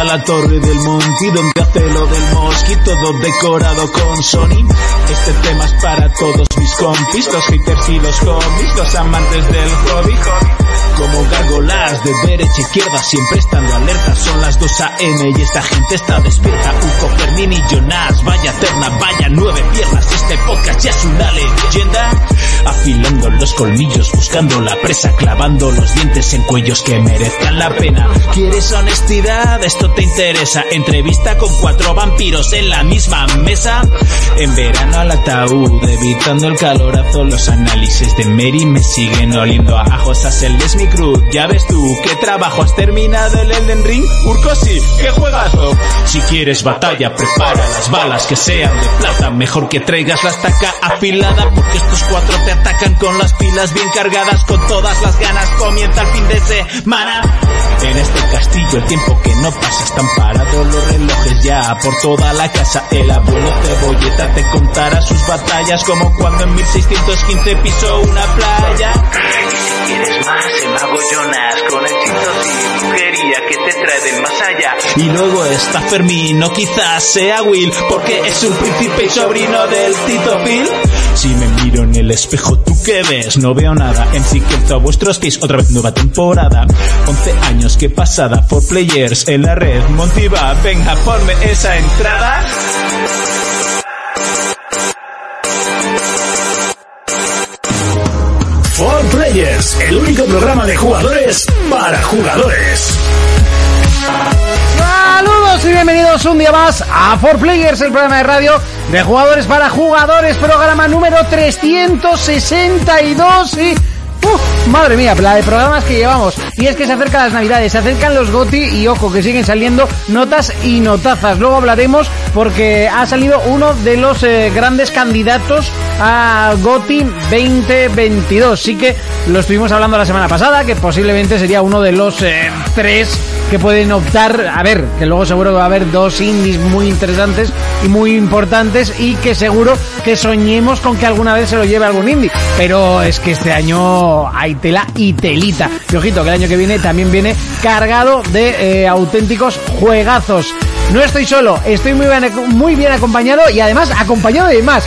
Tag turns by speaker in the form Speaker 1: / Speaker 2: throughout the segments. Speaker 1: a la torre del Monty donde hace lo del mosquito todo decorado con Sony este tema es para todos mis compis los haters y los hobbies los amantes del hobby como gárgolas de derecha izquierda siempre estando alerta son las 2 am y esta gente está despierta Uco, Fermín y Jonas vaya terna vaya nueve piernas este podcast ya es una leyenda afilando los colmillos buscando la presa clavando los dientes en cuellos que merezcan la pena quieres honestidad esto te interesa entrevista con cuatro vampiros en la misma mesa en verano al ataúd evitando el calorazo los análisis de Mary me siguen oliendo a ajos el es mi cruz ya ves tú qué trabajo has terminado el Elden Ring Urcosi qué juegazo si quieres batalla prepara las balas que sean de plata mejor que traigas la estaca afilada porque estos cuatro te atacan con las pilas bien cargadas con todas las ganas comienza el fin de semana en este castillo el tiempo que no pasa están parados los relojes ya por toda la casa el abuelo cebolleta te contará sus batallas como cuando en 1615 pisó una playa
Speaker 2: ¿Quieres más? El mago Jonas con hechizos y brujería que te trae del más allá.
Speaker 1: y luego está Fermín o quizás sea Will porque es un príncipe y sobrino del Tito Phil si me miro en el espejo tú qué ves no veo nada en Siquenzo a vuestros pies otra vez nueva temporada 11 años que pasada for players en la red Montiva venga ponme esa entrada
Speaker 3: For Players, el único programa de jugadores para jugadores.
Speaker 4: Saludos y bienvenidos un día más a 4Players, el programa de radio de jugadores para jugadores, programa número 362 y... ¡uh! madre mía, la de programas que llevamos. Y es que se acercan las navidades, se acercan los goti y ojo que siguen saliendo notas y notazas. Luego hablaremos porque ha salido uno de los eh, grandes candidatos a goti 2022. Sí que lo estuvimos hablando la semana pasada, que posiblemente sería uno de los eh, tres que pueden optar, a ver, que luego seguro que va a haber dos indies muy interesantes y muy importantes y que seguro que soñemos con que alguna vez se lo lleve algún indie. Pero es que este año hay tela y telita. Y ojito, que el año que viene también viene cargado de eh, auténticos juegazos. No estoy solo, estoy muy bien, muy bien acompañado y además acompañado de más.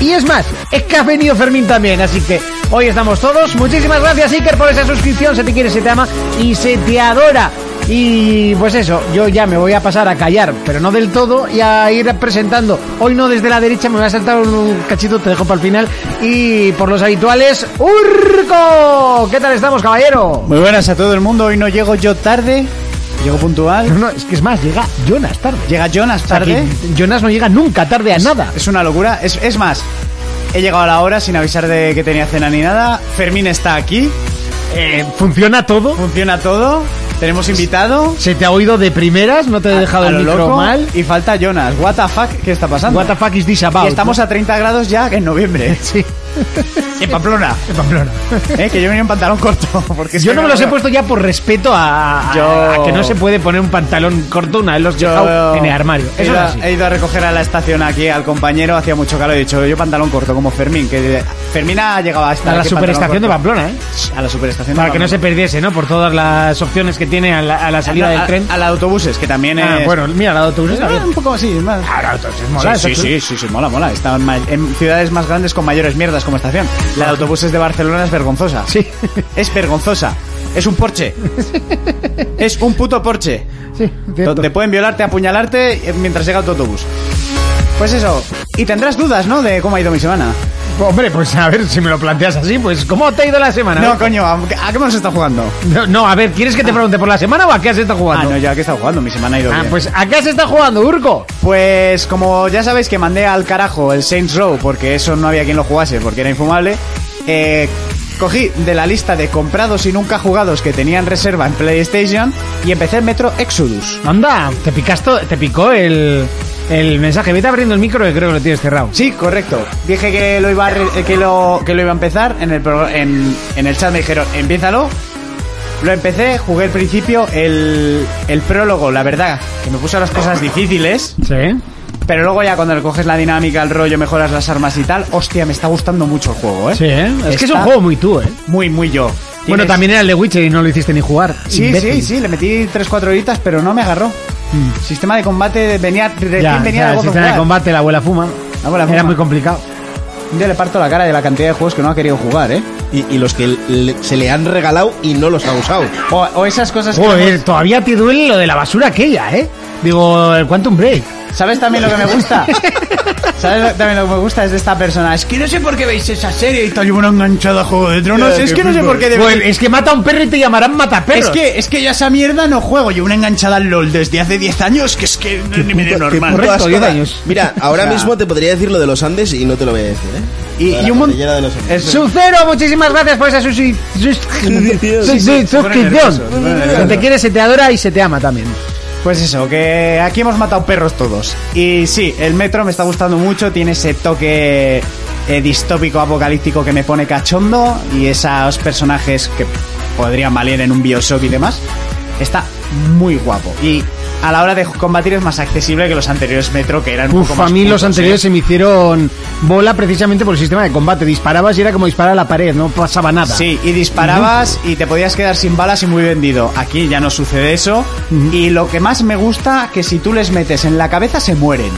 Speaker 4: Y es más, es que ha venido Fermín también, así que hoy estamos todos. Muchísimas gracias Iker por esa suscripción, se te quiere, se te ama y se te adora. Y pues eso, yo ya me voy a pasar a callar, pero no del todo, y a ir presentando. Hoy no desde la derecha, me voy a saltar un cachito, te dejo para el final. Y por los habituales, Urco. ¿Qué tal estamos, caballero?
Speaker 5: Muy buenas a todo el mundo. Hoy no llego yo tarde, llego puntual.
Speaker 4: No, es que es más, llega Jonas tarde.
Speaker 5: Llega Jonas
Speaker 4: O sea,
Speaker 5: tarde.
Speaker 4: que Jonas no llega nunca tarde a nada.
Speaker 5: Es una locura. Es, es más, he llegado a la hora sin avisar de que tenía cena ni nada. Fermín está aquí,
Speaker 4: Eh, funciona todo.
Speaker 5: funciona todo. Tenemos invitado.
Speaker 4: Se te ha oído de primeras, no te he dejado
Speaker 5: a
Speaker 4: el
Speaker 5: lo
Speaker 4: micro
Speaker 5: loco,
Speaker 4: mal.
Speaker 5: Y falta Jonas. What the fuck, ¿qué está pasando?
Speaker 4: What the fuck is this
Speaker 5: Y
Speaker 4: about?
Speaker 5: estamos a 30 grados ya en noviembre.
Speaker 4: Sí,
Speaker 5: En Pamplona.
Speaker 4: en Pamplona.
Speaker 5: ¿eh? Que yo venía en pantalón corto. Porque es
Speaker 4: Yo
Speaker 5: que
Speaker 4: no me los he
Speaker 5: acuerdo.
Speaker 4: puesto ya por respeto a, a-
Speaker 5: Yo-
Speaker 4: a que no se puede poner un pantalón corto una vez los dejado en el armario.
Speaker 5: He
Speaker 4: Eso
Speaker 5: ido,
Speaker 4: es
Speaker 5: a-
Speaker 4: así.
Speaker 5: he ido a recoger a la estación aquí al compañero, hacía mucho calor, he dicho yo pantalón corto, como Fermín, que eh, Fermín ha llegado hasta
Speaker 4: A la
Speaker 5: aquí pantalón
Speaker 4: superestación de
Speaker 5: corto.
Speaker 4: Pamplona, ¿eh?
Speaker 5: A la superestación
Speaker 4: Para que no se
Speaker 5: Pamplona.
Speaker 4: perdiese, ¿no? Por todas las opciones que tiene a la, a la salida
Speaker 5: No,
Speaker 4: del
Speaker 5: a-
Speaker 4: tren.
Speaker 5: A, la autobuses, que también
Speaker 4: Ah,
Speaker 5: es.
Speaker 4: bueno, mira, la de autobuses
Speaker 5: Ah,
Speaker 4: está bien.
Speaker 5: un poco así, más.
Speaker 4: mola,
Speaker 5: Ah, sí, sí,
Speaker 4: eso
Speaker 5: sí, sí, sí, mola, mola. Está en, ma- en ciudades más grandes con mayores mierdas como estación. La de autobuses de Barcelona es vergonzosa.
Speaker 4: Sí.
Speaker 5: Es vergonzosa. Es un Porsche. es un puto Porsche.
Speaker 4: Sí, cierto.
Speaker 5: Donde pueden violarte, apuñalarte eh, mientras llega tu autobús. Pues eso. Y tendrás dudas, ¿no? De cómo ha ido mi semana.
Speaker 4: Hombre, pues a ver, si me lo planteas así, pues ¿cómo te ha ido la semana?
Speaker 5: No, coño, ¿a, a qué hemos estado jugando?
Speaker 4: No, no, a ver, ¿quieres que te pregunte por la semana o a qué has estado
Speaker 5: Ah,
Speaker 4: jugando?
Speaker 5: no, yo aquí he estado jugando, mi semana ha ido
Speaker 4: Ah,
Speaker 5: bien.
Speaker 4: pues ¿a qué has estado jugando, Urco?
Speaker 5: Pues como ya sabéis que mandé al carajo el Saints Row porque eso no había quien lo jugase porque era infumable, eh, cogí de la lista de comprados y nunca jugados que tenían reserva en PlayStation y empecé el Metro Exodus.
Speaker 4: Anda, te picaste, te picó el, el mensaje. Vete abriendo el micro que creo que lo tienes cerrado.
Speaker 5: Sí, correcto. Dije que lo iba a, re- eh, que lo, que lo iba a empezar en el, pro- en, en el chat me dijeron, "Empiézalo." Lo empecé, jugué al principio el, el prólogo, la verdad, que me puso las cosas difíciles.
Speaker 4: Sí.
Speaker 5: Pero luego ya cuando le coges la dinámica, el rollo, mejoras las armas y tal, hostia, me está gustando mucho el juego, ¿eh?
Speaker 4: Sí, ¿eh? Es que es un
Speaker 5: Está
Speaker 4: juego muy tú, ¿eh?
Speaker 5: Muy, muy yo.
Speaker 4: Bueno,
Speaker 5: Tienes-
Speaker 4: también era el de Witcher y no lo hiciste ni jugar.
Speaker 5: Sí,
Speaker 4: imbécil. Mm.
Speaker 5: sí, sí, le metí 3-4 horitas, pero no me agarró. Sistema de combate venía recién
Speaker 4: Ya,
Speaker 5: venía
Speaker 4: ya,
Speaker 5: de
Speaker 4: el
Speaker 5: God of
Speaker 4: sistema de
Speaker 5: War.
Speaker 4: combate, la abuela fuma.
Speaker 5: La abuela
Speaker 4: Era
Speaker 5: fuma.
Speaker 4: muy complicado.
Speaker 5: Yo le parto la cara de la cantidad de juegos que no ha querido jugar, ¿eh?
Speaker 6: Y, y los que le- se le han regalado y no los ha usado.
Speaker 5: O, o esas cosas que...
Speaker 4: Joder, todavía te duele lo de la basura aquella, ¿eh? Digo, el Quantum Break.
Speaker 5: ¿Sabes también lo que me gusta? ¿Sabes lo- también lo que me gusta es de esta persona? Es que no sé por qué veis esa serie y tal, llevo una enganchada a Juego de Tronos.
Speaker 6: Ya,
Speaker 5: es
Speaker 6: qué
Speaker 5: que no sé
Speaker 6: flipas.
Speaker 5: por qué debe...
Speaker 4: Pues, es que mata a un perro y te llamarán mataperros.
Speaker 5: Es que, es que yo a esa mierda no juego. Llevo una enganchada al LOL desde hace 10 años que es que no ni me
Speaker 6: Qué
Speaker 5: dio normal.
Speaker 6: puto asco
Speaker 4: 10
Speaker 6: da.
Speaker 4: años.
Speaker 6: Mira, ahora
Speaker 5: O sea-
Speaker 6: mismo te podría decir lo de los Andes y no te lo voy a decir, ¿eh?
Speaker 5: Y,
Speaker 6: Toda
Speaker 5: y
Speaker 6: la
Speaker 5: un mon-
Speaker 6: cordillera de los Andes.
Speaker 5: Eso.
Speaker 4: Sucero, muchísimas gracias por esa susi- sus- sus- sus- suscripción.
Speaker 5: nerviosos, se ponen
Speaker 4: Se
Speaker 5: nerviosos.
Speaker 4: te quiere, se te adora y se te ama también.
Speaker 5: Pues eso, que aquí hemos matado perros todos. Y sí, el metro me está gustando mucho, tiene ese toque eh, distópico apocalíptico que me pone cachondo y esos personajes que podrían valer en un Bioshock y demás. Está muy guapo. Y a la hora de combatir es más accesible que los anteriores metro que eran un
Speaker 4: Uf,
Speaker 5: poco más
Speaker 4: a mí
Speaker 5: putos,
Speaker 4: los
Speaker 5: ¿eh?
Speaker 4: anteriores se me hicieron bola precisamente por el sistema de combate. Disparabas y era como disparar a la pared, no pasaba nada.
Speaker 5: Sí, y disparabas y te podías quedar sin balas y muy vendido. Aquí ya no sucede eso. Y lo que más me gusta, que si tú les metes en la cabeza se mueren.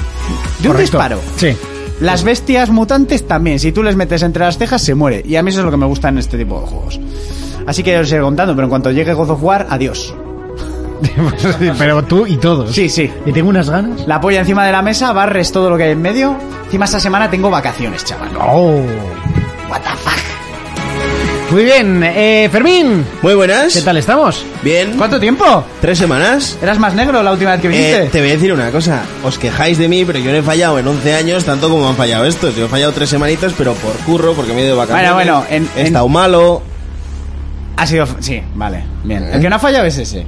Speaker 5: De un
Speaker 4: Correcto.
Speaker 5: disparo.
Speaker 4: Sí.
Speaker 5: Las bestias mutantes también, si tú les metes entre las cejas se muere. Y a mí eso es lo que me gusta en este tipo de juegos. Así que yo os iré contando, pero en cuanto llegue God of War, adiós.
Speaker 4: Pero tú y todos.
Speaker 5: Sí, sí.
Speaker 4: Y tengo unas ganas.
Speaker 5: La polla encima de la mesa, barres todo lo que hay en medio. Encima esta semana tengo vacaciones, chaval.
Speaker 4: Oh.
Speaker 5: What the fuck.
Speaker 4: Muy bien, eh, Fermín.
Speaker 6: Muy buenas.
Speaker 4: ¿Qué tal estamos?
Speaker 6: Bien.
Speaker 5: ¿Cuánto tiempo?
Speaker 6: ¿Tres semanas?
Speaker 5: ¿Eras más negro la última vez que viniste?
Speaker 6: Eh, te voy a decir una cosa. Os quejáis de mí, pero yo no he fallado en 11 años tanto como han fallado estos. Yo he fallado tres semanitas, pero por curro, porque me he ido de vacaciones.
Speaker 5: Bueno, bueno, en-
Speaker 6: he
Speaker 5: en-
Speaker 6: estado malo.
Speaker 5: Ha sido... Sí, vale. Bien. El que no ha fallado es ese.
Speaker 6: Eh,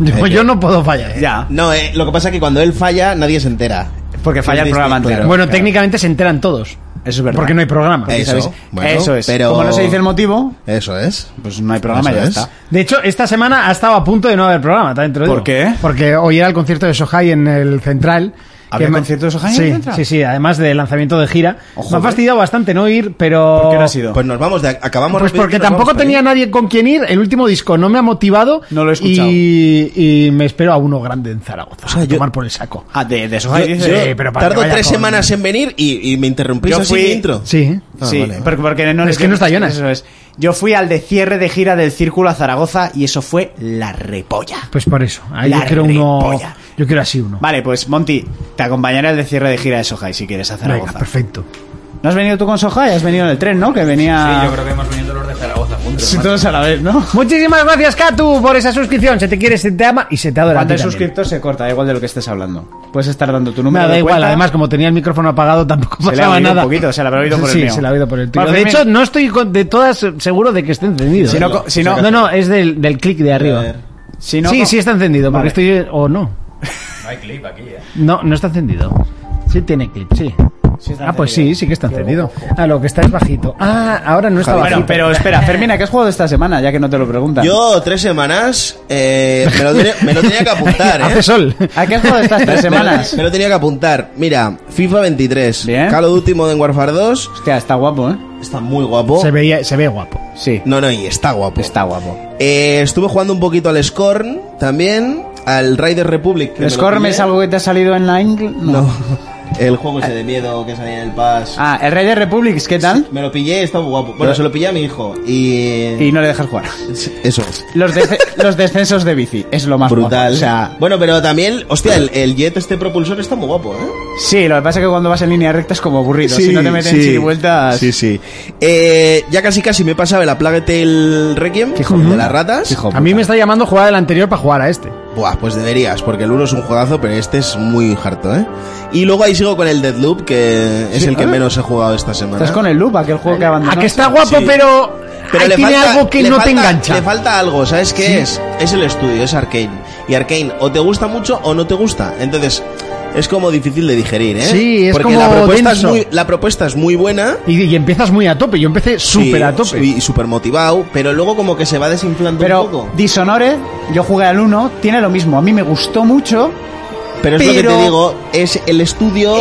Speaker 4: Yo, Pues yo no puedo fallar. ¿eh?
Speaker 5: Ya.
Speaker 6: No, eh, lo que pasa es que cuando él falla, nadie se entera.
Speaker 5: Porque falla el
Speaker 6: Es
Speaker 5: programa
Speaker 6: distinto,
Speaker 5: entero.
Speaker 4: Bueno, técnicamente se enteran todos.
Speaker 5: Eso es verdad.
Speaker 4: Porque no hay programa.
Speaker 6: Eh, Eso,
Speaker 5: ¿Sabes?
Speaker 6: bueno,
Speaker 5: Eso es.
Speaker 6: pero-
Speaker 5: Como no se dice el motivo,
Speaker 6: Eso es.
Speaker 5: pues no hay programa y
Speaker 6: Eso
Speaker 5: ya
Speaker 6: es.
Speaker 5: está.
Speaker 4: De hecho, esta semana ha estado a punto de no haber programa, también te lo digo.
Speaker 5: ¿Por qué?
Speaker 4: Porque hoy era el concierto de Sohai en el Central.
Speaker 5: ¿Había
Speaker 4: Que me-
Speaker 5: concierto de Sohai en
Speaker 4: sí,
Speaker 5: el Central?
Speaker 4: Sí, sí, además del lanzamiento de gira.
Speaker 5: Ojo,
Speaker 4: me ha
Speaker 5: eh.
Speaker 4: fastidiado bastante no ir, pero...
Speaker 5: ¿Por qué no has ido?
Speaker 6: Pues nos vamos, de, acabamos
Speaker 4: Pues
Speaker 6: rapidito,
Speaker 4: porque
Speaker 6: nos vamos
Speaker 4: tampoco
Speaker 6: para
Speaker 4: tenía
Speaker 6: ahí.
Speaker 4: nadie con quien ir. El último disco no me ha motivado.
Speaker 5: No lo he escuchado.
Speaker 4: Y, y me espero a uno grande en Zaragoza. a
Speaker 6: yo-
Speaker 4: tomar por el saco.
Speaker 5: Ah, de, de eso eh,
Speaker 6: Yo-
Speaker 5: dices.
Speaker 6: yo
Speaker 4: Sí, pero para que
Speaker 6: tardo
Speaker 4: vaya
Speaker 6: tres
Speaker 4: con-
Speaker 6: semanas en venir y, y me interrumpís
Speaker 5: Yo
Speaker 6: así
Speaker 5: fui-
Speaker 6: mi intro.
Speaker 4: Sí. ¿eh?
Speaker 5: sí,
Speaker 6: ah, vale.
Speaker 5: porque, porque no
Speaker 4: Es
Speaker 5: les-
Speaker 4: que no está Jonas.
Speaker 5: Eso es. Yo fui al de cierre de gira del Círculo a Zaragoza y eso fue la repolla.
Speaker 4: Pues por eso. Ahí
Speaker 5: La
Speaker 4: yo quiero uno...
Speaker 5: ripolla.
Speaker 4: Yo quiero así uno.
Speaker 5: Vale, pues Monty, te acompañaré al de cierre de gira de Sohai si quieres a
Speaker 4: Venga,
Speaker 5: Zaragoza.
Speaker 4: perfecto.
Speaker 5: ¿No has venido tú con Sohai? Has venido en el tren, ¿no? Que venía
Speaker 7: Sí, yo creo que hemos venido los de Zaragoza juntos. macho.
Speaker 5: todos a la vez, ¿no?
Speaker 4: Muchísimas gracias, Katu, por esa suscripción. Se te quiere, se te ama y se te adora. a ti
Speaker 5: Cuando hay
Speaker 4: también.
Speaker 5: suscriptor se corta, da igual de lo que estés hablando. Puedes estar dando tu
Speaker 4: Me
Speaker 5: número
Speaker 4: da
Speaker 5: de
Speaker 4: igual,
Speaker 5: cuenta.
Speaker 4: además como tenía el micrófono apagado tampoco
Speaker 5: Se le ha
Speaker 4: pasaba
Speaker 5: oído un
Speaker 4: nada.
Speaker 5: poquito, se le habrá oído por el
Speaker 4: Sí,
Speaker 5: mío.
Speaker 4: se le ha oído por el tuyo.
Speaker 5: Vale,
Speaker 4: de
Speaker 5: Fermín.
Speaker 4: hecho, no estoy con- de todas seguro de que esté encendido.
Speaker 5: Si no
Speaker 4: ¿eh?
Speaker 5: co- si no-
Speaker 4: no, no, es del, del clic de arriba.
Speaker 5: Si no,
Speaker 4: sí,
Speaker 5: co-
Speaker 4: sí está encendido, porque
Speaker 5: Vale.
Speaker 4: estoy... o no.
Speaker 7: No hay clip aquí, eh.
Speaker 4: No, no está encendido. Sí tiene clip, sí. ah, pues sí, sí que está encendido. Ah, lo que está es bajito. Ah, ahora no está
Speaker 5: Bueno,
Speaker 4: bajito.
Speaker 5: pero espera, Fermina, ¿qué has jugado esta semana? Ya que no te lo preguntan.
Speaker 6: Yo, tres semanas, eh, me, lo tenía, me lo tenía que apuntar, ¿eh?
Speaker 4: Hace sol.
Speaker 5: ¿A qué has jugado estas tres
Speaker 6: Me lo-
Speaker 5: semanas?
Speaker 6: Me lo tenía que apuntar. Mira, FIFA 23,
Speaker 5: Bien.
Speaker 6: Call of Duty Modern Warfare 2,
Speaker 5: Hostia, está guapo, ¿eh?
Speaker 6: está muy guapo.
Speaker 4: Se, veía, se ve guapo.
Speaker 5: Sí,
Speaker 6: No, no, y está guapo.
Speaker 5: está guapo.
Speaker 6: Eh, estuve jugando un poquito al Scorn también, al Rider Republic. que me
Speaker 5: ¿El
Speaker 6: lo
Speaker 5: Scorn
Speaker 6: pillé.
Speaker 5: es algo que te ha salido en la Ingl?
Speaker 6: No, el juego ese de miedo que salía en el Pass.
Speaker 5: Ah, el Rey de Republics, ¿qué tal?
Speaker 6: Me lo pillé, está muy guapo. Bueno, se lo pillé a mi hijo y...
Speaker 5: Y no le dejas jugar.
Speaker 6: Eso es.
Speaker 5: Los, desce- los descensos de bici, es lo más guapo,
Speaker 6: Brutal.
Speaker 5: O sea,
Speaker 6: bueno, pero también, hostia, el, el jet este propulsor está muy guapo, ¿eh?
Speaker 5: sí, lo que pasa es que cuando vas en línea recta es como aburrido. si no te meten
Speaker 6: sí.
Speaker 5: vueltas.
Speaker 6: Sí, sí. Eh, ya casi casi me he pasado el Plague Tale Requiem de las ratas.
Speaker 4: A mí me está llamando jugar del anterior para jugar a este.
Speaker 6: Buah, pues deberías, porque el uno es un juegazo, pero este es muy harto, ¿eh? Y luego ahí sigo con el Deadloop, que es
Speaker 4: ¿eh?
Speaker 6: el que menos he jugado esta semana.
Speaker 5: Estás con el loop, aquel juego que
Speaker 4: A
Speaker 5: abandonaste.
Speaker 4: Ah, que está guapo,
Speaker 6: Sí.
Speaker 4: pero... ahí tiene algo que
Speaker 6: le
Speaker 4: no te
Speaker 6: falta-
Speaker 4: engancha.
Speaker 6: Le falta algo, ¿sabes qué es? Es el estudio, es Arkane. Y Arkane o te gusta mucho o no te gusta. Entonces, es como difícil de digerir, ¿eh?
Speaker 4: Sí, es
Speaker 6: Porque
Speaker 4: como
Speaker 6: la propuesta es,
Speaker 4: denso.
Speaker 6: muy, la propuesta es muy buena.
Speaker 4: Y, y empiezas muy a tope. Yo empecé súper
Speaker 6: sí,
Speaker 4: a tope.
Speaker 6: Y súper motivado, pero luego como que se va desinflando un
Speaker 5: Pero
Speaker 6: poco.
Speaker 5: Dishonored, yo jugué al 1, tiene lo mismo. A mí me gustó mucho.
Speaker 6: Pero es lo que
Speaker 5: pero-
Speaker 6: te digo, es el estudio,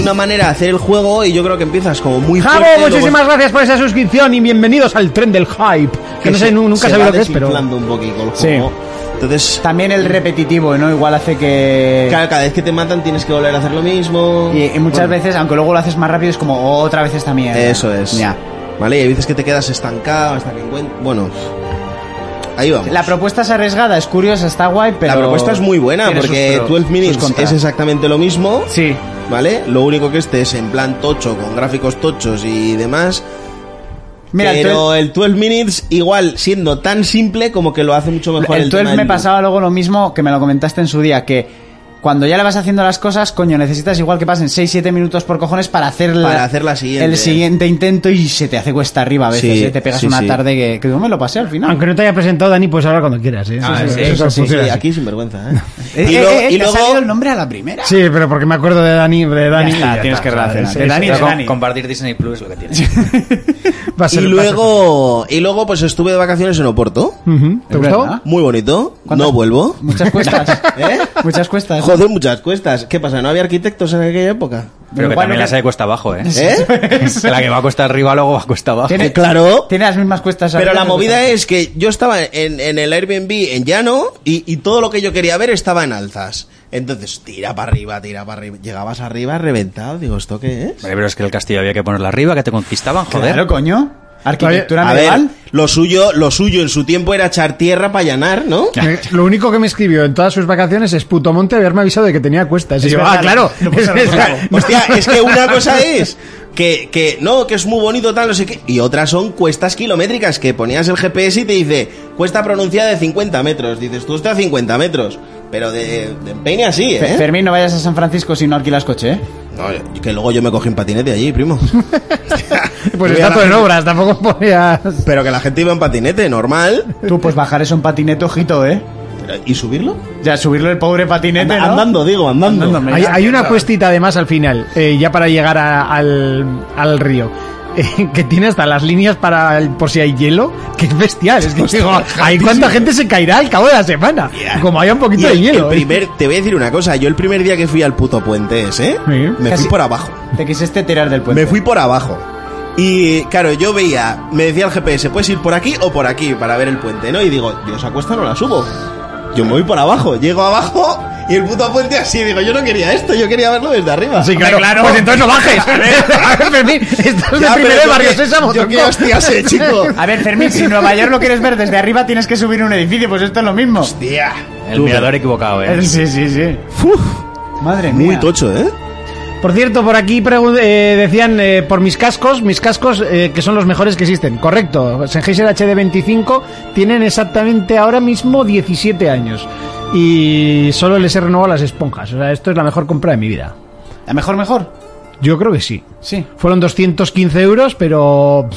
Speaker 6: una manera de hacer el juego y yo creo que empiezas como muy
Speaker 4: Javo,
Speaker 6: fuerte, luego
Speaker 4: muchísimas gracias por esa suscripción y bienvenidos al tren del hype. Que no sé,
Speaker 6: se-
Speaker 4: nu- nunca
Speaker 6: se
Speaker 4: sabía
Speaker 6: va
Speaker 4: lo que es, pero.
Speaker 6: desinflando un poquito el juego. Entonces,
Speaker 5: También el repetitivo, ¿no? Igual hace que...
Speaker 6: cada, cada vez que te matan tienes que volver a hacer lo mismo.
Speaker 5: Y, y muchas
Speaker 6: Bueno,
Speaker 5: veces, aunque luego lo haces más rápido, es como otra vez esta mierda.
Speaker 6: Eso es.
Speaker 5: Ya.
Speaker 6: Vale, y hay veces que te quedas estancado hasta que encuentres. Bueno, ahí vamos.
Speaker 5: La propuesta es arriesgada, es curiosa, está guay, pero...
Speaker 6: La propuesta es muy buena
Speaker 5: tiene sus
Speaker 6: porque
Speaker 5: pros,
Speaker 6: 12
Speaker 5: sus
Speaker 6: Minutes
Speaker 5: contras.
Speaker 6: es exactamente lo mismo.
Speaker 5: Sí.
Speaker 6: ¿Vale? Lo único que este es en plan tocho, con gráficos tochos y demás.
Speaker 5: Mira, el
Speaker 6: pero el 12 Minutes, igual siendo tan simple, como que lo hace mucho mejor el,
Speaker 5: El 12
Speaker 6: tema
Speaker 5: me
Speaker 6: del-
Speaker 5: pasaba luego lo mismo que me lo comentaste en su día, que cuando ya le vas haciendo las cosas, coño, necesitas igual que pasen 6-7 minutos por cojones para hacer la,
Speaker 6: Para hacer la siguiente.
Speaker 5: el siguiente intento y se te hace cuesta arriba a veces,
Speaker 6: Sí,
Speaker 5: ¿eh? te pegas
Speaker 6: sí,
Speaker 5: una
Speaker 6: sí.
Speaker 5: tarde que, que yo me lo pasé al final.
Speaker 4: Aunque no te haya presentado, Dani, pues ahora cuando quieras. ¿eh?
Speaker 8: Ah, sí,
Speaker 4: eso
Speaker 8: eso
Speaker 6: Sí,
Speaker 4: funciona
Speaker 6: sí,
Speaker 4: así.
Speaker 6: aquí sin vergüenza, ¿eh?
Speaker 5: Eh,
Speaker 6: y
Speaker 5: eh,
Speaker 6: luego,
Speaker 5: eh,
Speaker 6: y
Speaker 5: te ha
Speaker 6: luego-
Speaker 5: salido el nombre a la primera.
Speaker 4: Sí, pero porque me acuerdo de Dani. De Dani
Speaker 5: Ya está, tienes que relacionar.
Speaker 4: Sí,
Speaker 5: De
Speaker 4: sí,
Speaker 5: Dani,
Speaker 4: sí.
Speaker 5: de Dani.
Speaker 8: Compartir Disney Plus lo que tienes.
Speaker 4: Va a ser-
Speaker 6: y
Speaker 4: va a
Speaker 6: luego, y luego, pues estuve de vacaciones en Oporto.
Speaker 4: ser- Ujú, ¿Te
Speaker 5: Es
Speaker 4: gustó?
Speaker 5: verdad.
Speaker 6: Muy bonito.
Speaker 5: ¿Cuántas-
Speaker 6: No vuelvo.
Speaker 5: Muchas cuestas, ¿eh? Muchas cuestas.
Speaker 6: Joder, muchas cuestas. ¿Qué pasa? ¿No había arquitectos en aquella época?
Speaker 8: Pero que
Speaker 5: Igual
Speaker 8: también
Speaker 5: lo
Speaker 8: las hay cuesta abajo, ¿eh?
Speaker 6: ¿Eh?
Speaker 8: Que La que va a cuesta arriba luego va a cuesta abajo.
Speaker 5: Tiene-
Speaker 6: Eh, claro.
Speaker 5: Tiene las mismas cuestas.
Speaker 6: Pero
Speaker 5: arriba
Speaker 6: la
Speaker 5: que
Speaker 6: movida
Speaker 5: cuestas.
Speaker 6: es que yo estaba en, en el Airbnb en llano y, y todo lo que yo quería ver estaba en alzas. Entonces, tira para arriba, tira para arriba. Llegabas arriba reventado. Digo, ¿esto qué es?
Speaker 8: Vale, pero es que el castillo había que ponerla arriba, que te conquistaban, joder.
Speaker 5: Claro, coño. Arquitectura
Speaker 6: A ver,
Speaker 5: medieval.
Speaker 6: lo suyo, lo suyo en su tiempo era echar tierra para allanar, ¿no?
Speaker 4: Me- lo único que me escribió en todas sus vacaciones es puto monte haberme avisado de que tenía cuestas. Y yo, ah, claro. es- es-
Speaker 6: Hostia, es que una cosa es que, que no, que es muy bonito tal, no sé qué. Y otras son cuestas kilométricas que ponías el GPS y te dice cuesta pronunciada de 50 metros. Dices, tú estás a 50 metros. Pero de, de empeine así,
Speaker 5: Fe-
Speaker 6: ¿eh?
Speaker 5: Fermín, no vayas a San Francisco si no alquilas coche, ¿eh?
Speaker 6: No, que luego yo me cogí en patinete allí, primo.
Speaker 4: pues
Speaker 6: Yo
Speaker 4: está
Speaker 6: la-
Speaker 4: todo en obras, tampoco podías.
Speaker 6: Pero que la gente iba en patinete, normal.
Speaker 5: Tú, pues bajar eso en patinete, ojito, ¿eh?
Speaker 6: Pero, ¿Y subirlo?
Speaker 5: Ya, subirlo el pobre patinete, ¿no?
Speaker 6: Andando, digo, andando.
Speaker 5: Andando, me-
Speaker 4: Hay, hay una cuestita además al final, eh, ya para llegar a- al, al río. eh, Que tiene hasta las líneas para el- por si hay hielo, que es bestial. Es que digo, hay cuánta gente se caerá al cabo de la semana.
Speaker 6: Ya.
Speaker 4: Como haya un
Speaker 6: Y
Speaker 4: poquito
Speaker 6: el,
Speaker 4: de hielo. eh.
Speaker 6: el primer, te voy a decir una cosa, yo el primer día que fui al puto puente ese,
Speaker 4: Sí.
Speaker 6: me
Speaker 5: Casi-
Speaker 6: fui por abajo.
Speaker 5: Te quisiste tirar del puente.
Speaker 6: Me fui por abajo. Y claro, yo veía, me decía el GPS, puedes ir por aquí o por aquí para ver el puente, ¿no? Y digo, Dios, a cuesta no la subo. Yo me voy por abajo, llego abajo y el puto puente así, digo, yo no quería esto, yo quería verlo desde arriba.
Speaker 4: Sí, claro, Pues entonces no bajes. A ver, Fermín, estás de primero
Speaker 6: Ya, pero
Speaker 4: de
Speaker 6: yo
Speaker 4: Barrio
Speaker 6: qué-
Speaker 4: Sésamo.
Speaker 6: yo
Speaker 4: tronco.
Speaker 6: qué hostias, eh, chico.
Speaker 5: A ver, Fermín, si en Nueva York lo quieres ver desde arriba, tienes que subir un edificio, pues esto es lo mismo.
Speaker 6: Hostia. pues.
Speaker 8: El mirador equivocado, ¿eh?
Speaker 5: Sí, sí, sí. Madre mía.
Speaker 6: Muy tocho, ¿eh?
Speaker 4: Por cierto, por aquí pregun- eh, decían eh, por mis cascos, mis cascos eh, que son los mejores que existen. Correcto, Sennheiser HD25 tienen exactamente ahora mismo 17 años y solo les he renovado las esponjas. O sea, esto es la mejor compra de mi vida.
Speaker 5: ¿La mejor, mejor?
Speaker 4: Yo creo que sí.
Speaker 5: Sí.
Speaker 4: Fueron 215 euros, pero...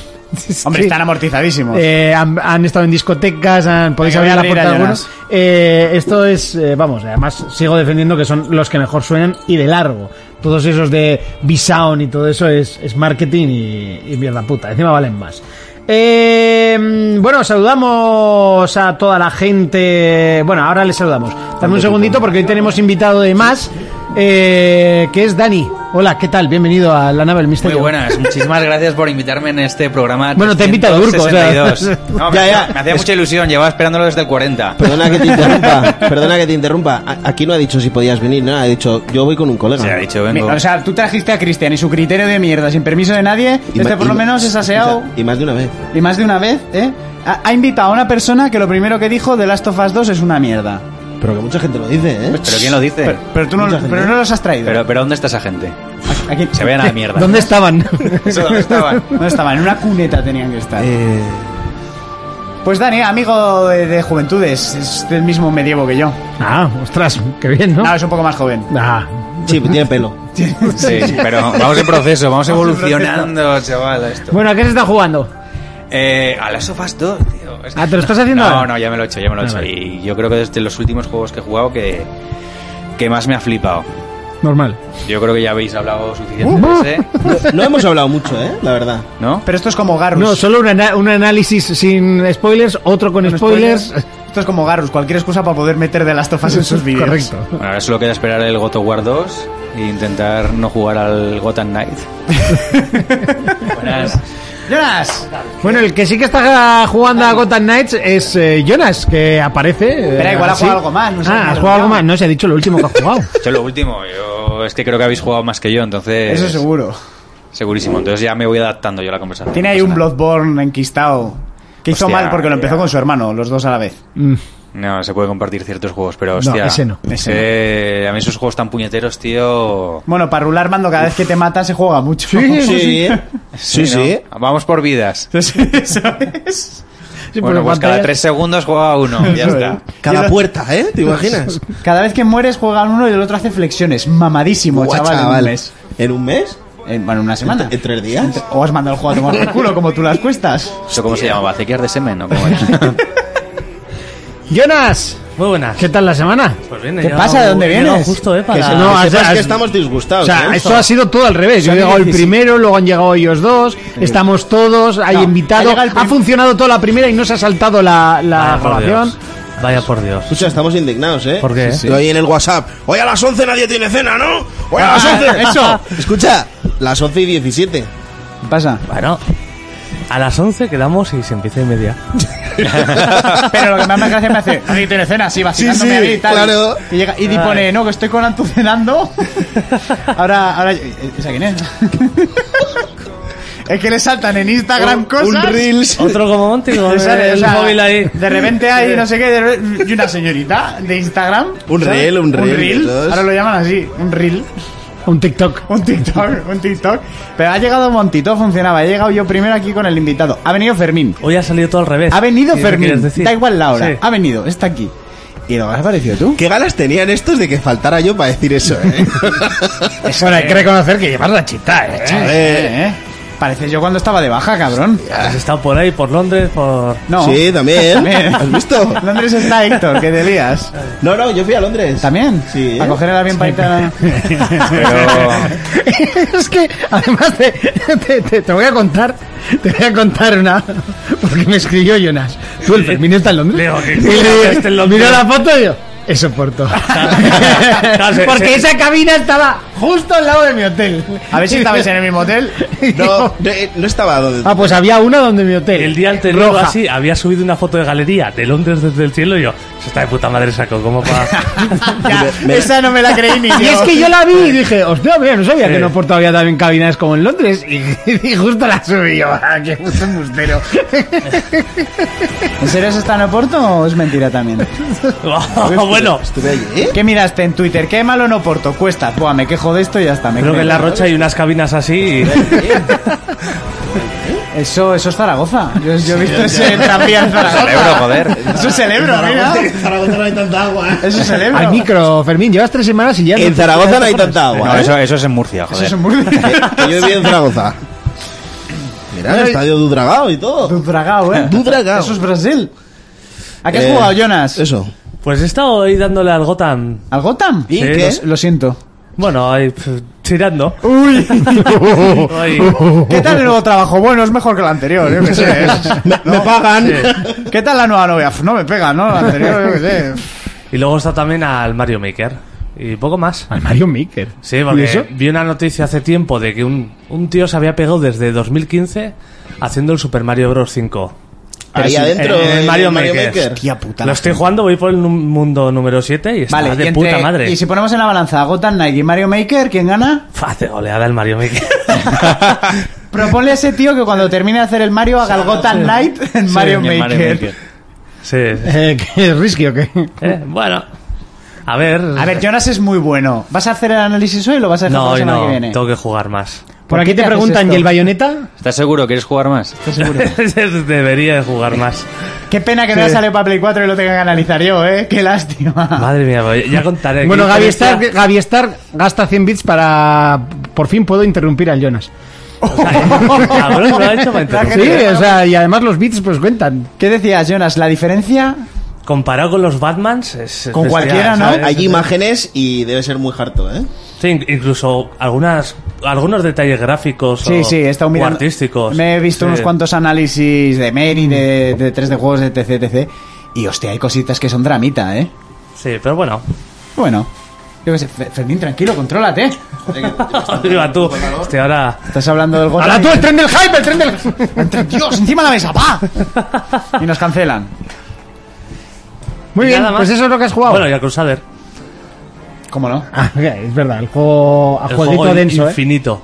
Speaker 5: Hombre,
Speaker 4: Sí.
Speaker 5: están amortizadísimos.
Speaker 4: Eh, han, han estado en discotecas, han, podéis
Speaker 5: Venga,
Speaker 4: abrir la
Speaker 5: voy a
Speaker 4: puerta
Speaker 5: abrir a
Speaker 4: algunos.
Speaker 5: Jonas.
Speaker 4: Eh, esto es, eh, vamos, además sigo defendiendo que son los que mejor suenan y de largo. Todos esos de Bisound y todo eso es, es marketing y, y mierda puta. Encima valen más. Eh, bueno, saludamos a toda la gente. Bueno, ahora les saludamos. Dame un segundito porque hoy tenemos invitado de más, eh, que es Dani. Hola, ¿qué tal? Bienvenido a la nave del misterio.
Speaker 8: Muy buenas, Pues muchísimas gracias por invitarme en este programa.
Speaker 4: Bueno, te ha invitado Urco, o sea.
Speaker 8: 362. No, me,
Speaker 6: Ya,
Speaker 8: hacía-
Speaker 6: ya.
Speaker 8: me hacía mucha ilusión, llevaba esperándolo desde el 40.
Speaker 6: Perdona que te interrumpa, perdona que te interrumpa. A- Aquí no ha dicho si podías venir, no, ha dicho, yo voy con un colega.
Speaker 8: Se ha dicho,
Speaker 5: Mi-
Speaker 8: vengo.
Speaker 5: Eh, O sea, tú trajiste a Cristian y su criterio de mierda, sin permiso de nadie,
Speaker 6: Y
Speaker 5: este
Speaker 6: ma-
Speaker 5: por lo
Speaker 6: y-
Speaker 5: menos es aseado.
Speaker 6: Y más de una vez.
Speaker 5: Y más de una vez, ¿eh? Ha, ha invitado a una persona que lo primero que dijo de Last of Us 2 es una mierda.
Speaker 6: Pero que mucha gente lo dice, ¿eh?
Speaker 8: ¿Pero quién lo dice?
Speaker 5: Pero, pero tú no,
Speaker 6: Mucha gente.
Speaker 5: pero no los has traído.
Speaker 8: Pero, pero ¿dónde está esa gente?
Speaker 5: Aquí-
Speaker 8: Se vean a la mierda.
Speaker 4: ¿Dónde estaban?
Speaker 8: Eso, ¿Dónde estaban?
Speaker 5: ¿Dónde estaban? En una cuneta tenían que estar.
Speaker 6: Eh,
Speaker 5: Pues Dani, amigo de, de juventudes, es del mismo medievo que yo.
Speaker 4: Ah, ostras, qué bien, ¿no?
Speaker 5: No, es un poco más joven.
Speaker 4: Ah,
Speaker 6: sí, pues tiene pelo.
Speaker 8: Sí, pero vamos en proceso, vamos evolucionando, chaval, a esto.
Speaker 4: Bueno, ¿a qué se está jugando?
Speaker 8: Eh, a las sofás 2, tío. Es que-
Speaker 4: Ah, ¿te lo estás haciendo
Speaker 8: No,
Speaker 4: ahora?
Speaker 8: no, ya me lo he hecho, ya me lo he
Speaker 4: Ah,
Speaker 8: hecho.
Speaker 4: vale.
Speaker 8: Y yo creo que desde los últimos juegos que he jugado que, que más me ha flipado.
Speaker 4: Normal.
Speaker 8: Yo creo que ya habéis hablado suficiente
Speaker 4: Uh.
Speaker 8: de ese,
Speaker 6: No hemos hablado mucho, ¿eh? La verdad.
Speaker 8: ¿no?
Speaker 5: Pero esto es como Garrus.
Speaker 4: No, solo un, ana- un análisis sin spoilers, otro Pues- con,
Speaker 5: Con
Speaker 4: spoilers.
Speaker 5: Esto es como Garrus, cualquier excusa para poder meter de Last of Us en sus vídeos.
Speaker 4: Correcto.
Speaker 8: Bueno, ahora solo queda esperar el God of War 2 e intentar no jugar al Gotham Knight. Buenas.
Speaker 5: Jonas.
Speaker 4: Bueno, el que sí que está jugando a Gotham Knights es eh, Jonas, que aparece. eh,
Speaker 5: Espera, igual ha
Speaker 4: así.
Speaker 5: jugado algo más, no sé.
Speaker 4: ah, ha jugado algo más. No, se ha dicho lo último que ha jugado.
Speaker 9: Yo lo último, yo es que creo que habéis jugado más que yo, entonces...
Speaker 5: Eso seguro.
Speaker 9: Segurísimo, entonces ya me voy adaptando yo a la conversación.
Speaker 5: Tiene
Speaker 9: No
Speaker 5: ahí
Speaker 9: pasa
Speaker 5: un
Speaker 9: nada.
Speaker 5: Bloodborne enquistado. Que hizo
Speaker 9: Hostia,
Speaker 5: mal porque lo empezó
Speaker 9: ya.
Speaker 5: con su hermano, los dos a la vez.
Speaker 9: No, se puede compartir ciertos juegos, pero hostia...
Speaker 4: ese no.
Speaker 9: ese-
Speaker 8: eh,
Speaker 9: a mí esos juegos tan puñeteros, tío...
Speaker 5: Bueno, para rular mando cada vez que te mata se juega mucho.
Speaker 6: Sí, sí,
Speaker 9: ¿no?
Speaker 6: sí.
Speaker 9: Vamos por vidas.
Speaker 5: ¿Sabes?
Speaker 4: Sí,
Speaker 9: bueno,
Speaker 4: por
Speaker 9: pues cada
Speaker 4: pantalla.
Speaker 9: tres segundos juega uno. Ya está.
Speaker 6: Cada puerta, ¿eh? ¿Te imaginas?
Speaker 5: Cada vez que mueres juegan uno y el otro hace flexiones. Mamadísimo,
Speaker 6: Buah,
Speaker 5: chaval. en un
Speaker 6: chaval.
Speaker 5: mes.
Speaker 6: ¿En un mes?
Speaker 5: En, bueno, en una semana.
Speaker 6: ¿En tres días?
Speaker 5: O has mandado el juego a tomar por culo como tú las cuestas.
Speaker 9: ¿Eso cómo se llamaba? ¿Acequias de semen o cómo era?
Speaker 4: Jonas,
Speaker 10: Muy buenas.
Speaker 4: ¿qué tal la semana?
Speaker 10: Pues bien,
Speaker 5: ¿Qué
Speaker 10: he
Speaker 5: pasa?
Speaker 10: llegado-
Speaker 5: ¿De dónde
Speaker 10: he llegado
Speaker 5: vienes?
Speaker 10: Justo, eh, para...
Speaker 4: se- no,
Speaker 6: Que
Speaker 4: has-
Speaker 6: sepas
Speaker 4: has-
Speaker 6: que estamos disgustados.
Speaker 4: O sea,
Speaker 6: ¿eh?
Speaker 4: esto ha sido todo al revés. Yo he llegado el
Speaker 5: 17.
Speaker 4: primero, luego han llegado ellos dos, estamos todos, hay
Speaker 5: No, ha
Speaker 4: invitado,
Speaker 5: llegado el
Speaker 4: ha
Speaker 5: prim-
Speaker 4: funcionado toda la primera y no se ha saltado la, la
Speaker 10: Vaya por
Speaker 4: grabación.
Speaker 10: Dios. Vaya por Dios.
Speaker 6: Escucha, estamos indignados, ¿eh?
Speaker 10: ¿Por qué?
Speaker 6: Sí, sí. Yo ahí en el WhatsApp. Hoy a las 11 nadie tiene cena, ¿no? Hoy a las 11. Eso. Escucha, las 11 y 17.
Speaker 5: ¿Qué pasa?
Speaker 10: Bueno, a las 11 quedamos y se empieza y media.
Speaker 5: Pero lo que más me hace gracia me hace. Nadie tiene cena, sí, vacilándome
Speaker 6: Sí, sí,
Speaker 5: ahí y tal.
Speaker 6: claro.
Speaker 5: Y, llega, y di pone, no, que estoy con Antu cenando. Ahora, ahora. ¿Esa quién es? Es que le saltan en Instagram cosas.
Speaker 6: Un Reels.
Speaker 10: Otro como Monty con
Speaker 5: Le
Speaker 10: el,
Speaker 5: sale, o sea,
Speaker 10: móvil ahí.
Speaker 5: De repente hay no sé qué de- y una señorita de Instagram.
Speaker 6: Un reel, un reel, esos.
Speaker 5: Ahora lo llaman así, un reel.
Speaker 4: Un TikTok.
Speaker 5: Un TikTok, un TikTok. Pero ha llegado Montito, funcionaba. He llegado yo primero aquí con el invitado. Ha venido Fermín.
Speaker 10: Hoy ha salido todo al revés.
Speaker 5: Ha venido
Speaker 10: Sí, ¿qué
Speaker 5: Fermín.
Speaker 10: quieres decir?
Speaker 5: Da igual la hora.
Speaker 10: Sí.
Speaker 5: Ha venido, está aquí. ¿Y lo has aparecido tú?
Speaker 6: ¿Qué ganas tenían estos de que faltara yo para decir eso, eh?
Speaker 4: Bueno, hay que reconocer que llevas la chita, ¿eh?
Speaker 5: Eh, eh. Parece yo cuando estaba de baja, cabrón.
Speaker 10: Has estado por ahí, por Londres, por...
Speaker 5: No.
Speaker 6: Sí, también. ¿Has visto?
Speaker 5: Londres está Héctor, que te lías.
Speaker 6: No, no, yo fui a Londres.
Speaker 5: ¿También?
Speaker 6: Sí.
Speaker 5: A coger el avión para irte a-
Speaker 4: es que además te, te- te- te voy a contar, te voy a contar una, porque me escribió Jonas. Tú el Fermín está en Londres.
Speaker 10: Leo, que-
Speaker 4: Y le
Speaker 10: que esté en Londres.
Speaker 4: Mira la foto y yo. Eso Porto.
Speaker 10: Claro, se-
Speaker 4: porque
Speaker 10: se-
Speaker 4: esa cabina estaba justo al lado de mi hotel.
Speaker 5: A ver si estabais en el mismo hotel.
Speaker 6: No, no, eh, no estaba donde.
Speaker 4: Ah, pues había una donde mi hotel.
Speaker 10: El día anterior
Speaker 4: Roja.
Speaker 10: así había subido una foto de galería de Londres desde el cielo y yo, se está de puta madre saco, ¿cómo para...?
Speaker 5: Ya, esa no me la creí ni yo.
Speaker 4: Y es que yo la vi y dije, hostia, mira, no sabía
Speaker 10: Sí.
Speaker 4: que no Porto había también cabinas como en Londres. Y, y justo la subí yo. Ah, qué puto embustero.
Speaker 5: ¿En serio se está en Oporto o es mentira también?
Speaker 10: bueno,
Speaker 6: Estuve allí, ¿eh?
Speaker 5: ¿Qué miraste en Twitter? ¿Qué malo en Oporto? Cuesta. Buah, me quejo de esto y ya está. Me
Speaker 10: creo que en La
Speaker 5: quejo.
Speaker 10: Rocha hay unas cabinas así y...
Speaker 5: Eso, eso es Zaragoza. Yo, yo he visto ese tranvía en Zaragoza.
Speaker 9: Celebro, joder.
Speaker 5: Eso es celebro, mira.
Speaker 6: Zaragoza no hay tanta agua.
Speaker 5: Eso es celebro.
Speaker 4: Al micro, Fermín, llevas tres semanas y ya.
Speaker 6: En Zaragoza no hay tanta
Speaker 9: No,
Speaker 6: agua. ¿eh?
Speaker 9: eso, eso es en Murcia,
Speaker 5: Eso
Speaker 9: joder.
Speaker 5: es en Murcia.
Speaker 6: Que Yo viví en Zaragoza. Mirá, el estadio Dudragao y todo.
Speaker 5: Dudragao, eh.
Speaker 6: Dudragao.
Speaker 5: Eso es Brasil. ¿A qué has
Speaker 6: Eh,
Speaker 5: jugado, Jonas?
Speaker 6: Eso.
Speaker 10: Pues he estado ahí dándole al Gotham.
Speaker 5: ¿Al Gotham?
Speaker 6: ¿Y
Speaker 10: Sí,
Speaker 6: qué?
Speaker 10: los-
Speaker 5: Lo siento.
Speaker 10: Bueno, ahí pf, tirando.
Speaker 5: Uy.
Speaker 10: Ahí.
Speaker 5: ¿Qué tal el nuevo trabajo? Bueno, es mejor que el anterior, yo qué sé.
Speaker 6: Me, me pagan.
Speaker 5: ¿Qué tal la nueva novia? Pf, No me pega, ¿no? La anterior, yo qué sé.
Speaker 10: Y luego está también al Mario Maker. Y poco más.
Speaker 5: Ah,
Speaker 4: Al Mario Maker.
Speaker 10: Sí,
Speaker 4: ¿Y eso?
Speaker 10: porque vi una noticia hace tiempo de que un, un tío se había pegado desde 2015 haciendo el Super Mario Bros. 5.
Speaker 6: Ahí
Speaker 10: sí,
Speaker 6: adentro.
Speaker 10: en el Mario Maker.
Speaker 5: Tía puta.
Speaker 10: Lo estoy jugando, voy por el nu- mundo número 7 y está
Speaker 5: Vale,
Speaker 10: de
Speaker 5: y entre-
Speaker 10: puta madre.
Speaker 5: Y si ponemos en la balanza Gotham Knight y Mario Maker, ¿quién gana?
Speaker 10: Fácil, oleada el Mario Maker.
Speaker 5: Proponle a ese tío que cuando termine de hacer el Mario haga el Gotham Knight en Mario
Speaker 9: En
Speaker 5: Maker.
Speaker 9: Mario Maker.
Speaker 10: sí. sí.
Speaker 4: Eh, ¿qué, ¿Es risky o qué?
Speaker 10: Eh, bueno. A ver.
Speaker 5: A ver, Jonas es muy bueno. ¿Vas a hacer el análisis hoy o lo vas a hacer
Speaker 10: No,
Speaker 5: la
Speaker 10: hoy
Speaker 5: semana
Speaker 10: no.
Speaker 5: que viene?
Speaker 10: Tengo que jugar más.
Speaker 4: Por aquí
Speaker 5: qué
Speaker 4: te
Speaker 5: haces
Speaker 4: preguntan,
Speaker 5: esto?
Speaker 4: ¿y el bayoneta?
Speaker 9: ¿Estás seguro? ¿Quieres jugar más?
Speaker 10: Debería de jugar más.
Speaker 5: Qué pena que no haya salido para Play 4 y lo tenga que analizar yo, ¿eh? Qué lástima.
Speaker 10: Madre mía, voy- ya contaré.
Speaker 4: Bueno,
Speaker 10: ¿Qué
Speaker 4: Gaby
Speaker 10: diferencia?
Speaker 4: Star, Gaby Star gasta 100 bits para... Por fin puedo interrumpir al Jonas.
Speaker 10: Cabrón, lo ha hecho para interrumpir.
Speaker 4: Sí, o sea, y además los bits pues cuentan.
Speaker 5: ¿Qué decías, Jonas? ¿La diferencia?
Speaker 10: Comparado con los Batmans, es.
Speaker 5: Con
Speaker 10: bestial,
Speaker 5: cualquiera, ¿no?
Speaker 10: ¿sabes?
Speaker 6: Hay imágenes y debe ser muy harto, ¿eh?
Speaker 10: Sí, in- incluso algunas, algunos detalles gráficos
Speaker 5: Sí,
Speaker 10: o,
Speaker 5: sí, he estado
Speaker 10: o
Speaker 5: mirando.
Speaker 10: artísticos.
Speaker 5: Me he visto
Speaker 10: Sí.
Speaker 5: unos cuantos análisis de Mary, de, de 3D juegos, de etc, etc. Y hostia, hay cositas que son dramita, ¿eh?
Speaker 10: Sí, pero bueno.
Speaker 5: Bueno. Yo qué sé, Fe- Fermín, tranquilo, contrólate.
Speaker 10: Digo, tú. Hostia, ahora.
Speaker 5: Estás hablando del Gotham.
Speaker 4: ¡Hala tú, el tren del hype, el tren del...
Speaker 5: ¡Dios, encima de la mesa! ¡Pa! Y nos cancelan.
Speaker 11: Muy
Speaker 10: Y
Speaker 11: bien,
Speaker 10: nada más.
Speaker 11: pues eso es lo que has jugado.
Speaker 10: Bueno, y al Crusader.
Speaker 5: ¿Cómo no?
Speaker 4: Ah, es verdad, el juego... A
Speaker 10: El
Speaker 4: jueguito
Speaker 10: juego
Speaker 4: denso, ¿eh?
Speaker 10: infinito.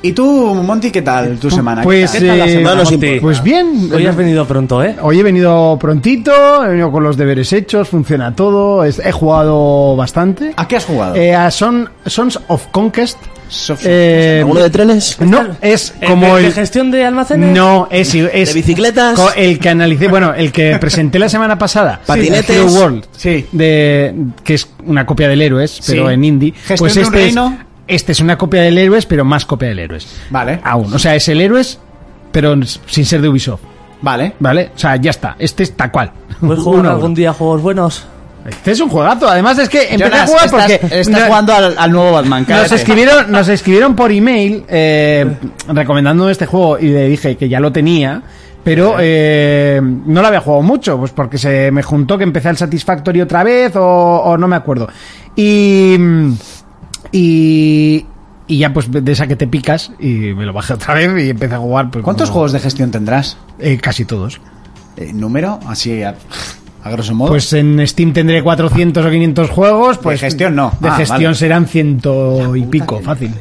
Speaker 5: ¿Y tú, Monty, qué tal tu semana? ¿Qué
Speaker 4: Pues,
Speaker 5: tal?
Speaker 10: ¿Qué tal la
Speaker 4: eh,
Speaker 10: semana,
Speaker 6: no nos
Speaker 10: Monty?
Speaker 4: pues bien.
Speaker 10: Hoy has venido pronto, ¿eh?
Speaker 4: Hoy he venido prontito, he venido con los deberes hechos, funciona todo, es- he jugado bastante.
Speaker 5: ¿A qué has jugado?
Speaker 4: Eh, a Son, Sons of Conquest.
Speaker 5: Soft-
Speaker 4: Eh,
Speaker 6: ¿Alguno de trenes?
Speaker 4: no, es
Speaker 10: ¿El
Speaker 4: como
Speaker 10: de, de
Speaker 4: el...
Speaker 10: gestión de almacenes?
Speaker 4: No, es, es
Speaker 6: ¿De bicicletas?
Speaker 4: co- el que analicé, bueno, el que presenté la semana pasada,
Speaker 6: Patinetes.
Speaker 4: el Hero World,
Speaker 5: Sí.
Speaker 4: de que es una copia del Héroes, pero
Speaker 5: Sí.
Speaker 4: en indie.
Speaker 5: Gestión
Speaker 4: pues
Speaker 5: de un
Speaker 4: este es,
Speaker 5: reino.
Speaker 4: este es una copia del Héroes, pero más copia del Héroes.
Speaker 5: Vale,
Speaker 4: Aún, o sea, es el Héroes, pero sin ser de Ubisoft,
Speaker 5: vale.
Speaker 4: ¿vale? O sea, ya está, este es tal cual.
Speaker 10: ¿Puedes jugar
Speaker 4: Uno a
Speaker 10: algún
Speaker 4: uno.
Speaker 10: día juegos buenos?
Speaker 4: Este es un juegazo, además es que empecé a
Speaker 5: Jonas,
Speaker 4: jugar
Speaker 5: estás,
Speaker 4: porque
Speaker 5: estás
Speaker 4: no-
Speaker 5: jugando al, al nuevo Batman.
Speaker 4: Nos
Speaker 5: cállate.
Speaker 4: escribieron, nos escribieron por email eh, recomendando este juego y le dije que ya lo tenía, pero eh, no lo había jugado mucho, pues porque se me juntó que empecé el Satisfactory otra vez o, o no me acuerdo. Y, y, y ya pues de esa que te picas y me lo bajé otra vez y empecé a jugar. pues,
Speaker 5: ¿Cuántos
Speaker 4: como-
Speaker 5: juegos de gestión tendrás?
Speaker 4: Eh, casi todos.
Speaker 5: Eh, ¿Número? Así, a, a grosso modo.
Speaker 4: Pues en Steam tendré 400 o 500 juegos. Pues
Speaker 5: gestión no.
Speaker 4: De
Speaker 5: Ah,
Speaker 4: gestión
Speaker 5: vale.
Speaker 4: serán ciento y pico, fácil.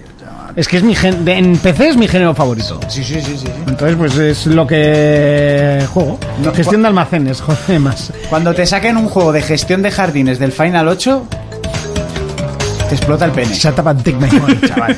Speaker 4: Es que es mi gen de- en PC es mi género favorito.
Speaker 5: sí, sí, sí, sí. sí.
Speaker 4: Entonces, pues es lo que juego.
Speaker 5: No,
Speaker 4: gestión de almacenes, joder, más.
Speaker 5: Cuando te saquen un juego de gestión de jardines del Final 8, te explota el pene.
Speaker 4: Shut up and take my money, chaval.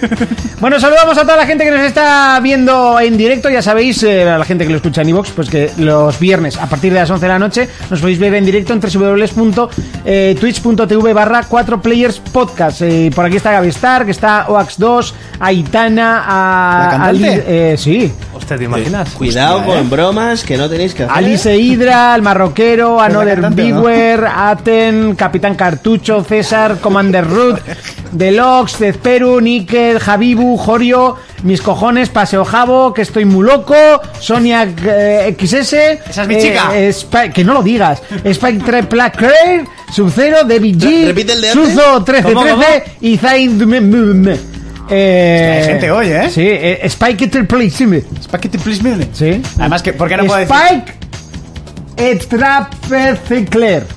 Speaker 4: bueno, saludamos a toda la gente que nos está viendo en directo. Ya sabéis, eh, a la gente que lo escucha en iVoox, pues que los viernes a partir de las 11 de la noche nos podéis ver en directo en www.twitch.tv barra 4 players podcast. Eh, por aquí está Gavistar, que está Oax2, Aitana, a...
Speaker 5: ¿La cantante?
Speaker 4: Ali- eh, sí.
Speaker 10: Hostia, ¿te imaginas?
Speaker 6: Cuidado
Speaker 5: eh.
Speaker 6: con bromas que no tenéis que hacer.
Speaker 4: Alice Hydra, el marroquero, Another
Speaker 5: cantante, ¿no?
Speaker 4: Beware, Aten, Capitán Cartucho, César, Commander Root, Deluxe, Cezperu, Nickel, Javibu, Jorio, Mis Cojones, Paseo Jabo, Que Estoy Muy Loco, Sonia eh, XS.
Speaker 5: Esa es mi chica.
Speaker 4: Spike- que no lo digas. Spike 3 Black Crane, Sub-Zero, David G,
Speaker 6: Repite el de antes.
Speaker 4: Suzo 1313 y Zain. Eh,
Speaker 5: Hay gente hoy, ¿eh?
Speaker 4: Sí, eh, Spike Interplay.
Speaker 5: Spaghetti, please, me.
Speaker 4: Sí.
Speaker 5: Además, que, ¿por qué no puedo decir?
Speaker 4: Spike Strapecicler.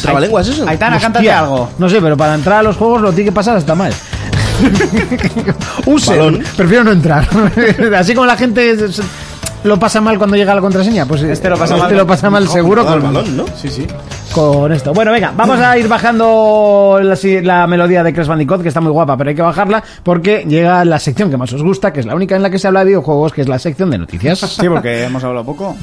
Speaker 6: ¿Trabalenguas eso?
Speaker 5: Aitana, cántate
Speaker 4: Hostia,
Speaker 5: algo.
Speaker 4: No sé, pero para entrar a los juegos lo tiene que pasar hasta mal. User. Prefiero no entrar. Así como la gente se- se- lo pasa mal cuando llega la contraseña, pues
Speaker 5: Este lo pasa mal.
Speaker 4: lo pasa mal seguro
Speaker 6: Al
Speaker 4: con,
Speaker 6: balón, ¿no?
Speaker 5: Sí, sí.
Speaker 4: con esto. Bueno, venga, vamos a ir bajando la, si- la melodía de Crash Bandicoot, que está muy guapa, pero hay que bajarla porque llega la sección que más os gusta, que es la única en la que se habla de videojuegos, que es la sección de noticias.
Speaker 5: Sí, porque hemos hablado poco.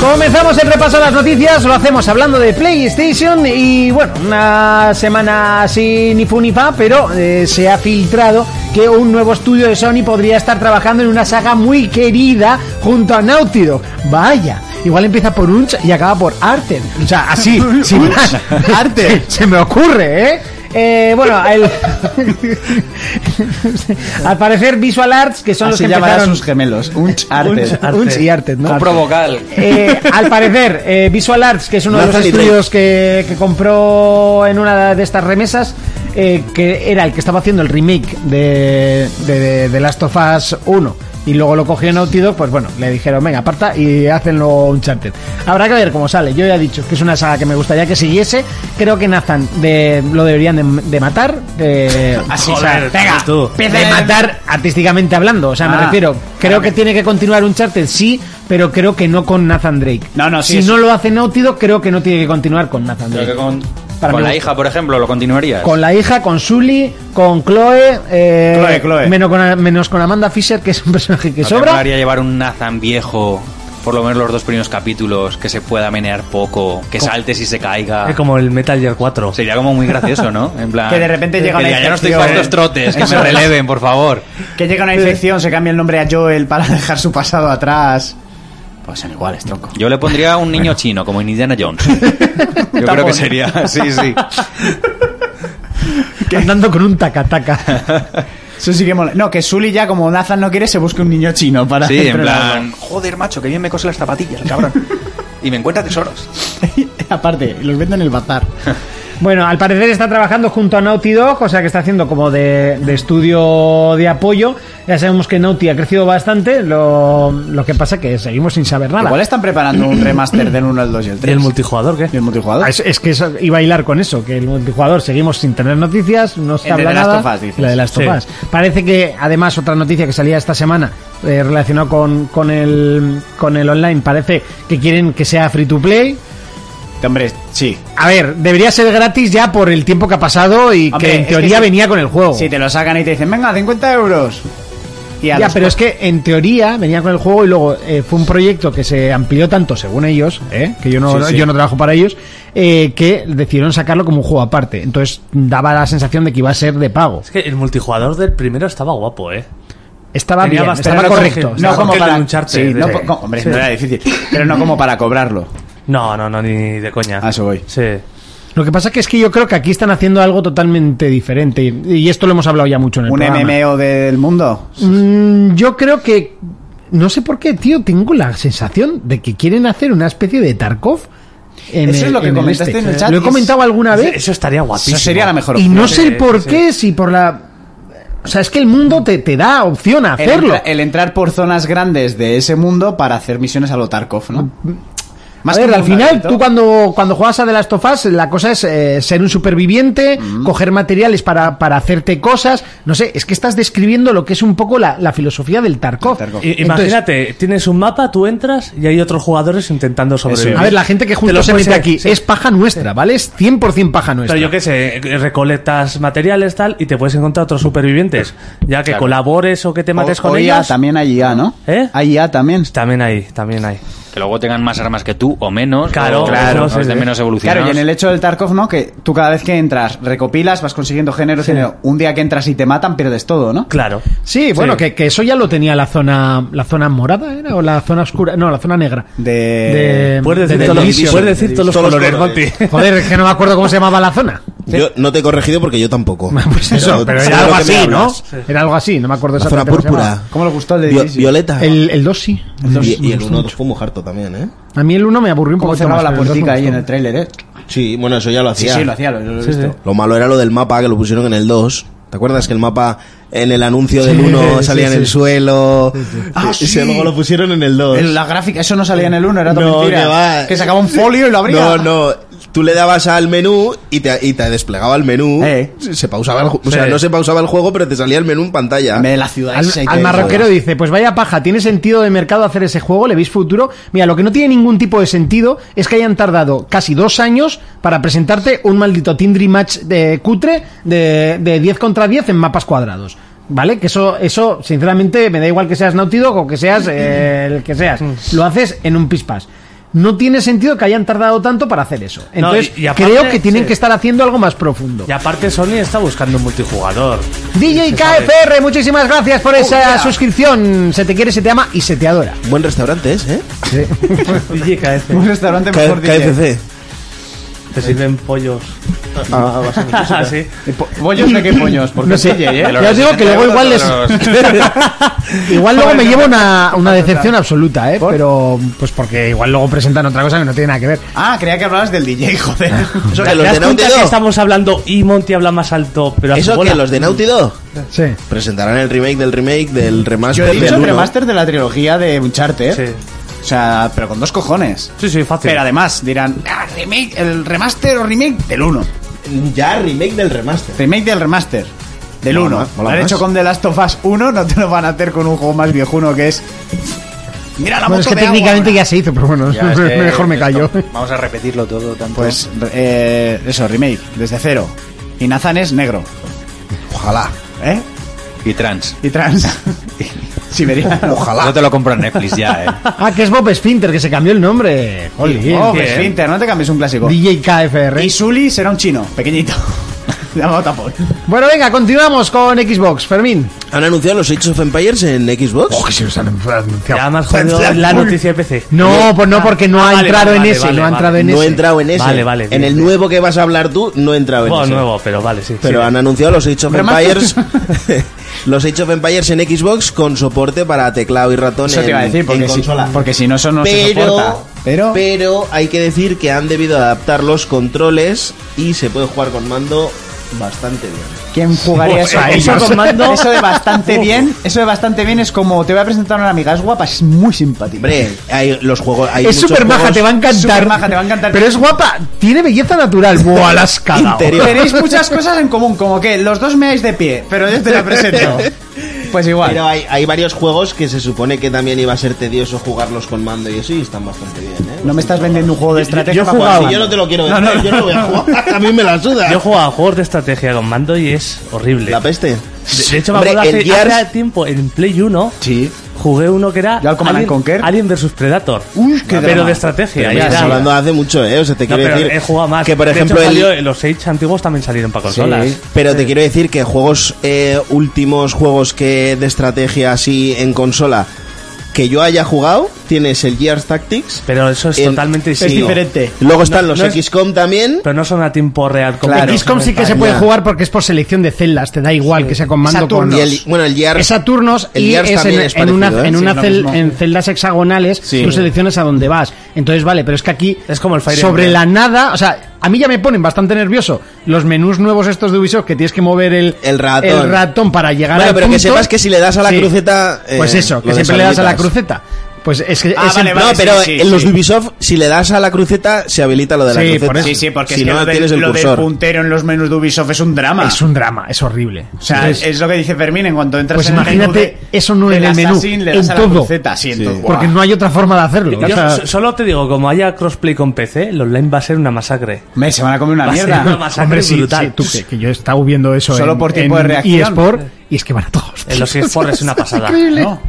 Speaker 4: Comenzamos el repaso a las noticias, lo hacemos hablando de PlayStation y bueno, una semana así ni fu ni fa, pero eh, se ha filtrado que un nuevo estudio de Sony podría estar trabajando en una saga muy querida junto a Naughty Dog. Vaya, igual empieza por Unch y acaba por Arten. O sea, así, sin más. Arten. Se me ocurre, ¿eh? Eh, bueno, el- al parecer Visual Arts, que son los
Speaker 5: Así
Speaker 4: que
Speaker 5: llamará a
Speaker 4: empezaron...
Speaker 5: sus gemelos. Uncharted.
Speaker 10: Uncharted.
Speaker 4: Unch y Arten, ¿no?
Speaker 8: Provocal.
Speaker 4: Eh, al parecer, eh, Visual Arts, que es uno de los
Speaker 6: Nathan y
Speaker 4: estudios que, que compró en una de estas remesas, eh, que era el que estaba haciendo el remake de, de, de- de Last of Us 1 y luego lo cogió Naughty Dog, pues bueno, le dijeron, venga, aparta y hacenlo Uncharted. Habrá que ver cómo sale. Yo ya he dicho que es una saga que me gustaría que siguiese. Creo que Nathan de, lo deberían de, de matar. eh, así, o sea,
Speaker 10: Joder,
Speaker 4: venga,
Speaker 10: tú.
Speaker 4: de matar artísticamente hablando. O sea, me
Speaker 5: Ah,
Speaker 4: refiero, creo que tiene que continuar Uncharted, sí, pero creo que no con Nathan Drake.
Speaker 5: No, no, sí,
Speaker 4: si
Speaker 5: es-
Speaker 4: no lo hace Naughty Dog, creo que no tiene que continuar con Nathan
Speaker 8: Creo
Speaker 4: Drake.
Speaker 8: que con,
Speaker 4: Para
Speaker 8: con
Speaker 4: mí
Speaker 8: la
Speaker 4: no.
Speaker 8: hija, por ejemplo, lo continuarías.
Speaker 4: Con la hija, con Sully, con Chloe, eh,
Speaker 5: Chloe, Chloe.
Speaker 4: Menos, con, menos con Amanda Fisher, que es un personaje que
Speaker 8: ¿No te
Speaker 4: sobra.
Speaker 8: molaría llevar un Nathan viejo, por lo menos los dos primeros capítulos, que se pueda menear poco, que salte si se caiga.
Speaker 10: Es como el Metal Gear 4.
Speaker 8: Sería como muy gracioso, ¿no? En plan.
Speaker 5: Que de repente llega una
Speaker 8: diga, Ya no estoy
Speaker 5: infección,
Speaker 8: para estos
Speaker 5: ¿eh?"
Speaker 8: trotes, que me
Speaker 5: Eso.
Speaker 8: releven, por favor.
Speaker 5: Que llega una infección, se cambia el nombre a Joel para dejar su pasado atrás. Pues son iguales, tronco.
Speaker 8: Yo le pondría un niño chino, como en Indiana Jones. Yo creo que sería. Sí, sí.
Speaker 4: Andando con un taca-taca.
Speaker 5: Eso sí que mola. No, que Sully ya, como Nathan no quiere, se busque un niño chino para
Speaker 8: Sí, en
Speaker 5: entrenarlo.
Speaker 8: plan, joder, macho, que bien me cose las zapatillas, el cabrón. y me encuentra tesoros.
Speaker 5: Aparte, los vendo en el bazar.
Speaker 4: Bueno, al parecer está trabajando junto a Naughty Dog, o sea que está haciendo como de, de estudio de apoyo. Ya sabemos que Naughty ha crecido bastante, lo, lo que pasa que seguimos sin saber nada.
Speaker 5: Igual están preparando un remaster del 1, el 2 y el
Speaker 10: ¿Y
Speaker 5: 3.
Speaker 10: el multijugador qué?
Speaker 5: ¿Y el multijugador?
Speaker 4: Ah, Es, es que eso- iba a hilar con eso, que el multijugador seguimos sin tener noticias, no se
Speaker 5: El de
Speaker 4: habla
Speaker 5: The Last
Speaker 4: nada.
Speaker 5: of Us, dices.
Speaker 4: La de las
Speaker 10: Sí.
Speaker 4: topas. Parece que además otra noticia que salía esta semana eh, relacionada con, con el con el online, parece que quieren que sea free to play.
Speaker 5: Hombre, sí.
Speaker 4: A ver, debería ser gratis ya por el tiempo que ha pasado y
Speaker 5: Hombre,
Speaker 4: que
Speaker 5: es
Speaker 4: en
Speaker 5: que
Speaker 4: teoría
Speaker 5: si-
Speaker 4: venía con el juego.
Speaker 5: Si te lo sacan y te dicen, venga, 50 euros. Y a
Speaker 4: Ya,
Speaker 5: los
Speaker 4: pero
Speaker 5: cu-
Speaker 4: es que en teoría venía con el juego y luego eh, fue un proyecto que se amplió tanto, según ellos, ¿eh? que yo no,
Speaker 5: Sí, sí.
Speaker 4: yo no trabajo para ellos, eh, que decidieron sacarlo como un juego aparte. Entonces daba la sensación de que iba a ser de pago.
Speaker 10: Es que el multijugador del primero estaba guapo, ¿eh?
Speaker 4: Estaba
Speaker 10: Tenía
Speaker 4: bien,
Speaker 10: bastante
Speaker 4: estaba
Speaker 10: razón,
Speaker 4: correcto. estaba
Speaker 10: Gil.
Speaker 5: No
Speaker 10: Mejor
Speaker 5: como
Speaker 10: que el de
Speaker 5: para...
Speaker 10: Uncharted,
Speaker 5: sí, no
Speaker 10: sí.
Speaker 5: po- co- hombre,
Speaker 10: Sí.
Speaker 5: no era difícil. Pero no como para cobrarlo.
Speaker 10: No, no, no, ni de coña.
Speaker 5: A eso voy.
Speaker 10: Sí.
Speaker 4: Lo que pasa que es que yo creo que aquí están haciendo algo totalmente diferente. Y y esto lo hemos hablado ya mucho en el
Speaker 5: ¿Un
Speaker 4: programa.
Speaker 5: MMO del mundo?
Speaker 4: Mm, yo creo que. No sé por qué, tío. Tengo la sensación de que quieren hacer una especie de Tarkov. en
Speaker 5: Eso es
Speaker 4: el-
Speaker 5: lo que
Speaker 4: el este.
Speaker 5: comentaste en el chat
Speaker 4: Lo
Speaker 5: y
Speaker 4: he
Speaker 5: es-
Speaker 4: comentado alguna vez.
Speaker 10: Eso estaría guapísimo.
Speaker 5: Eso sería la mejor
Speaker 4: Y
Speaker 5: opción.
Speaker 4: no sé
Speaker 10: Sí,
Speaker 4: el por
Speaker 10: sí.
Speaker 4: qué, si por la. O sea, es que el mundo te, te da opción a
Speaker 5: El,
Speaker 4: hacerlo.
Speaker 5: entra- el entrar por zonas grandes de ese mundo para hacer misiones a lo Tarkov, ¿no?
Speaker 4: a ver,
Speaker 5: que un
Speaker 4: al final,
Speaker 5: laberinto.
Speaker 4: tú cuando, cuando juegas a The Last of Us, la cosa es eh, ser un superviviente, coger materiales para, para hacerte cosas. No sé, es que estás describiendo lo que es un poco la, la filosofía del Tarkov.
Speaker 5: Del Tarkov.
Speaker 10: I- Imagínate, tienes un mapa, tú entras y hay otros jugadores intentando sobrevivir.
Speaker 4: A ver, la gente que justo
Speaker 10: lo
Speaker 4: se mete
Speaker 10: puedes-
Speaker 4: aquí
Speaker 10: sí.
Speaker 4: es paja nuestra, ¿vale? Es 100% paja nuestra.
Speaker 10: Pero yo qué sé, recolectas materiales tal y te puedes encontrar otros supervivientes. Ya que colabores o que te mates
Speaker 5: O-
Speaker 10: con
Speaker 5: o IA,
Speaker 10: ellos.
Speaker 5: también hay IA, ¿no?
Speaker 10: ¿Eh?
Speaker 5: Hay IA también.
Speaker 10: También hay, también hay.
Speaker 8: Que luego tengan más armas que tú o menos.
Speaker 10: Claro,
Speaker 8: o-
Speaker 10: claro,
Speaker 8: o
Speaker 10: sí,
Speaker 8: estén
Speaker 10: sí.
Speaker 8: menos evolucionados.
Speaker 5: Claro, y en el e- hecho del Tarkov, ¿no? Que tú cada vez que entras, recopilas, vas consiguiendo género, género. Un día que entras y te matan, pierdes todo, ¿no?
Speaker 10: Claro.
Speaker 4: Sí, bueno, Que, que eso ya lo tenía la zona la zona morada, ¿era? O la zona oscura. No, la zona negra.
Speaker 5: De...
Speaker 4: De-
Speaker 10: Puedes
Speaker 4: de
Speaker 10: decir, todos los,
Speaker 4: Division.
Speaker 10: puedes decir todos los
Speaker 6: Todos los
Speaker 10: colores,
Speaker 6: colores.
Speaker 10: Monty.
Speaker 4: Joder, es que no me acuerdo cómo se llamaba la zona.
Speaker 6: Yo no te he corregido porque yo tampoco.
Speaker 4: Pues eso, pero
Speaker 6: sé
Speaker 4: era
Speaker 6: de
Speaker 4: algo
Speaker 6: lo que me
Speaker 4: así, ¿no?
Speaker 6: hablas.
Speaker 4: Era algo así, no me acuerdo
Speaker 6: La zona
Speaker 4: exactamente. cómo se
Speaker 6: púrpura.
Speaker 4: llamaba.
Speaker 5: ¿Cómo le gustó el de
Speaker 6: Vio-
Speaker 5: Division?
Speaker 6: Violeta.
Speaker 4: El, el 2 sí. El dos
Speaker 6: y,
Speaker 4: me
Speaker 6: y el
Speaker 4: gustó
Speaker 6: 1
Speaker 4: mucho.
Speaker 6: fue muy harto también, ¿eh?
Speaker 4: A mí el 1 me aburrió un
Speaker 5: ¿Cómo
Speaker 4: poco
Speaker 5: cerraba la puertica ahí en el tráiler, eh?
Speaker 6: Sí, bueno, eso ya lo
Speaker 5: Sí,
Speaker 6: hacía.
Speaker 5: sí, lo hacía, lo, lo he visto.
Speaker 6: Lo malo era lo del mapa que lo pusieron en el 2. ¿Te acuerdas que el mapa en el anuncio del 1 salía en el suelo?
Speaker 5: Ah,
Speaker 6: Y
Speaker 5: sí.
Speaker 6: luego lo pusieron en el 2.
Speaker 5: El- La gráfica, eso no salía en el 1, era todo
Speaker 6: Pues No,
Speaker 5: mentira.
Speaker 6: que va.
Speaker 5: Que sacaba un folio y lo abría.
Speaker 6: No, no. Tú le dabas al menú y te, y te desplegaba el menú.
Speaker 5: Eh.
Speaker 6: Se pausaba el ju- O sea, no se pausaba el juego, pero te salía el menú en pantalla.
Speaker 5: En vez de la ciudad
Speaker 4: Al,
Speaker 5: esa y
Speaker 4: al
Speaker 5: todo.
Speaker 4: marroquero dice, pues vaya paja, tiene sentido de mercado hacer ese juego, le veis futuro. Mira, lo que no tiene ningún tipo de sentido es que hayan tardado casi dos años para presentarte un maldito Tindry match de cutre de, de 10 contra 10 en mapas cuadrados. ¿Vale? Que eso, eso, sinceramente, me da igual que seas Naughty Dog o que seas eh, el que seas. Lo haces en un pispas. No tiene sentido que hayan tardado tanto para hacer eso.
Speaker 10: No, y-
Speaker 4: Entonces,
Speaker 10: y aparte,
Speaker 4: creo que tienen
Speaker 10: sí.
Speaker 4: que estar haciendo algo más profundo.
Speaker 10: Y aparte Sony está buscando un multijugador.
Speaker 4: DJ KFR, muchísimas gracias por esa suscripción. Se te quiere, se te ama y se te adora.
Speaker 6: Buen restaurante es, ¿eh?
Speaker 10: DJ KF.
Speaker 5: Un restaurante
Speaker 6: K-
Speaker 5: mejor dicho.
Speaker 6: KFC.
Speaker 10: eh, Te sirven pollos. Ah, sí.
Speaker 5: ¿Y po- ¿Pollos de qué pollos? Porque
Speaker 4: No sé,
Speaker 5: sí, ¿eh?
Speaker 4: ya os digo que luego igual les... igual luego me llevo una, una decepción absoluta, ¿eh? Pero pues porque igual luego presentan otra cosa que no tiene nada que ver.
Speaker 5: Ah, creía que hablabas del DJ, joder.
Speaker 6: Eso
Speaker 10: ¿Te
Speaker 6: que los
Speaker 10: das
Speaker 6: de Naughty
Speaker 10: cuenta que
Speaker 6: Dog.
Speaker 10: estamos hablando y Monty habla más alto, pero a su
Speaker 6: Eso
Speaker 10: bola?
Speaker 6: que los de Naughty Dog
Speaker 4: Sí.
Speaker 6: presentarán el remake del remake del
Speaker 5: Yo
Speaker 6: remaster
Speaker 5: he dicho el
Speaker 6: del 1.
Speaker 5: remaster de la trilogía de Uncharted.
Speaker 10: Sí.
Speaker 5: O sea, pero con dos cojones.
Speaker 10: Sí, sí, fácil.
Speaker 5: Pero además dirán, "Ah, remake, el remaster o remake del 1.
Speaker 6: Ya remake del remaster.
Speaker 5: Remake del remaster del 1.
Speaker 6: más,
Speaker 5: Lo
Speaker 6: mola
Speaker 5: han
Speaker 6: más.
Speaker 5: hecho con The Last of Us 1, no te lo van a hacer con un juego más viejuno que es... Mira la
Speaker 4: Bueno,
Speaker 5: moto
Speaker 4: es que
Speaker 5: de agua
Speaker 4: técnicamente
Speaker 5: ahora".
Speaker 4: ya se hizo, pero bueno,
Speaker 8: Ya, es que
Speaker 4: mejor me
Speaker 8: esto-
Speaker 4: callo.
Speaker 8: Vamos a repetirlo todo tanto.
Speaker 5: Pues eh, eso, remake, desde cero. Y Nathan es negro,
Speaker 6: Ojalá.
Speaker 5: ¿eh?
Speaker 8: Y trans.
Speaker 5: Y trans. Siberiano.
Speaker 8: Ojalá. No te lo compro en Netflix ya, eh.
Speaker 4: Ah, que es Bob Sfinter, que se cambió el nombre. Jolín.
Speaker 5: Oh, pues, Finter, no te cambies un clásico.
Speaker 4: DJ KFR.
Speaker 5: Y Sully será un chino, pequeñito. Llamado tapón.
Speaker 4: Bueno, venga, continuamos con Xbox. Fermín.
Speaker 6: Han anunciado los Age of Empires en Xbox.
Speaker 3: Oh, que se los han anunciado.
Speaker 10: Ya me has jodido la noticia de PC.
Speaker 4: No, pues no, porque no ha
Speaker 10: vale,
Speaker 4: entrado
Speaker 10: vale,
Speaker 4: en ese.
Speaker 10: vale,
Speaker 4: no ha
Speaker 10: vale.
Speaker 4: entrado en
Speaker 6: no
Speaker 4: ese.
Speaker 6: he entrado en ese.
Speaker 10: Vale, vale,
Speaker 6: en
Speaker 10: bien,
Speaker 6: el
Speaker 10: bien.
Speaker 6: nuevo que vas a hablar tú, no he entrado en
Speaker 10: Juego
Speaker 6: ese.
Speaker 10: nuevo, pero vale, sí.
Speaker 6: Pero
Speaker 10: sí.
Speaker 6: han anunciado los Age of
Speaker 5: Hombre, macho.
Speaker 6: Empires. los Age of Empires en Xbox con soporte para teclado y ratón
Speaker 5: Eso
Speaker 6: en,
Speaker 5: te iba a decir,
Speaker 6: en
Speaker 5: porque, si,
Speaker 6: consola.
Speaker 5: porque si no, eso no se soporta. Pero,
Speaker 6: pero, pero, hay que decir que han debido adaptar los controles y se puede jugar con mando bastante bien.
Speaker 5: ¿quién jugaría eso?
Speaker 3: a
Speaker 5: Eso,
Speaker 3: ellos.
Speaker 5: con mando- eso de bastante bien, eso de bastante bien es como te voy a presentar a una amiga, es guapa, es muy simpática.
Speaker 6: Hombre, hay los juegos. Hay
Speaker 4: Es
Speaker 6: muchos
Speaker 4: súper maja,
Speaker 6: juegos
Speaker 4: te va a encantar.
Speaker 5: Súper maja, te va a encantar.
Speaker 4: Pero es guapa, tiene belleza natural. Buah, la has cagao.
Speaker 6: interior.
Speaker 5: Tenéis muchas cosas en común, como que los dos me dais de pie, pero yo te la presento. Pues igual.
Speaker 6: Pero hay, hay varios juegos que se supone que también iba a ser tedioso jugarlos con mando y eso y están bastante bien, ¿eh?
Speaker 5: no me estás vendiendo un juego de estrategia. para
Speaker 6: Yo,
Speaker 5: jugar
Speaker 6: yo no
Speaker 5: jugando.
Speaker 6: te lo quiero
Speaker 5: No,
Speaker 6: vender,
Speaker 5: no,
Speaker 6: yo no voy a jugar. A mí me la suda.
Speaker 10: Yo he jugado a juegos de estrategia con mando y es horrible.
Speaker 6: la peste.
Speaker 10: De, de hecho, me
Speaker 6: Hombre,
Speaker 10: acuerdo
Speaker 6: el
Speaker 10: hace,
Speaker 6: Gears-
Speaker 10: hace tiempo en Play 1
Speaker 6: Sí.
Speaker 10: jugué uno que era
Speaker 5: Yo al Command and Conquer.
Speaker 10: Alien, Alien vs Predator.
Speaker 5: Uy, qué
Speaker 10: pero
Speaker 5: drama.
Speaker 10: de estrategia.
Speaker 6: Pero
Speaker 10: y
Speaker 6: me estás
Speaker 10: era-
Speaker 6: hablando hace mucho, ¿eh? O sea, te
Speaker 10: No,
Speaker 6: quiero
Speaker 10: pero
Speaker 6: decir
Speaker 10: he jugado más.
Speaker 6: que, por
Speaker 10: De
Speaker 6: ejemplo,
Speaker 10: hecho,
Speaker 6: el-
Speaker 10: salió- los Age antiguos también salieron para consolas.
Speaker 6: Pero te quiero decir que juegos eh, últimos, juegos que de estrategia así en consola que yo haya jugado, tienes el Gears Tactics.
Speaker 10: Pero eso es
Speaker 6: el-
Speaker 10: totalmente
Speaker 6: es
Speaker 10: distinto.
Speaker 5: diferente.
Speaker 6: Luego están
Speaker 10: No,
Speaker 6: los
Speaker 10: no es-
Speaker 6: XCOM también.
Speaker 10: Pero no son a tiempo real como
Speaker 4: Claro,
Speaker 10: los
Speaker 4: XCOM sí que se puede
Speaker 6: Ya.
Speaker 4: jugar porque es por selección de celdas, te da igual que sea con mando o con
Speaker 6: Y el- bueno, el Gears.
Speaker 4: es a turnos
Speaker 6: El
Speaker 4: y
Speaker 6: Gears
Speaker 4: es en,
Speaker 6: también es
Speaker 4: en una,
Speaker 6: parecido, ¿eh?
Speaker 4: en,
Speaker 6: Sí,
Speaker 4: una
Speaker 5: lo
Speaker 4: cel-
Speaker 5: mismo.
Speaker 4: en celdas hexagonales
Speaker 6: Sí.
Speaker 4: tú seleccionas a dónde vas. Entonces, vale, pero es que aquí
Speaker 10: Es como el Fire
Speaker 4: sobre
Speaker 10: Emblem.
Speaker 4: la nada, o sea, a mí ya me ponen bastante nervioso los menús nuevos estos de Ubisoft que tienes que mover el,
Speaker 6: El ratón.
Speaker 4: el ratón para llegar
Speaker 6: Bueno,
Speaker 4: al
Speaker 6: pero que
Speaker 4: punto.
Speaker 6: sepas que si le das a la cruceta, eh,
Speaker 4: pues eso, que
Speaker 6: lo
Speaker 4: siempre le das a la
Speaker 6: deshabilitas.
Speaker 4: cruceta. Pues es que
Speaker 5: Ah,
Speaker 4: es
Speaker 5: vale,
Speaker 4: en
Speaker 6: No,
Speaker 4: plan-
Speaker 5: vale,
Speaker 6: pero
Speaker 5: sí, sí,
Speaker 6: en los
Speaker 5: sí.
Speaker 6: de Ubisoft, si le das a la cruceta, se habilita lo de la
Speaker 4: Sí,
Speaker 6: cruceta.
Speaker 4: por eso.
Speaker 5: Sí, sí, porque
Speaker 6: si
Speaker 5: es que
Speaker 6: no,
Speaker 5: lo, del,
Speaker 6: tienes el
Speaker 5: lo del
Speaker 6: cursor.
Speaker 5: puntero en los menús de Ubisoft es un drama.
Speaker 4: es un drama, es horrible.
Speaker 5: O sea,
Speaker 4: Entonces,
Speaker 5: es lo que dice Fermín en cuanto entras
Speaker 4: Pues
Speaker 5: en
Speaker 4: imagínate,
Speaker 5: el menú de-
Speaker 4: eso no en
Speaker 5: del
Speaker 4: el menú,
Speaker 5: Assassin, le das
Speaker 4: en
Speaker 5: a la
Speaker 4: todo.
Speaker 5: cruceta, sí, en
Speaker 6: Sí.
Speaker 5: todo.
Speaker 4: porque
Speaker 5: Buah.
Speaker 4: no hay otra forma de hacerlo.
Speaker 10: Yo
Speaker 4: o sea-
Speaker 10: so- solo te digo, como haya crossplay con PC, el online va a ser una masacre.
Speaker 5: Me, se van a comer una
Speaker 10: Va a ser una
Speaker 5: mierda.
Speaker 10: masacre
Speaker 4: Hombre, sí,
Speaker 10: brutal.
Speaker 4: sí, tú, que, que yo he estado viendo eso
Speaker 5: Solo
Speaker 4: en,
Speaker 5: por tipo
Speaker 4: en
Speaker 5: de reacción.
Speaker 4: eSport, y es que van a todos.
Speaker 10: En los eSports es una pasada.
Speaker 4: increíble.
Speaker 5: No.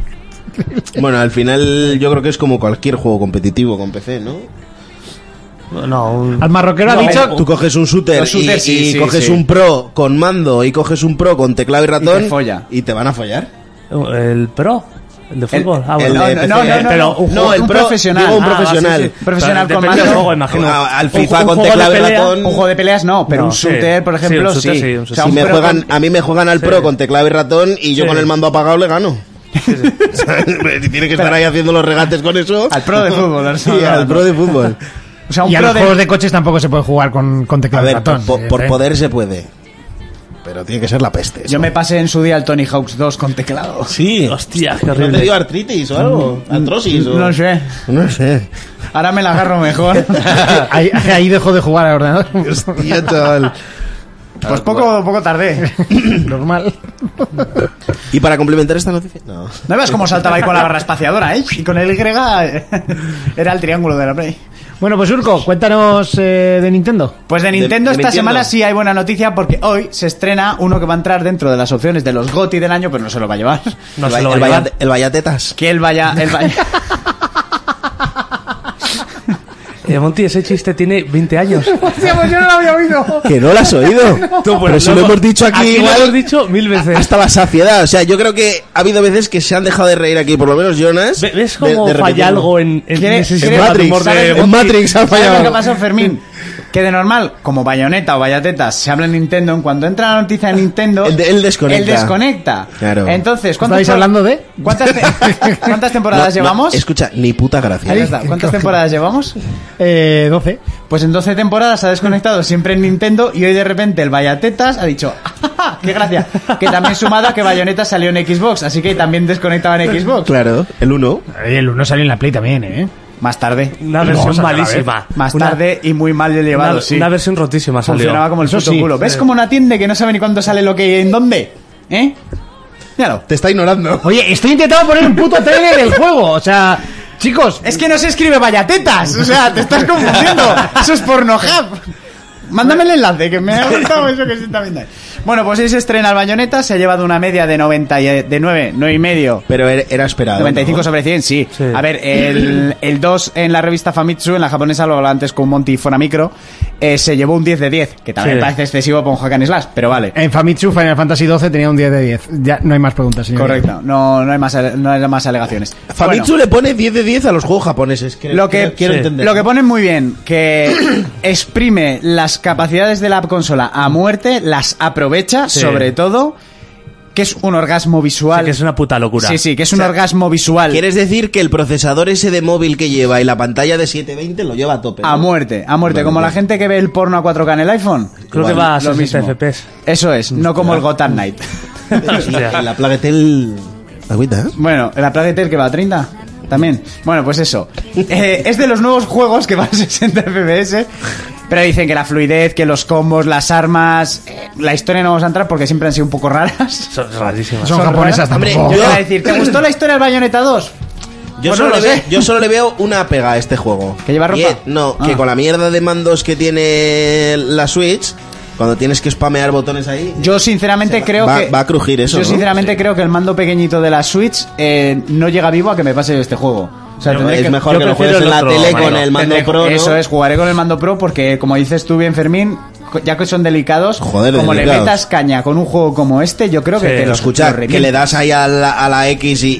Speaker 6: Bueno, al final yo creo que es como cualquier juego competitivo con PC, ¿no?
Speaker 10: No, un-
Speaker 4: Al marroquero ha dicho...
Speaker 6: Tú coges un shooter,
Speaker 5: Los shooters,
Speaker 6: y, y
Speaker 5: sí, sí,
Speaker 6: coges
Speaker 5: sí.
Speaker 6: un pro con mando y coges un pro con teclado y ratón
Speaker 5: Y te folla.
Speaker 6: y te van a follar.
Speaker 10: el Pro, el de fútbol. ah,
Speaker 6: el
Speaker 10: bueno.
Speaker 6: de
Speaker 5: no, no,
Speaker 6: PC.
Speaker 5: no, no,
Speaker 10: Pero
Speaker 5: no,
Speaker 10: un
Speaker 5: no,
Speaker 10: juego-
Speaker 6: el
Speaker 5: un
Speaker 6: pro-
Speaker 5: profesional.
Speaker 6: digo un
Speaker 5: Ah,
Speaker 6: profesional.
Speaker 5: sí, sí. Profesional
Speaker 10: Pero
Speaker 5: con
Speaker 10: depende del
Speaker 5: mando.
Speaker 10: juego, imagino.
Speaker 6: A- Ah, al
Speaker 10: Un-
Speaker 6: FIFA
Speaker 10: un
Speaker 6: con
Speaker 10: juego de
Speaker 6: teclado y
Speaker 10: pelea,
Speaker 6: ratón.
Speaker 5: Un juego de peleas no, pero
Speaker 10: No,
Speaker 5: un
Speaker 10: sí.
Speaker 5: shooter, por
Speaker 10: Sí,
Speaker 5: ejemplo,
Speaker 10: un
Speaker 5: sí.
Speaker 10: shooter, sí, un
Speaker 5: O sea,
Speaker 10: shooter.
Speaker 6: Si
Speaker 5: un
Speaker 6: me
Speaker 5: pro
Speaker 6: juegan,
Speaker 5: con-
Speaker 6: a mí me juegan al pro con teclado y ratón y yo
Speaker 10: Sí.
Speaker 6: con el mando apagado le gano. Si Tiene que estar ahí haciendo los regates con eso.
Speaker 5: Al pro de fútbol, al-
Speaker 6: Sí, al pro de fútbol.
Speaker 5: O sea, un
Speaker 4: y a
Speaker 5: pro
Speaker 4: los
Speaker 5: de...
Speaker 4: juegos de coches tampoco se puede jugar con, con
Speaker 6: A
Speaker 4: teclado y
Speaker 6: ver,
Speaker 4: ratón.
Speaker 6: po- por
Speaker 4: eh,
Speaker 6: poder se puede. Pero tiene que ser la peste. eso.
Speaker 5: Yo me pasé en su día al Tony Hawks 2 con teclado.
Speaker 6: Sí.
Speaker 10: Hostia, qué
Speaker 6: ¿No te
Speaker 10: horrible.
Speaker 6: dio artritis o algo? ¿Artrosis o...?
Speaker 5: No sé.
Speaker 6: Mm, No sé.
Speaker 5: Ahora me la agarro mejor.
Speaker 4: Ahí, ahí dejó de jugar al ordenador.
Speaker 6: Hostia, chaval.
Speaker 5: Pues poco, poco tardé.
Speaker 4: Normal.
Speaker 6: Y para complementar esta noticia... No.
Speaker 5: ¿No ves cómo saltaba ahí con la barra espaciadora, eh? Y con el Y eh, era el triángulo de la Play.
Speaker 4: Bueno, pues Urco, cuéntanos eh, de Nintendo.
Speaker 5: Pues de Nintendo
Speaker 6: de
Speaker 5: esta
Speaker 6: Nintendo.
Speaker 5: semana sí hay buena noticia porque hoy se estrena uno que va a entrar dentro de las opciones de los GOTI del año, pero no se lo va a llevar.
Speaker 10: No
Speaker 6: el,
Speaker 10: se lo va a
Speaker 6: el
Speaker 10: llevar.
Speaker 6: vaya- el vallatetas.
Speaker 5: Que él vaya... Él vaya...
Speaker 10: Eh, Monty, ese chiste tiene 20 años.
Speaker 4: yo no lo había oído.
Speaker 6: Que no lo has oído. Pero si lo hemos dicho aquí,
Speaker 10: pues, Aquí lo
Speaker 6: igual
Speaker 10: hemos dicho mil veces.
Speaker 6: hasta la saciedad. O sea, yo creo que ha habido veces que se han dejado de reír aquí, por lo menos Jonas.
Speaker 10: Ve- ¿Ves
Speaker 6: de- de
Speaker 10: cómo falla
Speaker 6: repetirlo.
Speaker 10: algo en, en
Speaker 5: ¿Quiere-
Speaker 10: ese
Speaker 5: quiere-
Speaker 6: En
Speaker 10: sistema de humor
Speaker 6: Matrix,
Speaker 10: de
Speaker 5: ¿sabes?
Speaker 6: en Matrix ha
Speaker 5: ¿Sabes lo que
Speaker 6: fallado.
Speaker 5: pasó, Fermín? Que de normal, como bayoneta o vallatetas se habla en Nintendo, en cuanto entra la noticia de Nintendo...
Speaker 6: Él- él desconecta.
Speaker 5: Él desconecta.
Speaker 6: Claro.
Speaker 5: Entonces, ¿cuántas...
Speaker 4: ¿Estáis hablando de?
Speaker 5: ¿Cuántas, te- cuántas temporadas
Speaker 6: No,
Speaker 5: llevamos?
Speaker 6: no, escucha, ni puta gracia.
Speaker 5: Ahí está. ¿Cuántas temporadas llevamos?
Speaker 4: Eh, 12.
Speaker 5: Pues en 12 temporadas se ha desconectado siempre en Nintendo y hoy de repente el Vallatetas ha dicho ¡Ah, ¡Qué gracia! Que también sumado a que Bayonetta salió en Xbox, así que también desconectaba en Xbox.
Speaker 6: Claro, el 1.
Speaker 4: El 1 salió en la Play también, ¿eh?
Speaker 5: Más tarde.
Speaker 10: Una versión malísima.
Speaker 5: Más
Speaker 10: Una-
Speaker 5: tarde y muy mal
Speaker 10: Una,
Speaker 5: llevado, sí.
Speaker 10: una versión rotísima salió.
Speaker 5: Funcionaba como el
Speaker 4: Eso
Speaker 5: puto
Speaker 4: sí.
Speaker 5: culo. ¿Ves como una tienda que no sabe ni cuándo sale lo que y en dónde? ¿Eh? Míralo.
Speaker 6: Te está ignorando.
Speaker 4: Oye, estoy intentando poner un puto trailer del juego. O sea, chicos,
Speaker 5: Es que no se escribe Vallatetas, o sea, te estás confundiendo. Eso es Pornhub. Mándame el enlace, que me ha gustado eso que se está viendo ahí. Bueno, pues hoy se estrena el Bayonetta, se ha llevado una media de 90 y, de 9, 9 y medio.
Speaker 6: Pero era era esperado.
Speaker 5: 95
Speaker 6: ¿no?
Speaker 5: sobre 100, sí.
Speaker 10: Sí.
Speaker 5: A ver, el, el 2 en la revista Famitsu, en la japonesa lo hablaba antes con Monty Fonamicro, eh, se llevó un 10 de 10, que también
Speaker 10: Sí.
Speaker 5: me parece excesivo para un hack and slash, pero vale.
Speaker 4: En Famitsu Final Fantasy XII tenía un 10 de 10. Ya no hay más preguntas, señor.
Speaker 5: Correcto, no, no, hay más, ale- no hay más alegaciones.
Speaker 6: Famitsu le pone 10 de 10 a los juegos japoneses. creo-
Speaker 5: Lo que,
Speaker 6: creo- quiero
Speaker 10: sí.
Speaker 6: entender.
Speaker 5: lo que ponen muy bien, que exprime las capacidades de la consola a muerte, las aprovecha,
Speaker 10: Sí.
Speaker 5: sobre todo, que es un orgasmo visual.
Speaker 10: Sí, que es una puta locura.
Speaker 5: Sí, sí, que es un
Speaker 6: O sea,
Speaker 5: orgasmo visual.
Speaker 6: ¿Quieres decir que el procesador ese de móvil que lleva y la pantalla de 720 lo lleva a tope?
Speaker 5: A
Speaker 6: ¿no?
Speaker 5: muerte, a muerte. Como la gente que ve el porno a 4K en el iPhone.
Speaker 10: Creo que
Speaker 5: Igual,
Speaker 10: va a
Speaker 5: lo
Speaker 10: 60
Speaker 5: mismo.
Speaker 10: FPS.
Speaker 5: Eso es, no como el Gotham Knight.
Speaker 6: Y, y la Plague Tale- Agüita, ¿eh?
Speaker 5: Bueno, la Plague Tale que va a 30. También. Bueno, pues eso. Eh, es de los nuevos juegos que van a 60 FPS. Pero dicen que la fluidez, que los combos, las armas. eh, la historia no vamos a entrar porque siempre han sido un poco raras.
Speaker 10: Son rarísimas.
Speaker 4: Son japonesas
Speaker 6: Hombre,
Speaker 4: tampoco.
Speaker 5: Yo
Speaker 6: Yo-
Speaker 5: voy a decir, ¿te gustó la historia del Bayonetta 2?
Speaker 6: Yo,
Speaker 5: Pues
Speaker 6: solo
Speaker 5: no
Speaker 6: le
Speaker 5: lo
Speaker 6: veo,
Speaker 5: sé.
Speaker 6: yo solo le veo una pega a este juego.
Speaker 5: ¿Que lleva ropa?
Speaker 6: Y es- no, que
Speaker 5: Ah.
Speaker 6: con la mierda de mandos que tiene la Switch, cuando tienes que spamear botones ahí.
Speaker 5: Yo sinceramente creo
Speaker 6: va-
Speaker 5: que.
Speaker 6: va a crujir eso,
Speaker 5: Yo
Speaker 6: ¿no?
Speaker 5: sinceramente creo que el mando pequeñito de la Switch eh, no llega vivo a que me pase este juego. O sea,
Speaker 10: Yo-
Speaker 5: tendré
Speaker 6: es
Speaker 5: que-
Speaker 6: mejor
Speaker 10: yo
Speaker 6: que lo
Speaker 10: prefiero
Speaker 6: juegues en
Speaker 10: el
Speaker 6: la
Speaker 10: otro,
Speaker 6: tele con
Speaker 10: Manolo.
Speaker 6: el mando
Speaker 5: Tendré-
Speaker 6: pro. ¿no?
Speaker 5: Eso es, jugaré con el mando pro porque, como dices tú bien, Fermín, co- ya que son delicados,
Speaker 6: Joder,
Speaker 5: como le
Speaker 6: delicados.
Speaker 5: metas caña con un juego como este, yo creo que
Speaker 10: Sí,
Speaker 5: te lo
Speaker 6: Escuchad,
Speaker 5: lo
Speaker 6: que le
Speaker 5: revienta.
Speaker 6: das ahí a la, a la X y,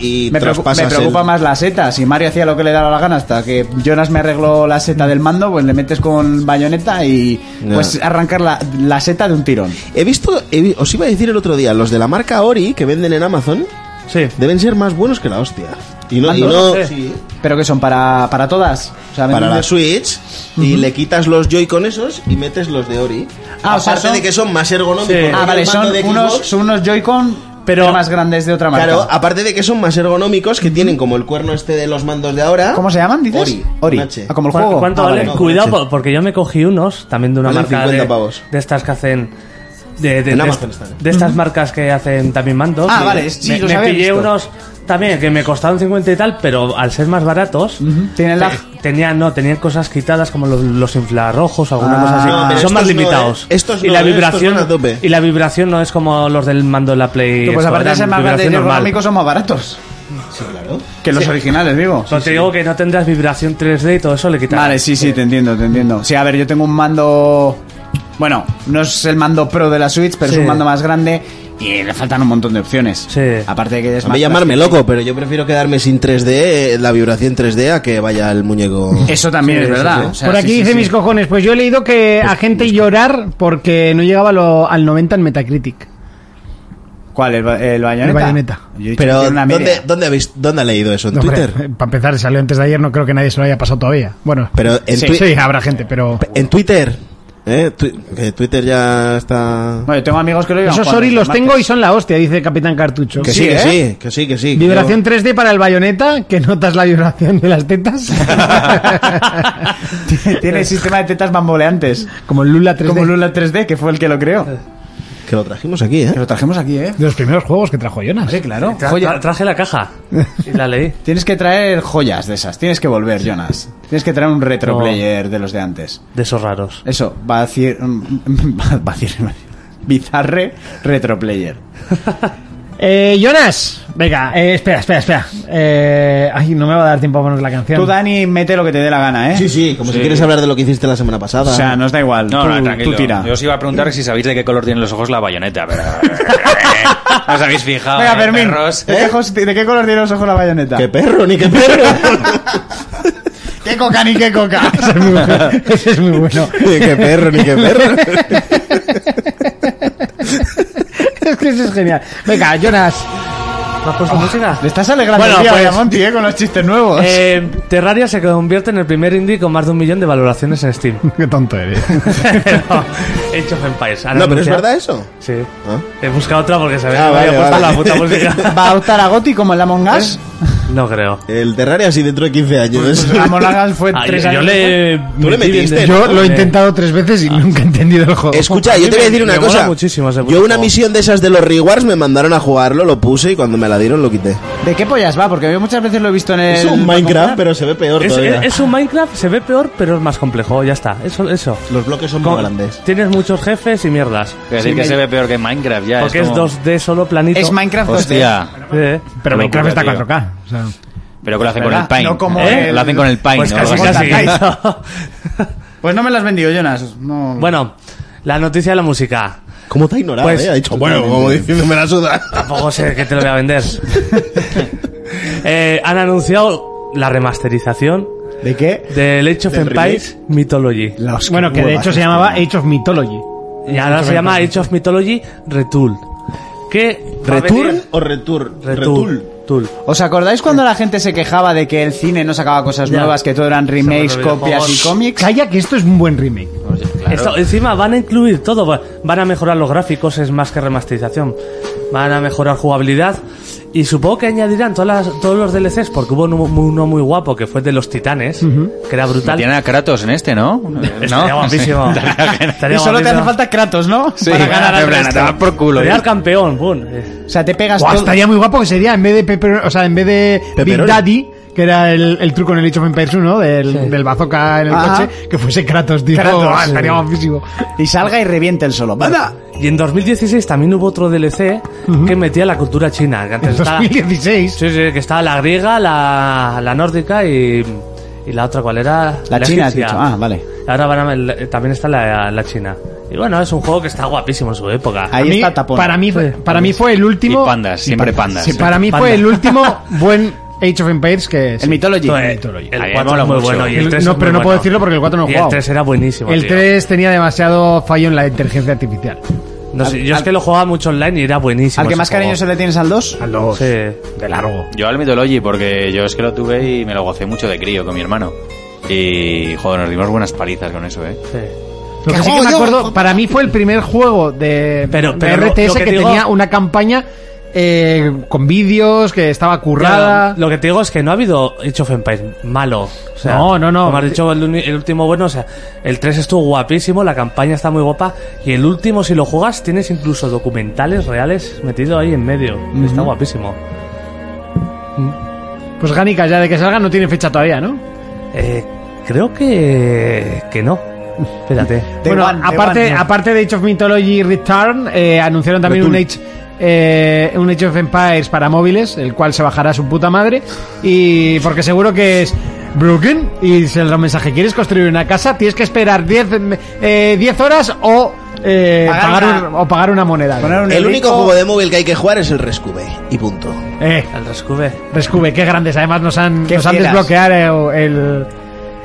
Speaker 6: y, y
Speaker 5: Me, preocu-
Speaker 6: traspasas
Speaker 5: me preocupa
Speaker 6: el-
Speaker 5: más la seta. Si Mario hacía lo que le daba la gana hasta que Jonas me arregló la seta del mando, pues le metes con bayoneta y
Speaker 6: Ya.
Speaker 5: pues arrancar la, la seta de un tirón.
Speaker 6: He visto, he vi- os iba a decir el otro día, los de la marca Ori que venden en Amazon
Speaker 10: Sí.
Speaker 6: deben ser más buenos que la hostia. Y no, y
Speaker 5: Mandos,
Speaker 6: no-
Speaker 10: sí.
Speaker 6: sí,
Speaker 5: Pero que son para, para todas. O sea,
Speaker 6: para
Speaker 5: ¿me
Speaker 6: la
Speaker 5: entiendes?
Speaker 6: Switch y le quitas los Joy con esos y metes los de Ori.
Speaker 5: Ah, o sea,
Speaker 6: Aparte
Speaker 5: son-
Speaker 6: de que son más ergonómicos.
Speaker 10: Sí.
Speaker 6: porque
Speaker 5: Ah,
Speaker 6: el
Speaker 5: vale,
Speaker 6: mando
Speaker 5: son
Speaker 6: de
Speaker 5: unos,
Speaker 6: Xbox-
Speaker 5: son unos Joy-Con
Speaker 10: Pero-
Speaker 5: pero más grandes de otra marca.
Speaker 6: Claro, aparte de que son más ergonómicos, que tienen como el cuerno este de los mandos de ahora.
Speaker 5: ¿Cómo se llaman, dices?
Speaker 6: Ori.
Speaker 5: Ori.
Speaker 6: Con H.
Speaker 5: Ah, como el
Speaker 10: ¿Cu-
Speaker 5: juego.
Speaker 10: ¿Cuánto
Speaker 5: Ah,
Speaker 10: vale?
Speaker 5: vale.
Speaker 6: No,
Speaker 10: Cuidado,
Speaker 6: no sé.
Speaker 10: po- porque yo me cogí unos también de una
Speaker 6: Valen
Speaker 10: marca
Speaker 6: 50
Speaker 10: de,
Speaker 6: pavos.
Speaker 10: de estas que hacen. De, de,
Speaker 6: En
Speaker 10: de,
Speaker 6: Amazon
Speaker 10: est-
Speaker 6: están. ¿eh?
Speaker 10: de estas marcas que hacen también mandos.
Speaker 5: Ah,
Speaker 10: Me-
Speaker 5: vale, sí,
Speaker 10: me,
Speaker 5: los
Speaker 10: me
Speaker 5: había
Speaker 10: pillé
Speaker 5: visto.
Speaker 10: unos también que me costaron 50 y tal, pero al ser más baratos.
Speaker 5: Ujú, Tiene
Speaker 10: te-
Speaker 5: lag.
Speaker 10: Tenían, no, tenían cosas quitadas como los, los infrarrojos, alguna
Speaker 5: Ah.
Speaker 10: cosa así.
Speaker 6: No, pero
Speaker 10: Son
Speaker 6: estos
Speaker 10: más
Speaker 6: no,
Speaker 10: limitados.
Speaker 6: eh. Estos
Speaker 10: y
Speaker 6: no,
Speaker 10: la
Speaker 6: eh, estos
Speaker 10: vibración
Speaker 6: van a tope.
Speaker 10: y la vibración no es como los del mando de la Play.
Speaker 5: Pues
Speaker 10: Store,
Speaker 5: aparte de
Speaker 10: eran
Speaker 5: ser más grandes y
Speaker 10: vibración normal.
Speaker 5: económicos son más baratos.
Speaker 6: Sí, claro.
Speaker 5: Que los originales, digo.
Speaker 10: Pero te digo que no tendrás vibración 3D y todo eso le quitarás.
Speaker 5: Vale, sí, sí, te entiendo, te entiendo. Sí, a ver, yo tengo un mando... Bueno, no es el mando pro de la Switch, pero es
Speaker 10: Sí.
Speaker 5: un mando más grande y le faltan un montón de opciones.
Speaker 10: Sí.
Speaker 5: Aparte de que es
Speaker 6: A mí
Speaker 5: más...
Speaker 6: llamarme loco, pero yo prefiero quedarme sin 3D, eh, la vibración 3D, a que vaya el muñeco.
Speaker 5: Eso también
Speaker 10: Sí,
Speaker 5: es
Speaker 10: sí,
Speaker 5: verdad.
Speaker 10: sí.
Speaker 5: o sea,
Speaker 4: Por aquí
Speaker 5: sí, sí,
Speaker 4: dice
Speaker 5: sí.
Speaker 4: mis cojones, pues yo he leído que a gente llorar porque no llegaba lo- al 90 en Metacritic.
Speaker 5: ¿Cuál? ¿El, ba- el bayoneta?
Speaker 4: El bayoneta.
Speaker 5: Yo he dicho que
Speaker 6: Pero,
Speaker 5: tiene una media.
Speaker 6: ¿dónde, dónde, habéis, ¿dónde ha leído eso? ¿En
Speaker 4: No,
Speaker 6: Twitter?
Speaker 4: hombre, para empezar, salió antes de ayer, no creo que nadie se lo haya pasado todavía. Bueno,
Speaker 6: Pero en,
Speaker 4: sí,
Speaker 6: twi-
Speaker 4: sí, habrá gente, pero...
Speaker 6: en Twitter. ¿eh? Twi- que Twitter ya está.
Speaker 5: Bueno, yo tengo amigos que lo llevan
Speaker 4: Esos
Speaker 5: jugando
Speaker 4: Ori
Speaker 5: desde
Speaker 4: los
Speaker 5: martes.
Speaker 4: tengo y son la hostia, dice Capitán Cartucho.
Speaker 6: Que sí,
Speaker 5: sí,
Speaker 6: que
Speaker 5: ¿eh?
Speaker 6: sí, que sí, que sí. que
Speaker 4: Vibración 3D para el bayoneta, que notas la vibración de las tetas.
Speaker 5: Tiene sistema de tetas bamboleantes.
Speaker 4: Como el Lula 3D.
Speaker 5: Como Lula 3D, que fue el que lo creó.
Speaker 4: Eh.
Speaker 6: yo- que lo trajimos aquí, ¿eh?
Speaker 5: Que lo trajimos aquí, ¿eh?
Speaker 4: De los primeros juegos que trajo Jonas.
Speaker 5: Sí, claro.
Speaker 10: Tra-
Speaker 5: Joya-
Speaker 10: tra- traje la caja y la leí.
Speaker 5: Tienes que traer joyas de esas. Tienes que volver, Jonas. Tienes que traer un retro
Speaker 10: No.
Speaker 5: player de los de antes.
Speaker 10: De esos raros.
Speaker 5: Eso, va a decir. Va a decir. Bizarre retro player.
Speaker 4: Eh, Jonas, venga, eh, espera, espera, espera. Eh, ay, no me va a dar tiempo a poner la canción.
Speaker 5: Tú, Dani, mete lo que te dé la gana, ¿eh?
Speaker 6: Sí, sí, como si quieres hablar de lo que hiciste la semana pasada.
Speaker 5: O sea, nos da igual.
Speaker 8: No,
Speaker 5: tú,
Speaker 8: no,
Speaker 5: tú
Speaker 8: tranquilo.
Speaker 5: tira.
Speaker 8: Yo os iba a preguntar si sabéis de qué color tienen los ojos la bayoneta, pero. ¿No os habéis fijado?
Speaker 5: Venga,
Speaker 8: eh,
Speaker 5: Fermín.
Speaker 8: perros?
Speaker 5: ¿de, qué ojos- de qué color tiene los ojos la bayoneta?
Speaker 6: ¡Qué perro, ni qué perro!
Speaker 5: ¿Qué coca ni qué coca?
Speaker 4: Ese es muy bueno. Ese es muy bueno.
Speaker 6: ni qué perro, ni qué perro.
Speaker 4: Es que eso es genial. Venga, Jonas.
Speaker 10: ¿Me
Speaker 5: Ah.
Speaker 10: has puesto música?
Speaker 5: Le estás alegrando
Speaker 10: Bueno,
Speaker 5: el día,
Speaker 10: pues-
Speaker 5: vaya Monty, ¿eh? Con los chistes nuevos.
Speaker 10: Eh, Terraria se convierte en el primer indie con más de un millón de valoraciones en Steam.
Speaker 4: Qué tonto eres.
Speaker 10: no, Age of Empires. Han
Speaker 6: No, pero es
Speaker 10: anunciado-
Speaker 6: verdad eso.
Speaker 10: Sí.
Speaker 6: Ah.
Speaker 10: He buscado otra porque sabía
Speaker 6: Ah,
Speaker 10: que
Speaker 6: vale,
Speaker 10: me había puesto
Speaker 6: vale.
Speaker 10: la puta música.
Speaker 4: Eh,
Speaker 5: ¿Va a optar a Goti como el Among Us?
Speaker 10: No creo.
Speaker 6: El Terraria sí dentro de 15 años.
Speaker 5: A Monagas fue
Speaker 10: Ah, yo-
Speaker 5: tres
Speaker 10: yo,
Speaker 5: años.
Speaker 10: le.
Speaker 6: Tú le
Speaker 10: metí bien
Speaker 6: metiste,
Speaker 10: de-
Speaker 4: Yo
Speaker 6: ¿no?
Speaker 8: Eh,
Speaker 4: lo he intentado tres veces y
Speaker 8: ah,
Speaker 4: nunca he entendido el juego.
Speaker 6: Escucha,
Speaker 10: A mí
Speaker 6: yo te voy a
Speaker 10: me-
Speaker 6: decir una
Speaker 10: me mola
Speaker 6: cosa.
Speaker 10: muchísimo ese
Speaker 6: Yo una
Speaker 10: juego.
Speaker 6: misión de esas de los rewards me mandaron a jugarlo, lo puse y cuando me la dieron lo quité.
Speaker 5: ¿De qué pollas va? Porque yo muchas veces lo he visto en el.
Speaker 6: Es un Minecraft, pero se ve peor
Speaker 10: Es,
Speaker 6: todavía.
Speaker 10: es un Minecraft, se ve peor, pero es más complejo. Ya está. Eso, eso.
Speaker 6: Los bloques son muy
Speaker 10: Con-
Speaker 6: grandes.
Speaker 10: Tienes muchos jefes y mierdas.
Speaker 8: Es decir, que se ve peor que Minecraft ya.
Speaker 10: Porque es,
Speaker 8: como-
Speaker 10: 2D solo planito.
Speaker 5: Es Minecraft 2D.
Speaker 8: Hostia.
Speaker 10: Eh,
Speaker 4: Pero Minecraft está
Speaker 8: tío.
Speaker 4: 4K. o sea,
Speaker 8: Pero que lo hacen con
Speaker 5: ¿Verdad?
Speaker 8: el Paint.
Speaker 5: No como
Speaker 8: ¿eh?
Speaker 5: el-
Speaker 8: Lo hacen con el Paint.
Speaker 10: Pues
Speaker 8: ¿no?
Speaker 10: casi,
Speaker 8: Algo así.
Speaker 10: casi.
Speaker 5: Pues no me lo has vendido, Jonas. No.
Speaker 10: bueno, la noticia de la música.
Speaker 6: ¿Cómo te ha ignorado,
Speaker 10: Pues-
Speaker 6: eh? Ha dicho, bueno, como diciendo, me la suda.
Speaker 10: Tampoco sé Oh, que te lo voy a vender. Eh, han anunciado la remasterización
Speaker 5: ¿De qué?
Speaker 10: del Age of
Speaker 6: ¿Del
Speaker 10: Empires Mythology.
Speaker 4: bueno, que de hecho se llamaba Age of Mythology.
Speaker 10: Y ahora se llama Age of Mythology Retool. ¿Qué?
Speaker 6: ¿Return o Return?
Speaker 10: Retool. Tool.
Speaker 5: ¿Os acordáis cuando la gente se quejaba de que el cine no sacaba cosas nuevas, que todo eran remakes,
Speaker 10: Sobre los
Speaker 5: copias y
Speaker 10: videojuegos.
Speaker 5: cómics?
Speaker 4: Calla que esto es un buen remake.
Speaker 10: Esto, encima van a incluir todo, va- van a mejorar los gráficos, es más que remasterización, van a mejorar jugabilidad y supongo que añadirán todas las- todos los DLCs porque hubo uno, muy- uno muy guapo que fue de los titanes, que era brutal.
Speaker 8: Tienen a Kratos en este, ¿no?
Speaker 10: Estaría guapísimo. Estaría
Speaker 5: Y solo te hace
Speaker 10: guapísimo.
Speaker 5: falta Kratos, ¿no?
Speaker 8: Sí,
Speaker 5: Para ganar al
Speaker 8: en plan, a
Speaker 5: resto.
Speaker 8: tomar por culo.
Speaker 10: Sería el campeón, boom. Eh,
Speaker 5: O sea, te pegas
Speaker 4: Buah,
Speaker 5: todo.
Speaker 4: estaría muy guapo que sería en vez de Pepper- o sea, en vez de Big
Speaker 6: Pepperoni.
Speaker 4: Daddy, que era el, el truco en el Age of Empires 1, del, del bazooka en el
Speaker 5: Ajá.
Speaker 4: coche, que fuese Kratos, tío.
Speaker 5: Kratos,
Speaker 4: Buah,
Speaker 5: sí.
Speaker 4: estaría guapísimo.
Speaker 5: Y salga y reviente el solo. ¡Banda!
Speaker 10: Y en 2016 también hubo otro DLC que metía la cultura china. Que antes
Speaker 4: En
Speaker 10: estaba,
Speaker 4: 2016.
Speaker 10: sí, sí, que estaba la griega, la, la nórdica y, y la otra, ¿cuál era?
Speaker 5: La china, has
Speaker 10: egipcia.
Speaker 5: dicho. Ah, vale.
Speaker 10: Y Ahora van a- el- también está la, la China. Y bueno, es un juego que está guapísimo en su época.
Speaker 4: A
Speaker 5: Ahí
Speaker 4: mí-
Speaker 5: está tapón.
Speaker 4: Para mí, fue- para mí fue el
Speaker 8: Y
Speaker 4: último.
Speaker 8: pandas, siempre pandas.
Speaker 4: Sí, para mí fue
Speaker 10: Panda.
Speaker 4: el último buen Age of Empires que
Speaker 5: El Mythology.
Speaker 8: A mí
Speaker 10: El
Speaker 8: me
Speaker 10: 4
Speaker 8: mola
Speaker 10: es muy
Speaker 8: mucho.
Speaker 10: bueno y
Speaker 4: El-
Speaker 10: el 3
Speaker 4: no,
Speaker 10: es muy
Speaker 4: pero no
Speaker 10: bueno.
Speaker 4: puedo decirlo porque el cuatro no he
Speaker 10: Y
Speaker 4: jugado.
Speaker 10: El 3 era buenísimo.
Speaker 4: El
Speaker 10: tío.
Speaker 4: 3 tenía demasiado fallo en la inteligencia artificial.
Speaker 10: No sé, yo es que lo jugaba mucho online y era buenísimo.
Speaker 5: Al que
Speaker 10: ese
Speaker 5: más cariño se
Speaker 10: juego.
Speaker 5: le tienes al 2.
Speaker 4: Al dos,
Speaker 10: Sí.
Speaker 4: de largo.
Speaker 8: Yo al Mythology, porque yo es que lo tuve y me lo gocé mucho de crío con mi hermano. Y, joder, nos dimos buenas palizas con eso, ¿eh?
Speaker 10: sí.
Speaker 4: Lo que sí que me acuerdo, para mí fue el primer juego de,
Speaker 10: Pero-
Speaker 4: de
Speaker 10: pero lo-
Speaker 4: RTS
Speaker 10: lo
Speaker 4: que,
Speaker 10: que digo-
Speaker 4: tenía una campaña eh, con vídeos, que estaba currada.
Speaker 10: Lo que te digo es que no ha habido Age of Empires malo. O sea,
Speaker 4: No, no, no.
Speaker 10: Como has dicho, el, uni- el último bueno, o sea, el 3 estuvo guapísimo, la campaña está muy guapa. Y el último, si lo juegas, tienes incluso documentales reales metido ahí en medio. Está guapísimo.
Speaker 4: Pues Gánica, ya de que salga, no tiene fecha todavía, ¿no?
Speaker 10: Eh, creo que. que no. Espérate.
Speaker 5: Day
Speaker 4: bueno,
Speaker 5: one, day
Speaker 4: aparte,
Speaker 5: one, no.
Speaker 4: aparte de Age of Mythology Return, eh, anunciaron también un Age, eh, un Age of Empires para móviles, el cual se bajará a su puta madre. Y porque seguro que es broken y se da un mensaje, ¿quieres construir una casa? Tienes que esperar 10 eh, 10 horas o, eh,
Speaker 5: Pagar
Speaker 4: pagar,
Speaker 5: una-
Speaker 4: un- o pagar una moneda.
Speaker 5: Poner un
Speaker 6: El
Speaker 5: eurico.
Speaker 6: único juego de móvil que hay que jugar es el Rescue. Y punto.
Speaker 4: Eh,
Speaker 10: Al Rescube.
Speaker 4: Rescube, qué grandes. Además nos han,
Speaker 5: Qué
Speaker 4: nos han
Speaker 5: fieras.
Speaker 4: desbloqueado el,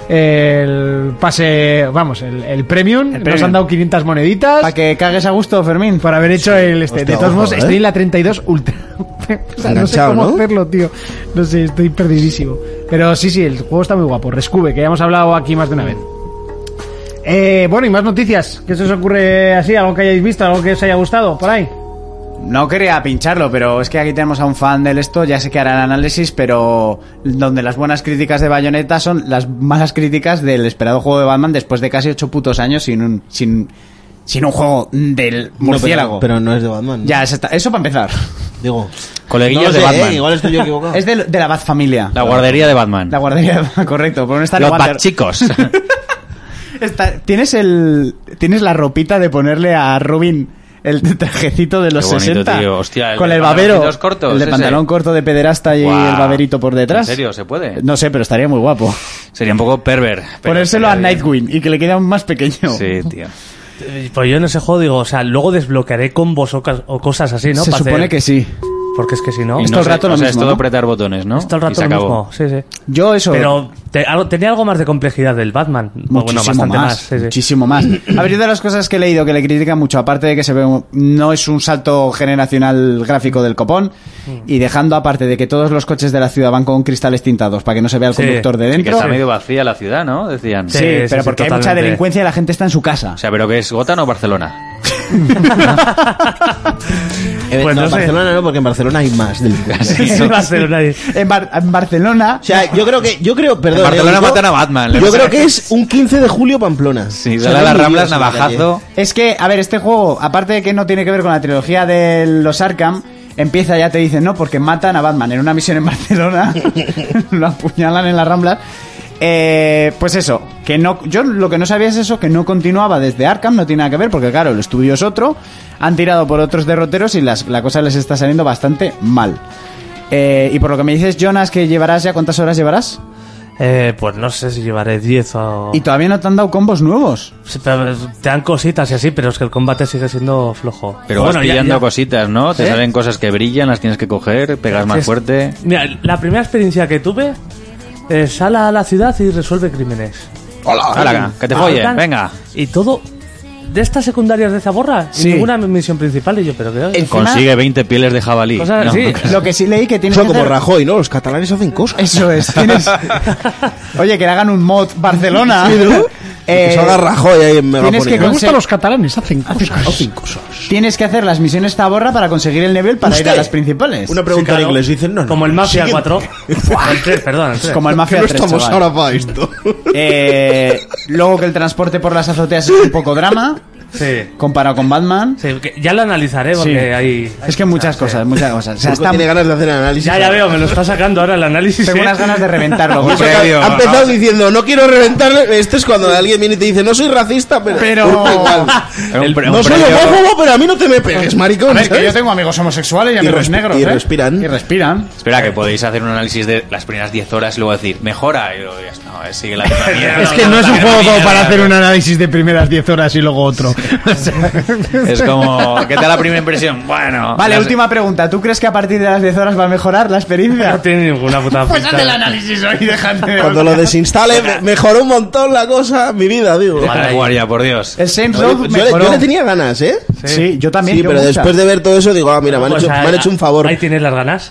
Speaker 4: el, el pase, vamos, el, el premium. Nos
Speaker 5: premium.
Speaker 4: han dado 500 moneditas.
Speaker 5: Para que cagues a gusto, Fermín.
Speaker 4: por haber hecho el este.
Speaker 6: Hostia,
Speaker 4: de todos
Speaker 6: ojo,
Speaker 4: modos,
Speaker 6: ¿eh?
Speaker 4: estoy en la 32 Ultra. O sea, no sé
Speaker 6: Enganchado,
Speaker 4: cómo
Speaker 6: ¿no?
Speaker 4: hacerlo, tío. No sé, estoy perdidísimo. Pero sí, sí, el juego está muy guapo. Rescube, que ya hemos hablado aquí más de una vez. Eh, bueno, y más noticias. ¿Qué se os ocurre así? ¿Algo que hayáis visto? ¿Algo que os haya gustado? Por ahí.
Speaker 5: No quería pincharlo, pero es que aquí tenemos a un fan del esto, ya sé que hará el análisis, pero donde las buenas críticas de Bayonetta son las malas críticas del esperado juego de Batman después de casi ocho putos años sin un, sin, sin un juego del murciélago.
Speaker 6: pero, pero no es de Batman. ¿no?
Speaker 5: Ya, eso, está- eso para empezar.
Speaker 6: Digo.
Speaker 8: Coleguillas
Speaker 6: No sé,
Speaker 8: de Batman.
Speaker 6: eh, igual estoy yo equivocado.
Speaker 5: Es del- de, la Bat Familia.
Speaker 8: Ah. La guardería de Batman.
Speaker 5: La guardería, de Batman, correcto. Por no estar
Speaker 8: Los
Speaker 5: igual de-
Speaker 8: Batchicos.
Speaker 5: Está- tienes el, tienes la ropita de ponerle a Robin el trajecito de los
Speaker 8: Qué bonito,
Speaker 5: 60
Speaker 8: tío. Hostia, el
Speaker 5: con
Speaker 8: de
Speaker 5: el babero,
Speaker 8: pantaloncitos cortos,
Speaker 5: el de
Speaker 8: ese.
Speaker 5: pantalón corto de pederasta y
Speaker 8: Guau.
Speaker 5: el baberito por detrás.
Speaker 8: ¿En serio? ¿Se puede?
Speaker 5: Eh, No sé, pero estaría muy guapo.
Speaker 8: Sería un poco perver. pero
Speaker 5: Ponérselo a
Speaker 8: estaría bien.
Speaker 5: Nightwing y que le queda un más pequeño.
Speaker 8: Sí, tío.
Speaker 10: Eh, Pues yo en ese juego digo, o sea, luego desbloquearé combos o, cas- o cosas así, ¿no?
Speaker 5: Se
Speaker 10: Pa' hacer-
Speaker 5: supone que sí.
Speaker 10: Porque es que si no.
Speaker 8: Y
Speaker 5: Esto
Speaker 8: no
Speaker 5: el
Speaker 8: sé,
Speaker 5: rato lo
Speaker 8: o sea,
Speaker 5: mismo,
Speaker 8: es todo
Speaker 5: ¿no?
Speaker 8: apretar botones, ¿no?
Speaker 10: Todo el
Speaker 8: Y
Speaker 10: rato
Speaker 8: se
Speaker 10: lo
Speaker 8: acabó.
Speaker 10: mismo, sí, sí.
Speaker 5: Yo eso.
Speaker 10: Pero te- algo- tenía algo más de complejidad del Batman. O bueno,
Speaker 5: muchísimo
Speaker 10: bastante más.
Speaker 5: más,
Speaker 10: sí, sí.
Speaker 5: muchísimo más. A ver, yo de las cosas que he leído que le critican mucho, aparte de que se ve un- no es un salto generacional gráfico del copón,
Speaker 10: Mm.
Speaker 5: y dejando aparte de que todos los coches de la ciudad van con cristales tintados para que no se vea el
Speaker 10: Sí.
Speaker 5: conductor de
Speaker 8: Y que
Speaker 5: dentro.
Speaker 8: está medio vacía la ciudad, ¿no? Decían.
Speaker 5: Sí,
Speaker 10: Sí, sí,
Speaker 5: pero
Speaker 10: sí,
Speaker 5: porque hay mucha
Speaker 10: totalmente.
Speaker 5: delincuencia y la gente está en su casa.
Speaker 8: O sea, pero que es Gotham o Barcelona.
Speaker 6: Eh,
Speaker 10: Pues
Speaker 6: no,
Speaker 10: no
Speaker 6: en
Speaker 10: sé.
Speaker 6: Barcelona no, porque en Barcelona hay más delincuentes.
Speaker 10: En Barcelona. ahí.
Speaker 4: En, Bar- en Barcelona.
Speaker 6: O sea, yo creo que, yo creo, perdón.
Speaker 12: En Barcelona
Speaker 6: eh, Urco,
Speaker 12: matan a Batman, le
Speaker 6: Yo
Speaker 12: pasa
Speaker 6: creo
Speaker 12: que-
Speaker 6: que es un 15 de julio Pamplona.
Speaker 12: Sí,
Speaker 6: O sea,
Speaker 12: dale a
Speaker 6: no
Speaker 12: las
Speaker 6: hay
Speaker 12: ramblas,
Speaker 6: líos en la
Speaker 12: navajazo.
Speaker 4: Es que, a ver, este juego, aparte de que no tiene que ver con la trilogía de los Arkham, empieza ya te dicen, no, porque matan a Batman en una misión en Barcelona, lo apuñalan en las Ramblas. Eh, pues eso, que no, yo lo que no sabía es eso, que no continuaba desde Arkham, no tiene nada que ver, porque claro, el estudio es otro, han tirado por otros derroteros y las, la cosa les está saliendo bastante mal. Eh, y por lo que me dices, Jonas, que llevarás ya, ¿cuántas horas llevarás?
Speaker 10: Eh, pues no sé si llevaré 10 o...
Speaker 4: Y todavía no te han dado combos nuevos.
Speaker 10: Sí, pero Te dan cositas y así, pero es que el combate sigue siendo flojo.
Speaker 8: Pero
Speaker 10: bueno,
Speaker 8: vas
Speaker 10: ya-
Speaker 8: pillando
Speaker 10: ya-
Speaker 8: cositas, ¿no? Te
Speaker 10: ¿Eh?
Speaker 8: salen cosas que brillan, las tienes que coger, pegas más
Speaker 10: Es-
Speaker 8: fuerte.
Speaker 10: Mira, la primera experiencia que tuve es sal a la ciudad y resuelve crímenes.
Speaker 8: ¡Hola! ¡Que te follen!
Speaker 10: Arcan-
Speaker 8: ¡Venga!
Speaker 10: Y todo de estas secundarias de Zaborra y ninguna misión principal. Y yo, pero que.
Speaker 8: Consigue 20 pieles de jabalí.
Speaker 10: Cosas
Speaker 8: No.
Speaker 10: así.
Speaker 4: Lo que sí leí que tienes
Speaker 6: Son
Speaker 4: que
Speaker 6: como
Speaker 4: hacer-
Speaker 6: Rajoy, ¿no? Los catalanes hacen cosas.
Speaker 4: Eso es. tienes- Oye, que le hagan un mod Barcelona. Eh,
Speaker 6: que salga Rajoy ahí en
Speaker 4: tienes que
Speaker 6: megafonía.
Speaker 4: con-
Speaker 5: Me gustan los catalanes, hacen cosas.
Speaker 4: tienes que hacer las misiones Taborra para conseguir el nivel para ir a
Speaker 6: Usted.
Speaker 4: las principales.
Speaker 6: Una pregunta en inglés. Dicen, no, no.
Speaker 10: Como el Mafia
Speaker 6: sigue-
Speaker 10: 4. el 3, perdón, el 3.
Speaker 4: Como el
Speaker 6: Que
Speaker 4: Mafia
Speaker 6: no
Speaker 4: 3,
Speaker 6: estamos
Speaker 4: chaval.
Speaker 6: ahora para esto.
Speaker 4: Eh, luego que el transporte por las azoteas es un poco drama
Speaker 10: Sí.
Speaker 4: comparado con Batman.
Speaker 10: Sí, que ya lo analizaré
Speaker 4: Sí.
Speaker 10: porque hay.
Speaker 4: Es que muchas cosas, muchas cosas. O sea,
Speaker 6: Urco
Speaker 4: está-
Speaker 6: tiene ganas de hacer análisis.
Speaker 10: Ya, ya veo, me lo está sacando ahora el análisis.
Speaker 4: tengo
Speaker 10: ¿eh?
Speaker 4: unas ganas de reventarlo.
Speaker 12: Muy previo.
Speaker 6: Ha empezado diciendo, no quiero reventarle. Esto es cuando alguien viene y te dice, no soy racista, pero.
Speaker 4: Pero-
Speaker 6: Urco igual.
Speaker 8: Era un pre- un
Speaker 6: No soy
Speaker 8: previo-
Speaker 6: homófobo, pero a mí no te me pegues, maricón.
Speaker 4: A ver, que
Speaker 6: ¿sabes?
Speaker 4: yo tengo amigos homosexuales y
Speaker 6: Y,
Speaker 4: amigos
Speaker 6: respi-
Speaker 4: negros.
Speaker 6: y
Speaker 4: ¿eh?
Speaker 6: respiran.
Speaker 4: Y respiran.
Speaker 8: Espera, que podéis hacer un análisis de las primeras 10 horas y luego decir, mejora. Y luego, ya está, a ver, sigue la misma mierda.
Speaker 5: Es que no es un juego como para hacer un análisis de primeras 10 horas y luego otro. O sea,
Speaker 8: Es como, ¿qué tal la primera impresión? Bueno.
Speaker 4: Vale,
Speaker 8: no sé.
Speaker 4: última pregunta. ¿Tú crees que a partir de las 10 horas va a mejorar la
Speaker 10: No
Speaker 4: experiencia?
Speaker 10: tiene ninguna puta Pues el análisis.
Speaker 6: Cuando lo desinstale, me- mejoró un montón la cosa. Mi vida, digo.
Speaker 8: Madre guardia, por Dios.
Speaker 4: El Saints
Speaker 6: Yo
Speaker 4: Row
Speaker 6: le- Yo,
Speaker 4: mejoró.
Speaker 6: le tenía ganas, ¿eh?
Speaker 4: Sí, yo también.
Speaker 6: Sí,
Speaker 4: yo
Speaker 6: pero
Speaker 4: muchas. pues
Speaker 6: después de ver todo eso digo, ah, mira, me han, hecho, me han hecho un favor.
Speaker 10: Ahí tienes las ganas.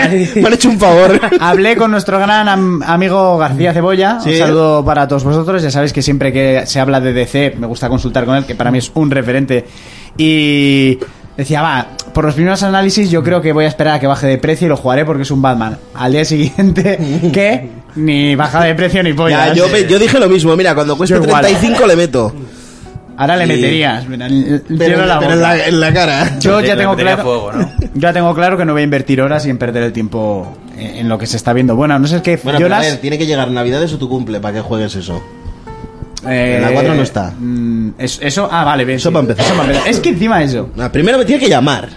Speaker 10: Ahí-
Speaker 6: Me han hecho un favor.
Speaker 4: Hablé con nuestro gran am- amigo García Cebolla.
Speaker 6: Sí.
Speaker 4: Un saludo para todos vosotros. Ya sabéis que siempre que se habla de DC me gusta consultar con él, que para mí es un referente. Y decía, va, por los primeros análisis yo creo que voy a esperar a que baje de precio y lo jugaré porque es un Batman. Al día siguiente, ¿qué? Ni baja de precio ni polla. ¿eh?
Speaker 6: Ya, yo, pe- yo dije lo mismo, mira, cuando cueste
Speaker 4: Yo igual.
Speaker 6: 35 le meto.
Speaker 4: Ahora le
Speaker 6: Sí.
Speaker 4: meterías. mira, l-
Speaker 6: Pero,
Speaker 4: lleno la
Speaker 6: pero en,
Speaker 4: boca.
Speaker 6: la, en la cara.
Speaker 4: Yo ya
Speaker 8: Le
Speaker 4: tengo
Speaker 8: metería
Speaker 4: claro.
Speaker 8: fuego, ¿no?
Speaker 4: Yo ya tengo claro que no voy a invertir horas y en perder el tiempo en, en lo que se está viendo. Bueno, a no sé qué
Speaker 6: Bueno, pero a
Speaker 4: Jonas,
Speaker 6: ver, tiene que llegar Navidades o tu cumple para que juegues eso.
Speaker 4: eh,
Speaker 6: en la cuatro no está.
Speaker 4: mm, es- eso, ah, vale, bien.
Speaker 6: Eso
Speaker 4: sí.
Speaker 6: para empezar.
Speaker 4: Es que encima eso.
Speaker 6: Ah, primero me tiene que llamar.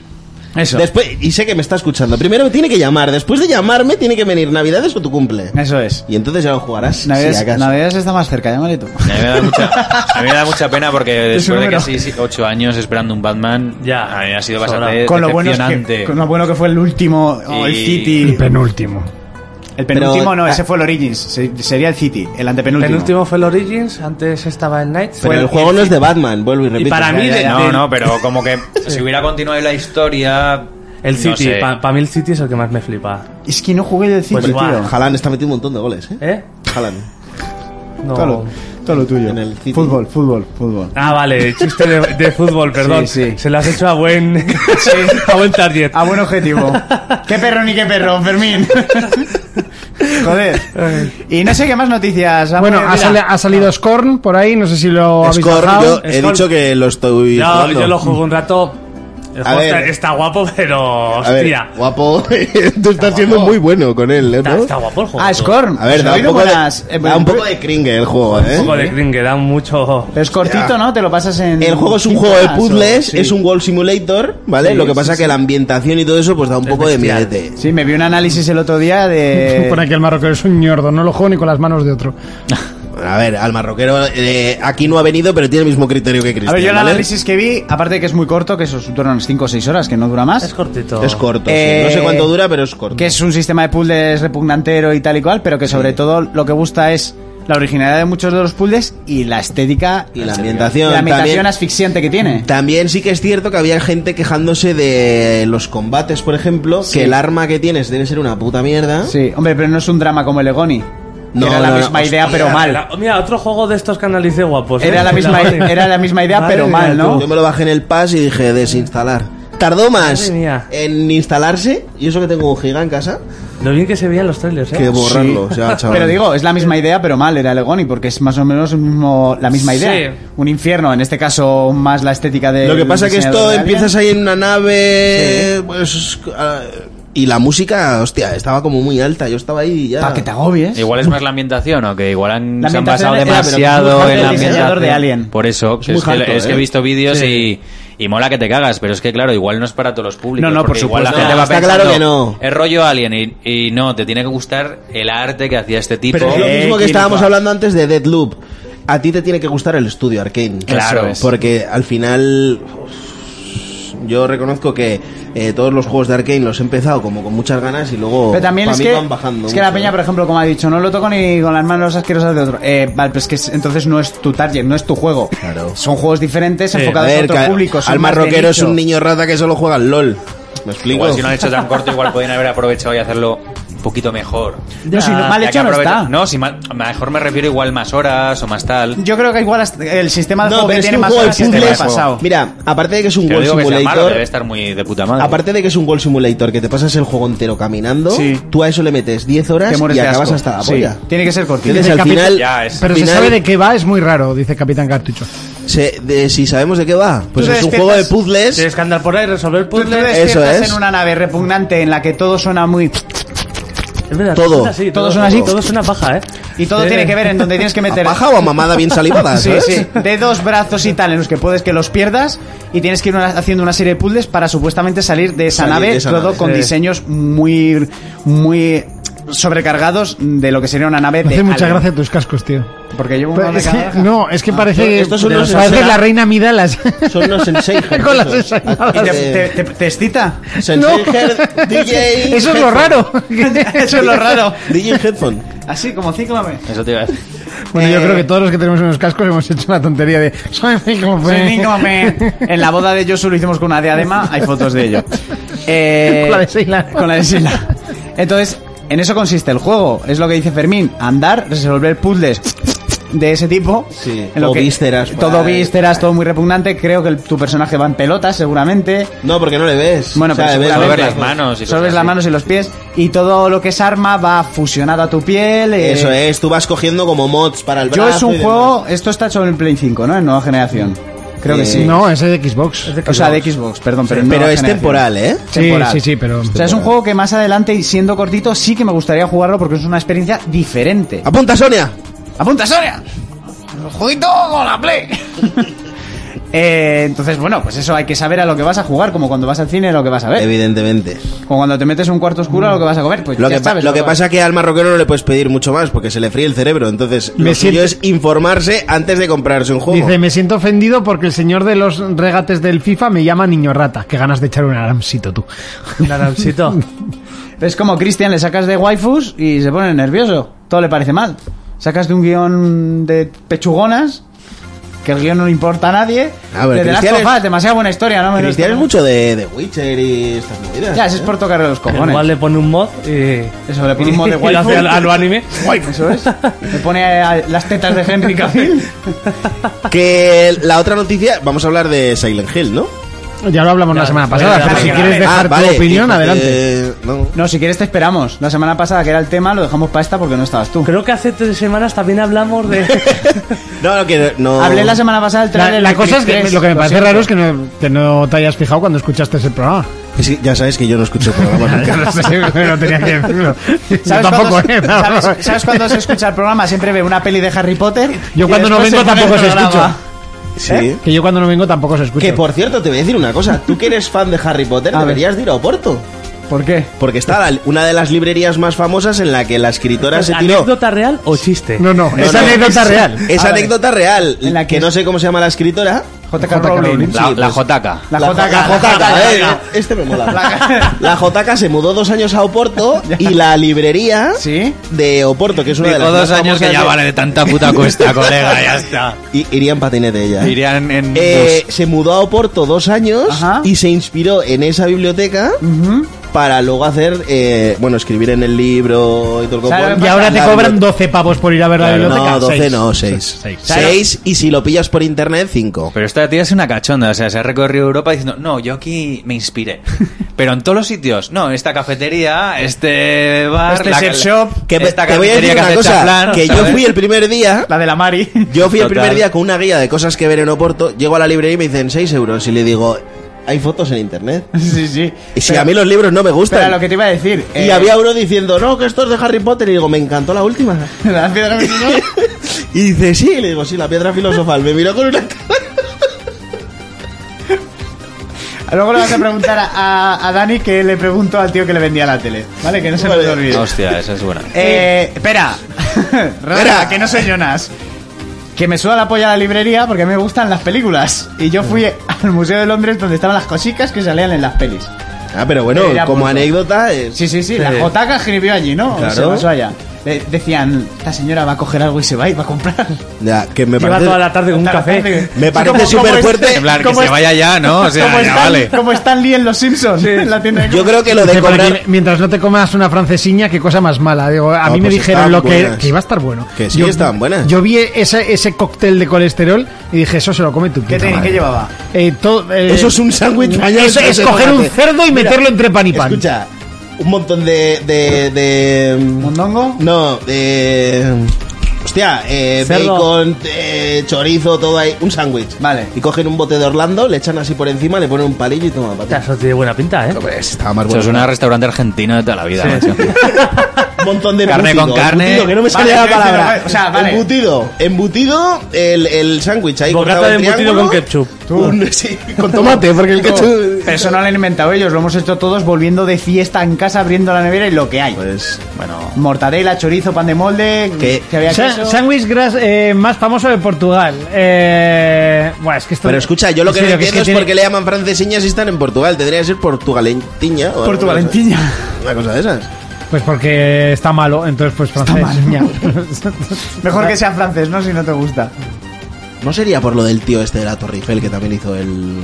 Speaker 4: Eso.
Speaker 6: Después, y sé que me está escuchando. Primero me tiene que llamar. Después de llamarme, tiene que venir Navidades o tu cumple.
Speaker 4: Eso es.
Speaker 6: Y entonces ya lo jugarás.
Speaker 4: Navidades,
Speaker 6: si acaso.
Speaker 4: Navidades está más cerca, llámale tú.
Speaker 8: A mí, me da mucha, a mí me da mucha pena porque después de
Speaker 4: número.
Speaker 8: casi 8 años esperando un Batman,
Speaker 10: Ya.
Speaker 8: a mí me ha sido bastante
Speaker 4: Con lo, bueno es
Speaker 8: decepcionante.
Speaker 4: que, con lo bueno que fue el último, o el
Speaker 8: Y-
Speaker 4: City.
Speaker 5: penúltimo.
Speaker 4: El penúltimo
Speaker 6: Pero-
Speaker 4: no, ese fue el Origins. se- sería el City, el
Speaker 10: El
Speaker 4: antepenúltimo.
Speaker 10: penúltimo fue el Origins, antes estaba el Knights.
Speaker 6: Pero el juego no es de Batman, vuelvo y repito.
Speaker 10: para mí de-
Speaker 8: No, no, pero como que si hubiera continuado la historia...
Speaker 10: El
Speaker 8: no
Speaker 10: City,
Speaker 8: sé.
Speaker 10: para mí el City es el que más me flipa.
Speaker 4: Es que no jugué del City,
Speaker 10: Pues
Speaker 4: tío.
Speaker 10: guau.
Speaker 6: Jalan está metiendo un montón de goles, ¿eh?
Speaker 10: ¿Eh?
Speaker 6: Jalan.
Speaker 4: Todo
Speaker 10: No.
Speaker 4: lo, todo lo tuyo.
Speaker 6: En el City.
Speaker 4: Fútbol, fútbol, fútbol.
Speaker 10: Ah, vale, chiste de, de fútbol, perdón.
Speaker 4: Sí, sí.
Speaker 10: Se lo has hecho a buen, a buen target.
Speaker 5: Ah,
Speaker 4: A Ah, buen objetivo. qué perro ni qué perro, Fermín. Joder. Y no sé qué más noticias. Samuel,
Speaker 5: Bueno, ha,
Speaker 4: mira.
Speaker 5: sali- ha salido Scorn por ahí, no sé si lo
Speaker 4: Oh,
Speaker 5: habéis
Speaker 6: Scorn, yo
Speaker 5: bajado.
Speaker 6: he
Speaker 10: Scorn.
Speaker 6: dicho que lo estoy
Speaker 10: No,
Speaker 6: jugando.
Speaker 10: yo lo juego un rato. El
Speaker 6: A
Speaker 10: juego
Speaker 6: ver.
Speaker 10: está, está guapo, pero.
Speaker 6: A ver,
Speaker 10: Hostia.
Speaker 6: guapo, tú estás siendo muy bueno con él, ¿eh?
Speaker 10: Está,
Speaker 6: ¿no?
Speaker 10: está guapo el juego.
Speaker 4: Ah, Scorn.
Speaker 6: A ver,
Speaker 4: Pues
Speaker 6: da
Speaker 4: ha
Speaker 6: un,
Speaker 4: habido
Speaker 6: poco de,
Speaker 4: buenas- eh,
Speaker 6: da un poco de cringe el juego,
Speaker 10: Un poco
Speaker 6: ¿eh?
Speaker 10: de cringe, da mucho.
Speaker 4: Pero es cortito, ¿no? Te lo pasas en.
Speaker 6: El juego es un
Speaker 4: cinco
Speaker 6: juego de
Speaker 4: horas,
Speaker 6: puzzles,
Speaker 4: o- sí.
Speaker 6: es un World Simulator, ¿vale?
Speaker 4: Sí,
Speaker 6: lo que pasa
Speaker 4: sí,
Speaker 6: es que la ambientación y todo eso, pues da un poco de
Speaker 10: bestial.
Speaker 6: miedete.
Speaker 4: Sí, me vi un análisis el otro día de.
Speaker 5: Pone aquí el marroquero es un ñordo, no lo juego ni con las manos de otro.
Speaker 6: A ver, al marroquero eh, aquí no ha venido, pero tiene el mismo criterio que
Speaker 4: A
Speaker 6: Cristian.
Speaker 4: ver, yo el
Speaker 6: ¿vale?
Speaker 4: análisis que vi, aparte de que es muy corto, que eso dura unas 5 o 6 horas, que no dura más.
Speaker 10: Es cortito.
Speaker 6: Es corto, sí.
Speaker 4: Eh,
Speaker 6: Pues No sé cuánto dura, pero es corto.
Speaker 4: que es un sistema de puzzles repugnantero y tal y cual, pero que sobre todo lo que gusta es la originalidad de muchos de los puzzles y la estética
Speaker 6: Y la ambientación
Speaker 4: la
Speaker 6: también.
Speaker 4: ambientación asfixiante que tiene.
Speaker 6: También sí que es cierto que había gente quejándose de los combates, por ejemplo, que el arma que tienes debe ser una puta mierda.
Speaker 4: Sí, hombre, pero no es un drama como el Egoni.
Speaker 6: No,
Speaker 5: era la
Speaker 6: no, no,
Speaker 5: misma idea,
Speaker 6: hostia,
Speaker 5: pero mal.
Speaker 10: Era- mira, otro juego de estos que analicé guapos. ¿eh?
Speaker 5: Era la misma,
Speaker 4: e-
Speaker 5: era la misma idea,
Speaker 10: Madre
Speaker 5: pero
Speaker 10: mía,
Speaker 5: mal, ¿no?
Speaker 10: tú.
Speaker 6: Yo me lo bajé en el pass y dije desinstalar. Tardó más
Speaker 10: Madre mía.
Speaker 6: en instalarse, y eso que tengo un giga en casa,
Speaker 10: Lo bien que se veían los trailers, ¿eh?
Speaker 6: que borrarlo. o sea, chaval.
Speaker 5: Pero digo, es la misma idea, pero mal, era el Egoni, porque es más o menos el mismo- la misma idea.
Speaker 10: Sí.
Speaker 5: Un infierno, en este caso, más la estética de.
Speaker 6: Lo que pasa es que esto empiezas ahí en una nave. Pues, ah, y la música, hostia, estaba como muy alta. Yo estaba ahí y ya.
Speaker 5: Para que te agobies.
Speaker 8: Igual es más la ambientación o que igual han,
Speaker 5: La
Speaker 8: se han
Speaker 5: ambientación
Speaker 8: basado
Speaker 5: era- pero es muy
Speaker 8: demasiado
Speaker 5: hardcore
Speaker 8: en la
Speaker 5: el diseñador
Speaker 8: ambientación.
Speaker 5: de Alien.
Speaker 8: Por eso,
Speaker 6: muy
Speaker 8: es, que,
Speaker 6: hardcore,
Speaker 8: es que he
Speaker 6: ¿eh?
Speaker 8: visto vídeos y, y mola que te cagas, pero es que claro, igual no es para todos los públicos.
Speaker 5: No, no, por
Speaker 8: porque igual
Speaker 5: supuesto.
Speaker 8: La gente va
Speaker 6: Está
Speaker 8: pensando,
Speaker 6: claro que no.
Speaker 8: Es rollo Alien y, y no, te tiene que gustar el arte que hacía este tipo.
Speaker 6: Pero es lo
Speaker 5: Eh,
Speaker 6: mismo que
Speaker 5: ¿quién
Speaker 6: estábamos
Speaker 5: iba?
Speaker 6: hablando antes de Deadloop. A ti te tiene que gustar el estudio Arkane.
Speaker 8: Claro. Eso es.
Speaker 6: Porque al final. Yo reconozco que eh, todos los juegos de Arkane los he empezado como con muchas ganas y luego
Speaker 5: Pero también
Speaker 6: pa'
Speaker 5: es
Speaker 6: mí
Speaker 5: que,
Speaker 6: van bajando.
Speaker 5: es que la
Speaker 6: mucho,
Speaker 5: peña,
Speaker 6: ¿eh?
Speaker 5: por ejemplo, como ha dicho, no lo toco ni con las manos asquerosas de otro. Eh, vale, pues que es- entonces no es tu target, no es tu juego.
Speaker 6: Claro.
Speaker 5: Son juegos diferentes,
Speaker 6: A
Speaker 5: enfocados a,
Speaker 6: ver,
Speaker 5: otro
Speaker 6: que
Speaker 5: público. son
Speaker 6: al
Speaker 5: más de
Speaker 6: marroquero es
Speaker 5: nicho.
Speaker 6: un niño rata que solo juega al LOL. ¿Me explico?
Speaker 8: Igual si no han hecho tan corto, igual podían haber aprovechado y hacerlo un poquito mejor.
Speaker 5: No, si mal
Speaker 8: Ya
Speaker 5: hecho
Speaker 8: que
Speaker 5: no
Speaker 8: aprovecha-
Speaker 5: está.
Speaker 8: No, si mal- mejor me refiero igual más horas o más tal.
Speaker 5: Yo creo que igual hasta- el sistema de
Speaker 6: No,
Speaker 5: juego
Speaker 6: pero
Speaker 5: que
Speaker 6: es
Speaker 5: tiene
Speaker 6: un
Speaker 5: más
Speaker 6: juego de
Speaker 5: horas es el
Speaker 6: puzzles.
Speaker 5: pasado.
Speaker 6: Mira, aparte de que es un
Speaker 8: Te
Speaker 6: World
Speaker 8: digo que sea malo,
Speaker 6: Simulator,
Speaker 8: debe estar muy de puta madre.
Speaker 6: aparte de que es un World Simulator que te pasas el juego entero caminando,
Speaker 5: Sí.
Speaker 6: tú a eso le metes 10
Speaker 5: Te
Speaker 6: horas
Speaker 5: mueres
Speaker 6: y
Speaker 5: de
Speaker 6: acabas
Speaker 5: asco.
Speaker 6: hasta la
Speaker 5: Sí,
Speaker 6: polla.
Speaker 5: Tiene que ser cortito.
Speaker 6: Entonces, al
Speaker 5: Capi-
Speaker 6: final,
Speaker 8: Ya, es-
Speaker 6: al
Speaker 4: Pero se
Speaker 6: final,
Speaker 4: sabe de qué va, es muy raro, dice Capitán Cartucho.
Speaker 6: se- de- si sabemos de qué va, pues
Speaker 5: Tú te
Speaker 6: es un
Speaker 5: despiertas-
Speaker 6: juego de puzzles.
Speaker 10: Tienes que andar por ahí, resolver
Speaker 5: Tú te
Speaker 10: puzzles.
Speaker 5: despiertas
Speaker 6: Eso es.
Speaker 5: en una nave repugnante en la que todo suena muy...
Speaker 10: Es verdad,
Speaker 6: Todo.
Speaker 10: es así,
Speaker 5: Todo suena así.
Speaker 10: Todo suena paja, ¿eh?
Speaker 5: Y todo
Speaker 10: Eh,
Speaker 5: tiene que ver en donde tienes que
Speaker 6: ¿A
Speaker 5: meter...
Speaker 6: paja o a mamada bien salivada?
Speaker 5: Sí,
Speaker 6: ¿sabes?
Speaker 5: sí. De dos brazos y tal en los que puedes que los pierdas y tienes que ir una- haciendo una serie de puzzles para supuestamente salir de esa
Speaker 6: Salir
Speaker 5: nave,
Speaker 6: de esa
Speaker 5: todo
Speaker 6: nave,
Speaker 5: con
Speaker 10: sí.
Speaker 5: diseños muy, muy sobrecargados de lo que sería una nave
Speaker 4: Me
Speaker 5: de
Speaker 4: hace mucha
Speaker 5: alien.
Speaker 4: gracia tus cascos, tío.
Speaker 5: Porque llevo
Speaker 4: Pero
Speaker 5: uno de
Speaker 4: es
Speaker 5: cada
Speaker 4: que-
Speaker 5: oreja.
Speaker 4: no, es que parece,
Speaker 6: estos son los-
Speaker 4: parece la reina Midalas.
Speaker 6: Son unos Sennheiser,
Speaker 4: Con las
Speaker 6: esos.
Speaker 4: ensaimadas.
Speaker 5: ¿Y te,
Speaker 6: Eh,
Speaker 5: te- te- te excita?
Speaker 6: Sennheiser, DJ
Speaker 4: Eso es lo
Speaker 6: headphone.
Speaker 4: raro.
Speaker 5: Eso es lo raro.
Speaker 6: DJ Headphone.
Speaker 5: Así, como cíclame.
Speaker 8: Eso te iba a decir.
Speaker 4: Bueno, yo
Speaker 5: Eh,
Speaker 4: creo que todos los que tenemos unos cascos hemos hecho la tontería de. Soy Michael
Speaker 5: Sí,
Speaker 4: Bay".
Speaker 5: cíclame. En la boda de Josu lo hicimos con una diadema, hay fotos de ello. Eh,
Speaker 4: Con la de Sheila.
Speaker 5: Con la de Sheila. Entonces, en eso consiste el juego. Es lo que dice Fermín. Andar, resolver puzzles de ese tipo.
Speaker 6: Sí,
Speaker 5: En lo
Speaker 6: o vísceras por
Speaker 5: Todo
Speaker 6: ahí.
Speaker 5: vísceras, todo muy repugnante. Creo que el- tu personaje va en pelotas, seguramente.
Speaker 6: No, porque no le ves.
Speaker 5: Bueno,
Speaker 6: O sea,
Speaker 5: pero
Speaker 6: le ves-
Speaker 5: seguramente-
Speaker 8: mover las manos y
Speaker 5: Solo
Speaker 8: cosas
Speaker 5: ves las
Speaker 8: así.
Speaker 5: manos y los pies. Y todo lo que es arma va fusionado a tu piel. eh,
Speaker 6: Eso es, tú vas cogiendo como mods para el
Speaker 5: Yo
Speaker 6: brazo.
Speaker 5: es un
Speaker 6: y
Speaker 5: juego... Esto está solo en Play 5, ¿no? En nueva generación. Creo que
Speaker 6: Eh,
Speaker 5: sí.
Speaker 4: No, ese es de Xbox.
Speaker 5: O sea, de Xbox, perdón, pero,
Speaker 6: demás.
Speaker 5: no
Speaker 6: Pero es
Speaker 5: generación.
Speaker 6: temporal, ¿eh?
Speaker 4: Sí,
Speaker 5: temporal.
Speaker 4: sí, sí, pero.
Speaker 5: O sea, es un juego que más adelante y siendo cortito sí que me gustaría jugarlo porque es una experiencia diferente.
Speaker 6: ¡Apunta, Sonia!
Speaker 5: ¡Apunta, Sonia! ¡Jueguito con la Play! Eh, entonces, bueno, pues eso hay que saber a lo que vas a jugar, como cuando vas al cine a lo que vas a
Speaker 4: Eh,
Speaker 5: ver.
Speaker 6: Evidentemente.
Speaker 5: Como cuando te metes en un cuarto oscuro a lo que vas a comer, pues
Speaker 6: Lo
Speaker 5: ya
Speaker 6: que, pa-
Speaker 5: sabes.
Speaker 6: lo que
Speaker 5: vas a
Speaker 6: pasa que al marroquero no le puedes pedir mucho más porque se le fríe el cerebro. Entonces,
Speaker 4: Me
Speaker 6: lo suyo
Speaker 4: siento-
Speaker 6: es informarse antes de comprarse un juego.
Speaker 4: Dice, me siento ofendido porque el señor de los regates del FIFA me llama niño rata. Qué ganas de echar un aramsito tú.
Speaker 10: Naranchito.
Speaker 5: comer. Es como Cristian, le sacas de waifus y se pone nervioso. Todo le parece mal. Sacas de un guión de pechugonas, que el guión no le importa a nadie.
Speaker 6: Ah, pero
Speaker 5: de The Last
Speaker 6: Cristian
Speaker 5: of
Speaker 6: es-
Speaker 5: Us, demasiada buena historia, ¿no? Me
Speaker 6: Cristian
Speaker 5: gusta.
Speaker 6: es mucho de, de Witcher y estas movidas.
Speaker 5: Ya, ese
Speaker 6: ¿eh?
Speaker 5: es por tocarle los cojones.
Speaker 10: Igual le pone un mod y.
Speaker 5: Eso, le pone un mod de
Speaker 10: y lo
Speaker 5: waifu.
Speaker 10: hace al, a lo anime.
Speaker 5: Eso es. Le pone eh, las tetas de Henry Cavill.
Speaker 6: Que la otra noticia, vamos a hablar de Silent Hill, ¿no?
Speaker 4: Ya lo hablamos
Speaker 10: Ya,
Speaker 4: la semana
Speaker 10: vale,
Speaker 4: pasada,
Speaker 10: vale,
Speaker 4: pero
Speaker 10: vale,
Speaker 4: si
Speaker 10: vale.
Speaker 4: quieres dejar
Speaker 6: Ah, vale,
Speaker 4: tu opinión,
Speaker 6: dijo
Speaker 4: adelante.
Speaker 6: que- no.
Speaker 5: No, si quieres te esperamos. La semana pasada, que era el tema, lo dejamos para esta porque no estabas tú.
Speaker 10: Creo que hace tres semanas también hablamos de.
Speaker 6: No, no, que no.
Speaker 5: Hablé la semana pasada del
Speaker 4: La,
Speaker 5: trailer
Speaker 4: la cosa es que me- lo que me parece raro es que no, que no te hayas fijado cuando escuchaste ese programa.
Speaker 6: Es que ya sabes que yo no escucho programas nunca.
Speaker 4: no sé, no tenía que decirlo. Yo
Speaker 5: ¿Sabes,
Speaker 4: tampoco,
Speaker 5: cuándo,
Speaker 4: ¿eh?
Speaker 5: ¿sabes, sabes cuándo se escucha el programa? Siempre ve una peli de Harry Potter.
Speaker 4: Yo
Speaker 5: y
Speaker 4: cuando no
Speaker 5: después
Speaker 4: vengo
Speaker 5: pone
Speaker 4: tampoco
Speaker 5: el
Speaker 4: se
Speaker 5: programa.
Speaker 6: Sí.
Speaker 4: Que yo cuando no vengo tampoco se
Speaker 6: Que
Speaker 4: escucha.
Speaker 6: por cierto, te voy a decir una cosa. Tú que eres fan de Harry Potter,
Speaker 5: A ver.
Speaker 6: deberías de ir a Oporto.
Speaker 5: ¿Por qué?
Speaker 6: Porque está la- una de las librerías más famosas en la que la
Speaker 5: Pues
Speaker 6: escritora se tiró.
Speaker 10: ¿Anécdota real o chiste?
Speaker 4: No, no, es anécdota real.
Speaker 6: Es
Speaker 5: Ah, vale.
Speaker 6: anécdota real.
Speaker 5: En la
Speaker 6: que,
Speaker 5: que-
Speaker 6: no sé cómo se llama la escritora. pues,
Speaker 5: JK Rowling.
Speaker 8: La, la JK.
Speaker 5: La JK.
Speaker 6: La
Speaker 5: la
Speaker 6: JK, eh,
Speaker 5: JK.
Speaker 6: Este me mola. La JK se mudó dos años a Oporto y la librería
Speaker 5: ¿Sí?
Speaker 6: de Oporto, que es una de las
Speaker 8: Digo dos
Speaker 6: más
Speaker 8: años que
Speaker 6: famosas
Speaker 8: ya
Speaker 6: de-
Speaker 8: vale de tanta puta cuesta, colega, ya está.
Speaker 6: I- iría en patinete ella.
Speaker 8: Irían en
Speaker 6: Eh, se mudó a Oporto dos años
Speaker 5: Ajá.
Speaker 6: y se inspiró en esa biblioteca para luego hacer, eh, bueno, escribir en el libro y todo el copón.
Speaker 4: Y ahora te
Speaker 6: La
Speaker 4: cobran
Speaker 6: biblioteca-
Speaker 4: 12 pavos por ir a ver la biblioteca.
Speaker 6: No, 12
Speaker 4: Seis.
Speaker 6: no, 6.
Speaker 4: Seis.
Speaker 6: 6 y si lo pillas por internet, 5.
Speaker 8: Pero esta tía es una cachonda, o sea, se ha recorrido Europa diciendo, no, yo aquí me inspiré. Pero en todos los sitios, no, esta cafetería, este bar,
Speaker 5: Este
Speaker 8: la-
Speaker 5: surf shop,
Speaker 6: Que me-
Speaker 8: esta
Speaker 6: eh, te voy a decir
Speaker 8: cafetería que
Speaker 6: una
Speaker 8: hace
Speaker 6: cosa,
Speaker 8: chaflán,
Speaker 6: que yo
Speaker 8: ¿sabes?
Speaker 6: fui el primer día,
Speaker 5: La de la Mari.
Speaker 6: yo fui el
Speaker 8: Total.
Speaker 6: primer día con una guía de cosas que ver en Oporto, llego a la librería y me dicen 6 euros y le digo, hay fotos en internet.
Speaker 5: sí, sí.
Speaker 6: Y si
Speaker 5: Pero-
Speaker 6: a mí los libros no me
Speaker 5: pero
Speaker 6: gustan.
Speaker 5: lo que te iba a decir.
Speaker 6: Y
Speaker 5: eh,
Speaker 6: había uno diciendo, no, que esto es de Harry Potter. Y digo, me encantó la última.
Speaker 5: la piedra filosofal.
Speaker 6: Y dice, sí. Y le digo, sí, la piedra filosofal. Me miró con una cara.
Speaker 5: Luego le vas a preguntar a, a- a Dani que le preguntó al tío que le vendía la tele. ¿Vale? Que no se me puede olvidar.
Speaker 8: Hostia, esa es buena.
Speaker 5: Eh, espera. Espera, que no soy Jonas. Que me suda la polla a la librería porque a mí me gustan las películas. Y yo fui al Museo de Londres donde estaban las cositas que salían en las pelis.
Speaker 6: Ah, pero bueno,
Speaker 5: Era
Speaker 6: como
Speaker 5: puto.
Speaker 6: anécdota. eh,
Speaker 5: Sí, sí, sí. La Jotaca escribió allí, ¿no?
Speaker 6: Claro.
Speaker 5: Se pasó allá. Le- decían, esta señora va a coger algo y se va y va a comprar.
Speaker 6: ya, que me
Speaker 10: Lleva toda
Speaker 6: parece.
Speaker 10: la tarde con un café.
Speaker 6: Me parece
Speaker 5: ¿Cómo- cómo
Speaker 6: súper
Speaker 5: es?
Speaker 6: fuerte.
Speaker 8: En plan, que
Speaker 5: ¿cómo
Speaker 8: se
Speaker 5: es-
Speaker 8: vaya ya, ¿no? O
Speaker 5: como,
Speaker 8: sea, ya
Speaker 5: Stan,
Speaker 8: vale.
Speaker 5: como Stan Lee en Los Simpsons. en la tienda de
Speaker 6: Yo creo que lo de
Speaker 4: Dice por aquí,
Speaker 6: comprar.
Speaker 4: mientras no te comas una francesiña, qué cosa más mala. Digo, a
Speaker 6: No,
Speaker 4: mí me
Speaker 6: pues
Speaker 4: dijeron
Speaker 6: estaban
Speaker 4: lo que,
Speaker 6: buenas.
Speaker 4: que iba a estar bueno.
Speaker 6: Que sí,
Speaker 4: yo,
Speaker 6: estaban buenas.
Speaker 4: Yo vi ese, ese cóctel de colesterol y dije, eso se lo come tu
Speaker 5: ¿Qué,
Speaker 4: puta
Speaker 5: te-
Speaker 4: madre.
Speaker 5: qué llevaba?
Speaker 4: Eh, to- eh,
Speaker 6: Eso es un sándwich bañado
Speaker 4: Eso
Speaker 6: en
Speaker 4: es
Speaker 6: salsa de
Speaker 4: coger un
Speaker 6: tomate.
Speaker 4: cerdo y meterlo entre pan y pan.
Speaker 6: Escucha, un montón de. de, de
Speaker 5: ¿Mondongo?
Speaker 6: no, de. Hostia, eh,
Speaker 10: Cerdo.
Speaker 6: bacon, eh, chorizo, todo ahí. Un sándwich.
Speaker 5: Vale.
Speaker 6: Y cogen un bote de Orlando, le echan así por encima, le ponen un palillo y toma
Speaker 10: Hostia,
Speaker 6: patas.
Speaker 10: Eso tiene buena pinta, ¿eh?
Speaker 6: Estaba más
Speaker 8: Eso
Speaker 6: bueno.
Speaker 8: es un restaurante argentino de toda la vida, macho.
Speaker 6: Un montón de
Speaker 8: Carne
Speaker 6: embutido,
Speaker 8: con carne.
Speaker 6: embutido, que no me
Speaker 5: Vale,
Speaker 6: salía
Speaker 5: yo
Speaker 6: la
Speaker 5: hice
Speaker 6: palabra.
Speaker 5: lo- o sea, vale.
Speaker 6: Embutido. Embutido el, el sándwich ahí.
Speaker 10: Bocata
Speaker 6: cortado
Speaker 10: de
Speaker 6: en
Speaker 10: embutido con
Speaker 6: triángulo,
Speaker 10: ketchup.
Speaker 6: un- sí, con tomate, porque el ketchup.
Speaker 5: Pero eso no lo han inventado ellos, lo hemos hecho todos volviendo de fiesta en casa, abriendo la nevera y lo que hay.
Speaker 6: Pues, bueno.
Speaker 5: Mortadela, chorizo, pan de molde,
Speaker 6: Que-
Speaker 5: que había
Speaker 4: Sa-
Speaker 5: queso.
Speaker 4: Sándwich gras- eh, más famoso de Portugal. Eh, buah, es que esto-
Speaker 6: Pero escucha, yo lo
Speaker 4: en
Speaker 6: que no
Speaker 4: serio, que es
Speaker 6: entiendo
Speaker 4: que
Speaker 6: es,
Speaker 4: tiene-
Speaker 6: por qué le llaman francesiñas si están en Portugal. Tendría que ser portugalentiña. o
Speaker 5: Portugalentiña.
Speaker 6: alguna cosa- Una cosa de esas.
Speaker 4: Pues porque está malo, entonces pues francés.
Speaker 5: Mejor que sea francés, ¿no? Si no te gusta.
Speaker 6: No sería por lo del tío este de la Torre Eiffel que también hizo el,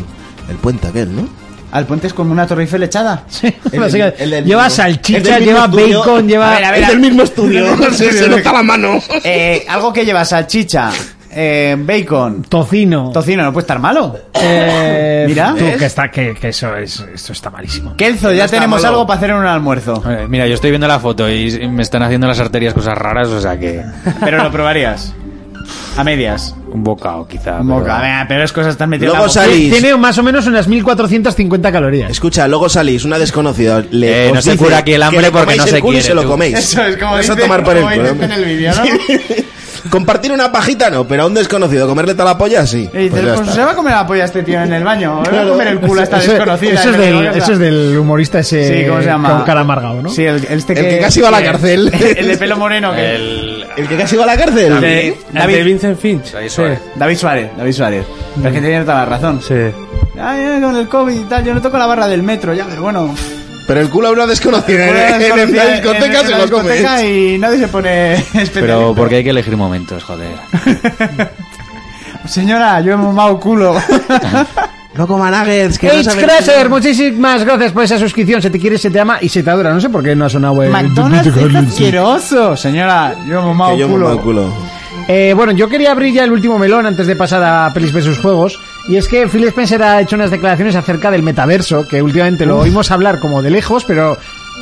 Speaker 6: el puente aquel, ¿no?
Speaker 5: Al puente es como una torre Eiffel echada.
Speaker 6: El-
Speaker 4: Así que
Speaker 6: el del
Speaker 4: lleva
Speaker 6: mismo- el
Speaker 4: salchicha,
Speaker 6: del mismo
Speaker 4: lleva
Speaker 6: estudio.
Speaker 4: bacon, lleva... Eh,
Speaker 5: A ver, a ver,
Speaker 6: es
Speaker 5: a-
Speaker 6: del mismo estudio. se, se nota la mano.
Speaker 5: Eh, algo que lleva salchicha, eh, bacon,
Speaker 4: Tocino.
Speaker 5: tocino, no puede estar malo.
Speaker 4: Eh,
Speaker 5: Mira.
Speaker 4: tú,
Speaker 5: ¿Ves?
Speaker 4: que, está, que, que eso es, esto está malísimo.
Speaker 5: Kelzo,
Speaker 6: No
Speaker 5: ya
Speaker 6: está
Speaker 5: tenemos
Speaker 6: malo.
Speaker 5: algo para hacer en un almuerzo.
Speaker 8: Eh, Mira, yo estoy viendo la foto y me están haciendo las arterias cosas raras, o sea que
Speaker 5: Pero lo probarías. A medias.
Speaker 8: un bocado quizá. pero-
Speaker 5: Moca, vea, pero es cosas están metidas.
Speaker 6: Luego salís.
Speaker 4: Tiene más o menos unas 1450 calorías.
Speaker 6: Escucha, luego salís, una desconocida. Le,
Speaker 8: Eh,
Speaker 6: os
Speaker 8: no se
Speaker 6: dice
Speaker 8: cura aquí el
Speaker 6: que
Speaker 8: hambre
Speaker 6: le
Speaker 8: porque
Speaker 6: comáis
Speaker 8: no
Speaker 6: el
Speaker 8: se
Speaker 6: culo y
Speaker 8: quiere,
Speaker 6: se lo
Speaker 8: tú.
Speaker 6: coméis.
Speaker 5: Eso es como
Speaker 6: Vas a
Speaker 5: dice-
Speaker 6: tomar por el
Speaker 5: como
Speaker 6: culo,
Speaker 5: dice este en el vídeo, ¿no?
Speaker 6: Sí. Compartir una pajita no, pero a un desconocido comerle toda la polla sí.
Speaker 5: Y dices,
Speaker 6: Pues ya
Speaker 5: pues
Speaker 6: está.
Speaker 5: se va a comer la polla a este tío en el baño. Me Va a
Speaker 6: Claro.
Speaker 5: comer el culo a esta desconocida.
Speaker 4: eso, es
Speaker 5: que me
Speaker 4: del,
Speaker 5: digo, o sea,
Speaker 4: eso es del humorista ese
Speaker 5: Sí, ¿cómo se llama?
Speaker 4: con cara amargado, ¿no?
Speaker 5: Sí, el, este
Speaker 6: El que casi va a la cárcel.
Speaker 5: El de pelo moreno. Que...
Speaker 8: El...
Speaker 6: ¿El que casi va a la cárcel?
Speaker 10: De, el de
Speaker 5: David- eh.
Speaker 10: Vincent Finch.
Speaker 8: Ahí
Speaker 10: Sí.
Speaker 8: suena.
Speaker 5: David Suárez, David Suárez.
Speaker 6: Mm.
Speaker 5: Pero es que tiene toda la razón.
Speaker 10: Sí.
Speaker 5: Ay, ay, con el COVID y tal, yo no toco la barra del metro, ya, pero bueno.
Speaker 6: Pero el culo a una desconocida. En, en- en la discoteca
Speaker 5: En
Speaker 6: se
Speaker 5: la
Speaker 6: lo comes.
Speaker 5: discoteca Y nadie se pone especialista.
Speaker 8: Pero porque hay que elegir momentos, joder.
Speaker 5: Señora, yo he mamado culo.
Speaker 6: No coma nuggets, que no
Speaker 4: H.
Speaker 6: saben-
Speaker 4: Crasher, muchísimas gracias por esa suscripción. Se te quiere, se te ama y se te adora. No sé por qué no ha sonado el...
Speaker 5: McDonald's es asqueroso. Señora, yo he mamado
Speaker 6: Que yo me
Speaker 5: culo.
Speaker 6: mamo el culo.
Speaker 4: Eh, bueno, yo quería abrir ya el último melón antes de pasar a pelis versus juegos. Y es que Phil Spencer ha hecho unas declaraciones acerca del metaverso, que últimamente lo oímos hablar como de lejos, pero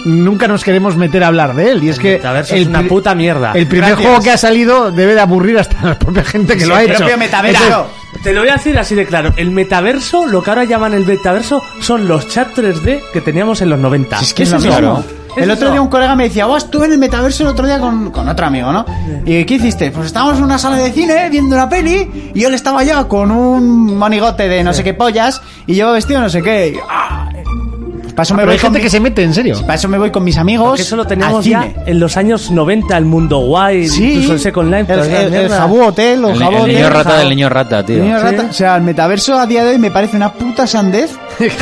Speaker 4: nunca nos queremos meter a hablar de él. Y es que
Speaker 10: metaverso es una
Speaker 4: pri-
Speaker 10: puta mierda.
Speaker 4: El primer
Speaker 5: Gracias.
Speaker 4: juego que ha salido debe de aburrir hasta la propia gente que lo ha
Speaker 5: El
Speaker 4: hecho.
Speaker 5: propio metaverso.
Speaker 4: Eso-
Speaker 10: Te lo voy a decir así de claro. El metaverso, lo que ahora llaman el metaverso, son los chat 3D que teníamos en los 90.
Speaker 5: Si es que es, lo
Speaker 10: eso.
Speaker 5: mismo.
Speaker 10: Es
Speaker 5: El otro
Speaker 10: eso.
Speaker 5: día un colega me decía, oh, estuve en el metaverso el otro día con, con otro amigo, ¿no? ¿Y qué hiciste? Pues estábamos en una sala de cine viendo una peli y él estaba allá con un monigote de no sé qué pollas y yo vestido no sé qué. Y, ah, pues para eso me
Speaker 4: Ah, Pero
Speaker 5: voy
Speaker 4: hay
Speaker 5: con
Speaker 4: gente
Speaker 5: mi-
Speaker 4: que se mete, en serio.
Speaker 5: para eso me voy con mis amigos.
Speaker 10: Que eso lo
Speaker 5: Pues al
Speaker 10: teníamos ya
Speaker 5: cine.
Speaker 10: en los años 90, el mundo guay,
Speaker 5: Sí,
Speaker 10: incluso el Second Life.
Speaker 5: el,
Speaker 10: toda esa
Speaker 5: el, el
Speaker 10: mierda.
Speaker 5: Jabú Hotel o
Speaker 8: El,
Speaker 5: Jabú
Speaker 8: el
Speaker 5: Hotel,
Speaker 4: ¿eh?
Speaker 8: niño rata
Speaker 5: Jabú-
Speaker 8: del niño rata,
Speaker 5: el
Speaker 8: tío.
Speaker 5: niño rata. O sea, el metaverso a día de hoy me parece una puta sandez.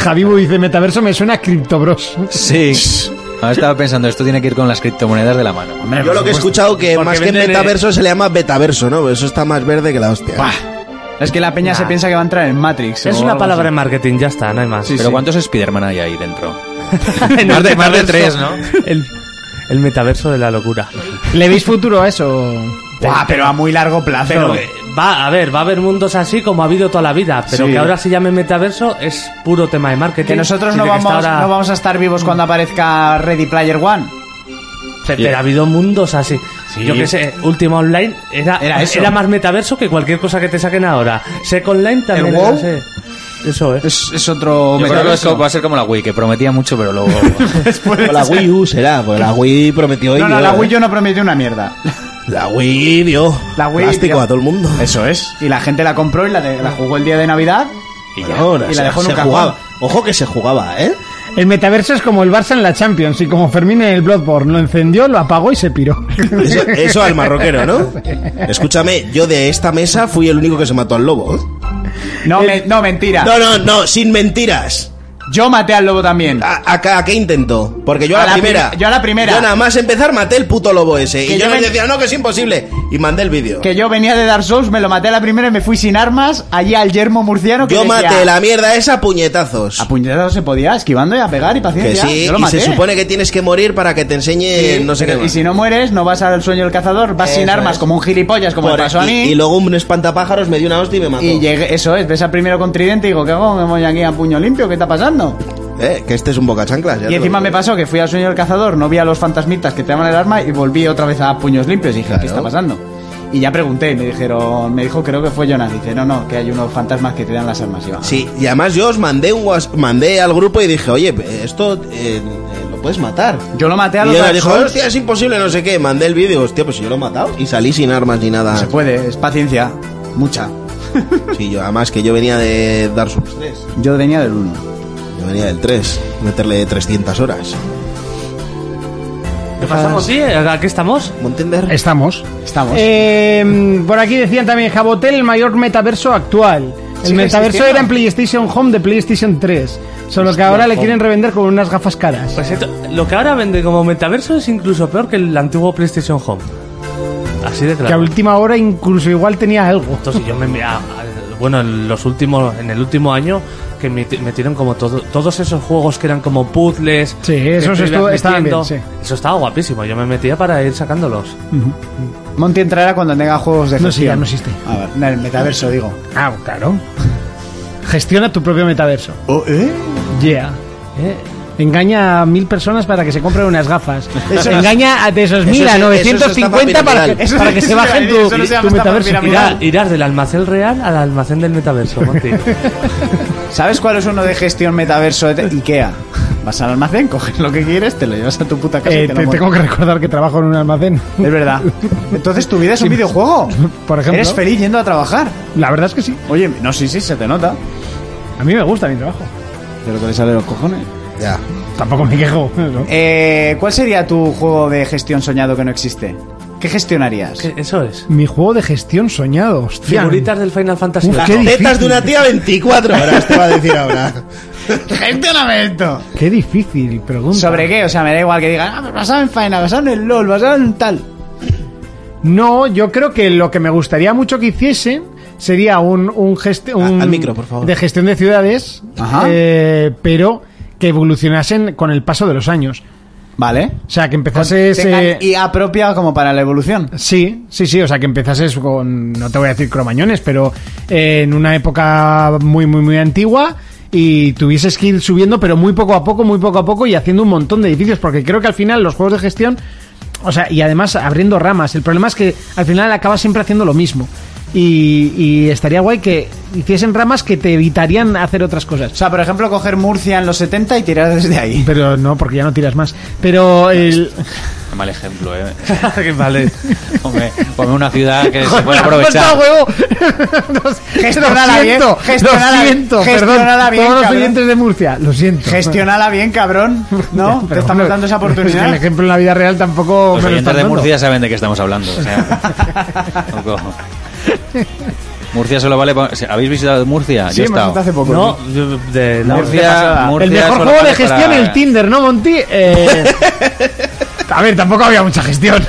Speaker 4: Javibu dice, metaverso me suena a Crypto Bros.
Speaker 8: Sí. Ahora estaba pensando, esto tiene que ir con las criptomonedas de la mano. eh,
Speaker 6: Yo lo que he escuchado que más que metaverso se le llama betaverso, ¿no? Eso está más verde que la hostia.
Speaker 5: Es que la peña se piensa que va a entrar en Matrix.
Speaker 10: Es
Speaker 5: o
Speaker 10: una
Speaker 5: algo
Speaker 10: palabra
Speaker 5: así.
Speaker 10: en marketing, ya está, no hay más.
Speaker 8: Pero ¿cuántos Spiderman hay ahí dentro?
Speaker 10: En
Speaker 8: Más
Speaker 10: el
Speaker 8: de- más de
Speaker 10: metaverso.
Speaker 8: tres, ¿no?
Speaker 10: El, el metaverso de la locura.
Speaker 11: ¿Le veis futuro a eso?
Speaker 5: Buah, pero a muy largo plazo. Eh,
Speaker 10: Pero va, a ver, va a haber mundos así como ha habido toda la vida, pero
Speaker 5: Sí.
Speaker 10: que ahora se llame metaverso es puro tema de marketing.
Speaker 5: que nosotros no
Speaker 10: Desde que
Speaker 5: vamos,
Speaker 10: hasta ahora-
Speaker 5: no vamos a estar vivos cuando aparezca Ready Player One.
Speaker 10: Pero ha habido mundos así. Yo que sé, Última Online era,
Speaker 5: Era
Speaker 10: era,
Speaker 5: eso.
Speaker 10: más metaverso que cualquier cosa que te saquen ahora. Sec Online también
Speaker 5: ¿El WoW?
Speaker 10: era ese. Eso es.
Speaker 5: Es, es otro
Speaker 8: Yo creo que es
Speaker 5: metaverso.
Speaker 8: como- va a ser como la Wii, que prometía mucho, pero luego...
Speaker 6: O la Wii U será, pues la Wii prometió y
Speaker 5: No, no,
Speaker 6: dio,
Speaker 5: la
Speaker 6: ¿eh?
Speaker 5: Wii yo no prometió una mierda.
Speaker 6: La Wii dio
Speaker 5: La Wii
Speaker 6: plástico
Speaker 5: dio-
Speaker 6: a todo el mundo.
Speaker 5: Eso es. Y la gente la compró y la, de- la jugó el día de Navidad.
Speaker 6: Y, ya, ahora
Speaker 5: y la
Speaker 6: se-
Speaker 5: dejó en
Speaker 6: se
Speaker 5: un cajón.
Speaker 6: jugaba. Ojo que se jugaba, ¿eh?
Speaker 4: El metaverso es como el Barça en la Champions y como Fermín en el Bloodborne. Lo encendió, lo apagó y se piró.
Speaker 6: Eso, eso al marroquero, ¿no? Escúchame, yo de esta mesa fui el único que se mató al lobo. ¿eh?
Speaker 5: No, me- no, mentira.
Speaker 6: No, no, no, sin mentiras.
Speaker 5: Yo maté al lobo también.
Speaker 6: ¿A, a, ca- a qué intento? Porque yo a,
Speaker 5: A
Speaker 6: la,
Speaker 5: la
Speaker 6: primera.
Speaker 5: pri- yo a la primera.
Speaker 6: Yo nada más empezar maté el puto lobo ese.
Speaker 5: Que
Speaker 6: Y yo
Speaker 5: yo
Speaker 6: les
Speaker 5: me-
Speaker 6: decía, no, que es imposible. Y mandé el vídeo.
Speaker 5: Que yo venía de Dark Souls, me lo maté a la primera y me fui sin armas allí al yermo murciano que
Speaker 6: Yo
Speaker 5: decía,
Speaker 6: maté la mierda esa a puñetazos.
Speaker 5: A puñetazos se podía, esquivando y a pegar y
Speaker 6: que
Speaker 5: paciencia.
Speaker 6: sí,
Speaker 5: yo lo
Speaker 6: y
Speaker 5: maté.
Speaker 6: se supone que tienes que morir para que te enseñe
Speaker 5: Sí,
Speaker 6: no sé qué.
Speaker 5: pero- Y
Speaker 6: más.
Speaker 5: si no mueres, no vas al sueño del cazador, vas sin
Speaker 6: Eso
Speaker 5: armas
Speaker 6: es.
Speaker 5: como un gilipollas, como
Speaker 6: Por-
Speaker 5: me pasó a
Speaker 6: y,
Speaker 5: mí.
Speaker 6: y luego un espantapájaros me dio una hostia y me mató.
Speaker 5: Y llegué, eso es, ves al primero con tridente y digo, ¿qué hago? Me voy aquí a puño limpio, ¿qué está pasando?
Speaker 6: Eh, que este es un boca chanclas.
Speaker 5: Y encima me pasó que fui al sueño del cazador, no vi a los fantasmitas que te daban el arma y volví otra vez a puños limpios y dije, ¿qué
Speaker 6: Claro.
Speaker 5: está pasando? Y ya pregunté, me dijeron, me dijo, creo que fue Jonas, dice, no, no, que hay unos fantasmas que te dan las armas. Y yo,
Speaker 6: Sí, y además yo os mandé un whats- mandé al grupo y dije, oye, esto eh, eh, lo puedes matar.
Speaker 5: Yo lo maté a
Speaker 6: y
Speaker 5: los
Speaker 6: yo
Speaker 5: Dark
Speaker 6: dijo,
Speaker 5: Souls.
Speaker 6: hostia, es imposible, no sé qué. Mandé el vídeo, hostia, pues yo lo he matado. Y salí sin armas ni nada.
Speaker 5: No se puede, es paciencia, mucha.
Speaker 6: Sí, yo, además que yo venía de Dark Souls 3.
Speaker 5: Yo venía del 1.
Speaker 6: Yo venía del 3. Meterle 300 horas.
Speaker 10: ¿Qué pasamos? Sí, aquí estamos.
Speaker 6: ¿Montender?
Speaker 4: Estamos.
Speaker 5: Estamos.
Speaker 4: Eh, por aquí decían también Jabotel, el mayor metaverso actual. El
Speaker 5: Sigue
Speaker 4: metaverso
Speaker 5: existiendo.
Speaker 4: era en PlayStation Home de PlayStation 3. Solo que ahora le quieren revender con unas gafas caras.
Speaker 10: Pues esto- lo que ahora vende como metaverso es incluso peor que el antiguo PlayStation Home. Así de
Speaker 4: Que a
Speaker 10: claro.
Speaker 4: última hora incluso igual tenía algo.
Speaker 10: Entonces yo me envi- a- a- bueno, en los últimos en el último año que me ti- metieron como todo- todos esos juegos que eran como puzzles.
Speaker 4: Sí,
Speaker 10: que
Speaker 4: esos
Speaker 10: te ibas
Speaker 4: estuvo- estaban bien,
Speaker 10: metiendo.
Speaker 4: sí.
Speaker 10: Eso estaba guapísimo, yo me metía para ir sacándolos.
Speaker 5: Monty entrará cuando tenga juegos de
Speaker 4: No, sí, ya
Speaker 5: gestión.
Speaker 4: no existe.
Speaker 5: A ver, en el metaverso digo.
Speaker 4: Ah, claro. Gestiona tu propio metaverso. Yeah.
Speaker 10: Eh,
Speaker 4: Engaña a mil personas para que se compren unas gafas. Engaña a de esos mil
Speaker 6: eso
Speaker 4: a
Speaker 6: es-
Speaker 4: 950 para
Speaker 6: eso
Speaker 4: que,
Speaker 5: es
Speaker 4: para que se
Speaker 5: estafa
Speaker 4: bajen tu,
Speaker 5: piramidal, eso no se llama
Speaker 4: tu
Speaker 5: estafa
Speaker 4: metaverso.
Speaker 5: piramidal.
Speaker 10: irá- irás del almacén real al almacén del metaverso, Monty. E,
Speaker 5: ¿Sabes cuál es uno de gestión metaverso de IKEA? Vas al almacén, coges lo que quieres, te lo llevas a tu puta casa y
Speaker 4: Eh,
Speaker 5: te,
Speaker 4: te
Speaker 5: lo
Speaker 4: tengo
Speaker 5: montas.
Speaker 4: que recordar que trabajo en un almacén.
Speaker 5: Es verdad. Entonces tu vida es un videojuego.
Speaker 4: Por ejemplo.
Speaker 5: Eres feliz yendo a trabajar.
Speaker 4: La verdad es que sí.
Speaker 5: Oye, no, sí, sí, se te nota.
Speaker 4: A mí me gusta mi trabajo.
Speaker 5: De lo que le sale de los cojones.
Speaker 6: Ya.
Speaker 4: Tampoco me quejo. ¿no?
Speaker 5: Eh, ¿Cuál sería tu juego de gestión soñado que no existe? ¿Qué gestionarías?
Speaker 10: Que Eso es.
Speaker 4: Mi juego de gestión soñado, hostia.
Speaker 10: Figuritas del Final Fantasy.
Speaker 4: Uf,
Speaker 10: VIII.
Speaker 4: qué difícil.
Speaker 6: Tetas de una tía 24 horas, te va a decir ahora.
Speaker 5: ¡Gestióname esto!
Speaker 4: Qué difícil pregunta.
Speaker 5: ¿Sobre qué? O sea, me da igual que digan, ah, basado en Faena, basado en el LOL, basado en tal.
Speaker 4: No, yo creo que lo que me gustaría mucho que hiciesen sería un, un gest- un-
Speaker 6: al micro, por favor.
Speaker 4: de gestión de ciudades,
Speaker 5: Ajá.
Speaker 4: eh, pero que evolucionasen con el paso de los años.
Speaker 5: Vale.
Speaker 4: O sea, que empezases... eh,
Speaker 5: Y apropia como para la evolución.
Speaker 4: Sí, sí, sí, o sea que empezases con, no te voy a decir cromañones, pero eh, en una época muy, muy, muy antigua y tuvieses que ir subiendo, pero muy poco a poco, muy poco a poco y haciendo un montón de edificios, porque creo que al final los juegos de gestión, o sea, y además abriendo ramas, el problema es que al final acabas siempre haciendo lo mismo. Y, y estaría guay que hiciesen ramas que te evitarían hacer otras cosas.
Speaker 5: O sea, por ejemplo, coger Murcia en los 70 y tirar desde ahí.
Speaker 4: Pero no, porque ya no tiras más. Pero el...
Speaker 8: Qué mal ejemplo, ¿eh?
Speaker 10: Qué vale.
Speaker 8: Ponme, ponme una ciudad que se pueda
Speaker 4: ¡Basta,
Speaker 8: aprovechar.
Speaker 4: huevo! Lo
Speaker 5: Gestionala bien,
Speaker 4: siento,
Speaker 5: gestionala
Speaker 4: lo
Speaker 5: bien,
Speaker 4: siento,
Speaker 5: gestionala
Speaker 4: perdón,
Speaker 5: bien,
Speaker 4: todos los
Speaker 5: cabrón.
Speaker 4: oyentes de Murcia, lo siento.
Speaker 5: Gestionala bien, cabrón. ¿No? Te
Speaker 4: Pero
Speaker 5: estamos
Speaker 4: bueno,
Speaker 5: dando esa
Speaker 4: es que
Speaker 5: oportunidad.
Speaker 4: el ejemplo en la vida real tampoco
Speaker 8: Los
Speaker 4: me lo
Speaker 8: oyentes
Speaker 4: están
Speaker 8: de
Speaker 4: dando.
Speaker 8: Murcia saben de qué estamos hablando. o sea, tampoco. Murcia solo vale para... ¿Habéis visitado Murcia?
Speaker 5: Sí,
Speaker 8: Yo he
Speaker 5: hemos
Speaker 8: estado.
Speaker 5: estado hace poco.
Speaker 10: No, yo- de la
Speaker 8: Murcia,
Speaker 5: pasada.
Speaker 8: Murcia
Speaker 4: el mejor
Speaker 8: solo
Speaker 4: juego de
Speaker 8: vale para-
Speaker 4: gestión, el Tinder, ¿no, Monty? Eh,
Speaker 5: A ver, tampoco había mucha gestión.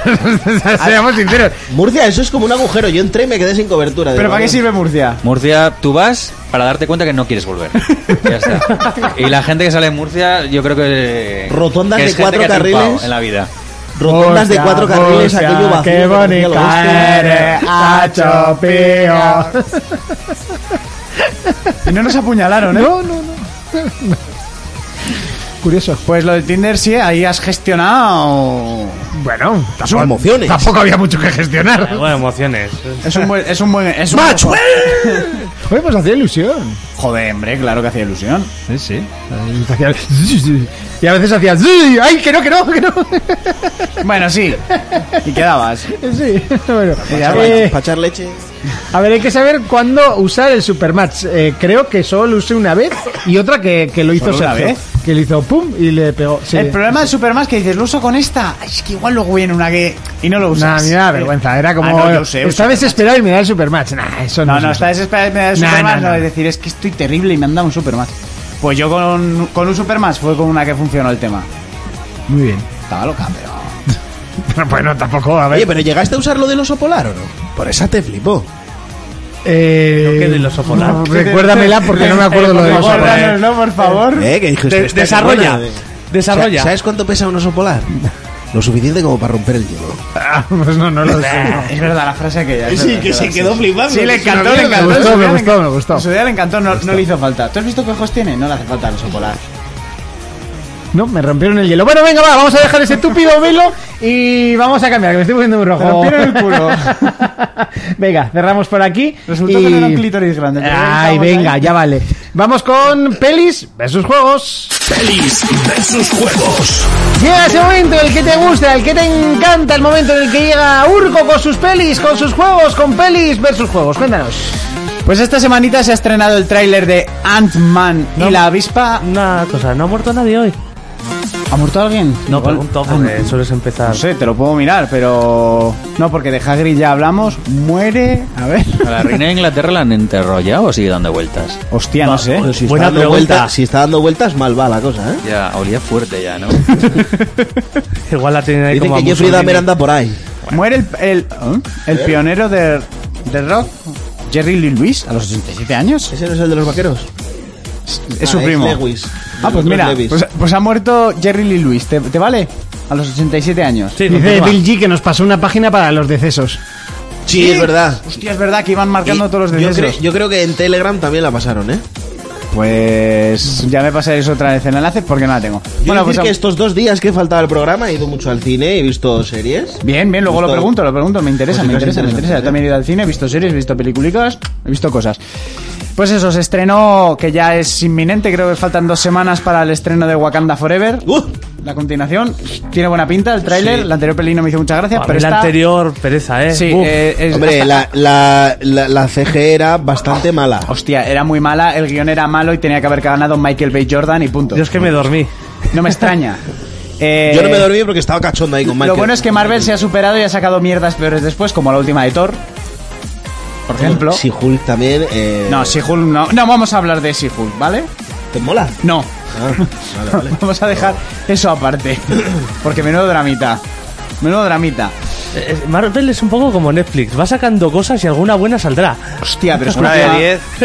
Speaker 5: Seamos sinceros.
Speaker 6: Murcia, eso es como un agujero. Yo entré y me quedé sin cobertura.
Speaker 4: ¿Pero
Speaker 6: Digo,
Speaker 4: para qué
Speaker 6: "Bueno".
Speaker 4: sirve Murcia?
Speaker 8: Murcia, tú vas para darte cuenta que no quieres volver. Ya está. Y la gente que sale en Murcia, yo creo que.
Speaker 6: Rotondas
Speaker 8: que
Speaker 6: de
Speaker 8: es gente
Speaker 6: cuatro
Speaker 8: que ha triunfado
Speaker 6: carriles.
Speaker 8: En la vida.
Speaker 6: Rotondas de
Speaker 5: Murcia,
Speaker 6: cuatro carriles,
Speaker 5: Murcia,
Speaker 6: aquello vacío.
Speaker 5: Qué
Speaker 6: que parecía lo
Speaker 5: bonita
Speaker 6: hostia.
Speaker 5: eres, hacho pío.
Speaker 4: Y no nos apuñalaron, ¿eh?
Speaker 5: No, no, no. Curioso.
Speaker 4: Pues lo de Tinder sí, ahí has gestionado.
Speaker 5: Bueno, tampoco,
Speaker 6: emociones.
Speaker 5: tampoco había mucho que gestionar.
Speaker 10: Eh, Bueno, emociones.
Speaker 4: Es un buen. Es un buen es un
Speaker 5: Oye, pues hacía ilusión.
Speaker 4: Joder, hombre, claro que hacía ilusión.
Speaker 5: Sí, sí. Ahí hacía- Y a veces hacía... ¡Ay, que no, que no, que no!
Speaker 4: Bueno, sí. Y quedabas.
Speaker 5: Sí, bueno.
Speaker 6: Echar leche,
Speaker 5: Eh,
Speaker 6: pa' echar leche.
Speaker 5: a ver, hay que saber cuándo usar el supermatch. Eh, creo que solo lo usé una vez y otra que, que lo hizo
Speaker 4: ¿Solo una
Speaker 5: Sergio,
Speaker 4: vez?
Speaker 5: Que le hizo pum y le pegó. Sí.
Speaker 4: El problema del Superman es que dices, lo uso con esta. Ay, Es que igual luego viene una que. Y no lo usas.
Speaker 5: Nah, a mí me da vergüenza. Era como...
Speaker 4: Ah, no, yo sé,
Speaker 5: está
Speaker 4: Supermatch.
Speaker 5: desesperado y me da el supermatch. Nah, eso no
Speaker 4: No,
Speaker 5: es
Speaker 4: no,
Speaker 5: un
Speaker 4: está desesperada y me da el
Speaker 5: No,
Speaker 4: Superman.
Speaker 5: no,
Speaker 4: No,
Speaker 5: no.
Speaker 4: Es decir, es que estoy terrible y me han dado un Superman. Pues yo con, con un Superman fue con una que funcionó el tema.
Speaker 5: supermatch. Muy bien.
Speaker 4: Estaba loca, pero.
Speaker 5: Pero bueno, tampoco, a ver...
Speaker 6: Oye, pero ¿llegaste a usar lo del oso polar o no? Por esa te flipó.
Speaker 5: Eh,
Speaker 10: No quede el oso polar.
Speaker 5: no, recuérdamela porque no me acuerdo lo de oso polar.
Speaker 4: no, por favor.
Speaker 6: ¿Eh? Que dije,
Speaker 10: De-
Speaker 6: "Hostia, qué
Speaker 10: desarrolla.
Speaker 6: buena".
Speaker 10: Desarrolla.
Speaker 6: ¿Sabes cuánto pesa un oso polar? Lo suficiente como para romper el hielo.
Speaker 5: Ah, pues no, no lo sé.
Speaker 4: Es verdad, la frase que ya.
Speaker 6: Sí, que se quedó flipando.
Speaker 4: Sí, le encantó, le encantó.
Speaker 5: Me
Speaker 4: En su
Speaker 5: gustó, me
Speaker 4: día le
Speaker 5: gustó,
Speaker 4: encantó.
Speaker 5: me gustó.
Speaker 4: En su día le encantó, no, no le hizo falta. ¿Tú has visto qué ojos tiene? No le hace falta el oso polar.
Speaker 5: No, me rompieron el hielo. Bueno, venga, va, vamos a dejar ese túpido velo y vamos a cambiar, que me estoy poniendo muy rojo.
Speaker 4: Me rompieron el culo.
Speaker 5: venga, cerramos por aquí.
Speaker 4: Resultó
Speaker 5: y-
Speaker 4: que no era un clítoris grande. pero
Speaker 5: Ay,
Speaker 4: ahí ¿eh?
Speaker 5: venga,
Speaker 4: estábamos ahí.
Speaker 5: ya vale. Vamos con pelis versus juegos.
Speaker 13: Pelis versus juegos.
Speaker 5: Llega ese momento, el que te gusta, el que te encanta, el momento en el que llega Urco con sus pelis, con sus juegos, con pelis versus juegos. Cuéntanos.
Speaker 4: Pues esta semanita se ha estrenado el tráiler de Ant-Man
Speaker 10: No.
Speaker 4: y la avispa.
Speaker 10: Una cosa, ¿no ha muerto nadie hoy?
Speaker 4: ¿Ha muerto alguien?
Speaker 10: No,
Speaker 4: Igual-
Speaker 10: pregunto,
Speaker 4: Ah, no.
Speaker 10: porque sueles empezar.
Speaker 4: No sé, te lo puedo mirar, pero. No, porque de Hagrid ya hablamos. Muere. A ver.
Speaker 8: ¿A la reina de Inglaterra la han enterrollado o sigue dando vueltas?
Speaker 4: Hostia, no sé.
Speaker 5: pues
Speaker 6: Si está,
Speaker 10: Buena
Speaker 6: dando
Speaker 10: pregunta.
Speaker 6: vueltas, si está dando vueltas, mal va la cosa, ¿eh?
Speaker 8: Ya, olía fuerte ya, ¿no?
Speaker 10: Igual la tiene ahí
Speaker 6: Dicen
Speaker 10: como
Speaker 6: que
Speaker 10: a
Speaker 6: Jeffrey
Speaker 10: Mussolini.
Speaker 6: Dahmer anda por ahí.
Speaker 4: Muere el, el, ¿eh? el pionero de, del rock, Jerry Lee Lewis, a los 87 años.
Speaker 6: ¿Ese no es el de los vaqueros?
Speaker 4: Es su
Speaker 6: Ah,
Speaker 4: primo.
Speaker 6: Lewis.
Speaker 4: Ah, pues
Speaker 6: Louis
Speaker 4: mira,
Speaker 6: Lewis.
Speaker 4: pues, pues ha muerto Jerry Lee Lewis, ¿te, te vale? A los 87 años.
Speaker 10: Sí,
Speaker 5: Dice
Speaker 10: continúa.
Speaker 5: Bill G que nos pasó una página para los decesos.
Speaker 6: sí, es verdad.
Speaker 4: Hostia, es verdad que iban marcando
Speaker 6: Y
Speaker 4: todos los
Speaker 6: yo
Speaker 4: decesos.
Speaker 6: cre- Yo creo que en Telegram también la pasaron, ¿eh?
Speaker 4: Pues ya me pasaréis otra vez el enlace porque no la tengo.
Speaker 6: Yo
Speaker 4: bueno,
Speaker 6: decir
Speaker 4: pues
Speaker 6: que estos dos días que faltaba el programa he ido mucho al cine, he visto series.
Speaker 4: Bien, bien, luego lo
Speaker 6: Justo.
Speaker 4: pregunto, lo pregunto, me interesa,
Speaker 6: Pues
Speaker 4: me
Speaker 6: sí,
Speaker 4: interesa, me
Speaker 6: interesante,
Speaker 4: interesa. Yo
Speaker 6: ¿eh?
Speaker 4: también he ido al cine, he visto series, he visto películas, he visto cosas. Pues eso, se estrenó, que ya es inminente, creo que faltan dos semanas para el estreno de Wakanda Forever.
Speaker 6: ¡Uh!
Speaker 4: La continuación, tiene buena pinta el tráiler,
Speaker 6: Sí.
Speaker 4: la anterior peli no me hizo mucha gracia,
Speaker 10: A
Speaker 4: pero
Speaker 10: mí Ah, la
Speaker 4: esta-
Speaker 10: anterior, pereza, ¿eh?
Speaker 4: Sí,
Speaker 10: Uf.
Speaker 4: eh, es-
Speaker 6: Hombre,
Speaker 4: hasta-
Speaker 6: la, la, la, la CG era bastante mala.
Speaker 4: Hostia, era muy mala, el guión era malo y tenía que haber ganado Michael Bay Jordan y punto.
Speaker 10: Yo es que me dormí.
Speaker 4: No me extraña. Eh,
Speaker 6: Yo no me dormí porque estaba cachondo ahí con Michael.
Speaker 4: Lo bueno es que Marvel se ha superado y ha sacado mierdas peores después, como la última de Thor. Por ejemplo.
Speaker 6: Si Hulk también. eh,
Speaker 4: No, She-Hulk no. No, vamos a hablar de She-Hulk, ¿vale?
Speaker 6: ¿Te mola?
Speaker 4: No.
Speaker 6: Ah, vale, vale.
Speaker 4: Vamos a dejar eso aparte. Porque menudo dramita. Menudo dramita.
Speaker 10: Eh, eh, Marvel es un poco como Netflix. Va sacando cosas y alguna buena saldrá.
Speaker 4: Hostia, pero es que
Speaker 14: Una de
Speaker 4: última-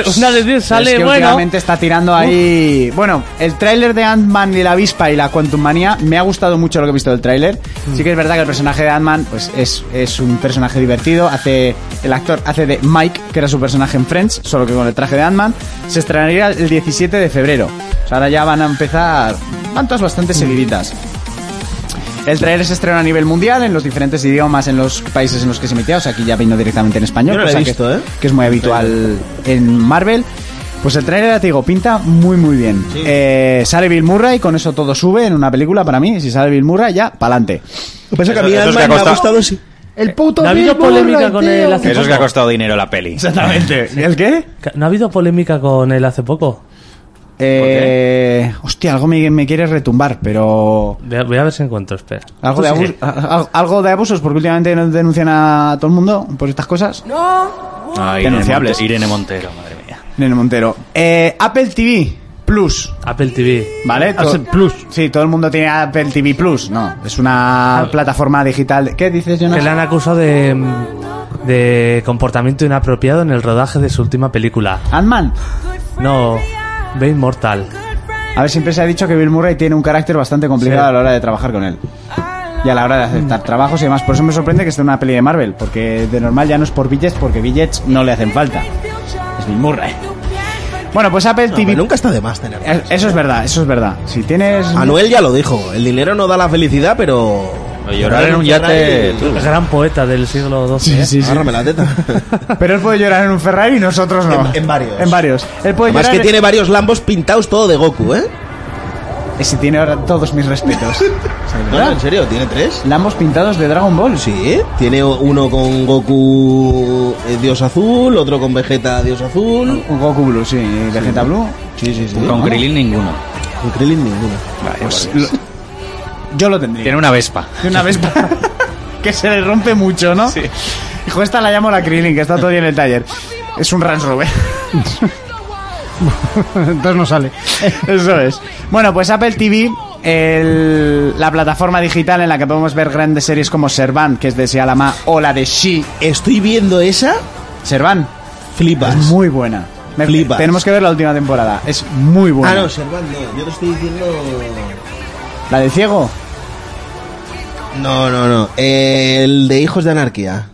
Speaker 14: 10.
Speaker 10: Una de 10
Speaker 4: pero es
Speaker 10: sale,
Speaker 4: que
Speaker 10: bueno.
Speaker 4: últimamente está tirando ahí. Bueno, el tráiler de Ant-Man y la avispa y la Quantum Manía me ha gustado mucho lo que he visto del tráiler.
Speaker 14: Mm.
Speaker 4: Sí que es verdad que el personaje de Ant-Man pues es, es un personaje divertido. Hace el actor hace de Mike, que era su personaje en Friends, solo que con el traje de Ant-Man. Se estrenaría el 17 de febrero. O sea, ahora ya van a empezar van todas bastante
Speaker 14: Mm.
Speaker 4: seguiditas. El trailer se estrenó a nivel mundial en los diferentes idiomas, en los países en los que se emitía. O sea, aquí ya vino directamente en español,
Speaker 6: Yo no lo he
Speaker 4: cosa
Speaker 6: visto,
Speaker 4: que,
Speaker 6: ¿eh?
Speaker 4: que es muy habitual en Marvel. Pues el trailer, ya te digo, pinta muy, muy bien. Eh, sale Bill Murray, con eso todo sube en una película para mí. Si sale Bill Murray, ya, pa'lante.
Speaker 6: Lo que pasa es Pues que a mí
Speaker 14: Eso es que
Speaker 6: Ant-Man
Speaker 14: ha
Speaker 6: me ha
Speaker 14: costado.
Speaker 6: gustado, sí.
Speaker 5: El puto
Speaker 10: ¿No ha habido
Speaker 5: Bill Murray,
Speaker 10: polémica con
Speaker 5: tío.
Speaker 10: el hace
Speaker 14: Eso es que ha costado dinero la peli.
Speaker 4: Exactamente. ¿El qué?
Speaker 10: ¿No ha habido polémica con él hace poco?
Speaker 4: Eh, hostia, algo me, me quiere retumbar, pero...
Speaker 10: Voy a, voy a ver si encuentro, espera.
Speaker 4: Algo de, abus- a- a- algo de abusos, porque últimamente nos denuncian a todo el mundo por estas cosas.
Speaker 8: Ah, Irene,
Speaker 4: Denunciables.
Speaker 8: Monte- Irene Montero, madre mía.
Speaker 4: Nene Montero. Eh, Apple TV Plus.
Speaker 10: Apple TV.
Speaker 4: ¿Vale? To-
Speaker 5: Apple Plus.
Speaker 4: Sí, todo el mundo tiene Apple TV Plus. No, es una plataforma digital. de- ¿Qué dices,
Speaker 10: Que
Speaker 4: Jonas?
Speaker 10: le han acusado de, de comportamiento inapropiado en el rodaje de su última película.
Speaker 4: Ant-Man.
Speaker 10: No, Ve Inmortal.
Speaker 4: A ver, siempre se ha dicho que Bill Murray tiene un carácter bastante complicado
Speaker 10: Sí.
Speaker 4: a la hora de trabajar con él. Y a la hora de aceptar trabajos y demás. Por eso me sorprende que esté en una peli de Marvel. Porque de normal ya no es por billets, porque billets no le hacen falta. Es Bill
Speaker 6: ¿eh?
Speaker 4: Murray. Bueno, pues Apple
Speaker 6: Pero
Speaker 4: TV.
Speaker 6: nunca está de más tener.
Speaker 4: Eh, Eso es verdad, eso es verdad. Si tienes.
Speaker 6: Anuel ya lo dijo, el dinero no da la felicidad, pero...
Speaker 8: Llorar en un yate. tú.
Speaker 10: Gran poeta del siglo XII. ¿eh?
Speaker 6: Agárrame la teta.
Speaker 4: Pero él puede llorar en un Ferrari y nosotros no.
Speaker 6: En- en varios.
Speaker 4: En varios. Él puede
Speaker 6: Además
Speaker 4: llorar.
Speaker 6: que tiene varios Lambos pintados todo de Goku, ¿eh?
Speaker 4: Y Eh, si tiene ahora todos mis respetos.
Speaker 6: No, no, en serio, tiene tres.
Speaker 4: Lambos pintados de Dragon Ball.
Speaker 6: Sí, tiene uno con Goku eh, Dios Azul, otro con Vegeta Dios Azul.
Speaker 4: Un Goku Blue, sí. y Vegeta Blue.
Speaker 6: Sí, sí, sí.
Speaker 8: Con Krilin ninguno.
Speaker 6: Con Krillin ninguno.
Speaker 4: Yo lo tendría.
Speaker 8: Tiene una Vespa.
Speaker 4: De una vez que se le rompe mucho, ¿no? Sí. Hijo, esta la llamo la Krillin, que está todo día en el taller. Es un Range Rover.
Speaker 5: Entonces no sale.
Speaker 4: Eso es. Bueno, pues Apple TV, el- la plataforma digital en la que podemos ver grandes series como Servan, que es de Sialama, o la de She.
Speaker 6: Estoy viendo esa,
Speaker 4: Servan,
Speaker 6: flipas.
Speaker 4: es muy buena. Me-
Speaker 6: Flipas.
Speaker 4: Tenemos que ver la última temporada. Es muy buena.
Speaker 6: Ah, no, Servando, yo te estoy diciendo...
Speaker 4: ¿La de Ciego?
Speaker 6: No, no, no. eh, el de Hijos de Anarquía.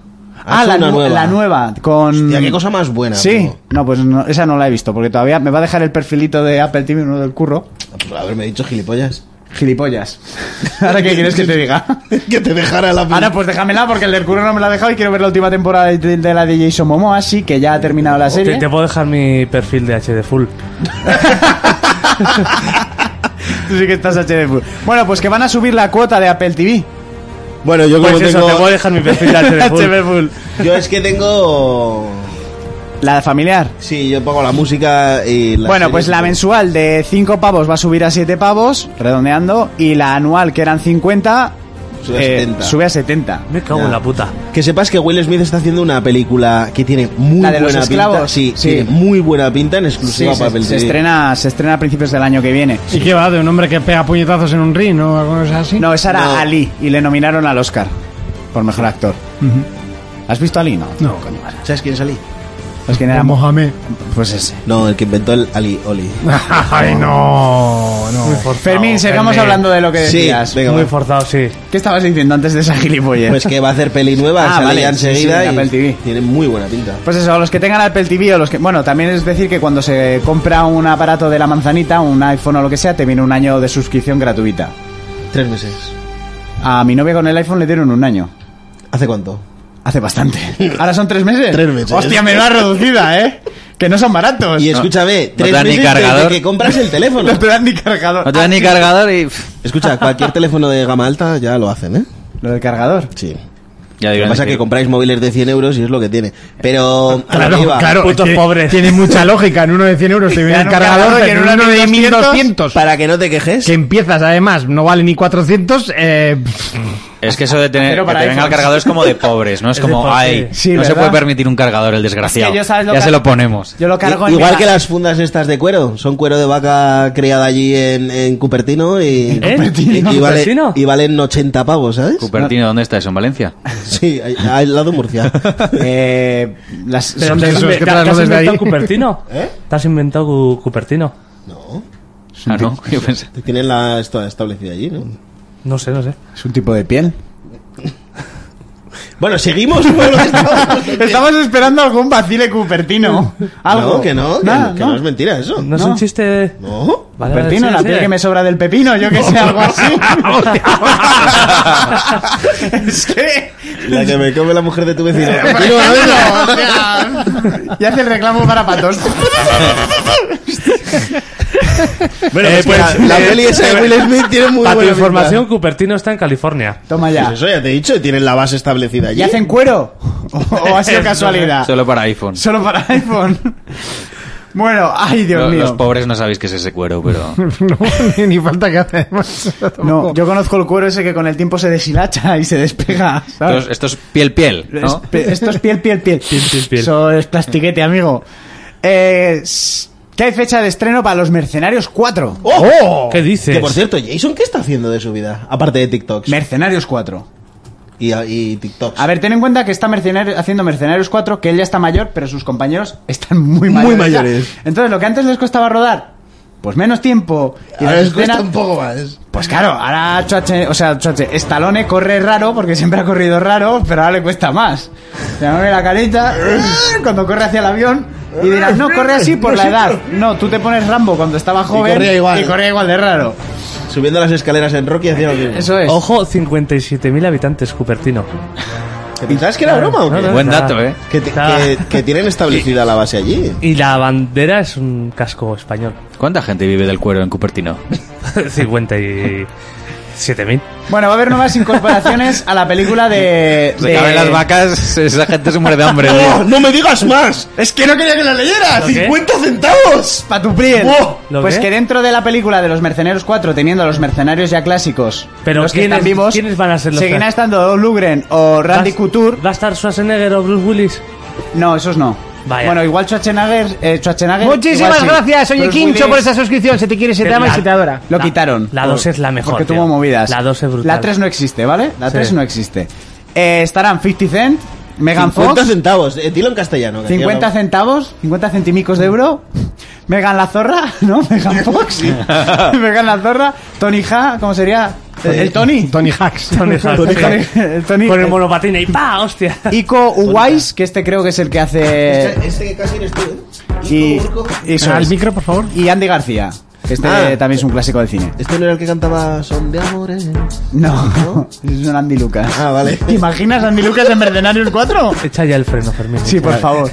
Speaker 4: Ah,
Speaker 6: Haz
Speaker 4: la,
Speaker 6: una
Speaker 4: nu- la nueva. Con...
Speaker 6: Hostia, qué cosa más buena.
Speaker 4: Sí,
Speaker 6: tío.
Speaker 4: no, pues no, esa no la he visto, porque todavía me va a dejar el perfilito de Apple TV, uno del curro.
Speaker 6: Por haberme dicho gilipollas.
Speaker 4: Gilipollas. ¿Ahora qué quieres que te diga?
Speaker 6: que te dejara la
Speaker 4: Ahora pues déjamela porque el del curro no me la ha dejado y quiero ver la última temporada de, de la de Jason Momoa, así que ya ha terminado
Speaker 6: Oh,
Speaker 4: la
Speaker 10: Te,
Speaker 4: serie.
Speaker 10: te puedo dejar mi perfil de HD Full.
Speaker 4: Tú sí que estás HD full. Bueno, pues que van a subir la cuota de Apple TV.
Speaker 6: Bueno, yo como
Speaker 10: Pues eso,
Speaker 6: tengo...
Speaker 10: te puedo dejar mi perfil de HD Full.
Speaker 4: HD full.
Speaker 6: Yo es que tengo...
Speaker 4: La familiar.
Speaker 6: Sí, yo pongo la música y la
Speaker 4: bueno,
Speaker 6: serie
Speaker 4: pues
Speaker 6: y
Speaker 4: la
Speaker 6: todo.
Speaker 4: mensual de 5 pavos va a subir a 7 pavos, redondeando, y la anual que eran 50
Speaker 6: Sube a 70.
Speaker 4: eh, sube a 70.
Speaker 10: Me cago en la puta.
Speaker 6: Que sepas que Will Smith está haciendo una película que tiene muy
Speaker 4: La de los
Speaker 6: buena pinta.
Speaker 4: esclavos.
Speaker 6: Sí,
Speaker 4: Sí.
Speaker 6: tiene muy buena pinta en
Speaker 4: Sí,
Speaker 6: exclusiva para
Speaker 4: se,
Speaker 6: Apple
Speaker 4: se
Speaker 6: TV.
Speaker 4: estrena, se estrena a principios del año que viene.
Speaker 5: ¿Y qué va? ¿De un hombre que pega puñetazos en un ring o algo así?
Speaker 4: No, esa era
Speaker 6: No.
Speaker 4: Ali y le nominaron al Oscar por mejor actor. ¿Has visto a Ali? No.
Speaker 5: No.
Speaker 6: ¿Sabes quién salí?
Speaker 4: Es que
Speaker 5: Era
Speaker 4: era
Speaker 5: Mohamed.
Speaker 4: Pues ese.
Speaker 6: No, el que inventó el Ali Oli.
Speaker 5: Ay, no, no.
Speaker 4: Fermín, sigamos hablando de lo que
Speaker 6: Sí,
Speaker 4: decías.
Speaker 6: venga,
Speaker 10: Muy
Speaker 6: va.
Speaker 10: forzado, sí.
Speaker 4: ¿Qué estabas diciendo antes de esa gilipollez?
Speaker 6: Pues que va a hacer peli nueva,
Speaker 4: Ah,
Speaker 6: sale
Speaker 4: vale,
Speaker 6: ya
Speaker 4: sí, sí,
Speaker 6: enseguida
Speaker 4: en
Speaker 6: y
Speaker 4: Apple TV.
Speaker 6: tiene muy buena pinta.
Speaker 4: Pues eso, los que tengan Apple TV o los que... Bueno, también es decir que cuando se compra un aparato de la manzanita, un iPhone o lo que sea, te viene un año de suscripción gratuita.
Speaker 6: Tres meses.
Speaker 4: A mi novia con el iPhone le dieron un año.
Speaker 6: ¿Hace cuánto?
Speaker 4: Hace bastante. ¿Ahora son tres meses.
Speaker 6: Tres meses.
Speaker 4: Hostia, me da reducida, ¿eh? Que no son baratos.
Speaker 6: Y escúchame,
Speaker 8: te
Speaker 6: tres
Speaker 8: dan ni
Speaker 6: meses
Speaker 8: cargador.
Speaker 6: desde que Ah, compras el teléfono.
Speaker 4: No te dan ni cargador. Ah,
Speaker 8: No te da ni cargador y. pff,
Speaker 6: Escucha, cualquier teléfono de gama alta ya lo hacen, ¿eh?
Speaker 4: Lo del cargador.
Speaker 6: Sí.
Speaker 8: Ya
Speaker 6: Lo
Speaker 8: digo,
Speaker 6: que pasa es que compráis móviles de 100 euros y es lo que tiene. Pero... a lo que iba.
Speaker 10: Putos
Speaker 5: tiene,
Speaker 10: pobres.
Speaker 5: Tiene mucha lógica. En uno de 100 euros te viene
Speaker 4: En
Speaker 5: el
Speaker 4: un
Speaker 5: cargador,
Speaker 4: cargador y
Speaker 5: pero
Speaker 4: en
Speaker 5: en
Speaker 4: uno
Speaker 5: uno de
Speaker 4: de
Speaker 5: 1200.
Speaker 6: Para que no te quejes.
Speaker 5: Que empiezas, además, no vale ni 400. Eh,
Speaker 8: Es que eso de tener
Speaker 4: Pero
Speaker 8: que
Speaker 4: para
Speaker 8: te venga el
Speaker 4: iPhones.
Speaker 8: cargador es como de pobres, ¿no? Es,
Speaker 10: Es de
Speaker 8: como,
Speaker 10: pobres,
Speaker 8: ay,
Speaker 4: sí. Sí,
Speaker 8: no se
Speaker 4: ¿verdad?
Speaker 8: puede permitir un cargador el desgraciado.
Speaker 4: Es que yo, ¿sabes lo
Speaker 8: ya
Speaker 4: que-
Speaker 8: se lo ponemos.
Speaker 4: Yo lo cargo en mi
Speaker 6: Igual
Speaker 4: ba-
Speaker 6: que las fundas estas de cuero, son cuero de vaca criada allí en, en Cupertino y,
Speaker 10: ¿Eh?
Speaker 6: y- y, vale-
Speaker 10: ¿Cupertino?
Speaker 6: y valen 80 pavos, ¿sabes?
Speaker 8: Cupertino, ¿dónde está eso? ¿En Valencia?
Speaker 6: Sí, ahí- al lado de Murcia.
Speaker 4: Eh, las...
Speaker 10: Pero
Speaker 5: de
Speaker 10: te,
Speaker 5: esos que
Speaker 10: te-
Speaker 5: te las
Speaker 10: te has
Speaker 5: mueves de
Speaker 10: inventado
Speaker 5: ahí.
Speaker 10: Cupertino?
Speaker 6: ¿Eh?
Speaker 10: ¿Te has inventado Cu- Cupertino?
Speaker 8: Ah, no, yo pensé.
Speaker 6: Tienen la esto establecida allí, ¿no?
Speaker 10: No sé, no sé.
Speaker 4: Es un tipo de piel.
Speaker 6: Bueno, seguimos con lo que estábamos-
Speaker 4: Estamos esperando algún vacile cupertino. Algo
Speaker 6: No, que no, que,
Speaker 4: Nada,
Speaker 6: que no. es mentira eso.
Speaker 10: No, es un chiste.
Speaker 6: No.
Speaker 10: Vale, vale,
Speaker 4: Cupertino,
Speaker 10: sí,
Speaker 4: la
Speaker 10: sí.
Speaker 4: piel que me sobra del pepino, yo que sé, algo así. es que.
Speaker 6: La que me come la mujer de tu vecino.
Speaker 4: Y hace el reclamo para patos.
Speaker 6: Eh, pues, la peli esa de Will Smith tiene muy
Speaker 10: Para tu
Speaker 6: buena
Speaker 10: información, Cupertino está en California.
Speaker 4: Toma
Speaker 6: pinta.
Speaker 4: ya.
Speaker 6: Pues eso ya te he dicho, tienen la base establecida allí.
Speaker 4: ¿Y hacen cuero? ¿O, o ha sido casualidad?
Speaker 8: Solo para iPhone.
Speaker 4: Solo para iPhone. Bueno, ay, Dios
Speaker 8: Lo- los,
Speaker 4: mío.
Speaker 8: pobres no sabéis qué es ese cuero, pero.
Speaker 5: no, ni, ni falta que hace. además.
Speaker 4: No, yo conozco el cuero ese que con el tiempo se deshilacha y se despega. ¿sabes?
Speaker 8: Esto es, esto es piel, piel,
Speaker 4: Es
Speaker 8: ¿no?
Speaker 4: pe- Esto es piel, piel, piel.
Speaker 10: piel, piel.
Speaker 4: Eso es plastiquete, amigo. Eh, s- Que hay fecha de estreno para Los Mercenarios 4.
Speaker 6: ¡Oh!
Speaker 10: ¿Qué dices?
Speaker 6: Que por cierto, Jason, ¿qué está haciendo de su vida? Aparte de TikToks.
Speaker 4: Mercenarios 4.
Speaker 6: y, y TikToks.
Speaker 4: A ver, ten en cuenta que está mercenario, haciendo Mercenarios 4, que él ya está mayor, pero sus compañeros están muy mayores.
Speaker 6: Muy
Speaker 4: ya.
Speaker 6: mayores.
Speaker 4: Entonces, lo que antes les costaba rodar, pues menos tiempo. Y
Speaker 6: Ahora
Speaker 4: las
Speaker 6: les cuesta
Speaker 4: escenas-
Speaker 6: un poco más.
Speaker 4: Pues claro, ahora Schwarzenegger- o sea, Schwarzenegger- Stallone corre raro porque siempre ha corrido raro, pero ahora le cuesta más. Se mueve la carita cuando corre hacia el avión y dirás, no, corre así por la edad. No, tú te pones Rambo cuando estaba joven
Speaker 6: corría igual.
Speaker 4: y corría igual de raro.
Speaker 6: Subiendo las escaleras en Rocky haciendo lo mismo.
Speaker 4: Eso es.
Speaker 10: Ojo, 57.000 habitantes, Cupertino.
Speaker 6: ¿Te pensabas que era broma o qué?
Speaker 10: No, no,
Speaker 8: Buen
Speaker 10: está-
Speaker 8: dato, ¿eh?
Speaker 6: Que, te-
Speaker 10: está-
Speaker 6: que- que tienen establecida la base allí.
Speaker 10: Y la bandera es un casco español.
Speaker 8: ¿Cuánta gente vive del cuero en Cupertino?
Speaker 10: 57.000.
Speaker 4: Bueno, va a haber nuevas incorporaciones a la película de...
Speaker 8: Se
Speaker 4: de-
Speaker 8: caben Pues las vacas, esa gente se muere de hambre.
Speaker 6: ¡No! ¡No me digas más! ¡Es que no quería que la leyera!
Speaker 10: ¿Lo qué?
Speaker 6: ¡50 centavos!
Speaker 4: Pa' tu piel.
Speaker 6: ¡Wow!
Speaker 10: ¿Lo
Speaker 4: Pues
Speaker 10: qué?
Speaker 4: que dentro de la película de los Mercenarios 4, teniendo a los mercenarios ya clásicos,
Speaker 10: Pero
Speaker 4: los que
Speaker 10: ¿quiénes-
Speaker 4: están vivos,
Speaker 10: quiénes van a ser los
Speaker 4: seguirá
Speaker 10: clásicos?
Speaker 4: estando Dolph Lundgren o Randy
Speaker 10: ¿Va-
Speaker 4: Couture.
Speaker 10: ¿Va a estar Schwarzenegger o Bruce Willis?
Speaker 4: No, esos no.
Speaker 10: Vaya.
Speaker 4: Bueno, igual Schwarzenegger. eh, Schwarzenegger igual
Speaker 5: Muchísimas
Speaker 4: sí.
Speaker 5: gracias, oye
Speaker 4: Bruce
Speaker 10: Pues
Speaker 5: Quincho,
Speaker 4: Willis
Speaker 5: por esa suscripción. Se te quiere, se te ama y
Speaker 10: La-
Speaker 5: se te adora.
Speaker 4: Lo
Speaker 10: La-
Speaker 4: quitaron.
Speaker 10: la
Speaker 4: Por-
Speaker 10: dos es la mejor,
Speaker 4: Porque
Speaker 10: tío.
Speaker 4: tuvo movidas.
Speaker 10: La dos es brutal.
Speaker 4: La 3 no existe, ¿vale? La
Speaker 10: Sí.
Speaker 4: 3 no existe. Eh, estarán 50 Cent, Megan
Speaker 6: 50
Speaker 4: Fox,
Speaker 6: centavos. Eh, dilo en castellano. que
Speaker 4: 50
Speaker 6: aquí
Speaker 4: centavos, 50 centimicos de euro. Megan la zorra, ¿no? Megan Fox. Megan la zorra. Tony Ha, ¿cómo sería? El, el Tony.
Speaker 15: Tony Hacks.
Speaker 10: Tony Hawk.
Speaker 4: el Tony.
Speaker 10: Con el monopatín y ¡pa! ¡Hostia!
Speaker 4: Ico Uwais, que este creo que es el que hace.
Speaker 6: hablamos. Este que casi eres tú.
Speaker 4: Y, eso
Speaker 10: Ah,
Speaker 15: Al
Speaker 4: es.
Speaker 15: micro, por favor.
Speaker 4: y Andy García, que este
Speaker 6: Ah.
Speaker 4: también es un clásico del cine.
Speaker 6: Este no era el que cantaba Son de Amores.
Speaker 4: No, es un Andy Lucas.
Speaker 6: Ah, vale.
Speaker 4: ¿Te imaginas Andy Lucas en Mercenarios 4?
Speaker 10: Echa ya el freno, Fermín.
Speaker 4: Sí, por favor.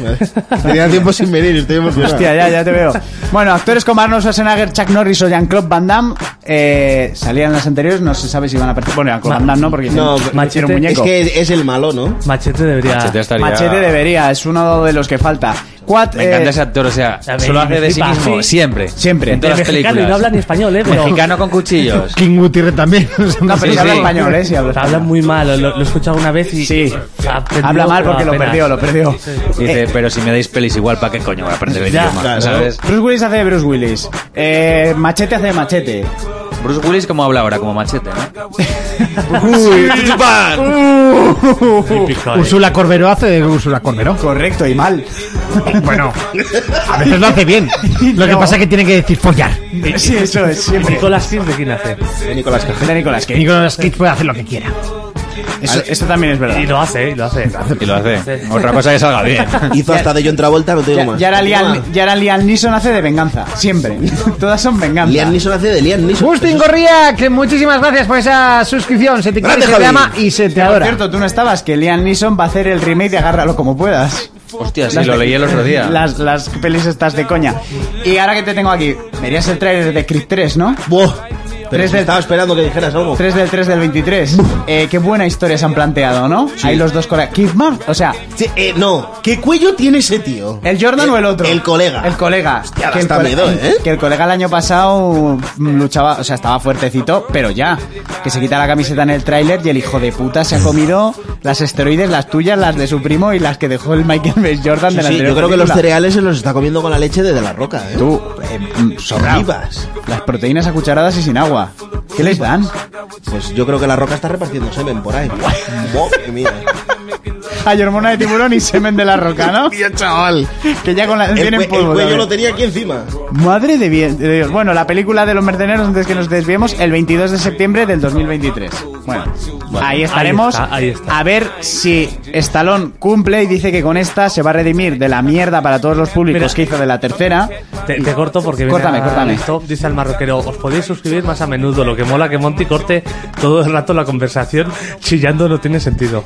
Speaker 6: Tenía tiempo sin venir, estoy emocionado.
Speaker 4: Hostia, ya, ya te veo. Bueno, actores como Arnold Schwarzenegger, Chuck Norris o Jean-Claude Van Damme eh, salían en las anteriores, no se sabe si van a participar. Bueno, Jean-Claude Van Damme no, porque
Speaker 6: No,
Speaker 4: hicieron-
Speaker 10: machete.
Speaker 4: hicieron
Speaker 6: Es
Speaker 4: muñeco.
Speaker 6: que es el malo, ¿no?
Speaker 10: Machete debería...
Speaker 8: Machete estaría-
Speaker 4: Machete debería, es uno de los que falta. Quat,
Speaker 8: Me encanta
Speaker 4: eh,
Speaker 8: ese actor, o sea,
Speaker 10: a mí
Speaker 8: solo hace de sí
Speaker 10: flipa,
Speaker 8: mismo,
Speaker 10: sí.
Speaker 8: siempre.
Speaker 4: Siempre.
Speaker 8: En
Speaker 10: Es
Speaker 8: todas las
Speaker 10: mexicano y
Speaker 8: películas.
Speaker 10: no habla ni español, ¿eh? Pero...
Speaker 8: Mexicano con cuchillos.
Speaker 15: King Gutiérrez también.
Speaker 4: no, pero
Speaker 8: Sí,
Speaker 4: se habla
Speaker 8: sí.
Speaker 4: español, ¿eh? Si habla español.
Speaker 10: Habla muy mal, lo, lo he escuchado una vez y...
Speaker 4: Sí.
Speaker 10: Aprendió,
Speaker 4: Habla mal
Speaker 10: pero
Speaker 4: porque lo
Speaker 10: apenas.
Speaker 4: perdió, lo perdió. Eh,
Speaker 5: Eh.
Speaker 8: Dice, pero si me dais pelis igual, ¿para qué coño voy a aprender el
Speaker 10: Ya,
Speaker 8: idioma?
Speaker 6: claro.
Speaker 8: ¿Sabes?
Speaker 4: Bruce Willis hace de Bruce Willis. Eh, machete hace de machete.
Speaker 8: Bruce Willis, ¿cómo habla ahora? Como machete, ¿no?
Speaker 10: Típico, ¿eh?
Speaker 15: Úrsula Corberó hace de Úrsula Corberó.
Speaker 4: Correcto y mal.
Speaker 15: Bueno, a veces lo hace bien. Lo que pasa es que tiene que decir follar.
Speaker 4: Sí, eso es, siempre.
Speaker 10: Nicolas Cage de quién hace.
Speaker 6: Nicolás Cajal.
Speaker 4: De Nicolas
Speaker 15: Que
Speaker 4: Cage.
Speaker 15: Nicolas Cage puede hacer lo que quiera.
Speaker 4: Eso, eso también es verdad.
Speaker 10: Y lo hace, ¿eh? y lo hace.
Speaker 8: Y lo hace. Otra cosa que salga bien.
Speaker 6: Hizo hasta de John Travolta, no te digo
Speaker 4: Ya-
Speaker 6: más.
Speaker 4: Yara Liam, Yara Liam Neeson hace de venganza. Siempre. Todas son venganza.
Speaker 6: Liam Neeson hace de Liam Neeson.
Speaker 5: Justin Gorría, que muchísimas gracias por esa suscripción. Se te quiere,
Speaker 6: Grande,
Speaker 5: se te
Speaker 6: Javi.
Speaker 5: ama y se te
Speaker 4: Por
Speaker 5: adora.
Speaker 4: cierto, tú no estabas, que Liam Neeson va a hacer el remake de Agárralo como puedas.
Speaker 8: Hostia, sí, lo leí el otro día.
Speaker 4: Las, las pelis estas de coña. Y ahora que te tengo aquí, verías el trailer de Creed 3, ¿no?
Speaker 6: Buah. Pero
Speaker 4: Tres
Speaker 6: si
Speaker 4: del-
Speaker 6: estaba esperando que dijeras algo.
Speaker 4: 3 del 3 del 23. Eh, qué buena historia se han planteado, ¿no? Hay los dos colegas. Kidman, o sea,
Speaker 6: Sí, eh, no, ¿qué cuello tiene ese tío?
Speaker 4: ¿El Jordan o el otro?
Speaker 6: El colega.
Speaker 4: El colega.
Speaker 6: Hostia,
Speaker 4: el
Speaker 6: está
Speaker 4: cole-
Speaker 6: miedo, ¿eh?
Speaker 4: que el colega el año pasado mm, luchaba, o sea, estaba fuertecito, pero ya. Que se quita la camiseta en el tráiler y el hijo de puta se ha comido las esteroides, las tuyas, las de su primo y las que dejó el Michael B. Jordan
Speaker 6: Sí,
Speaker 4: de la
Speaker 6: sí,
Speaker 4: anterior
Speaker 6: yo creo que los
Speaker 4: película.
Speaker 6: cereales se los está comiendo con la leche de, De la roca, ¿eh?
Speaker 4: Tú, eh, mm, sobrao.
Speaker 6: Vivas.
Speaker 4: Las proteínas a cucharadas y sin agua. ¿Qué les dan?
Speaker 6: Pues yo creo que la roca está repartiendo semen por ahí. Madre mía.
Speaker 4: Hay hormona de tiburón y semen de la roca, ¿no? chaval. Que ya con la...
Speaker 6: El,
Speaker 4: tienen
Speaker 6: cue- el
Speaker 4: polvo,
Speaker 6: cuello
Speaker 4: ¿sabes?
Speaker 6: lo tenía aquí encima.
Speaker 4: Madre de, bien- de Dios. Bueno, la película de los mercenarios, antes que nos desviemos, el 22 de septiembre del 2023. Bueno, ahí estaremos.
Speaker 10: Ahí está, ahí está.
Speaker 4: A ver si Stallone cumple y dice que con esta se va a redimir de la mierda para todos los públicos
Speaker 10: Mira.
Speaker 4: que hizo de la tercera.
Speaker 10: Te, te corto porque viene
Speaker 4: Córtame,
Speaker 10: a-
Speaker 4: córtame.
Speaker 10: Stop, dice al marroquero, os podéis suscribir más a menudo, lo que mola que Monty corte todo el rato la conversación chillando no tiene sentido.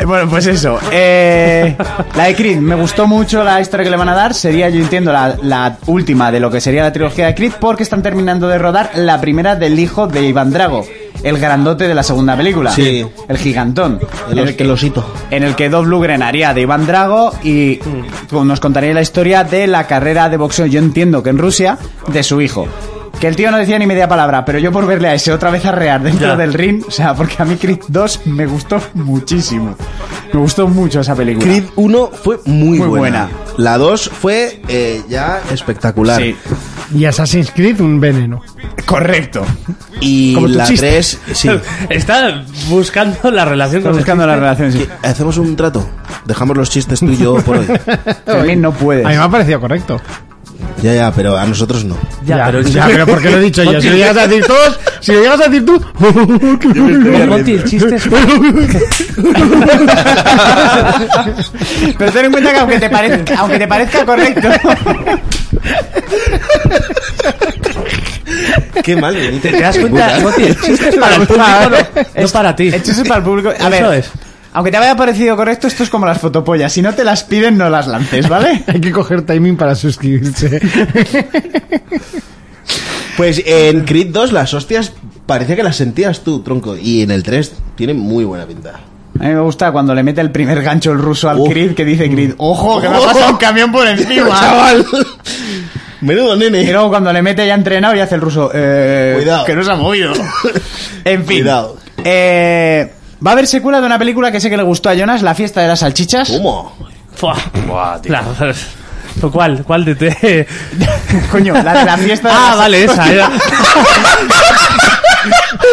Speaker 4: Eh, Bueno, pues eso. Eh, la de Creed, me gustó mucho la historia que le van a dar. Sería, yo entiendo, la, la última de lo que sería la trilogía de Creed, porque están terminando de rodar la primera del hijo de Iván Drago, el grandote de la segunda película.
Speaker 6: Sí.
Speaker 4: El gigantón.
Speaker 6: El,
Speaker 4: En el
Speaker 6: os-
Speaker 4: que-
Speaker 6: el osito.
Speaker 4: en el que Dolph Lundgren haría de Iván Drago y
Speaker 3: Mm.
Speaker 4: nos contaría la historia de la carrera de boxeo, yo entiendo que en Rusia, de su hijo. Que el tío no decía ni media palabra, pero yo por verle a ese otra vez arrear dentro
Speaker 10: Ya.
Speaker 4: del ring, o sea, porque a mí Creed 2 me gustó muchísimo.
Speaker 5: Me gustó mucho esa película.
Speaker 6: Creed 1 fue muy,
Speaker 5: Muy
Speaker 6: buena.
Speaker 5: buena.
Speaker 6: La 2 fue eh, ya espectacular.
Speaker 5: Sí.
Speaker 3: Y Assassin's Creed, un veneno.
Speaker 5: Correcto.
Speaker 6: Y
Speaker 3: Como tu
Speaker 6: la
Speaker 3: chiste.
Speaker 6: 3, sí.
Speaker 10: Está buscando la relación
Speaker 5: Estoy
Speaker 10: con
Speaker 5: buscando la relación, sí.
Speaker 6: ¿Qué- Hacemos un trato. Dejamos los chistes tú y yo por hoy.
Speaker 5: Fermín no puedes.
Speaker 3: A mí me ha parecido correcto.
Speaker 6: Ya, ya, pero a nosotros no.
Speaker 10: Ya, pero,
Speaker 3: ya, pero ¿por qué lo he dicho yo? Si lo llegas a decir todos, si lo llegas a decir tú.
Speaker 10: Monty, el chiste es-
Speaker 5: Pero ten en cuenta que aunque te parezca, aunque te parezca correcto,
Speaker 6: Qué mal, Benito.
Speaker 10: ¿Te das cuenta, Monty? El chiste es para el público, no, no para ti.
Speaker 5: el chiste es para el público. A
Speaker 10: Eso
Speaker 5: ver,
Speaker 10: es.
Speaker 5: aunque te haya parecido correcto, esto es como las fotopollas. Si no te las piden, no las lances, ¿vale?
Speaker 3: Hay que coger timing para suscribirse.
Speaker 6: Pues en Creed 2 las hostias parecía que las sentías tú, tronco. Y en el 3 tiene muy buena pinta.
Speaker 5: A mí me gusta cuando le mete el primer gancho el ruso al
Speaker 6: Uh.
Speaker 5: Creed que dice Creed, ojo, que me ha pasado un camión por encima.
Speaker 6: ¡Chaval! Menudo nene.
Speaker 5: Y luego cuando le mete ya entrenado y hace el ruso, eh,
Speaker 6: Cuidado.
Speaker 5: que no se ha movido. en fin.
Speaker 6: Cuidado.
Speaker 5: Eh, va a haber secuela de una película que sé que le gustó a Jonas, La fiesta de las salchichas.
Speaker 10: Oh.
Speaker 6: ¿Cómo?
Speaker 10: Fua. La- ¿Cuál? ¿Cuál de te?
Speaker 5: Coño, la de la fiesta de
Speaker 10: Ah,
Speaker 5: las-
Speaker 10: vale, esa era.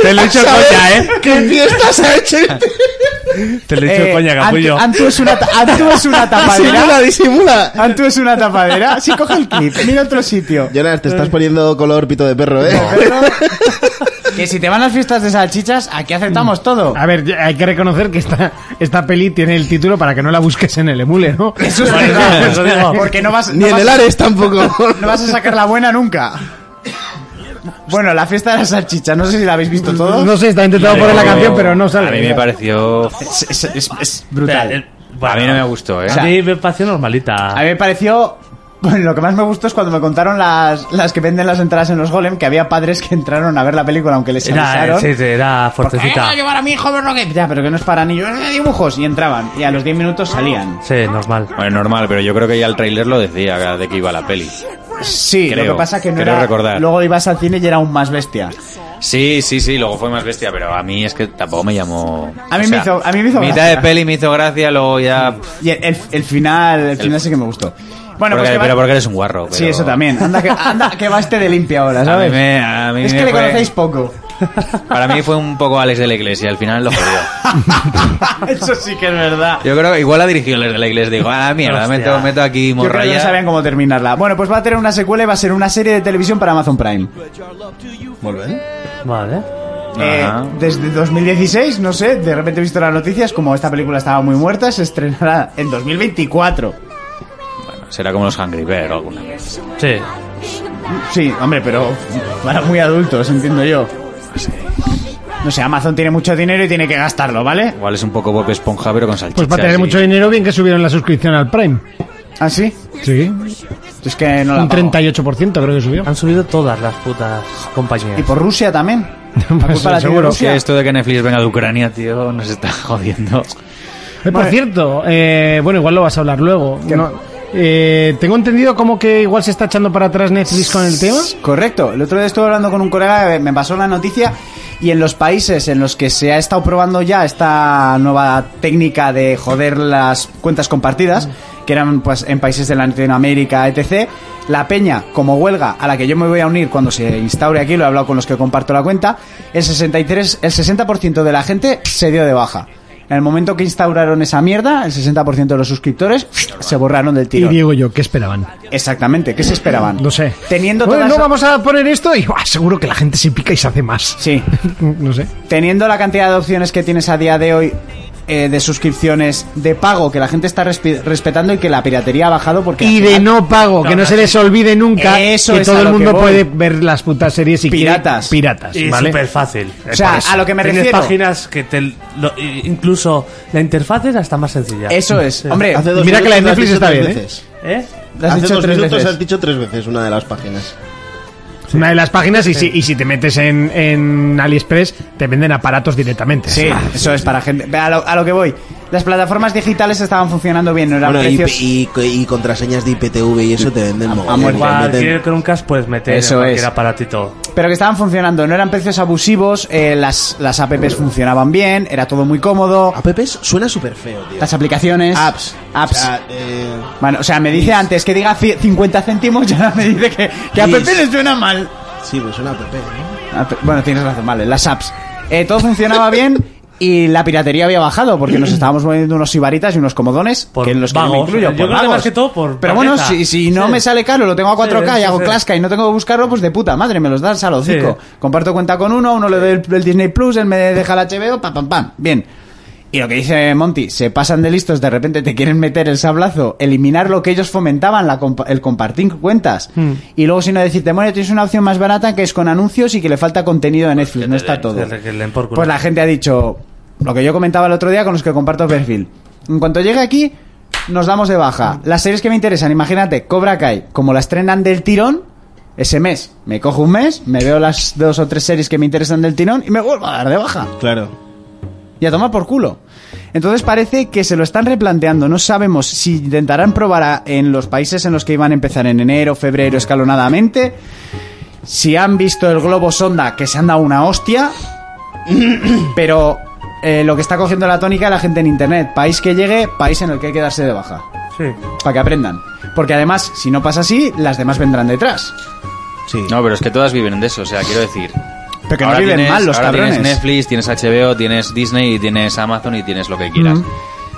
Speaker 10: Te lo he hecho
Speaker 6: ¿Sabes
Speaker 10: coña, eh.
Speaker 6: ¿Qué fiestas ha hecho este?
Speaker 10: Te lo he hecho
Speaker 5: Eh,
Speaker 10: coña, capullo.
Speaker 5: Antu, Antu es una, ta- Antu es una
Speaker 6: Disimula,
Speaker 5: tapadera.
Speaker 6: disimula.
Speaker 5: Antu es una tapadera. Sí, coge el clip, mira otro sitio.
Speaker 6: Jonas, te estás poniendo color pito de perro, ¿eh?
Speaker 5: Que si te van las fiestas de salchichas, aquí aceptamos todo.
Speaker 3: A ver, ya- hay que reconocer que esta, esta peli tiene el título para que no la busques en el emule, ¿no?
Speaker 5: Eso es
Speaker 10: Vale,
Speaker 5: verdad,
Speaker 10: eso digo.
Speaker 5: Porque no vas,
Speaker 6: Ni
Speaker 5: no
Speaker 6: en
Speaker 5: vas-
Speaker 6: el Ares tampoco.
Speaker 5: no vas a sacar la buena nunca. Bueno, la fiesta de las salchichas, no sé si la habéis visto todos.
Speaker 3: No sé, está intentado poner la canción, pero no sale.
Speaker 8: A mí me pareció.
Speaker 5: Es, es- es- es
Speaker 10: Espera,
Speaker 5: brutal.
Speaker 10: el- bueno,
Speaker 8: a mí no me gustó, ¿eh?
Speaker 10: a mí me pareció normalita.
Speaker 5: A mí me pareció. Bueno, lo que más me gustó es cuando me contaron las, las que venden las entradas en los Golem que había padres que entraron a ver la película aunque les
Speaker 10: Era, eh,
Speaker 5: avisaron.
Speaker 10: sí, sí, era fuertecita.
Speaker 3: eh,
Speaker 5: llevar Eh, a mi hijo a ver lo que-". Ya, pero que no es para niños. "Eh, dibujos. Y entraban. Y a los 10 minutos salían.
Speaker 10: Sí, normal.
Speaker 8: Bueno, normal, pero yo creo que ya el tráiler lo decía de que iba la peli.
Speaker 5: Sí, lo
Speaker 8: Creo,
Speaker 5: que pasa que no
Speaker 8: creo
Speaker 5: era...
Speaker 8: recordar.
Speaker 5: Luego ibas al cine y era aún más bestia.
Speaker 8: Sí, sí, sí, luego fue más bestia, pero a mí es que tampoco me llamó.
Speaker 5: A mí me hizo- a mí me hizo
Speaker 8: Mitad
Speaker 5: gracia.
Speaker 8: de peli me hizo gracia, luego ya. pff,
Speaker 5: Y el, el- el final, el final sí que me gustó. Bueno, pues
Speaker 8: porque-
Speaker 5: que va-
Speaker 8: pero porque eres un guarro.
Speaker 5: Sí,
Speaker 8: pero-
Speaker 5: eso también. Anda que, anda que va este de limpia ahora,
Speaker 8: A mí
Speaker 5: ¿sabes?
Speaker 8: me- a mí
Speaker 5: es que
Speaker 8: me
Speaker 5: le
Speaker 8: fue-
Speaker 5: conocéis poco.
Speaker 8: Para mí fue un poco Alex de la Iglesia, al final lo jodió.
Speaker 5: Eso sí que es verdad.
Speaker 8: Yo creo que igual ha dirigido Alex de la Iglesia, digo, ah, mierda,
Speaker 10: Hostia.
Speaker 8: meto, meto aquí
Speaker 5: Yo creo que no
Speaker 8: morralla.
Speaker 5: sabían cómo terminarla. Bueno, pues va a tener una secuela y va a ser una serie de televisión para Amazon Prime.
Speaker 10: Vale.
Speaker 5: Eh,
Speaker 8: Ajá.
Speaker 5: desde 2016, no sé, de repente he visto las noticias, como esta película estaba muy muerta, se estrenará en 2024.
Speaker 8: Será como los Hungry Bear o alguna vez.
Speaker 10: Sí.
Speaker 5: Sí, hombre, pero para muy adultos, entiendo yo. No sé, Amazon tiene mucho dinero y tiene que gastarlo, ¿vale?
Speaker 8: Igual es un poco Bob Esponja, pero con salchichas.
Speaker 3: Pues para tener
Speaker 8: y-
Speaker 3: mucho dinero, bien que subieron la suscripción al Prime.
Speaker 5: ¿Ah, sí?
Speaker 3: Sí,
Speaker 5: Es que no la
Speaker 3: un
Speaker 5: pago.
Speaker 3: 38% creo que subió.
Speaker 10: Han subido todas las putas
Speaker 5: Y
Speaker 10: compañías.
Speaker 5: por Rusia también.
Speaker 3: Pues
Speaker 5: culpa la tiene
Speaker 3: seguro.
Speaker 5: Rusia.
Speaker 8: Que esto de que Netflix venga de Ucrania, tío, nos está jodiendo.
Speaker 3: Eh, por
Speaker 5: Vale.
Speaker 3: cierto, eh, bueno, igual lo vas a hablar luego. No, eh, tengo entendido como que igual se está echando para atrás Netflix con el tema.
Speaker 5: Correcto. El otro día estuve hablando con un colega que me pasó la noticia y en los países en los que se ha estado probando ya esta nueva técnica de joder las cuentas compartidas,
Speaker 3: Mm.
Speaker 5: que eran pues en países de Latinoamérica, etc., la peña, como huelga a la que yo me voy a unir cuando se instaure aquí, lo he hablado con los que comparto la cuenta, el 63, el 60% de la gente se dio de baja. En el momento que instauraron esa mierda, el 60% de los suscriptores se borraron del
Speaker 3: Y
Speaker 5: tiro.
Speaker 3: Diego y yo, ¿qué esperaban?
Speaker 5: Exactamente, ¿qué se esperaban?
Speaker 3: No sé.
Speaker 5: Teniendo
Speaker 3: Bueno,
Speaker 5: todas
Speaker 3: no vamos a poner esto y ¡buah! seguro que la gente se pica y se hace más.
Speaker 5: Sí,
Speaker 3: No sé.
Speaker 5: teniendo la cantidad de opciones que tienes a día de hoy eh, de suscripciones de pago que la gente está respi- respetando y que la piratería ha bajado porque
Speaker 3: Y
Speaker 5: al
Speaker 3: de
Speaker 5: final,
Speaker 3: no pago, que no se les olvide nunca
Speaker 5: Eso
Speaker 3: que
Speaker 5: es
Speaker 3: todo
Speaker 5: a
Speaker 3: el
Speaker 5: lo que
Speaker 3: mundo
Speaker 5: voy.
Speaker 3: puede ver las putas series y quiere
Speaker 5: Piratas.
Speaker 3: Piratas,
Speaker 10: Y
Speaker 3: ¿vale?
Speaker 10: súper fácil.
Speaker 5: O sea, a lo que me refiero.
Speaker 10: Tienes páginas que te... lo- i- incluso la interfaz es hasta más sencilla.
Speaker 5: Eso es, hombre,
Speaker 6: Hace dos
Speaker 3: Mira que la de
Speaker 6: minutos
Speaker 3: Netflix
Speaker 6: has dicho
Speaker 3: está
Speaker 6: tres
Speaker 3: bien, ¿eh?
Speaker 6: veces.
Speaker 10: ¿Eh?
Speaker 5: lo has
Speaker 6: Hace
Speaker 5: dicho
Speaker 6: dos
Speaker 5: tres
Speaker 6: minutos
Speaker 5: veces.
Speaker 6: has dicho tres veces una de las páginas.
Speaker 3: Una de las páginas y si, y si te metes en, en AliExpress te venden aparatos directamente.
Speaker 5: Sí, eso es para gente. ve A lo, a lo que voy. Las plataformas digitales estaban funcionando bien, no eran
Speaker 6: Bueno, y,
Speaker 5: precios.
Speaker 6: y- y contraseñas de IPTV y eso te venden mogollón.
Speaker 5: muerte.
Speaker 6: Te meten-
Speaker 10: Cualquier Chromecast puedes meter
Speaker 5: Eso
Speaker 10: en cualquier
Speaker 5: es.
Speaker 10: aparatito.
Speaker 4: pero que estaban funcionando. No eran precios abusivos, eh, las, las apps funcionaban bien, era todo muy cómodo.
Speaker 6: APPs suena súper feo, tío.
Speaker 4: Las aplicaciones.
Speaker 6: Apps.
Speaker 4: Apps.
Speaker 6: O sea, eh,
Speaker 4: bueno, o sea, me dice antes que diga ci- 50 céntimos, ya me dice que, que app
Speaker 6: Yes.
Speaker 4: le suena mal.
Speaker 6: sí, pues suena app, ¿no?
Speaker 4: App- Ah, Bueno, tienes razón, vale, las apps. Eh, todo funcionaba bien y la piratería había bajado porque nos estábamos moviendo unos ibaritas y unos comodones
Speaker 10: Por
Speaker 4: que en los que yo me
Speaker 10: vagos.
Speaker 4: incluyo.
Speaker 10: Yo
Speaker 4: por
Speaker 10: creo que
Speaker 4: vagos.
Speaker 10: más que todo por
Speaker 4: Pero bueno,
Speaker 10: pereza.
Speaker 4: si, si no
Speaker 10: Sí.
Speaker 4: me sale caro, lo tengo a 4K
Speaker 10: Sí,
Speaker 4: y hago
Speaker 10: sí.
Speaker 4: clasca y no tengo que buscarlo, pues de puta madre, me los das a los
Speaker 10: Sí.
Speaker 4: cinco. Comparto cuenta con uno, uno le doy el, el Disney Plus, él me deja el HBO, pam, pam, pam. Bien. Y lo que dice Monty, se pasan de listos, de repente te quieren meter el sablazo, eliminar lo que ellos fomentaban, la compa- el compartir cuentas.
Speaker 10: Hmm.
Speaker 4: Y luego, si no decirte, bueno, tienes una opción más barata que es con anuncios y que le falta contenido de Netflix, no está todo.
Speaker 10: Desde Pues que le den por culo.
Speaker 4: Pues la gente ha dicho, lo que yo comentaba el otro día con los que comparto perfil. En cuanto llegue aquí, nos damos de baja. Las series que me interesan, imagínate, Cobra Kai, como la estrenan del tirón, ese mes, me cojo un mes, me veo las dos o tres series que me interesan del tirón y me vuelvo a dar de baja
Speaker 6: Claro.
Speaker 4: y a tomar por culo. Entonces parece que se lo están replanteando. No sabemos si intentarán probar a- en los países en los que iban a empezar en enero, febrero, escalonadamente. Si han visto el globo sonda, que se han dado una hostia. Pero eh, lo que está cogiendo la tónica es la gente en internet. País que llegue, país en el que hay que darse de baja.
Speaker 10: Sí.
Speaker 4: Para que aprendan. Porque además, si no pasa así, las demás vendrán detrás.
Speaker 6: Sí.
Speaker 8: No, pero es que todas viven de eso, o sea, quiero decir.
Speaker 4: Pero que no viven mal los
Speaker 8: ahora
Speaker 4: cabrones.
Speaker 8: tienes Netflix, tienes HBO, tienes Disney, y tienes Amazon y tienes lo que quieras.
Speaker 4: Ujú.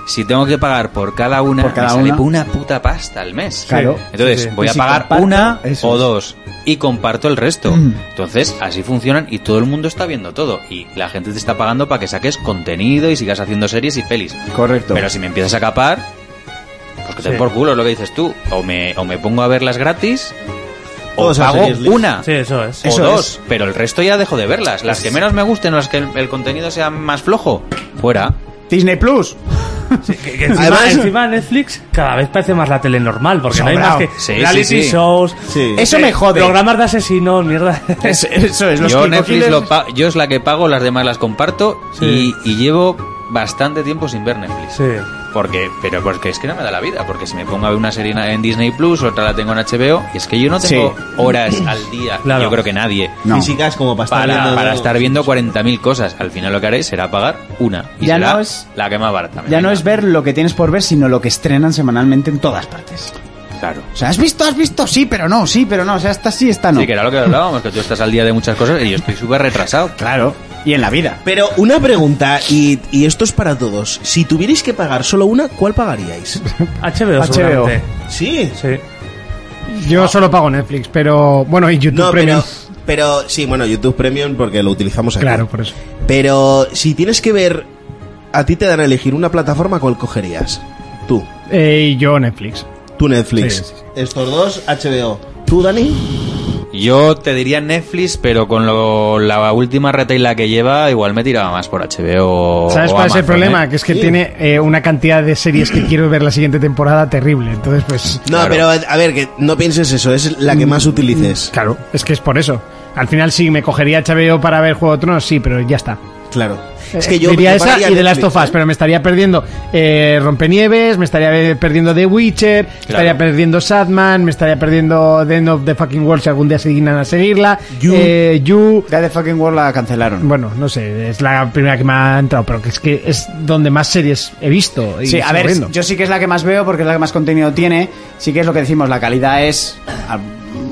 Speaker 8: Si tengo que pagar por cada una,
Speaker 4: Por cada
Speaker 8: me sale
Speaker 4: una.
Speaker 8: una puta pasta al mes.
Speaker 4: Claro.
Speaker 8: Entonces,
Speaker 10: Sí, sí.
Speaker 8: voy
Speaker 4: Y
Speaker 8: a
Speaker 4: si
Speaker 8: pagar
Speaker 4: comparto,
Speaker 8: una
Speaker 4: eso
Speaker 8: o
Speaker 4: es.
Speaker 8: dos y comparto el resto.
Speaker 4: Mm.
Speaker 8: Entonces, así funcionan y todo el mundo está viendo todo. Y la gente te está pagando para que saques contenido y sigas haciendo series y pelis.
Speaker 4: Correcto.
Speaker 8: Pero si me empiezas a capar, pues que te den por culo es lo que dices tú. O me, o me pongo a verlas gratis, o
Speaker 6: Todos a
Speaker 8: pago
Speaker 6: series, Liz.
Speaker 8: una
Speaker 10: Sí, eso es.
Speaker 8: o
Speaker 4: Eso
Speaker 8: dos,
Speaker 4: es.
Speaker 8: pero el resto ya dejo de verlas. Las que menos me gusten, las que el, el contenido sea más flojo, fuera.
Speaker 4: Disney Plus.
Speaker 10: Que- que encima,
Speaker 6: Además-
Speaker 10: encima Netflix cada vez parece más la tele normal, porque no hay más
Speaker 4: Sobrao.
Speaker 10: que
Speaker 8: Sí, sí,
Speaker 10: reality
Speaker 8: sí.
Speaker 10: shows,
Speaker 6: Sí.
Speaker 4: Eso me jode.
Speaker 10: programas de asesinos, mierda.
Speaker 4: Es- eso es, los
Speaker 8: yo Netflix
Speaker 4: psicoquiles-
Speaker 8: lo pa- yo es la que pago, las demás las comparto
Speaker 10: Sí.
Speaker 8: y, y llevo bastante tiempo sin ver Netflix.
Speaker 10: Sí.
Speaker 8: Porque, pero porque es que no me da la vida, porque si me pongo a ver una serie en- en Disney Plus, otra la tengo en HBO, y es que yo no tengo
Speaker 4: Sí.
Speaker 8: horas al día,
Speaker 10: Claro.
Speaker 8: yo creo que nadie,
Speaker 4: No.
Speaker 6: Físicas como para estar
Speaker 8: para,
Speaker 6: viendo-
Speaker 8: para estar viendo 40.000 cosas. Al final lo que haré será pagar una, y
Speaker 4: Ya
Speaker 8: será
Speaker 4: no es-
Speaker 8: la que más barata. me
Speaker 4: Ya no
Speaker 8: venga.
Speaker 4: es ver lo que tienes por ver, sino lo que estrenan semanalmente en todas partes.
Speaker 8: Claro.
Speaker 4: O sea, ¿has visto? ¿Has visto? Sí, pero no, sí, pero no. O sea, esta sí, esta no.
Speaker 8: Sí, que era lo que hablábamos, que tú estás al día de muchas cosas y yo estoy súper retrasado.
Speaker 4: Claro. Y en la vida.
Speaker 6: Pero una pregunta, y, y esto es para todos. Si tuvierais que pagar solo una, ¿cuál pagaríais?
Speaker 10: HBO, seguramente.
Speaker 6: Sí.
Speaker 10: Sí.
Speaker 5: Yo solo pago Netflix, pero bueno, y YouTube
Speaker 6: No,
Speaker 5: Premium.
Speaker 6: pero, pero sí, bueno, YouTube Premium porque lo utilizamos aquí.
Speaker 5: Claro, por eso.
Speaker 6: Pero si tienes que ver, a ti te dan a elegir una plataforma, ¿cuál cogerías? Tú,
Speaker 5: Eh, y yo Netflix.
Speaker 6: tú Netflix.
Speaker 5: Sí, sí, sí.
Speaker 6: Estos dos, HBO. ¿Tú, Dani?
Speaker 8: Yo te diría Netflix, pero con lo- la última retaila que lleva, igual me tiraba más por HBO.
Speaker 5: ¿Sabes
Speaker 8: o
Speaker 5: cuál es el
Speaker 8: Amazon,
Speaker 5: problema?
Speaker 8: ¿eh?
Speaker 5: Que es que
Speaker 6: Sí.
Speaker 5: tiene eh, una cantidad de series que quiero ver la siguiente temporada terrible. Entonces, pues.
Speaker 6: No,
Speaker 8: Claro.
Speaker 6: pero a ver, que no pienses eso, es la que más utilices.
Speaker 5: Claro, es que es por eso. Al final sí, me cogería HBO para ver Juego de Tronos, sí, pero ya está.
Speaker 6: Claro. Es que yo
Speaker 5: Diría
Speaker 6: yo
Speaker 5: esa
Speaker 6: pagaría
Speaker 5: y de las
Speaker 6: Netflix,
Speaker 5: tofas,
Speaker 6: ¿eh?
Speaker 5: pero me estaría perdiendo eh, Rompenieves, me estaría perdiendo The Witcher, estaría perdiendo Sadman, me estaría perdiendo The End of the Fucking World si algún día se dignan a seguirla.
Speaker 6: You.
Speaker 5: eh, You.
Speaker 4: Ya de fucking World la
Speaker 6: Mm,
Speaker 4: cancelaron.
Speaker 5: Bueno, no sé, es la primera que me ha entrado, pero que es que es donde más series he visto. y
Speaker 4: Sí, a
Speaker 5: sigo
Speaker 4: ver,
Speaker 5: viendo.
Speaker 4: yo sí que es la que más veo porque es la que más contenido tiene. Sí que es lo que decimos, la calidad es... ah,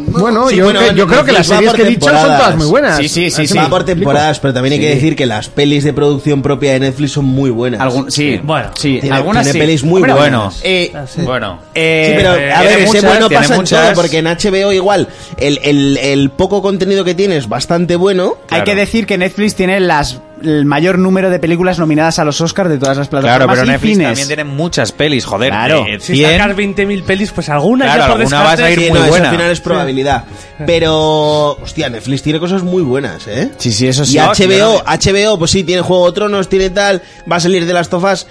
Speaker 5: Bueno,
Speaker 6: Sí,
Speaker 5: yo,
Speaker 6: bueno,
Speaker 5: que- yo
Speaker 6: Netflix
Speaker 5: creo que las
Speaker 6: va
Speaker 5: series
Speaker 6: por
Speaker 5: que he dicho son todas
Speaker 6: temporadas.
Speaker 5: muy buenas.
Speaker 4: Sí, sí, sí,
Speaker 5: Así
Speaker 4: sí.
Speaker 6: Va
Speaker 5: me
Speaker 6: por
Speaker 5: explico.
Speaker 6: temporadas, pero también hay que decir que las pelis de producción propia de Netflix son muy buenas.
Speaker 4: Algún, sí,
Speaker 10: Bueno.
Speaker 4: sí,
Speaker 6: Tiene-
Speaker 4: algunas
Speaker 6: tiene
Speaker 4: sí.
Speaker 6: pelis muy
Speaker 4: Hombre,
Speaker 6: buenas.
Speaker 4: eh,
Speaker 8: Bueno.
Speaker 4: eh,
Speaker 6: Ah, Sí, pero
Speaker 8: eh,
Speaker 6: a
Speaker 8: tiene
Speaker 6: ver, ese
Speaker 8: muchas,
Speaker 6: bueno
Speaker 8: tiene
Speaker 6: pasa en
Speaker 8: muchas.
Speaker 6: todo, porque en HBO igual el, el- el poco contenido que tiene es bastante bueno.
Speaker 4: Hay que decir que Netflix tiene las, el mayor número de películas nominadas a los Oscars de todas las plataformas.
Speaker 8: Claro, pero
Speaker 4: y
Speaker 8: Netflix
Speaker 4: cines.
Speaker 8: también tiene muchas pelis, joder.
Speaker 4: Claro.
Speaker 8: eh,
Speaker 10: Si
Speaker 8: 100.
Speaker 10: sacas 20.000 pelis, pues alguna
Speaker 8: Claro,
Speaker 10: ya por
Speaker 8: alguna
Speaker 10: descarte-
Speaker 8: vas a ir
Speaker 6: Sí,
Speaker 8: muy
Speaker 6: no, eso
Speaker 8: buena.
Speaker 6: al final es probabilidad. Pero, hostia, Netflix tiene cosas muy buenas, ¿eh?
Speaker 4: Sí, sí, eso sí.
Speaker 6: Y HBO, HBO, pues sí, tiene Juego de Tronos, tiene tal, va a salir de las tofas.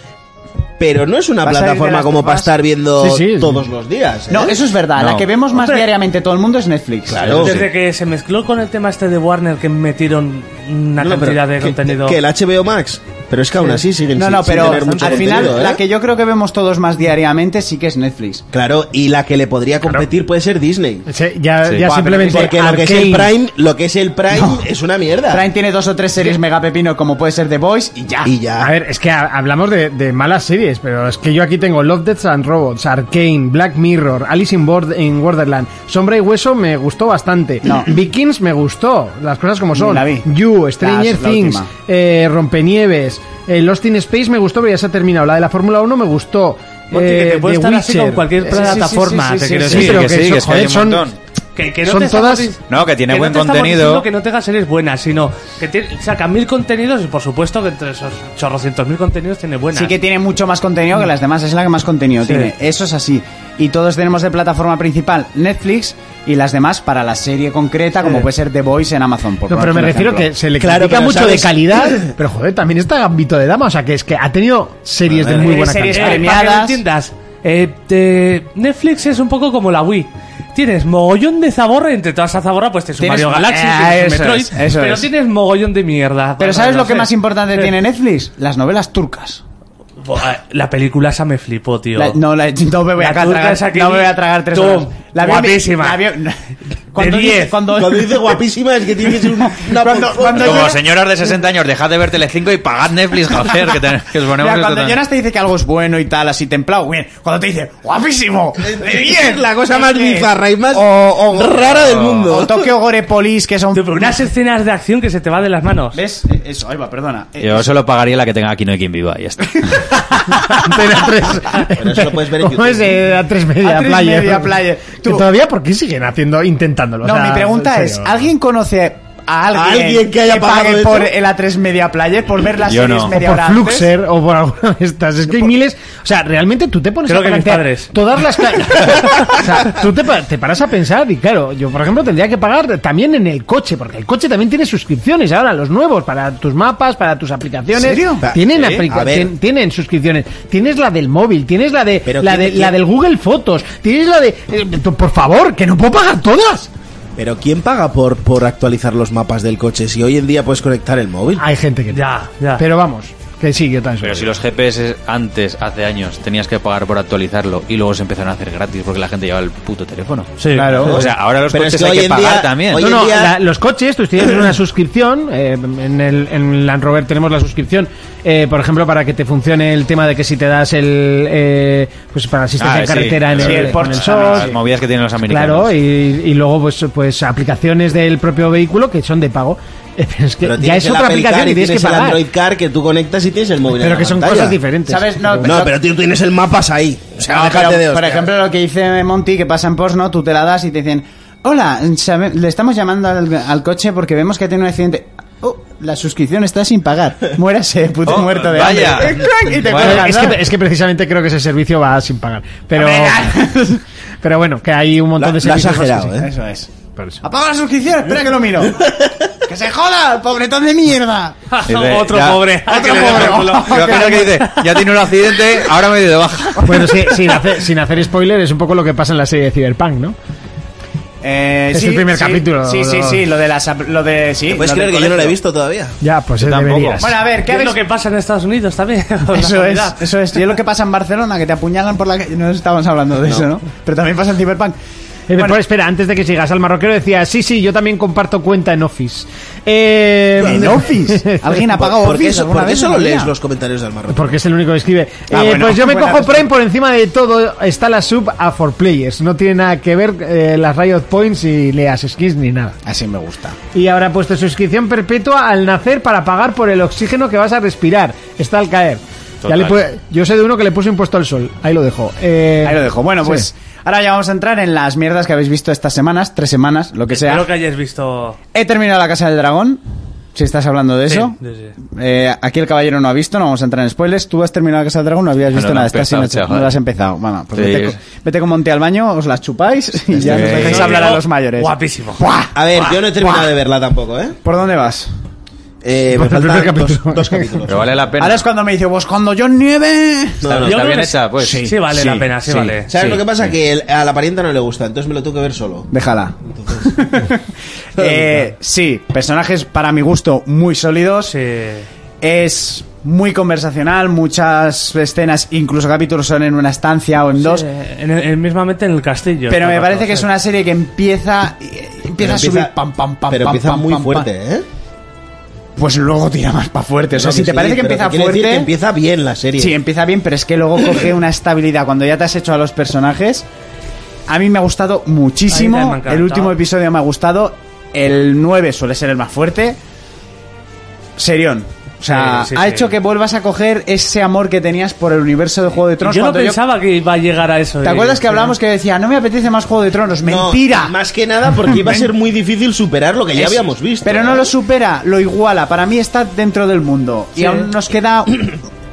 Speaker 6: Pero no es una
Speaker 4: Va a salir de
Speaker 6: plataforma
Speaker 4: Last
Speaker 6: como
Speaker 4: of
Speaker 6: para
Speaker 4: Us.
Speaker 6: estar viendo
Speaker 5: Sí, sí.
Speaker 6: todos los días. ¿eh?
Speaker 4: No, eso es verdad. La
Speaker 8: No.
Speaker 4: que vemos más diariamente todo el mundo es Netflix.
Speaker 6: Claro.
Speaker 10: Desde que se mezcló con el tema este de Warner que metieron una
Speaker 6: No, no, pero
Speaker 10: cantidad de
Speaker 6: que-
Speaker 10: contenido.
Speaker 6: Que, el HBO Max. Pero es que aún así siguen
Speaker 5: No,
Speaker 6: sin-
Speaker 5: no,
Speaker 6: sin
Speaker 5: pero
Speaker 6: tener mucho
Speaker 5: al final
Speaker 6: contenido, ¿eh?
Speaker 5: la que yo creo que vemos todos más diariamente sí que es Netflix.
Speaker 6: Claro, y la que le podría competir puede ser Disney.
Speaker 4: Sí, ya
Speaker 8: Sí.
Speaker 4: ya
Speaker 8: Buah,
Speaker 4: simplemente
Speaker 6: Porque lo que, es el
Speaker 4: Arcane.
Speaker 6: Prime, lo que es el Prime es una mierda.
Speaker 5: Prime tiene dos o tres series mega pepino como puede ser The Boys y ya.
Speaker 6: Y
Speaker 4: A
Speaker 6: ya.
Speaker 4: ver, es que ha- hablamos de, de malas series, pero es que yo aquí tengo Love, Death and Robots, Arcane, Black Mirror, Alice in, Bord in Borderland, Sombra y Hueso me gustó bastante, Vikings me gustó, las cosas como son,
Speaker 5: la vi.
Speaker 4: You, Stranger
Speaker 5: Las- la
Speaker 4: Things,
Speaker 5: última.
Speaker 4: eh, Rompenieves, eh, Lost in Space me gustó, pero ya se ha terminado, la de la Fórmula 1 me gustó.
Speaker 10: Porque
Speaker 4: eh,
Speaker 10: te puede
Speaker 4: The
Speaker 10: estar así
Speaker 4: Witcher.
Speaker 10: con cualquier
Speaker 4: Eh, sí, sí, sí,
Speaker 10: plataforma,
Speaker 4: sí,
Speaker 10: te
Speaker 4: sí,
Speaker 10: quiero
Speaker 4: sí,
Speaker 10: decir.
Speaker 4: pero
Speaker 8: que sí, que
Speaker 4: son-
Speaker 8: es que hay
Speaker 4: joder,
Speaker 8: un
Speaker 4: son-
Speaker 8: montón.
Speaker 10: Que, que no
Speaker 4: Son
Speaker 10: te estamos
Speaker 4: todas-
Speaker 10: dic-
Speaker 8: No, que tiene buen
Speaker 10: no te estamos
Speaker 8: contenido.
Speaker 10: diciendo que no tenga series buenas, sino que te- sacan mil contenidos y por supuesto que entre esos chorrocientos mil contenidos tiene buenas.
Speaker 5: Sí que tiene mucho más contenido que las demás, es la que más contenido tiene. Eso es así. Y todos tenemos de plataforma principal Netflix y las demás para la serie concreta, como puede ser The Boys en Amazon. Por
Speaker 4: No, pero
Speaker 5: poner
Speaker 4: me
Speaker 5: un
Speaker 4: refiero
Speaker 5: ejemplo.
Speaker 4: que se le
Speaker 6: Claro,
Speaker 4: critica
Speaker 6: pero
Speaker 4: mucho
Speaker 6: ¿sabes?
Speaker 4: de calidad, pero joder, también está Gambito de Dama, o sea que es que ha tenido series de muy buena
Speaker 5: Eh, series
Speaker 4: calidad.
Speaker 10: para que lo
Speaker 5: premiadas.
Speaker 10: entiendas, eh, te- Netflix es un poco como la Wii. Tienes mogollón de zaborra, entre toda esa zaborra pues tienes un
Speaker 5: Tienes-
Speaker 10: Mario Galaxy,
Speaker 5: Ah,
Speaker 10: tienes un
Speaker 5: eso
Speaker 10: Metroid,
Speaker 5: es, eso
Speaker 10: pero
Speaker 5: es.
Speaker 10: tienes mogollón de mierda.
Speaker 5: Pero
Speaker 10: Bueno,
Speaker 5: ¿sabes
Speaker 10: no
Speaker 5: lo que
Speaker 10: sé.
Speaker 5: más importante
Speaker 10: Eh,
Speaker 5: tiene Netflix? Las novelas turcas.
Speaker 10: buah, La película esa me flipó, tío.
Speaker 5: La- no, la- no me voy
Speaker 10: La
Speaker 5: a
Speaker 10: turca
Speaker 5: tragar,
Speaker 10: esa que
Speaker 5: no
Speaker 10: vi-
Speaker 5: me voy a tragar tres
Speaker 10: Tom,
Speaker 5: horas. vi- la
Speaker 10: guapísima.
Speaker 5: vi- cuando, dice,
Speaker 10: 10.
Speaker 5: cuando,
Speaker 6: Cuando dice guapísima es que tiene que ser una
Speaker 5: Cuando- cuando
Speaker 6: Como
Speaker 8: Como
Speaker 5: yo-
Speaker 6: se-
Speaker 8: señoras de 60 años, dejad de ver Telecinco y pagad Netflix, joder, que, te- que os ponemos
Speaker 5: Mira,
Speaker 8: esto
Speaker 5: cuando
Speaker 8: tan-
Speaker 5: Jonas te dice que algo es bueno y tal, así templado, bien. Cuando te dice, guapísimo, de 10,
Speaker 6: la cosa más
Speaker 5: Es que-
Speaker 6: bizarra y más
Speaker 5: o, o-
Speaker 6: rara del
Speaker 5: o
Speaker 6: mundo.
Speaker 5: Tokyo Gore Police, que son.
Speaker 10: Tío, pero unas escenas de acción que se te va de las manos.
Speaker 5: ¿Ves? Eso, ahí va, perdona. Eh,
Speaker 8: Yo solo pagaría la que tenga aquí no hay quien viva, y ya está.
Speaker 4: Antena tres.
Speaker 6: Pero eso lo puedes ver en
Speaker 4: ¿Cómo
Speaker 6: YouTube.
Speaker 4: es eh, a tres media
Speaker 5: A tres
Speaker 4: player?
Speaker 5: media player.
Speaker 4: Que
Speaker 5: Tú-
Speaker 4: todavía, ¿por qué siguen haciendo, intentándolo? O
Speaker 5: no,
Speaker 4: sea,
Speaker 5: mi pregunta
Speaker 4: en
Speaker 5: es:
Speaker 4: serio.
Speaker 5: ¿alguien conoce a alguien,
Speaker 6: alguien que haya pagado
Speaker 5: pague
Speaker 6: eso?
Speaker 5: por el A3 Media Player por ver las
Speaker 8: Yo
Speaker 5: series
Speaker 8: no.
Speaker 5: media
Speaker 4: por
Speaker 5: hora antes?
Speaker 4: Fluxer o por alguna de estas. Es que hay miles. O sea, realmente tú te pones
Speaker 10: Creo
Speaker 4: a
Speaker 10: que mis
Speaker 4: plantear
Speaker 10: padres.
Speaker 4: todas las. ca- o sea, tú te, pa- te paras a pensar y claro, yo por ejemplo tendría que pagar también en el coche, porque el coche también tiene suscripciones ahora, los nuevos, para tus mapas, para tus aplicaciones.
Speaker 6: ¿En serio?
Speaker 4: Tienen,
Speaker 6: Sí,
Speaker 4: aplica-
Speaker 6: a ver.
Speaker 4: tien- tienen suscripciones. Tienes la del móvil, tienes la de
Speaker 6: Pero
Speaker 4: la,
Speaker 6: ¿quién-
Speaker 4: de, la
Speaker 6: quién-
Speaker 4: del Google Fotos, tienes la de. eh, tú, por favor, que no puedo pagar todas.
Speaker 6: Pero ¿quién paga por, por actualizar los mapas del coche si hoy en día puedes conectar el móvil?
Speaker 4: Hay gente que.
Speaker 10: Ya, ya.
Speaker 4: Pero vamos, que sí, yo también. soy.
Speaker 8: Pero si los GPS antes, hace años, tenías que pagar por actualizarlo y luego se empezaron a hacer gratis porque la gente llevaba el puto teléfono.
Speaker 10: Sí.
Speaker 8: O sea, ahora los
Speaker 6: Pero es
Speaker 8: coches
Speaker 6: que hoy
Speaker 8: hay que
Speaker 6: en
Speaker 8: pagar
Speaker 6: día-
Speaker 8: también.
Speaker 6: hoy-
Speaker 4: No,
Speaker 6: en
Speaker 4: no,
Speaker 6: día-
Speaker 4: la- los coches, tú tienes una suscripción, eh, en, el, en Land Rover tenemos la suscripción, eh, por ejemplo, para que te funcione el tema de que si te das el, eh, pues para asistencia
Speaker 8: Ah,
Speaker 4: en
Speaker 8: sí,
Speaker 4: carretera en
Speaker 8: sí,
Speaker 4: el,
Speaker 8: el
Speaker 4: con el
Speaker 8: Porsche, Ah,
Speaker 4: sol,
Speaker 8: Las movidas que tienen los americanos.
Speaker 4: claro, y, y luego pues, pues aplicaciones del propio vehículo que son de pago, Eh, pero es que
Speaker 6: Pero
Speaker 4: ya
Speaker 6: tienes
Speaker 4: es
Speaker 6: el
Speaker 4: otra
Speaker 6: Apple
Speaker 4: aplicación
Speaker 6: Car
Speaker 4: y tienes que
Speaker 6: el
Speaker 4: pagar,
Speaker 6: Android Car que tú conectas y tienes el móvil. en
Speaker 4: pero
Speaker 6: la
Speaker 4: que son
Speaker 6: pantalla.
Speaker 4: cosas diferentes.
Speaker 5: ¿Sabes? No,
Speaker 6: No, pero tú tienes el mapas ahí. O sea,
Speaker 5: No,
Speaker 6: déjate
Speaker 5: pero,
Speaker 6: de
Speaker 5: por
Speaker 6: hostias.
Speaker 5: ejemplo, lo que dice Monty, que pasa en Posno, tú te la das y te dicen, hola, sabe- le estamos llamando al, al coche porque vemos que tiene un accidente. Oh, la suscripción está sin pagar.
Speaker 6: eh,
Speaker 5: Muérase, puto
Speaker 8: Oh,
Speaker 5: muerto de
Speaker 8: vaya.
Speaker 5: hambre. Y te
Speaker 8: Bueno,
Speaker 5: cuelgan,
Speaker 4: es, que,
Speaker 5: ¿sabes?
Speaker 4: es que precisamente creo que ese servicio va sin pagar, pero,
Speaker 5: Venga.
Speaker 4: pero bueno, que hay un montón
Speaker 6: La-
Speaker 4: de
Speaker 6: la ha
Speaker 4: servicios. más que
Speaker 6: exagerado,
Speaker 4: sí.
Speaker 6: ¿eh?
Speaker 5: Eso es. Apaga la suscripción, espera que lo miro. ¡Que se joda, pobretón de mierda!
Speaker 8: Dice,
Speaker 10: Otro
Speaker 8: ya-
Speaker 10: pobre.
Speaker 5: Otro
Speaker 10: Que le den por culo.
Speaker 8: Yo creo que dice, ya tiene un accidente, ahora me he ido de baja.
Speaker 4: Bueno, sí, sin, hacer, sin hacer spoiler, es un poco lo que pasa en la serie de Cyberpunk, ¿no?
Speaker 5: Eh,
Speaker 4: Es el primer capítulo.
Speaker 5: Sí, sí, sí, lo de las... ap- Lo de, sí,
Speaker 6: ¿Te puedes
Speaker 5: lo
Speaker 6: creer
Speaker 5: del
Speaker 6: que yo no lo he
Speaker 5: colegio.
Speaker 6: visto todavía?
Speaker 4: Ya, pues es
Speaker 8: tampoco.
Speaker 4: deberías.
Speaker 5: Bueno, a ver, ¿qué
Speaker 10: ¿Qué es
Speaker 5: habéis
Speaker 10: lo que pasa en Estados Unidos también? Con la
Speaker 5: Eso es,
Speaker 10: sanidad.
Speaker 5: eso es. Y es lo que pasa en Barcelona, que te apuñalan por la calle. No estábamos hablando de eso, ¿no? Pero también pasa en Cyberpunk.
Speaker 4: Eh,
Speaker 5: Bueno.
Speaker 4: pero espera, antes de que sigas, al marroquero decía, sí, sí, yo también comparto cuenta en Office. Eh,
Speaker 5: ¿En Office? ¿Alguien ha pagado
Speaker 6: ¿Por qué
Speaker 5: Office
Speaker 6: eso-
Speaker 5: alguna
Speaker 6: por qué
Speaker 5: vez
Speaker 6: solo
Speaker 5: en la
Speaker 6: lees
Speaker 5: vida?
Speaker 6: los comentarios del marrón?
Speaker 4: Porque es el único que escribe.
Speaker 5: Ah,
Speaker 4: Eh,
Speaker 5: bueno,
Speaker 4: pues yo me
Speaker 5: buena
Speaker 4: cojo
Speaker 5: respuesta.
Speaker 4: Prime por encima de todo. Está la sub a 4Players. No tiene nada que ver eh, las Riot Points y las skins ni nada.
Speaker 5: Así me gusta.
Speaker 4: Y ahora ha puesto suscripción perpetua al nacer para pagar por el oxígeno que vas a respirar. Está al caer. Ya
Speaker 8: Total.
Speaker 4: le pu- yo sé de uno que le puso impuesto al sol. Ahí lo dejo. Eh,
Speaker 5: Ahí lo dejo. Bueno,
Speaker 4: sí.
Speaker 5: pues ahora ya vamos a entrar en las mierdas que habéis visto estas semanas, tres semanas, lo
Speaker 8: Eh,
Speaker 5: que sea.
Speaker 10: Espero que hayáis visto.
Speaker 5: He terminado La Casa del Dragón, si estás hablando de
Speaker 10: Sí,
Speaker 5: eso.
Speaker 10: sí, sí.
Speaker 5: Eh, aquí el caballero no ha visto, no vamos a entrar en spoilers. Tú has terminado La Casa del Dragón, no habías
Speaker 8: Bueno,
Speaker 5: visto
Speaker 8: no
Speaker 5: nada,
Speaker 8: he
Speaker 5: estás sin
Speaker 8: empezado,
Speaker 5: hecho- no
Speaker 8: chaval.
Speaker 5: lo has empezado. Bueno, pues
Speaker 8: Sí.
Speaker 5: vete, con, vete con Monte al baño, os las chupáis y ya
Speaker 8: Sí.
Speaker 5: nos dejáis
Speaker 8: Sí.
Speaker 5: hablar a los mayores.
Speaker 10: Guapísimo.
Speaker 5: ¡Buah!
Speaker 6: A ver, yo no he terminado de verla tampoco, ¿eh?
Speaker 5: ¿Por dónde vas?
Speaker 6: Eh, me
Speaker 4: Por el primer
Speaker 6: faltan dos,
Speaker 4: capítulo.
Speaker 6: dos capítulos.
Speaker 8: Pero vale la pena.
Speaker 5: Ahora es cuando me dice, vos cuando yo nieve...
Speaker 6: No,
Speaker 8: Está-
Speaker 6: no,
Speaker 8: está
Speaker 10: creo
Speaker 8: bien
Speaker 10: que
Speaker 8: hecha,
Speaker 10: sí.
Speaker 8: pues.
Speaker 10: Sí, vale la pena, sí, vale.
Speaker 6: ¿Sabes
Speaker 8: Sí,
Speaker 6: lo que pasa? Que el- a la parienta no le gusta, entonces me lo tengo que ver solo.
Speaker 5: Déjala. Eh, sí, personajes para mi gusto muy sólidos.
Speaker 10: Sí.
Speaker 5: Es
Speaker 4: muy conversacional, muchas escenas, incluso capítulos son en una estancia o en dos.
Speaker 10: Sí, en el- en- mismamente en el castillo.
Speaker 4: Pero me
Speaker 10: Está
Speaker 4: parece
Speaker 10: roto,
Speaker 4: que es
Speaker 10: sí.
Speaker 4: una serie que eh, empieza empieza a subir pam pam pam
Speaker 6: Pero
Speaker 4: pam,
Speaker 6: empieza
Speaker 4: pam,
Speaker 6: muy
Speaker 4: pam, pam.
Speaker 6: fuerte, ¿eh?
Speaker 4: Pues luego tira más para fuerte, o sea,
Speaker 6: No,
Speaker 4: si te
Speaker 6: sí,
Speaker 4: parece que
Speaker 6: pero
Speaker 4: empieza
Speaker 6: quiere
Speaker 4: fuerte,
Speaker 6: decir que empieza bien la serie.
Speaker 4: sí, empieza bien, pero es que luego coge una estabilidad cuando ya te has hecho a los personajes. A mí me ha gustado
Speaker 10: A mí
Speaker 4: muchísimo,
Speaker 10: también me ha
Speaker 4: el último
Speaker 10: encantado.
Speaker 4: episodio me ha gustado, el 9 suele ser el más fuerte. Serión. O sea,
Speaker 10: Sí, sí,
Speaker 4: ha
Speaker 10: sí.
Speaker 4: hecho que vuelvas a coger ese amor que tenías por el universo de Juego de Tronos.
Speaker 10: Yo no
Speaker 4: cuando yo-
Speaker 10: pensaba que iba a llegar a eso.
Speaker 4: ¿Te
Speaker 10: eh,
Speaker 4: acuerdas que
Speaker 10: pero-
Speaker 4: hablábamos que decía, no me apetece más Juego de Tronos?
Speaker 6: No,
Speaker 4: ¡Mentira!
Speaker 6: más que nada porque iba a ser muy difícil superar lo que ya
Speaker 4: Es-
Speaker 6: habíamos visto.
Speaker 4: Pero no lo supera, lo iguala. Para mí está dentro del mundo. Y aún nos queda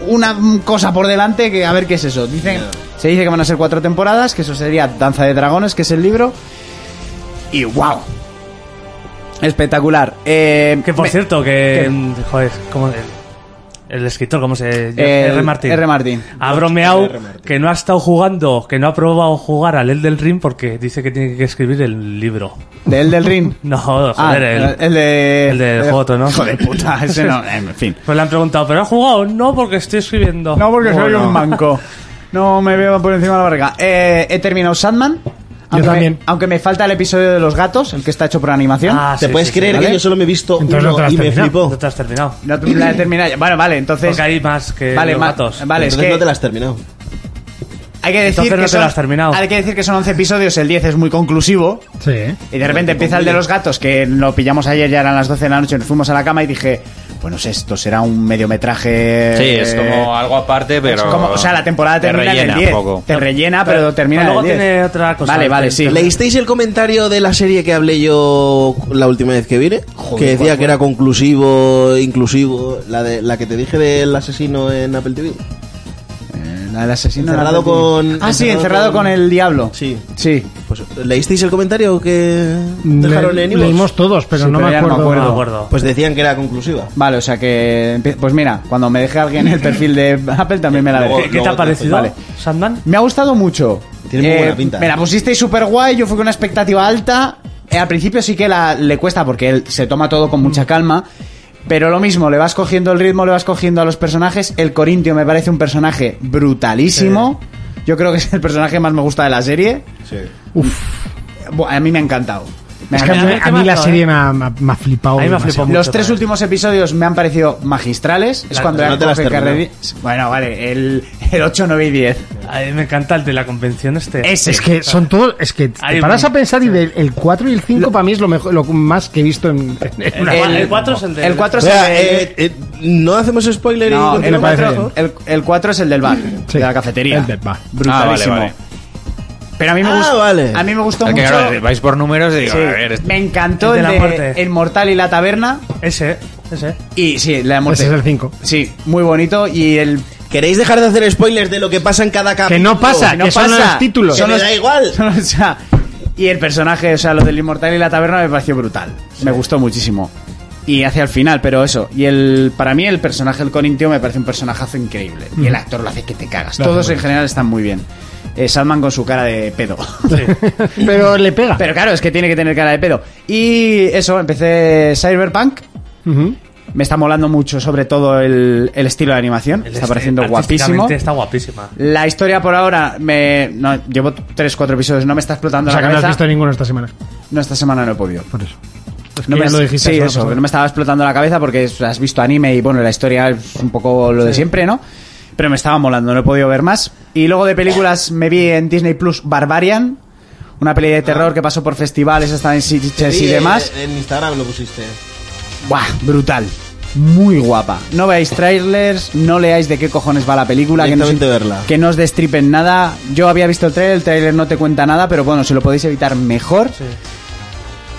Speaker 4: una cosa por delante que a ver qué es eso. Dicen, Se dice que van a ser cuatro temporadas, que eso sería Danza de Dragones, que es el libro. Y wow. Espectacular. Eh,
Speaker 10: Que por
Speaker 4: me-
Speaker 10: cierto, que.
Speaker 4: ¿Qué?
Speaker 10: mm, Joder, como. el- El escritor, ¿cómo se llama?
Speaker 4: El-
Speaker 10: R. Martin.
Speaker 4: Eh, R. Martin.
Speaker 10: Ha bromeado
Speaker 6: R. Martin.
Speaker 10: que no ha estado jugando, que no ha probado jugar al Elden Ring porque dice que tiene que escribir el libro.
Speaker 4: De Elden Ring.
Speaker 10: No, joder,
Speaker 4: Ah,
Speaker 10: el-
Speaker 4: el de.
Speaker 10: el del Joto, ¿no?
Speaker 4: Joder, puta, ese no. En fin.
Speaker 10: Pues le han preguntado, ¿pero ha jugado? No, porque estoy escribiendo.
Speaker 4: No, porque soy
Speaker 10: Bueno.
Speaker 4: un manco. No me veo por encima de la barriga. Eh, he terminado Sandman. aunque me-
Speaker 3: también.
Speaker 4: aunque me falta el episodio de los gatos, el que está hecho por animación.
Speaker 10: Ah,
Speaker 6: ¿Te
Speaker 10: sí,
Speaker 6: puedes
Speaker 10: sí, sí,
Speaker 6: creer
Speaker 10: ¿vale?
Speaker 6: que yo solo me he visto
Speaker 3: Entonces no
Speaker 6: uno
Speaker 3: te la has
Speaker 6: y me
Speaker 3: terminado.
Speaker 6: flipó?
Speaker 10: No te has terminado.
Speaker 4: No te- la he terminado ya. Bueno, vale, entonces.
Speaker 10: Porque hay más que
Speaker 4: vale,
Speaker 10: eh, los
Speaker 4: ma-
Speaker 10: gatos.
Speaker 4: vale, es
Speaker 6: Entonces
Speaker 4: que
Speaker 6: no te la has terminado.
Speaker 4: hay que decir
Speaker 10: Entonces
Speaker 4: que
Speaker 10: no te
Speaker 4: son,
Speaker 10: la has terminado.
Speaker 4: Hay que decir que son 11 episodios, el 10 es muy conclusivo.
Speaker 3: Sí.
Speaker 4: Y de repente empieza el de los gatos, que lo pillamos ayer, ya eran las 12 de la noche, nos fuimos a la cama y dije, bueno, esto será un mediometraje.
Speaker 8: Sí, es como
Speaker 4: eh,
Speaker 8: algo aparte,
Speaker 4: es
Speaker 8: pero.
Speaker 4: como- o sea, la temporada
Speaker 8: te
Speaker 4: termina en
Speaker 8: rellena
Speaker 4: el
Speaker 8: un
Speaker 4: 10.
Speaker 8: poco.
Speaker 4: Te rellena, Ah, pero,
Speaker 10: Pero
Speaker 4: termina
Speaker 10: luego
Speaker 4: en el 10.
Speaker 10: tiene otra cosa.
Speaker 4: Vale, vale,
Speaker 10: Que-
Speaker 4: sí.
Speaker 6: ¿Leísteis el comentario de la serie que hablé yo la última vez que vine? que decía que era conclusivo, inclusivo, la de la que te dije del asesino en Apple TV.
Speaker 4: La del asesino.
Speaker 6: Encerrado
Speaker 4: la del-
Speaker 6: con-
Speaker 4: Ah, sí,
Speaker 6: encerrado
Speaker 4: encerrado con
Speaker 6: con
Speaker 4: el diablo.
Speaker 6: Sí.
Speaker 4: Sí.
Speaker 6: Pues ¿leísteis el comentario que dejaron
Speaker 3: Le-
Speaker 6: en Evox?
Speaker 3: leímos todos, pero
Speaker 4: Sí,
Speaker 3: no
Speaker 4: pero
Speaker 3: me
Speaker 4: ya no me
Speaker 3: acuerdo.
Speaker 10: No me acuerdo.
Speaker 6: Pues decían que era conclusiva.
Speaker 4: Vale, o sea que. empie- Pues mira, cuando me deje alguien el perfil de Apple también me la
Speaker 6: Luego-
Speaker 4: veré.
Speaker 10: ¿Qué, qué te ha
Speaker 6: luego-
Speaker 10: parecido?
Speaker 4: vale.
Speaker 10: ¿Sandman?
Speaker 4: Me ha gustado mucho. Eh,
Speaker 6: Tiene muy buena pinta.
Speaker 4: Me la pusisteis súper guay, yo fui con una expectativa alta. Eh, al principio sí que la, le cuesta porque él se toma todo con
Speaker 3: Mm.
Speaker 4: mucha calma. Pero lo mismo, le vas cogiendo el ritmo, le vas cogiendo a los personajes. El Corintio me parece un personaje brutalísimo. Yo creo que es el personaje más me gusta de la serie. Bu- A mí me ha encantado. Me ha
Speaker 3: Es que a
Speaker 4: encantado.
Speaker 3: mí, a mí la
Speaker 10: ¿eh?
Speaker 3: serie me ha, me ha- me ha flipado.
Speaker 10: A mí me ha
Speaker 3: demasiado.
Speaker 10: flipado mucho.
Speaker 4: Los tres
Speaker 10: también.
Speaker 4: últimos episodios me han parecido magistrales. Es
Speaker 10: La-
Speaker 4: cuando
Speaker 6: no
Speaker 4: ya
Speaker 6: te las
Speaker 4: coge
Speaker 6: terminó.
Speaker 4: carreri- Bueno, vale, el, el 8, 9 y 10.
Speaker 10: Ay, me encanta el de la convención este.
Speaker 4: Ese.
Speaker 3: Es que son todos. Es que te
Speaker 10: Hay
Speaker 3: paras
Speaker 10: un-
Speaker 3: a pensar y del, el 4 y el 5 para mí es lo, mejor, lo más que he visto en. en una-
Speaker 10: El- el cuatro es el de-
Speaker 4: El 4
Speaker 6: O
Speaker 4: es
Speaker 6: sea,
Speaker 4: el-
Speaker 6: eh, eh, no hacemos spoiler
Speaker 4: No,
Speaker 6: y
Speaker 4: el
Speaker 6: continuamos, por
Speaker 4: 4,
Speaker 6: favor.
Speaker 4: el, el cuatro es el del bar,
Speaker 3: Sí.
Speaker 4: de la cafetería.
Speaker 3: El del bar.
Speaker 4: Brutalísimo.
Speaker 8: Ah, vale, vale.
Speaker 4: Pero a mí me
Speaker 6: Ah,
Speaker 4: gustó.
Speaker 6: vale.
Speaker 4: A mí me gustó
Speaker 8: Es que,
Speaker 4: mucho.
Speaker 8: claro, vais por números y digo,
Speaker 4: Sí,
Speaker 8: a ver, este-
Speaker 4: me encantó
Speaker 10: El de
Speaker 4: el
Speaker 10: la
Speaker 4: de,
Speaker 10: muerte.
Speaker 4: El Mortal y la Taberna.
Speaker 10: Ese, ese.
Speaker 4: Y sí, la muerte.
Speaker 3: Ese es el 5.
Speaker 4: Sí, muy bonito. Y el.
Speaker 6: ¿Queréis dejar de hacer spoilers de lo que pasa en cada capítulo?
Speaker 3: Que no pasa,
Speaker 4: que
Speaker 3: que,
Speaker 4: no
Speaker 3: son
Speaker 4: pasa.
Speaker 3: los títulos.
Speaker 6: Que me da igual.
Speaker 4: o sea, y el personaje, o sea, lo del Inmortal y la Taberna me pareció brutal. Me gustó muchísimo. Y hacia el final, pero eso. Y el para mí, el personaje del Corintio me parece un personajazo increíble. Y el actor lo hace que te cagas.
Speaker 3: Lo hace
Speaker 4: Todos
Speaker 3: muy
Speaker 4: en general están muy bien. Eh, Salman con su cara de pedo.
Speaker 3: Pero le pega.
Speaker 4: Pero claro, es que tiene que tener cara de pedo. Y eso, empecé Cyberpunk.
Speaker 3: Ujú.
Speaker 4: Me está molando mucho, sobre todo el, el estilo de animación.
Speaker 10: El
Speaker 4: está
Speaker 10: este,
Speaker 4: pareciendo
Speaker 10: artísticamente
Speaker 4: guapísimo.
Speaker 3: este.
Speaker 10: Está guapísima.
Speaker 4: La historia por ahora me. No, llevo 3-4 episodios, no me está explotando
Speaker 3: O sea,
Speaker 4: la
Speaker 3: que no has
Speaker 4: cabeza.
Speaker 3: visto ninguno esta semana.
Speaker 4: No, esta semana no he podido.
Speaker 3: Por eso. Es que
Speaker 4: No
Speaker 3: ya
Speaker 4: me,
Speaker 3: lo dijiste.
Speaker 4: sí,
Speaker 3: la semana
Speaker 4: eso,
Speaker 3: pasada.
Speaker 4: que no me estaba explotando la cabeza porque es- has visto anime y bueno, la historia es un poco lo de siempre, ¿no? Pero me estaba molando, no he podido ver más. Y luego de películas me vi en Disney Plus Barbarian, una peli de
Speaker 3: Ah.
Speaker 4: terror que pasó por festivales, hasta en Sitges y
Speaker 6: Sí,
Speaker 4: demás.
Speaker 6: eh, En Instagram lo pusiste.
Speaker 4: Buah, brutal. Muy guapa. No veáis trailers, no leáis de qué cojones va la película, que no, os,
Speaker 6: Directamente verla.
Speaker 4: que no os destripen nada. Yo había visto el trailer, el trailer no te cuenta nada, pero bueno, si lo podéis evitar mejor.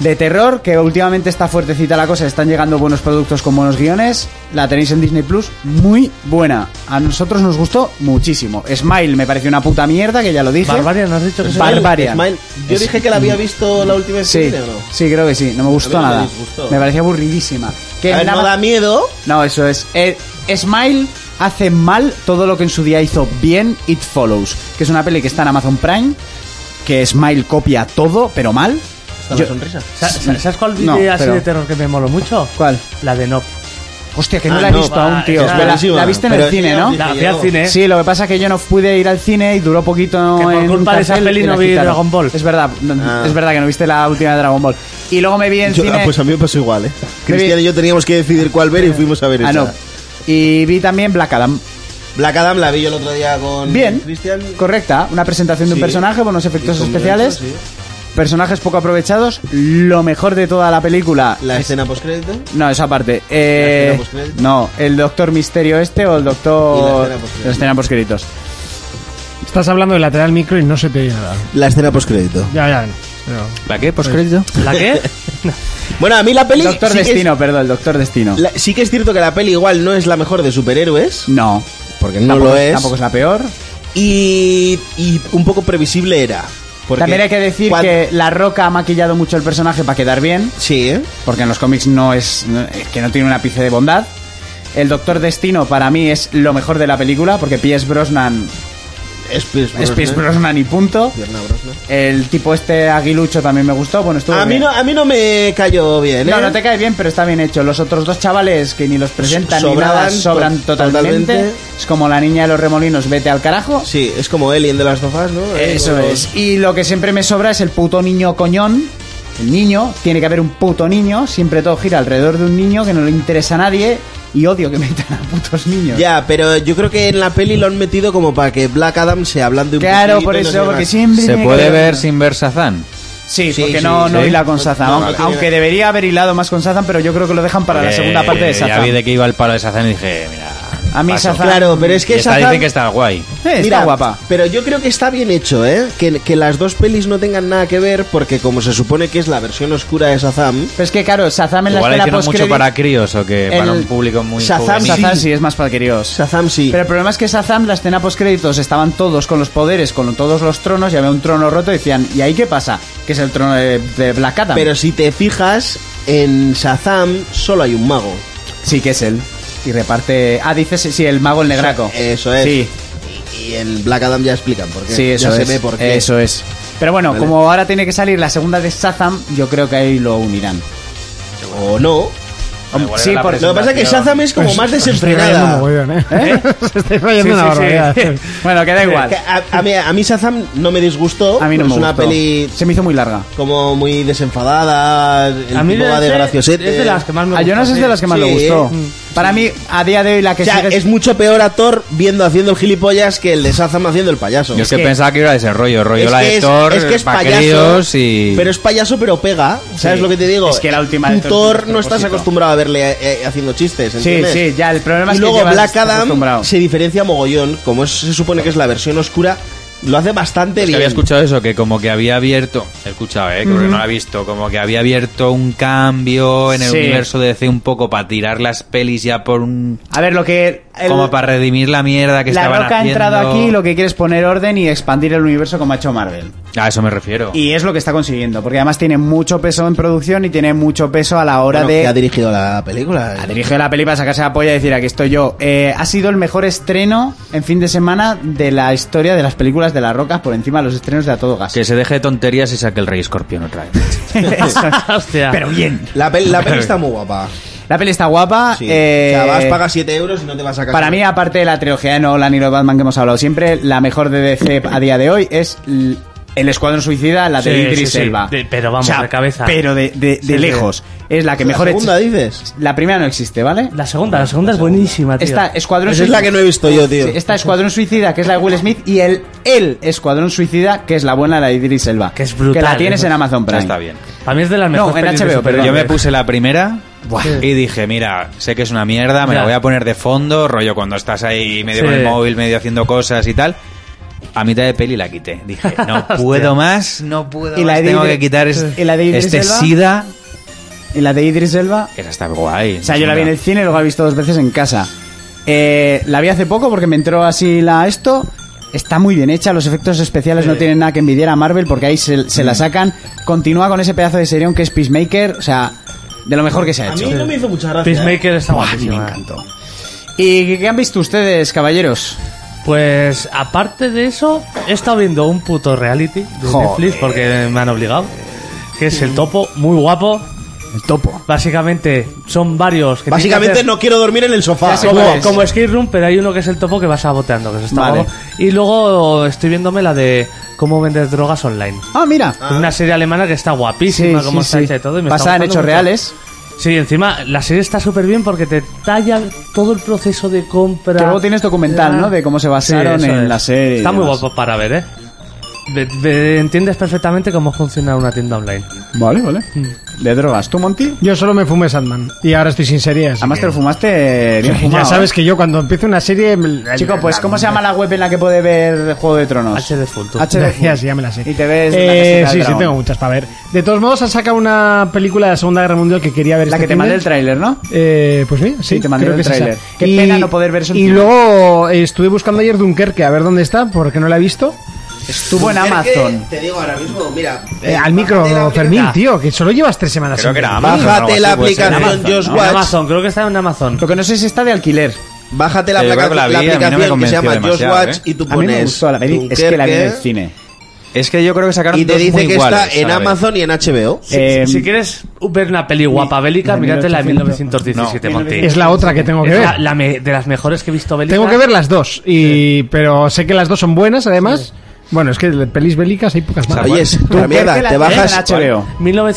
Speaker 4: De terror, que últimamente está fuertecita la cosa, están llegando buenos productos con buenos guiones. La tenéis en Disney Plus, muy buena. A nosotros nos gustó muchísimo. Smile me pareció una puta mierda, que ya lo dije.
Speaker 10: Barbaria, ¿no has dicho que se
Speaker 4: Barba-
Speaker 10: llama?
Speaker 4: Barbarian.
Speaker 6: Smile. Yo
Speaker 4: Es-
Speaker 6: dije que la había visto la última vez que
Speaker 4: Sí,
Speaker 6: vine, ¿o no?
Speaker 4: sí, creo que sí. No me gustó
Speaker 6: A mí no me
Speaker 4: nada.
Speaker 6: disgustó.
Speaker 4: Me pareció aburridísima. Que
Speaker 6: A ver, no
Speaker 4: nada-
Speaker 6: da miedo.
Speaker 4: no, eso es. Eh, Smile hace mal todo lo que en su día hizo bien It Follows, que es una peli que está en Amazon Prime, que Smile copia todo, pero mal.
Speaker 6: Hasta
Speaker 4: Yo-
Speaker 6: la sonrisa.
Speaker 10: Sa- sa- ¿Sabes cuál
Speaker 4: No,
Speaker 10: vídeo así
Speaker 4: pero-
Speaker 10: de terror que me moló mucho?
Speaker 4: ¿Cuál?
Speaker 10: La de Nob.
Speaker 4: Hostia, que no
Speaker 6: Ah,
Speaker 4: la he
Speaker 6: no,
Speaker 4: visto
Speaker 10: va,
Speaker 4: aún, tío.
Speaker 10: es
Speaker 4: La,
Speaker 6: buenísima.
Speaker 4: la viste en
Speaker 6: Pero
Speaker 4: el
Speaker 6: sí,
Speaker 4: cine, ¿no?
Speaker 6: sí,
Speaker 10: La
Speaker 6: sí,
Speaker 10: fui al
Speaker 6: yo-
Speaker 10: cine.
Speaker 4: Sí, lo que pasa es que yo no pude ir al cine y duró poquito.
Speaker 10: Que por
Speaker 4: en
Speaker 10: culpa de esa
Speaker 4: cartel
Speaker 10: peli
Speaker 4: y
Speaker 10: no
Speaker 4: la
Speaker 10: vi
Speaker 4: quitaron.
Speaker 10: Dragon Ball.
Speaker 4: Es verdad, no-
Speaker 6: Ah.
Speaker 4: es verdad que no viste la última de Dragon Ball. Y luego me vi en
Speaker 6: Yo- ah,
Speaker 4: cine.
Speaker 6: pues a mí me pasó igual, ¿eh? Cristian y yo teníamos que decidir cuál ver y fuimos a ver
Speaker 4: ah,
Speaker 6: esa.
Speaker 4: no. Y vi también Black Adam.
Speaker 6: Black Adam la vi yo el otro día con
Speaker 4: Bien,
Speaker 6: Cristian.
Speaker 4: correcta. Una presentación de un
Speaker 6: Sí.
Speaker 4: personaje, buenos efectos
Speaker 6: Y con
Speaker 4: especiales,
Speaker 6: Lorenzo,
Speaker 4: personajes poco aprovechados. Lo mejor de toda la película.
Speaker 6: La escena postcrédito.
Speaker 4: No, esa parte. Eh,
Speaker 6: escena postcrédito.
Speaker 4: no, el Doctor Misterio este o el Doctor.
Speaker 6: Y la escena postcrédito.
Speaker 4: La escena postcréditos.
Speaker 16: Estás hablando del lateral micro y no se te oye nada.
Speaker 6: La escena postcrédito.
Speaker 16: Ya, ya. pero-
Speaker 8: ¿La qué? ¿Postcrédito?
Speaker 10: ¿La qué?
Speaker 6: Bueno, a mí la peli.
Speaker 4: Doctor
Speaker 6: sí que es-
Speaker 4: Destino, perdón, el Doctor Destino.
Speaker 6: la- sí que es cierto que la peli igual no es la mejor de superhéroes.
Speaker 4: No,
Speaker 6: Porque no
Speaker 4: tampoco
Speaker 6: lo
Speaker 4: es-
Speaker 6: es.
Speaker 4: Tampoco es la peor.
Speaker 6: Y, y un poco previsible era. Porque
Speaker 4: También hay que decir
Speaker 6: cuan-
Speaker 4: que La Roca ha maquillado mucho el personaje para quedar bien,
Speaker 6: Sí, ¿eh?
Speaker 4: porque en los cómics no es no- es que no tiene una pizca de bondad. El Doctor Destino para mí es lo mejor de la película, porque Pierce Brosnan
Speaker 6: Es Pierce
Speaker 4: es Pierce
Speaker 6: Brosnan.
Speaker 4: Brosnan y punto.
Speaker 6: Pierna Brosnan.
Speaker 4: El tipo este aguilucho también me gustó, bueno, estuvo
Speaker 6: A mí,
Speaker 4: bien.
Speaker 6: no, a mí no me cayó bien, ¿eh?
Speaker 4: No, no te cae bien, pero está bien hecho. Los otros dos chavales que ni los presentan
Speaker 6: Sobraban
Speaker 4: ni nada, sobran
Speaker 6: to-
Speaker 4: totalmente.
Speaker 6: totalmente.
Speaker 4: Es como la niña de los remolinos, vete al carajo.
Speaker 6: Sí, es como Ellie en The Last of Us, ¿no? Ahí
Speaker 4: Eso
Speaker 6: con los-
Speaker 4: es. Y lo que siempre me sobra es el puto niño coñón. El niño, tiene que haber un puto niño. Siempre todo gira alrededor de un niño que no le interesa a nadie. Y odio que metan a putos niños.
Speaker 6: Ya, pero yo creo que en la peli lo han metido como para que Black Adam se hablando un
Speaker 4: claro,
Speaker 6: poquito
Speaker 4: por
Speaker 6: y no sé
Speaker 4: eso, porque
Speaker 6: más.
Speaker 4: siempre.
Speaker 8: ¿Se
Speaker 4: tiene que
Speaker 8: puede
Speaker 4: haber-
Speaker 8: ver sin ver Sazán?
Speaker 4: Sí,
Speaker 6: Sí,
Speaker 4: porque
Speaker 6: sí,
Speaker 4: no, no
Speaker 8: sí.
Speaker 4: hila con Sazam.
Speaker 6: No,
Speaker 4: aunque,
Speaker 6: no,
Speaker 4: aunque
Speaker 6: no.
Speaker 4: debería haber hilado más con Sazam, pero yo creo que lo dejan para la
Speaker 8: Eh,
Speaker 4: segunda parte de
Speaker 8: Ya
Speaker 4: Sazam.
Speaker 8: vi de que iba el palo de Sazán y dije, mira.
Speaker 4: A mí
Speaker 8: paso.
Speaker 4: Shazam-
Speaker 6: Claro, pero es
Speaker 8: Y
Speaker 6: que
Speaker 8: esta
Speaker 6: Shazam-
Speaker 8: dicen que está guay.
Speaker 4: Eh, está
Speaker 6: Mira,
Speaker 4: guapa.
Speaker 6: Pero yo creo que está bien hecho, ¿eh? Que, que las dos pelis no tengan nada que ver porque como se supone que es la versión oscura de Shazam,
Speaker 4: Pero es que, claro, Sazam en la
Speaker 8: Igual
Speaker 4: escena
Speaker 8: hicieron mucho
Speaker 4: post-credits-
Speaker 8: para críos o que para
Speaker 4: el-
Speaker 8: un público muy
Speaker 6: Shazam,
Speaker 8: juvenil.
Speaker 4: Shazam sí es más para queridos.
Speaker 6: Shazam sí.
Speaker 4: Pero el problema es que Shazam, la escena postcréditos, estaban todos con los poderes, con todos los tronos, y había un trono roto y decían, ¿y ahí qué pasa? Que es el trono de, de Black Adam.
Speaker 6: Pero si te fijas, en Shazam solo hay un mago.
Speaker 4: sí que es él. Y reparte... Ah, dices, sí, el mago el negraco.
Speaker 6: Eso es.
Speaker 4: Sí,
Speaker 6: Y en Black Adam ya explican por qué.
Speaker 4: sí, eso
Speaker 6: ya
Speaker 4: es.
Speaker 6: se ve por qué.
Speaker 4: Eso es. Pero bueno,
Speaker 6: Vale.
Speaker 4: como ahora tiene que salir la segunda de Shazam, yo creo que ahí lo unirán.
Speaker 6: O no.
Speaker 8: Igual
Speaker 4: sí,
Speaker 8: era la
Speaker 4: por-
Speaker 6: Lo que pasa es que Shazam es
Speaker 4: Pues
Speaker 6: como más desenfrenada.
Speaker 16: Se está fallando una barbaridad.
Speaker 4: Bueno, que da
Speaker 6: Que
Speaker 4: igual.
Speaker 6: A, a mí, a mí Shazam no me disgustó.
Speaker 4: A mí no
Speaker 6: pero
Speaker 4: me
Speaker 6: Es una
Speaker 4: gustó.
Speaker 6: peli
Speaker 4: Se me hizo muy larga.
Speaker 6: como muy desenfadada. El
Speaker 10: A mí
Speaker 6: tipo va de
Speaker 10: ese
Speaker 6: graciosete.
Speaker 10: es de las que más me
Speaker 4: A Jonas
Speaker 10: gusta,
Speaker 4: es de las que más
Speaker 6: Sí,
Speaker 4: le gustó.
Speaker 6: eh.
Speaker 4: Para mí, a día de hoy, la que
Speaker 6: O sea,
Speaker 4: sigue
Speaker 6: es mucho peor actor viendo haciendo el gilipollas que el de Shazam haciendo el payaso.
Speaker 8: Yo es que, pensaba que iba a ese rollo, rollo la de Thor, pa' críos y...
Speaker 6: Pero es payaso, pero pega. ¿Sabes
Speaker 4: Sí.
Speaker 6: lo que te digo?
Speaker 4: Es que la última de
Speaker 6: Tú,
Speaker 4: Thor es
Speaker 6: Thor,
Speaker 4: un
Speaker 6: no estás
Speaker 4: despropósito.
Speaker 6: acostumbrado a verle eh, haciendo chistes.
Speaker 4: Sí,
Speaker 6: ¿entiendes?
Speaker 4: sí, ya, el problema
Speaker 6: Y
Speaker 4: es que
Speaker 6: luego
Speaker 4: llevas-
Speaker 6: Black
Speaker 4: estás acostumbrado.
Speaker 6: Adam se diferencia mogollón. Como es- se supone que es la versión oscura, lo hace bastante
Speaker 8: Es que
Speaker 6: bien.
Speaker 8: había escuchado eso, que como que había abierto, he escuchado, eh, que porque no lo he visto, como que había abierto un cambio en el
Speaker 4: Sí.
Speaker 8: universo de DC un poco para tirar las pelis ya por un...
Speaker 4: A ver, lo que... el-
Speaker 8: como para redimir la mierda que
Speaker 4: la
Speaker 8: estaban
Speaker 4: Roca ha
Speaker 8: haciendo.
Speaker 4: entrado aquí y lo que quiere es poner orden y expandir el universo como ha hecho Marvel.
Speaker 8: A eso me refiero.
Speaker 4: Y es lo que está consiguiendo, porque además tiene mucho peso en producción y tiene mucho peso a la hora
Speaker 6: Bueno, que ha
Speaker 4: de...
Speaker 6: dirigido la película.
Speaker 4: Ha dirigido la peli para sacarse la polla y decir, aquí estoy yo. Eh, ha sido el mejor estreno en fin de semana de la historia de las películas de La Roca por encima de los estrenos de A Todo Gas.
Speaker 8: Que se deje de tonterías y saque el Rey Escorpión otra vez.
Speaker 4: Eso.
Speaker 10: Hostia.
Speaker 4: Pero bien.
Speaker 6: La, pel- la peli está muy guapa.
Speaker 4: La peli está guapa.
Speaker 6: Sí.
Speaker 4: eh,
Speaker 6: o sea, vas, pagas 7 euros y no te vas a casa.
Speaker 4: Para mí, aparte de la trilogía de Nolan y los Batman que hemos hablado siempre, la mejor de DC a día de hoy es l- El Escuadrón Suicida, la de
Speaker 10: Sí,
Speaker 4: Idris
Speaker 10: sí, sí.
Speaker 4: Elba.
Speaker 10: De- pero vamos, de cabeza.
Speaker 4: Pero de, de- de
Speaker 10: Sí, sí.
Speaker 4: lejos. Es la que
Speaker 6: ¿La
Speaker 4: mejor...
Speaker 6: segunda
Speaker 4: hecha-
Speaker 6: dices?
Speaker 4: La primera no existe, ¿vale?
Speaker 10: La segunda, la segunda es buenísima, tío.
Speaker 4: Esta Escuadrón
Speaker 6: Esa es la que no he visto yo, tío.
Speaker 4: Sí, Esta Escuadrón Suicida, que es la de Will Smith, y el, el Escuadrón Suicida, que es la buena, la de Idris Elba.
Speaker 10: Que es brutal,
Speaker 4: la tienes
Speaker 10: ¿eh?
Speaker 4: en Amazon
Speaker 8: Ya
Speaker 4: Prime.
Speaker 8: está bien.
Speaker 10: Para mí es de las
Speaker 4: No,
Speaker 10: mejores
Speaker 4: en
Speaker 10: pelis de
Speaker 4: HBO,
Speaker 10: superhéroes.
Speaker 4: perdón.
Speaker 8: Yo me puse la primera
Speaker 10: Buah.
Speaker 8: y dije, mira, sé que es una mierda, me
Speaker 10: Ya.
Speaker 8: la voy a poner de fondo, rollo cuando estás ahí medio
Speaker 10: Sí.
Speaker 8: con el móvil, medio haciendo cosas y tal. A mitad de peli la quité. Dije, no puedo más, no puedo
Speaker 4: ¿Y la
Speaker 8: más,
Speaker 4: de
Speaker 8: tengo
Speaker 4: Idris-
Speaker 8: que quitar es-
Speaker 4: y la de Idris
Speaker 8: este
Speaker 4: Elba?
Speaker 8: SIDA.
Speaker 4: Y la de Idris Elba,
Speaker 8: Esa está guay.
Speaker 4: O sea, yo la vi en el cine y luego la he visto dos veces en casa. Eh, la vi hace poco porque me entró así la esto. Está muy bien hecha, los efectos especiales no tienen nada que envidiar a Marvel porque ahí se, se
Speaker 10: Mm.
Speaker 4: la sacan. Continúa con ese pedazo de serión que es Peacemaker, o sea, de lo mejor que se ha
Speaker 6: A
Speaker 4: hecho.
Speaker 6: mí no me hizo mucha gracia. ¿eh?
Speaker 10: Peacemaker está
Speaker 4: Buah, a mí me
Speaker 10: guapísima.
Speaker 4: encantó. ¿Y qué- qué han visto ustedes, caballeros?
Speaker 10: Pues aparte de eso, he estado viendo un puto reality de
Speaker 4: Joder.
Speaker 10: Netflix porque me han obligado. Que es el topo, muy guapo.
Speaker 5: El topo.
Speaker 10: Básicamente son varios. que tienen que
Speaker 6: Básicamente
Speaker 10: hacer-
Speaker 6: no quiero dormir en el sofá.
Speaker 10: como, como Escape Room, pero hay uno que es el topo que vas a boteando, que se está
Speaker 5: Vale.
Speaker 10: guapo. Y luego estoy viéndome la de cómo vender drogas online.
Speaker 5: Ah, mira.
Speaker 10: Una serie alemana que está guapísima,
Speaker 5: Sí,
Speaker 10: como
Speaker 5: sí,
Speaker 10: está
Speaker 5: sí.
Speaker 10: hecha y todo. y me
Speaker 5: Basada
Speaker 10: está
Speaker 5: en
Speaker 10: gustando
Speaker 5: hechos
Speaker 10: mucho.
Speaker 5: reales.
Speaker 10: Sí, encima la serie está súper bien porque te talla todo el proceso de compra.
Speaker 5: Que luego tienes documental,
Speaker 10: Ah.
Speaker 5: ¿no? De cómo se
Speaker 10: Sí,
Speaker 5: basaron
Speaker 10: eso
Speaker 5: en
Speaker 10: es.
Speaker 5: la serie. y
Speaker 10: Está muy
Speaker 5: demás.
Speaker 10: guapo para ver, ¿eh? Ve- ve- entiendes perfectamente cómo funciona una tienda online.
Speaker 5: Vale, vale. De drogas. ¿Tú, Monty?
Speaker 4: Yo solo me fumé Sandman y ahora estoy sin series.
Speaker 5: Además te lo fumaste bien fumado,
Speaker 4: ya sabes
Speaker 5: ¿eh?
Speaker 4: que yo cuando empiezo una serie... el- el-
Speaker 5: Chico, pues ¿cómo se llama la web en la que puede ver Juego de Tronos?
Speaker 10: HD Full. tú.
Speaker 5: HD
Speaker 4: Ya, sí, ya me la sé.
Speaker 5: Y te ves la
Speaker 4: Eh,
Speaker 5: casita del
Speaker 4: sí, sí,
Speaker 5: dragón.
Speaker 4: tengo muchas para ver. De todos modos, han sacado una película de la Segunda Guerra Mundial que quería ver
Speaker 5: La
Speaker 4: este
Speaker 5: que te
Speaker 4: fin de-
Speaker 5: mandé el tráiler, ¿no?
Speaker 4: Eh, pues sí, sí,
Speaker 5: te mandé
Speaker 4: creo
Speaker 5: el
Speaker 4: que es esa.
Speaker 5: tráiler. Qué pena no poder ver eso en
Speaker 4: Y
Speaker 5: cine.
Speaker 4: luego eh, estuve buscando ayer Dunkerque a ver dónde está, porque no la he visto.
Speaker 5: Estuvo en Amazon.
Speaker 6: Te digo ahora mismo, mira.
Speaker 4: Eh, al micro, Fermín,
Speaker 6: tío.
Speaker 4: tío, que solo llevas tres semanas.
Speaker 8: Creo
Speaker 4: sin
Speaker 8: que era
Speaker 4: ver.
Speaker 8: Amazon.
Speaker 6: Bájate la
Speaker 8: algo así, puede ser.
Speaker 6: aplicación Just
Speaker 10: En
Speaker 6: Watch.
Speaker 10: Amazon, creo que está en Amazon.
Speaker 5: Lo que no sé si está de alquiler.
Speaker 6: Bájate la,
Speaker 8: Te digo
Speaker 6: aplica-
Speaker 8: que la vi,
Speaker 6: la
Speaker 8: a mí no me
Speaker 6: aplicación que se
Speaker 8: convenció
Speaker 6: llama Just
Speaker 8: demasiado,
Speaker 6: Watch
Speaker 8: ¿eh?
Speaker 6: y tú
Speaker 5: A mí
Speaker 6: pones.
Speaker 5: me gustó la peli. Es que la vi en el
Speaker 6: Dunkerque,
Speaker 5: cine.
Speaker 8: Es que yo creo que sacaron
Speaker 6: Y te
Speaker 8: dos
Speaker 6: dice
Speaker 8: muy
Speaker 6: que
Speaker 8: iguales,
Speaker 6: está en
Speaker 8: ¿sabes?
Speaker 6: Amazon y en HBO.
Speaker 5: Eh,
Speaker 10: si quieres ver una peli guapa bélica, mírate la de 1917, Monty.
Speaker 4: Es la otra que tengo que
Speaker 10: Es
Speaker 4: ver.
Speaker 10: la- la me- de las mejores que he visto bélica.
Speaker 4: Tengo que ver las dos, y pero sé que las dos son buenas, además. Bueno, es que de pelis bélicas hay pocas más.
Speaker 6: Oye, es una mierda. Te bajas.
Speaker 5: en HBO.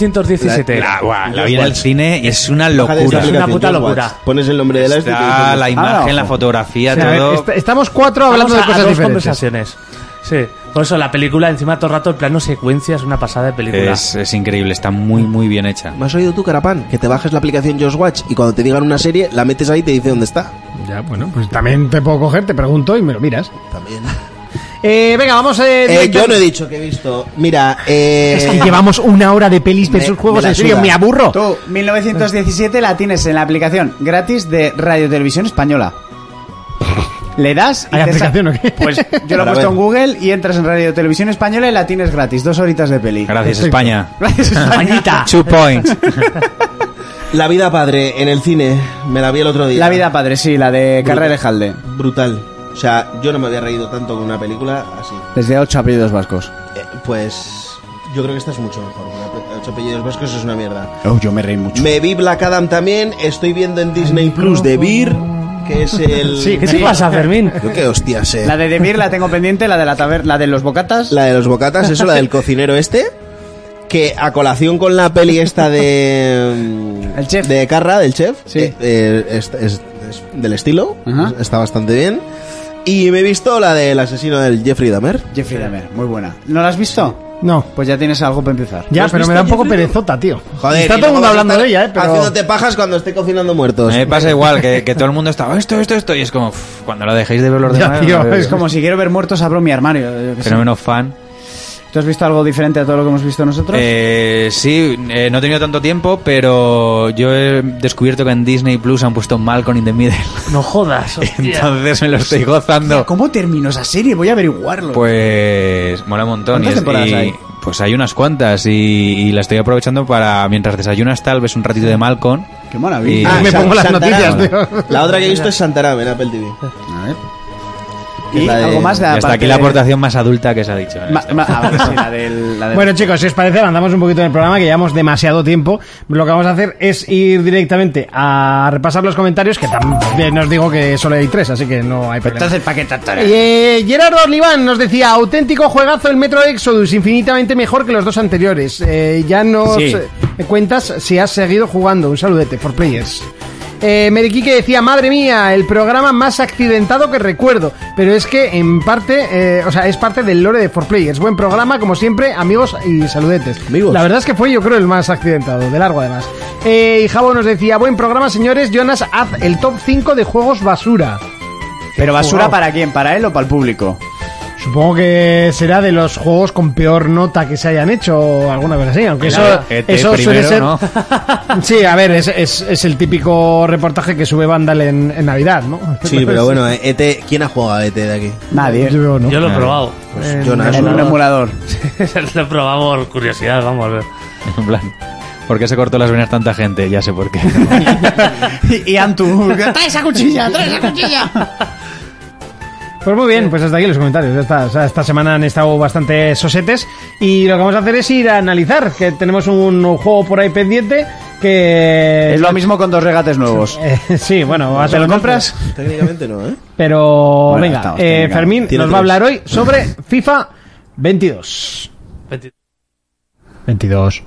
Speaker 10: 1917.
Speaker 8: La, guau, la vi en el cine y es una
Speaker 6: Bájate esa
Speaker 8: locura. Ah,
Speaker 10: Es una
Speaker 6: aplicación,
Speaker 10: puta
Speaker 6: Just Watch.
Speaker 10: locura.
Speaker 6: Pones el nombre de la este y te dice-
Speaker 8: Está la imagen, la
Speaker 5: ojo.
Speaker 8: fotografía,
Speaker 4: O sea, a ver,
Speaker 8: todo.
Speaker 4: est- estamos cuatro hablando
Speaker 10: Vamos
Speaker 4: de
Speaker 10: a- a
Speaker 4: cosas
Speaker 10: dos
Speaker 4: diferentes.
Speaker 10: conversaciones. Sí. Por eso la película, encima todo el rato, el plano secuencia es una pasada de
Speaker 4: este-
Speaker 10: película.
Speaker 8: Es, es increíble, está muy, muy bien hecha.
Speaker 6: ¿Me has oído tú, Carapán? Que te bajes la aplicación Just Watch y cuando te digan una serie, la metes ahí y te dice dónde está.
Speaker 4: Ya, bueno, pues también te puedo coger, te pregunto y me lo miras.
Speaker 6: También.
Speaker 4: Eh, venga, vamos eh,
Speaker 6: Eh,
Speaker 4: directo-
Speaker 6: yo no he dicho que he visto. Mira, eh.
Speaker 4: Es que llevamos una hora de pelis
Speaker 6: me-
Speaker 4: versus
Speaker 6: me
Speaker 4: juegos,
Speaker 6: la
Speaker 4: en serio,
Speaker 6: suda.
Speaker 4: me aburro.
Speaker 5: Tú, 1917 la tienes en la aplicación gratis de Radio Televisión Española. Le das
Speaker 4: ¿Hay
Speaker 5: te sa-
Speaker 4: aplicación o qué?
Speaker 5: Pues yo lo he
Speaker 6: Para
Speaker 5: puesto
Speaker 6: ver.
Speaker 5: en Google y entras en Radio Televisión Española y la tienes gratis. Dos horitas de peli.
Speaker 8: Gracias, España.
Speaker 5: Gracias, Españita.
Speaker 8: Two points.
Speaker 6: La vida padre en el cine. Me la vi el otro día.
Speaker 5: La vida padre, sí, la de Carrera de Jalde.
Speaker 6: Brutal. O sea, yo no me había reído tanto con una película así.
Speaker 5: Desde ocho apellidos vascos.
Speaker 6: Eh, pues. Yo creo que esta es mucho mejor. porque Ocho apellidos vascos es una mierda.
Speaker 5: Oh, yo me reí mucho.
Speaker 6: Me vi Black Adam también. Estoy viendo en Disney Plus The Beer, que es el.
Speaker 10: ¿Qué te pasa, Ah, Fermín?
Speaker 6: Yo qué hostia sé.
Speaker 5: La de Debir la tengo pendiente, la de la taberna, la de los bocatas.
Speaker 6: La de los bocatas, eso, la del cocinero este. Que a colación con la peli esta de. mm,
Speaker 5: El chef.
Speaker 6: De Carra, del chef.
Speaker 5: Sí.
Speaker 6: eh, eh, es, es- es del estilo.
Speaker 5: Ajá.
Speaker 6: Está bastante bien. Y me he visto la del asesino del Jeffrey Dahmer.
Speaker 5: Jeffrey Dahmer, muy buena. ¿No la has visto?
Speaker 4: No.
Speaker 5: Pues ya tienes algo para empezar.
Speaker 4: Ya,
Speaker 6: ¿Has
Speaker 4: pero me
Speaker 6: visto
Speaker 4: da un poco
Speaker 6: Jeffrey?
Speaker 4: perezota, tío.
Speaker 6: Joder,
Speaker 4: Está
Speaker 6: y
Speaker 4: todo el
Speaker 6: luego
Speaker 4: mundo
Speaker 6: vas a
Speaker 4: hablando de
Speaker 6: estar
Speaker 4: ella, eh, pero...
Speaker 6: Haciéndote pajas cuando esté cocinando
Speaker 8: A
Speaker 6: muertos.
Speaker 8: mí me pasa igual, que, que todo el mundo está, "Oh, esto, esto, esto, y es como, "Uf, cuando lo dejéis de ver los
Speaker 4: Ya,
Speaker 8: demás...
Speaker 4: tío,
Speaker 8: no lo
Speaker 4: es
Speaker 8: veo".
Speaker 5: Como si quiero ver muertos, abro mi armario. yo qué sé.
Speaker 8: Fenómeno fan.
Speaker 5: ¿Tú has visto algo diferente a todo lo que hemos visto nosotros?
Speaker 8: Eh, sí, eh, no he tenido tanto tiempo, pero yo he descubierto que en Disney Plus han puesto Malcolm in the Middle.
Speaker 10: No jodas. hostia.
Speaker 8: Entonces me lo estoy gozando.
Speaker 5: ¿Cómo terminó esa serie? Voy a averiguarlo.
Speaker 8: Pues mola un montón.
Speaker 5: ¿Cuántas
Speaker 8: y es-
Speaker 5: temporadas
Speaker 8: y-
Speaker 5: hay?
Speaker 8: Pues hay unas cuantas y, y la estoy aprovechando para, mientras desayunas tal vez un ratito de Malcolm.
Speaker 5: Qué maravilla.
Speaker 8: Y-
Speaker 4: me
Speaker 6: Sa-
Speaker 4: pongo las
Speaker 6: Ah, Santarán.
Speaker 4: noticias, tío.
Speaker 6: La otra que he visto es Santarán en Apple TV.
Speaker 5: Y
Speaker 6: la de-
Speaker 5: algo más de
Speaker 8: Y hasta
Speaker 5: aparte
Speaker 8: aquí la
Speaker 5: de-
Speaker 8: aportación más adulta que se ha dicho. este,
Speaker 5: Ma- ma- a ver, sí, la del- la del-
Speaker 4: Bueno chicos, si os parece, andamos un poquito en el programa que llevamos demasiado tiempo. Lo que vamos a hacer es ir directamente a repasar los comentarios, que también os digo que solo hay tres, así que no hay problema.
Speaker 5: Entonces, ¿para qué tratar?
Speaker 4: Eh, Gerardo Oliván nos decía, auténtico juegazo el Metro Exodus, infinitamente mejor que los dos anteriores. Eh, ya nos
Speaker 5: Sí.
Speaker 4: eh, cuentas si has seguido jugando. Un saludete, for players. Eh, Meriquique decía, madre mía, el programa más accidentado que recuerdo. Pero es que en parte, eh, o sea, es parte del lore de 4Players. Buen programa, como siempre, amigos y saludetes.
Speaker 6: Amigos.
Speaker 4: La verdad es que fue yo creo el más accidentado, de largo además. Eh, y Jabo nos decía, buen programa señores, Jonas, haz el top 5 de juegos basura.
Speaker 5: ¿Pero basura
Speaker 4: Jugado.
Speaker 5: para quién? ¿Para él o para el público?
Speaker 4: Supongo que será de los juegos con peor nota que se hayan hecho o alguna cosa así, aunque eso,
Speaker 8: ET
Speaker 4: eso suele
Speaker 8: primero,
Speaker 4: ser...
Speaker 8: ¿no?
Speaker 4: Sí, a ver, es, es- es el típico reportaje que sube Vandal en, en Navidad, ¿no?
Speaker 6: Sí, pero bueno, eh, ET, ¿quién ha jugado a ET de aquí? Pues
Speaker 5: Nadie.
Speaker 4: Yo creo no.
Speaker 10: Yo lo he probado. Eh,
Speaker 6: Jonas.
Speaker 5: En un emulador.
Speaker 10: lo probamos por curiosidad, vamos a ver.
Speaker 8: En plan, ¿por qué se cortó las venas tanta gente? Ya sé por qué.
Speaker 5: y, y Antu. ¡Trae esa cuchilla! ¡Trae esa cuchilla!
Speaker 4: Pues muy bien, pues hasta aquí los comentarios. Ya está. O sea, esta semana han estado bastante sosetes y lo que vamos a hacer es ir a analizar, que tenemos un juego por ahí pendiente
Speaker 3: que...
Speaker 5: Es lo mismo con dos regates nuevos.
Speaker 3: Eh, sí, bueno, más o
Speaker 5: ¿Te lo
Speaker 3: menos,
Speaker 5: compras?
Speaker 6: Técnicamente no, ¿eh?
Speaker 3: Pero
Speaker 5: Bueno,
Speaker 3: venga,
Speaker 5: estamos,
Speaker 3: eh,
Speaker 5: venga.
Speaker 3: Fermín
Speaker 6: Tiene
Speaker 3: nos va a
Speaker 6: tres.
Speaker 3: hablar hoy sobre FIFA 22. 22.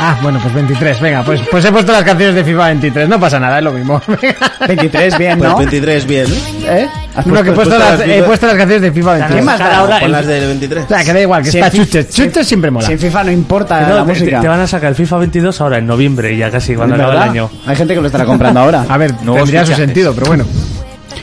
Speaker 3: Ah, bueno, pues 23, venga, pues, pues he puesto las canciones de FIFA 23, no pasa nada, es lo mismo.
Speaker 5: 23, bien,
Speaker 6: Pues
Speaker 5: ¿no?
Speaker 6: 23, bien.
Speaker 3: ¿Eh?
Speaker 5: puesto-
Speaker 3: No, que he puesto,
Speaker 6: has puesto
Speaker 3: las,
Speaker 6: las
Speaker 3: he
Speaker 6: FIFA-
Speaker 3: puesto las canciones de FIFA 23.
Speaker 5: ¿Qué más da ahora?
Speaker 6: Con las del 23.
Speaker 3: O sea, que da igual, que
Speaker 5: Si
Speaker 3: está
Speaker 5: en fi-
Speaker 3: Chutes. Chutes siempre mola.
Speaker 5: Si en FIFA no importa
Speaker 4: Ah,
Speaker 10: No,
Speaker 5: la
Speaker 10: te,
Speaker 5: música.
Speaker 10: te- te van a sacar el FIFA 22 ahora en noviembre, ya casi cuando
Speaker 5: ¿Verdad?
Speaker 10: acaba el año.
Speaker 5: Hay gente que lo estará comprando ahora.
Speaker 3: A ver,
Speaker 8: Nuevos
Speaker 3: tendría su
Speaker 8: fichajes.
Speaker 3: sentido, pero bueno.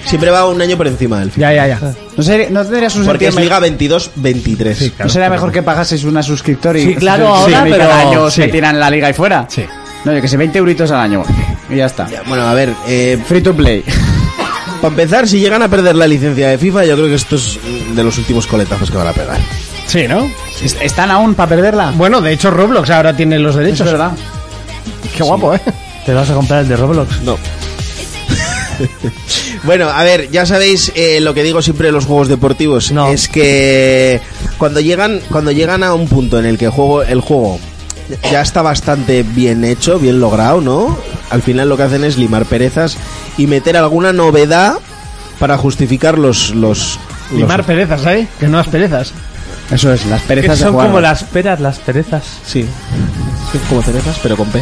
Speaker 6: Siempre va un año por encima del FIFA.
Speaker 3: Ya, ya, ya.
Speaker 5: No, sería- no tendría su
Speaker 6: Porque
Speaker 5: sentido
Speaker 6: es Liga 22-23.
Speaker 5: ¿No sería mejor que pagases una suscriptor y...
Speaker 10: Sí, claro,
Speaker 5: y
Speaker 10: ahora,
Speaker 5: cada
Speaker 10: pero-
Speaker 5: año se
Speaker 3: sí.
Speaker 5: tiran la liga y fuera?
Speaker 3: Sí.
Speaker 5: No, yo que sé, 20 euritos al año. Y ya está.
Speaker 6: Ya, Bueno, a ver, eh,
Speaker 5: Free to play.
Speaker 6: para empezar, si llegan a perder la licencia de FIFA, yo creo que esto es mm, de los últimos coletazos que van a pegar.
Speaker 3: Sí, ¿no?
Speaker 5: Est- ¿Están aún para perderla?
Speaker 3: Bueno, de hecho Roblox ahora tiene los
Speaker 5: Eso
Speaker 3: derechos.
Speaker 5: es verdad.
Speaker 3: Qué guapo, ¿eh?
Speaker 10: ¿Te vas a comprar el de Roblox?
Speaker 6: No. bueno, a ver, ya sabéis eh, lo que digo siempre de los juegos deportivos.
Speaker 10: No.
Speaker 6: Es que cuando llegan, cuando llegan a un punto en el que el juego, el juego ya está bastante bien hecho, bien logrado, ¿no? Al final lo que hacen es limar perezas y meter alguna novedad para justificar los... los, los-
Speaker 3: Limar perezas, ¿eh? Que no las perezas.
Speaker 5: Eso es, las
Speaker 10: Que
Speaker 5: perezas de
Speaker 10: son
Speaker 5: jugar.
Speaker 10: como las peras, las perezas.
Speaker 6: Sí. Son como cerezas, pero con P.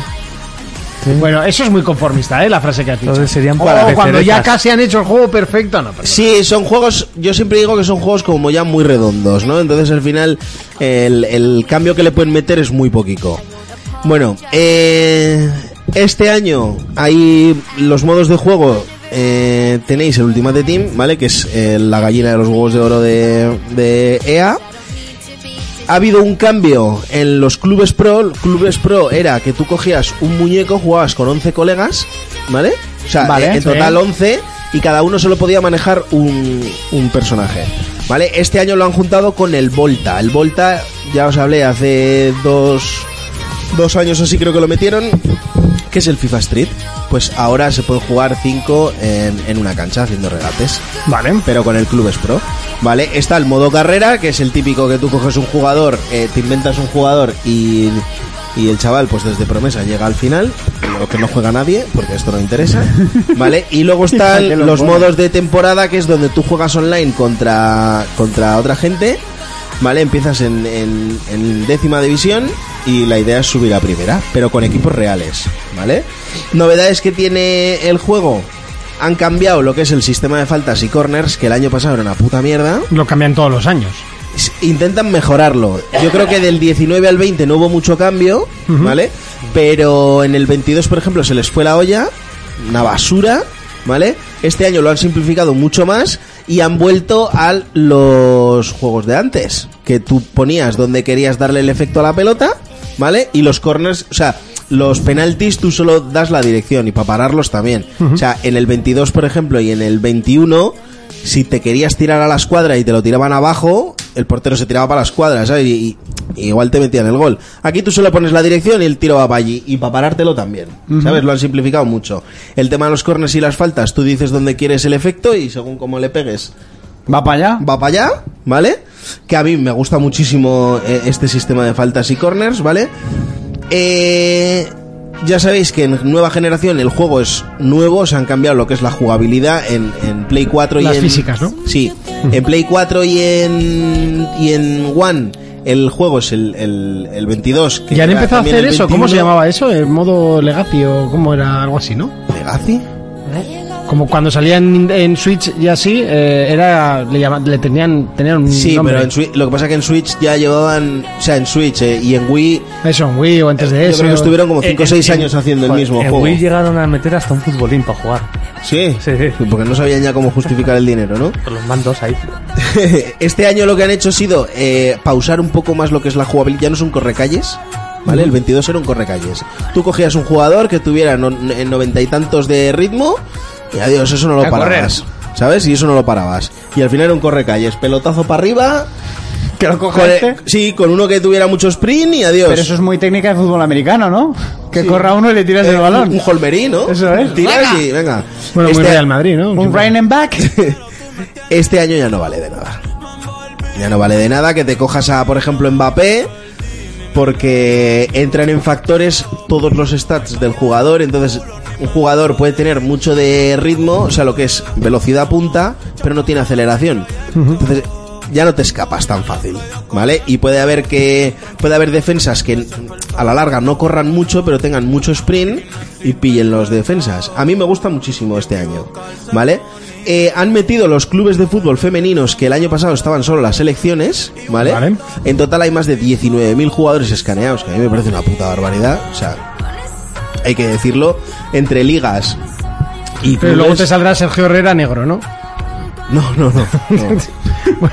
Speaker 3: Bueno, eso es muy conformista, ¿eh? La frase que has dicho.
Speaker 10: Entonces serían
Speaker 3: Oh,
Speaker 10: para
Speaker 3: cuando
Speaker 10: pecerezas.
Speaker 3: ya casi han hecho el juego perfecto, no. pero-
Speaker 6: Sí, son juegos, yo siempre digo que son juegos como ya muy redondos, ¿no? Entonces al final el, el cambio que le pueden meter es muy poquito. Bueno, eh, este año hay los modos de juego. eh, tenéis el Ultimate Team, ¿vale? Que es eh, la gallina de los huevos de oro de, de E EA. Ha habido un cambio en los clubes pro. Clubes pro era que tú cogías un muñeco, jugabas con 11 colegas, ¿vale? O sea,
Speaker 3: Vale,
Speaker 6: en
Speaker 3: sí.
Speaker 6: total 11 y cada uno solo podía manejar un, un personaje. ¿Vale? Este año lo han juntado con el Volta. El Volta, ya os hablé hace dos, dos años o así creo que lo metieron, que es el FIFA Street. Pues ahora se puede jugar 5 en, en una cancha haciendo regates
Speaker 3: Vale.
Speaker 6: pero con el Clubes Pro. ¿Vale? Está el modo carrera, que es el típico que tú coges un jugador, eh, te inventas un jugador y, y el chaval, pues desde promesa llega al final, lo que no juega nadie, porque esto no interesa. ¿Vale? Y luego
Speaker 5: Hija, que
Speaker 6: están
Speaker 5: lo
Speaker 6: los
Speaker 5: pone.
Speaker 6: modos de temporada, que es donde tú juegas online contra, contra otra gente. ¿Vale? Empiezas en, en- en décima división y la idea es subir a primera, pero con equipos reales. ¿Vale? Novedades que tiene el juego. Han cambiado lo que es el sistema de faltas y corners, que el año pasado era una puta mierda.
Speaker 3: Lo cambian todos los años.
Speaker 6: S- Intentan mejorarlo. Yo creo que del 19 al 20 no hubo mucho cambio, ¿vale? Pero en el 22, por ejemplo, se les fue la olla, una basura, ¿vale? Este año lo han simplificado mucho más y han vuelto a los juegos de antes, que tú ponías donde querías darle el efecto a la pelota, ¿vale? Y los corners, o sea, los penaltis tú solo das la dirección y para pararlos también. O sea, en el 22, por ejemplo, y en el 21, si te querías tirar a la escuadra y te lo tiraban abajo, el portero se tiraba para la escuadra, ¿sabes? Y, y- y igual te metían el gol. Aquí tú solo pones la dirección y el tiro va para allí. Y para parártelo también, ¿sabes? Lo han simplificado mucho. El tema de los corners y las faltas, tú dices dónde quieres el efecto y según cómo le pegues,
Speaker 5: ¿Va para allá?
Speaker 6: va para allá, ¿vale? Que a mí me gusta muchísimo eh, este sistema de faltas y corners, ¿vale? Eh, ya sabéis que en nueva generación el juego es nuevo, se han cambiado lo que es la jugabilidad en, en Play 4 y
Speaker 3: Las
Speaker 6: en...
Speaker 3: físicas, ¿no? Mm.
Speaker 6: Sí, en Play 4 y en, y en One el juego es el, el, el 22. Que
Speaker 3: ¿Y han
Speaker 6: era
Speaker 3: empezado a
Speaker 6: también
Speaker 3: hacer
Speaker 6: el
Speaker 3: eso? ¿Cómo se
Speaker 6: 21.
Speaker 3: llamaba eso? ¿El modo Legacy o cómo era algo así, no?
Speaker 6: ¿Legacy?
Speaker 3: Como cuando salían en Switch y así, eh, era le, llama- le tenían, tenían un
Speaker 6: Sí,
Speaker 3: nombre.
Speaker 6: pero en Switch- lo que pasa es que en Switch ya llevaban... O sea, en Switch eh, y en Wii...
Speaker 3: Eso, en Wii o antes de
Speaker 6: Yo
Speaker 3: eso. Eh,
Speaker 6: creo que estuvieron como 5 o
Speaker 10: en-
Speaker 6: 6
Speaker 10: en-
Speaker 6: años haciendo el
Speaker 10: Joder,
Speaker 6: mismo
Speaker 10: en
Speaker 6: juego.
Speaker 10: Wii llegaron a meter hasta un futbolín para jugar.
Speaker 6: Sí,
Speaker 10: Sí, sí.
Speaker 6: porque no sabían ya cómo justificar el dinero, ¿no?
Speaker 10: Con los mandos ahí.
Speaker 6: Este año lo que han hecho ha sido eh, pausar un poco más lo que es la jugabilidad, ya no es un correcalles, ¿vale? El 22 era un correcalles. Tú cogías un jugador que tuviera no- en noventa y tantos de ritmo y adiós, eso no lo
Speaker 5: A
Speaker 6: parabas. ¿Sabes? Y eso no lo parabas. Y al final era un correcalles, pelotazo para arriba.
Speaker 5: Que lo coja
Speaker 6: con-
Speaker 5: este.
Speaker 6: sí, con uno que tuviera mucho sprint y adiós.
Speaker 5: Pero eso es muy técnica de fútbol americano, ¿no? Que corra uno y le tiras
Speaker 6: Eh,
Speaker 5: el balón.
Speaker 6: Un Holmerín, ¿no?
Speaker 5: Eso es.
Speaker 6: Tiras y venga.
Speaker 3: Bueno, muy
Speaker 6: Este- eh,
Speaker 3: Real Madrid, ¿no?
Speaker 5: Un running back.
Speaker 6: Este año ya no vale de nada. Ya no vale de nada que te cojas a, por ejemplo, Mbappé, porque entran en factores todos los stats del jugador. Entonces, un jugador puede tener mucho de ritmo, o sea, lo que es velocidad punta, pero no tiene aceleración. Entonces, ya no te escapas tan fácil, ¿vale? Y puede haber que puede haber defensas que a la larga no corran mucho, pero tengan mucho sprint y pillen los defensas. A mí me gusta muchísimo este año, ¿vale? Eh, han metido los clubes de fútbol femeninos que el año pasado estaban solo las selecciones, ¿vale?
Speaker 4: Vale.
Speaker 6: En total hay más de 19.000 jugadores escaneados, que a mí me parece una puta barbaridad, o sea, hay que decirlo, entre ligas y
Speaker 4: Pero luego te
Speaker 6: clubes-
Speaker 4: saldrá Sergio Herrera negro, ¿no?
Speaker 6: No, no, no. no.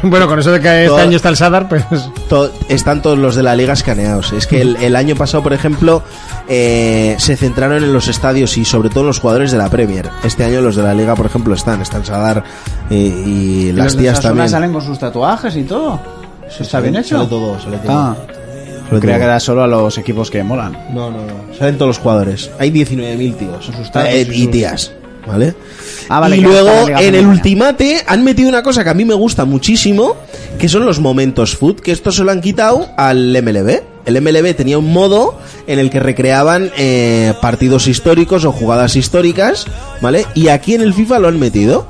Speaker 4: Bueno, con eso de que
Speaker 6: Todo-
Speaker 4: este año está el Sadar, pues.
Speaker 6: To- están todos los de la liga escaneados. Es que el, el año pasado, por ejemplo, eh, se centraron en los estadios y sobre todo en los jugadores de la Premier. Este año los de la liga, por ejemplo, están, están Sadar eh, y las
Speaker 5: Los de
Speaker 6: tías
Speaker 5: Osasuna
Speaker 6: también.
Speaker 5: salen con sus tatuajes y todo. Eso está bien hecho.
Speaker 6: Sale todo, sale todo.
Speaker 5: Ah,
Speaker 6: Sale
Speaker 5: creía que
Speaker 6: todo.
Speaker 5: era solo a los equipos que molan.
Speaker 6: No, no, no. Salen todos los jugadores. Hay 19.000 tíos.
Speaker 5: tatos
Speaker 6: Eh,
Speaker 5: y
Speaker 6: y
Speaker 5: sus-
Speaker 6: tías. ¿Vale?
Speaker 5: Ah, vale,
Speaker 6: y
Speaker 5: que no está
Speaker 6: luego
Speaker 5: la Liga
Speaker 6: en el
Speaker 5: Femenina.
Speaker 6: ultimate han metido una cosa que a mí me gusta muchísimo, que son los momentos food, que esto se lo han quitado al MLB. El MLB tenía un modo en el que recreaban eh, partidos históricos o jugadas históricas, ¿vale? Y aquí en el FIFA lo han metido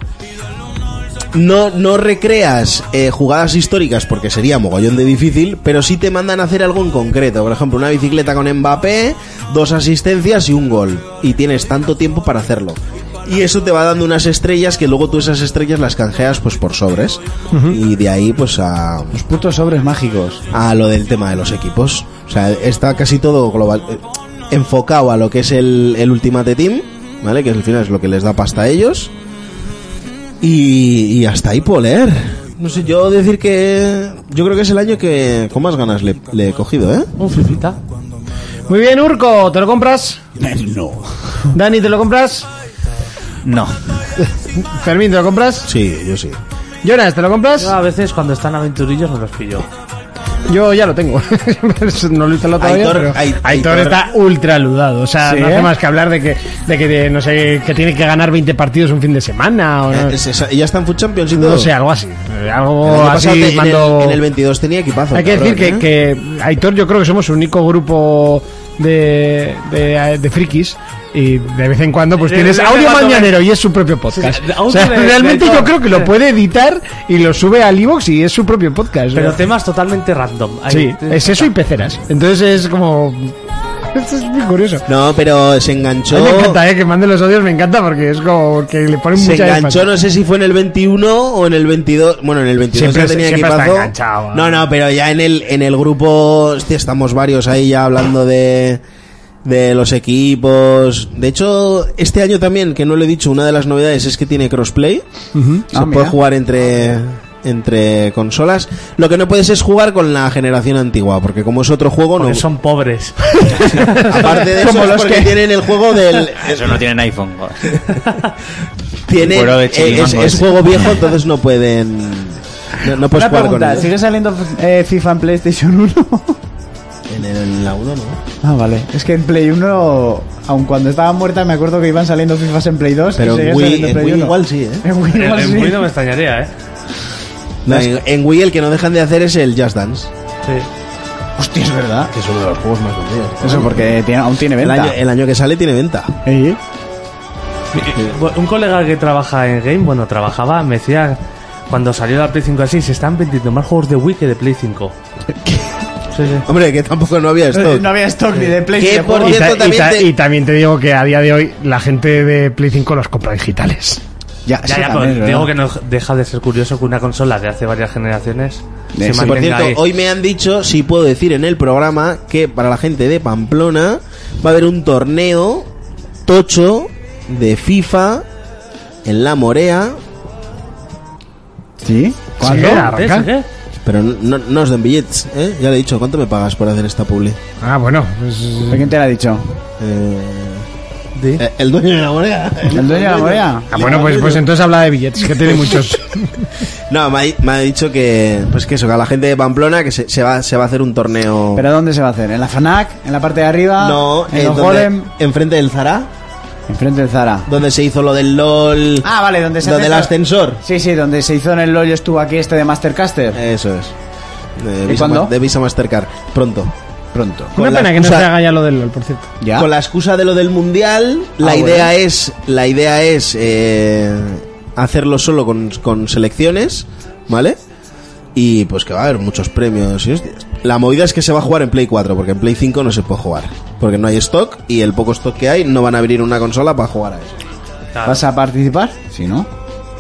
Speaker 6: no, no recreas eh, jugadas históricas porque sería mogollón de difícil, pero sí te mandan a hacer algo en concreto. Por ejemplo, una bicicleta con Mbappé, dos asistencias y un gol. Y tienes tanto tiempo para hacerlo. Y eso te va dando unas estrellas que luego tú esas estrellas las canjeas pues por sobres. Y de ahí pues a,
Speaker 5: Los putos sobres mágicos.
Speaker 6: a lo del tema de los equipos. O sea, está casi todo global, eh, enfocado a lo que es el, el Ultimate Team, ¿vale? Que al final es lo que les da pasta a ellos. Y, y hasta ahí puedo leer. No sé, yo decir que. Yo creo que es el año que con más ganas le, le he cogido, ¿eh?
Speaker 10: Un flipita.
Speaker 4: Muy bien, Urco, ¿te lo compras?
Speaker 6: No.
Speaker 4: Dani, ¿te lo compras?
Speaker 8: No.
Speaker 4: Fermín, ¿te lo compras?
Speaker 6: Sí, yo sí.
Speaker 4: Jonas, ¿te lo compras?
Speaker 10: Yo a veces cuando están aventurillos me los pillo.
Speaker 4: Yo ya lo tengo. no lo he instalado todavía.
Speaker 6: Aitor-
Speaker 4: pero
Speaker 6: Ai-
Speaker 4: Aitor
Speaker 6: Aitor-
Speaker 4: está ultra ludado. O sea,
Speaker 5: ¿Sí?
Speaker 4: no hace más que hablar de que, de que de, no sé, que tiene que ganar 20 partidos un fin de semana o no,
Speaker 6: Eh, es esa- ya están Food Champions y todo.
Speaker 4: no sé, algo así. Eh,
Speaker 6: El
Speaker 4: Algo
Speaker 6: año pasado te-
Speaker 4: así
Speaker 6: en,
Speaker 4: cuando-
Speaker 6: el, en el 22 tenía equipazo.
Speaker 10: Pues
Speaker 4: Hay que decir que,
Speaker 6: cabrón, ¿eh?
Speaker 4: que Aitor, yo creo que somos el único grupo de, de, de frikis. Y de vez en cuando, pues
Speaker 10: De-
Speaker 4: tienes
Speaker 10: de- de-
Speaker 4: audio
Speaker 10: cuando-
Speaker 4: mañanero y es su propio podcast.
Speaker 10: Sí, de- de-
Speaker 4: O sea,
Speaker 10: audio de-
Speaker 4: realmente
Speaker 10: de
Speaker 4: yo
Speaker 10: todo.
Speaker 4: creo que lo
Speaker 10: Sí.
Speaker 4: puede editar y lo sube al iBox y es su propio podcast.
Speaker 10: Pero
Speaker 4: ¿no?
Speaker 10: temas totalmente random. Ahí
Speaker 4: Sí,
Speaker 10: te-
Speaker 4: es eso y peceras. Entonces es como. Esto es muy curioso.
Speaker 6: No, pero se enganchó.
Speaker 4: A mí me encanta, eh, que mande los audios, me encanta porque es como que le ponen
Speaker 6: Se
Speaker 4: mucha
Speaker 6: enganchó,
Speaker 4: énfasis.
Speaker 6: no sé si fue en el 21 o en el 22. Bueno, en el 22
Speaker 4: Siempre
Speaker 6: ya
Speaker 4: se-
Speaker 6: tenía
Speaker 4: siempre está
Speaker 6: equipazo.
Speaker 4: enganchado, ¿eh?
Speaker 6: no, no, pero ya en el, en el grupo, hostia, estamos varios ahí ya hablando de, de los equipos. De hecho, este año también, que no lo he dicho, una de las novedades es que tiene crossplay. Se
Speaker 5: Ah,
Speaker 6: puede
Speaker 5: mira.
Speaker 6: jugar entre entre consolas. Lo que no puedes es jugar con la generación antigua, porque como es otro juego,
Speaker 10: porque
Speaker 6: no.
Speaker 10: son pobres.
Speaker 6: Aparte de eso,
Speaker 4: como
Speaker 6: es
Speaker 4: los
Speaker 6: porque
Speaker 4: que-
Speaker 6: tienen el juego del,
Speaker 8: Eso no tienen iPhone.
Speaker 6: tiene
Speaker 8: Bueno, de
Speaker 6: eh,
Speaker 8: Chilimango
Speaker 6: es, es
Speaker 8: ese.
Speaker 6: juego viejo, entonces no pueden no, no puedes
Speaker 5: Una
Speaker 6: jugar con
Speaker 5: pregunta,
Speaker 6: ellos.
Speaker 5: ¿sigue saliendo eh, FIFA en PlayStation 1?
Speaker 6: En el en la 1 no.
Speaker 5: ah, vale. Es que en Play 1, aun cuando estaba muerta, me acuerdo que iban saliendo FIFAs en Play 2. y
Speaker 6: Pero en
Speaker 5: seguían
Speaker 6: Wii,
Speaker 5: saliendo
Speaker 6: en
Speaker 5: Play
Speaker 6: Wii
Speaker 5: 1.
Speaker 6: igual sí, ¿eh?
Speaker 5: En Wii
Speaker 10: En,
Speaker 5: igual
Speaker 10: en
Speaker 5: sí.
Speaker 10: Wii no me extrañaría, ¿eh?
Speaker 6: No, en, en Wii el que no dejan de hacer es el Just Dance,
Speaker 10: Sí.
Speaker 5: Hostia, es verdad.
Speaker 6: que es uno de los juegos más vendidos.
Speaker 5: Eso porque tiene- aún tiene
Speaker 6: El
Speaker 5: venta.
Speaker 6: año, el año que sale tiene venta.
Speaker 5: ¿Eh?
Speaker 10: Bu- Un colega que trabaja en Game, bueno, trabajaba, me decía cuando salió la Play 5 así, se están vendiendo más juegos de Wii que de Play 5. Sí, sí.
Speaker 6: Hombre, que tampoco no había esto.
Speaker 5: Eh. No había stock ni de Play.
Speaker 6: Que
Speaker 5: ni de
Speaker 6: por
Speaker 5: juegos.
Speaker 4: Y, ta-
Speaker 6: Esto
Speaker 4: y,
Speaker 6: también
Speaker 4: ta-
Speaker 6: te-
Speaker 4: y también te digo que a día de hoy la gente de Play 5 los compra digitales.
Speaker 5: Ya,
Speaker 10: Ya,
Speaker 5: eso
Speaker 10: ya,
Speaker 4: pues,
Speaker 10: pero
Speaker 5: también es
Speaker 10: digo
Speaker 5: verdad.
Speaker 10: que no deja de ser curioso que una consola de hace varias generaciones se
Speaker 6: Por
Speaker 10: mantenga
Speaker 6: cierto,
Speaker 10: ahí.
Speaker 6: hoy me han dicho, si puedo decir en el programa, que para la gente de Pamplona va a haber un torneo tocho de FIFA en la Morea,
Speaker 5: ¿Sí? ¿Cuándo?
Speaker 4: Sí,
Speaker 10: ¿Eh?
Speaker 4: arranca.
Speaker 10: ¿Sí, qué?
Speaker 6: pero no, no os den billetes, ¿eh? Ya le he dicho, ¿cuánto me pagas por hacer esta publi?
Speaker 4: Ah, bueno. pues,
Speaker 5: ¿Quién te lo ha dicho?
Speaker 6: Eh,
Speaker 10: Di.
Speaker 6: eh, el dueño de la Morea.
Speaker 5: ¿El dueño de la Morea?
Speaker 4: ah, bueno, pues, pues entonces habla de billetes, que tiene muchos.
Speaker 6: No, me ha, me ha dicho que, pues que eso, que a la gente de Pamplona que se, se va, se va a hacer un torneo.
Speaker 5: ah, ¿Pero dónde se va a hacer? ¿En la FANAC? ¿En la parte de arriba?
Speaker 6: no,
Speaker 5: ¿En
Speaker 6: eh,
Speaker 5: los
Speaker 6: donde-
Speaker 5: Golem?
Speaker 6: enfrente del Zara.
Speaker 5: Enfrente del Zara.
Speaker 6: Donde se hizo lo del LOL.
Speaker 5: Ah, vale, donde se
Speaker 6: Donde
Speaker 5: hace
Speaker 6: el
Speaker 5: esto-
Speaker 6: ascensor.
Speaker 5: Sí, sí, donde se hizo en el LOL y estuvo aquí este de Mastercaster.
Speaker 4: Eh.
Speaker 6: Eso es. De
Speaker 5: ¿Y
Speaker 6: Visa
Speaker 5: cuándo?
Speaker 6: Ma- De Visa Mastercard. Pronto.
Speaker 5: Pronto.
Speaker 4: Una
Speaker 6: Con la
Speaker 4: pena que no se
Speaker 6: excusa-
Speaker 4: haga ya lo del LOL, por cierto.
Speaker 5: Ya.
Speaker 6: Con la excusa de lo del mundial, la
Speaker 5: Ah,
Speaker 6: idea
Speaker 5: bueno.
Speaker 6: es la idea es eh, hacerlo solo con, con selecciones, ¿vale? Y pues que va a haber muchos premios. y hostias. La movida es que se va a jugar en Play 4, porque en Play 5 no se puede jugar. Porque no hay stock y el poco stock que hay no van a abrir una consola para jugar a eso.
Speaker 5: ¿Vas a participar? Si no.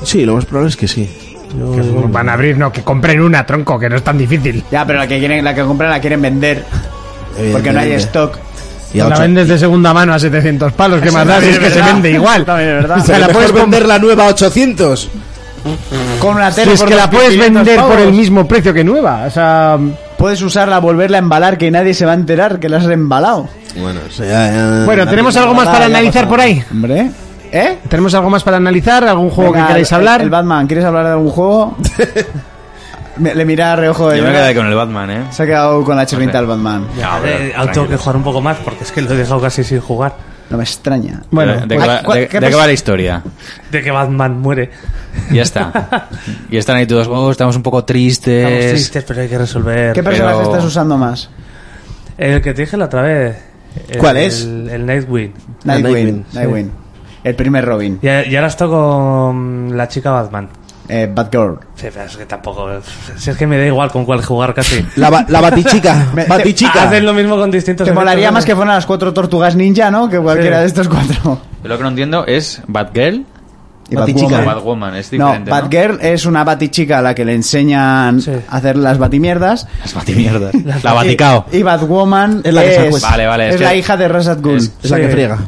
Speaker 6: Sí, lo más probable es que sí.
Speaker 4: Que van a abrir, no, que compren una, tronco, que no es tan difícil.
Speaker 5: Ya, pero la que quieren, la que compran la quieren vender. Porque no hay
Speaker 6: Evidentemente.
Speaker 5: stock.
Speaker 6: Y a
Speaker 4: la
Speaker 6: ocho-
Speaker 4: vendes de segunda mano a 700 palos, que más da si es que se vende igual.
Speaker 5: También es verdad.
Speaker 4: O sea, la
Speaker 6: Mejor
Speaker 4: puedes com-
Speaker 6: vender la nueva a 800.
Speaker 5: Con una
Speaker 4: si
Speaker 5: tele
Speaker 4: es
Speaker 5: por
Speaker 4: que la
Speaker 5: unos
Speaker 4: puedes
Speaker 5: 1500
Speaker 4: vender por el
Speaker 5: pavos.
Speaker 4: mismo precio que nueva. O sea,
Speaker 5: Puedes usarla, volverla a embalar, que nadie se va a enterar que la has embalado.
Speaker 6: Bueno, o sea, eh,
Speaker 4: bueno,
Speaker 6: la-
Speaker 4: tenemos Pues algo más
Speaker 5: Nada,
Speaker 4: para
Speaker 5: ya
Speaker 4: analizar
Speaker 5: pasa
Speaker 4: por
Speaker 5: nada.
Speaker 4: ahí.
Speaker 5: Hombre. ¿Eh?
Speaker 4: ¿Tenemos algo más para analizar? ¿Algún juego
Speaker 5: Venga,
Speaker 4: que queráis
Speaker 5: el-
Speaker 4: hablar?
Speaker 5: El, Batman, ¿quieres hablar de algún juego? Me- Le mira a reojo de
Speaker 8: Yo me
Speaker 5: Jonah.
Speaker 8: quedé con el Batman, ¿eh?
Speaker 5: Se ha quedado con la chirrinta el Batman.
Speaker 10: Ya,
Speaker 8: pero
Speaker 10: eh, aún tengo que jugar un poco más porque es que lo he dejado casi sin jugar.
Speaker 5: No me extraña.
Speaker 4: Bueno,
Speaker 8: ¿De, de
Speaker 4: pues-
Speaker 8: qué va-
Speaker 5: ¿cuál-
Speaker 8: de-
Speaker 5: qué
Speaker 8: de qué
Speaker 5: pens-
Speaker 8: va la historia?
Speaker 10: De que Batman muere.
Speaker 8: Ya está. Y están ahí todos, "Oh, estamos un poco tristes.
Speaker 10: Estamos tristes, pero hay que resolver. Eh,
Speaker 5: ¿Qué personaje
Speaker 8: pero-
Speaker 5: estás usando más?
Speaker 10: El que te dije la otra vez. El-
Speaker 6: ¿Cuál es?
Speaker 10: El, el Nightwing.
Speaker 5: Nightwing.
Speaker 6: Nightwing,
Speaker 5: Nightwing. El primer Robin.
Speaker 10: Y, a- y ahora estoy con la chica Batman.
Speaker 5: Eh, Batgirl.
Speaker 10: Sí, pero es que tampoco. Si es que me da igual con cuál jugar casi.
Speaker 6: La, ba- la batichica.
Speaker 5: Me-
Speaker 6: batichica.
Speaker 10: Hacen Este, lo mismo con distintos.
Speaker 5: Te molaría
Speaker 10: efectos.
Speaker 5: más que fueran las cuatro tortugas ninja, ¿no? Que cualquiera
Speaker 10: Sí.
Speaker 5: de estos cuatro.
Speaker 8: Yo Lo que no entiendo es Batgirl
Speaker 5: Y
Speaker 6: Batichica.
Speaker 8: o
Speaker 5: Batwoman.
Speaker 8: Batwoman. Es
Speaker 5: No,
Speaker 8: diferente, ¿no?
Speaker 5: Batgirl es una batichica a la que le enseñan
Speaker 10: Sí.
Speaker 5: a hacer las batimierdas.
Speaker 8: Las batimierdas. La Baticao.
Speaker 5: Y Batwoman es
Speaker 6: Es la que se
Speaker 5: es,
Speaker 6: acuesta.
Speaker 8: Vale, vale, es que-
Speaker 5: la hija de Rashad Ghul.
Speaker 8: Es-
Speaker 6: Es la que
Speaker 10: Sí.
Speaker 6: friega.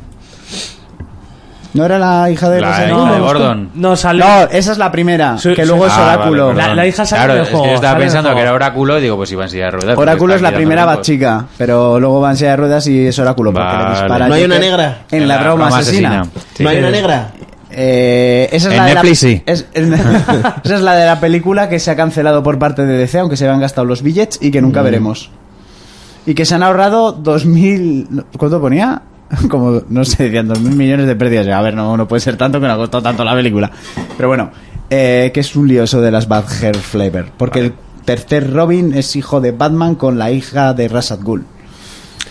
Speaker 5: ¿No era la hija de
Speaker 8: La
Speaker 5: Rashad
Speaker 8: hija
Speaker 5: Ghul?
Speaker 8: de
Speaker 5: ¿No?
Speaker 8: Gordon.
Speaker 10: No, sale.
Speaker 5: No, esa es la primera,
Speaker 10: Sí,
Speaker 5: que
Speaker 10: sí.
Speaker 5: luego es
Speaker 8: Ah,
Speaker 5: Oráculo.
Speaker 8: vale, perdón.
Speaker 10: La- la hija sale
Speaker 8: claro,
Speaker 10: del
Speaker 8: es que
Speaker 10: juego,
Speaker 8: yo estaba
Speaker 10: sale del
Speaker 8: pensando que
Speaker 10: juego.
Speaker 8: era Oráculo y digo, pues iba en silla de ruedas. porque
Speaker 5: Oráculo
Speaker 8: está
Speaker 5: es la
Speaker 8: aquí dando
Speaker 5: primera
Speaker 8: tumbos.
Speaker 5: Batchica, pero luego va en silla de ruedas y es Oráculo porque
Speaker 8: Vale.
Speaker 5: le dispara
Speaker 6: ¿No hay una
Speaker 5: Joker
Speaker 6: negra?
Speaker 5: En la, broma, asesina.
Speaker 8: Sí.
Speaker 6: ¿No hay una negra?
Speaker 5: Eh, esa es
Speaker 8: En
Speaker 5: la de
Speaker 8: Netflix
Speaker 5: la,
Speaker 8: sí.
Speaker 5: es- esa es la de la película que se ha cancelado por parte de DC, aunque se habían gastado los billetes y que nunca
Speaker 4: Mm.
Speaker 5: veremos. Y que se han ahorrado 2.000... ¿Cuánto ponía? Como, no sé, decían 2.000 millones de pérdidas. A ver, no, no puede ser tanto que no ha costado tanto la película. Pero bueno, eh, que es un lío eso de las Bad Hair Flavor. Porque el tercer Robin es hijo de Batman con la hija de Rasad Ghul.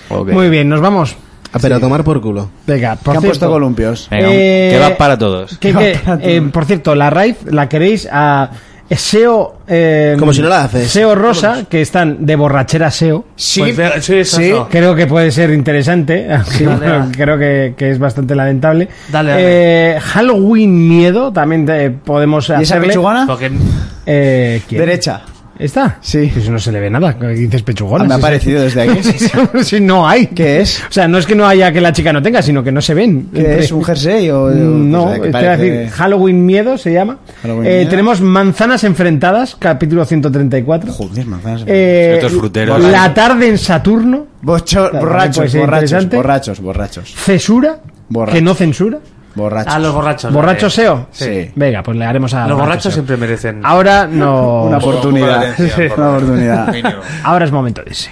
Speaker 8: Ok.
Speaker 4: Muy bien, nos vamos.
Speaker 6: Ah, pero a tomar por culo.
Speaker 4: Venga,
Speaker 5: Que
Speaker 4: por
Speaker 5: han puesto
Speaker 4: cierto,
Speaker 5: columpios.
Speaker 8: Venga,
Speaker 4: Eh,
Speaker 8: que va para todos.
Speaker 4: que- que, eh, por cierto, la raíz la queréis a SEO. eh,
Speaker 6: Como si no la haces.
Speaker 4: SEO Rosa, que están de borrachera SEO.
Speaker 5: Sí,
Speaker 10: Pues ve- sí, eso,
Speaker 5: Oh.
Speaker 10: eso.
Speaker 4: Creo que puede ser interesante. aunque
Speaker 10: dale, dale.
Speaker 4: creo que, que es bastante lamentable.
Speaker 10: Dale, dale.
Speaker 4: Eh, Halloween Miedo también eh, podemos
Speaker 5: ¿Y esa
Speaker 4: hacerle.
Speaker 5: pichugona?
Speaker 10: Porque
Speaker 4: Eh, ¿quién?
Speaker 5: Derecha.
Speaker 4: ¿Esta?
Speaker 5: Sí.
Speaker 4: Pues no se le ve nada. ¿qué Dices pechugona.
Speaker 5: Ah, me ha
Speaker 4: Sí, sí.
Speaker 5: parecido desde aquí.
Speaker 4: Sí, sí, sí, no hay.
Speaker 5: ¿Qué es?
Speaker 4: O sea, no es que no haya que la chica no tenga, sino que no se ven.
Speaker 5: ¿Qué
Speaker 4: Entre- Mm,
Speaker 5: es? ¿Un jersey? O, o-
Speaker 4: No,
Speaker 5: o sea, que
Speaker 4: te iba a
Speaker 5: parece-
Speaker 4: decir, Halloween Miedo se llama.
Speaker 5: Halloween
Speaker 4: Eh,
Speaker 5: Miedo.
Speaker 4: Tenemos Manzanas Enfrentadas, capítulo 134.
Speaker 5: Joder, manzanas.
Speaker 4: Eh,
Speaker 8: Estos fruteros.
Speaker 4: la tarde en Saturno.
Speaker 5: Bocho-
Speaker 4: Claro, puede
Speaker 5: borrachos,
Speaker 4: ser
Speaker 5: borrachos,
Speaker 4: interesante.
Speaker 5: borrachos, borrachos,
Speaker 4: Cesura,
Speaker 5: Borracho.
Speaker 4: que no censura.
Speaker 5: borrachos.
Speaker 10: a los borrachos.
Speaker 4: Borracho
Speaker 10: eh,
Speaker 4: SEO.
Speaker 5: Sí.
Speaker 4: Venga, pues le haremos a.
Speaker 10: Los borrachos
Speaker 4: SEO.
Speaker 10: siempre merecen.
Speaker 5: Ah,
Speaker 4: Ahora no.
Speaker 5: Una oportunidad.
Speaker 8: Poco de atención, por
Speaker 5: Una
Speaker 8: favor.
Speaker 5: oportunidad.
Speaker 8: Mínimo.
Speaker 4: Ahora es momento de ese.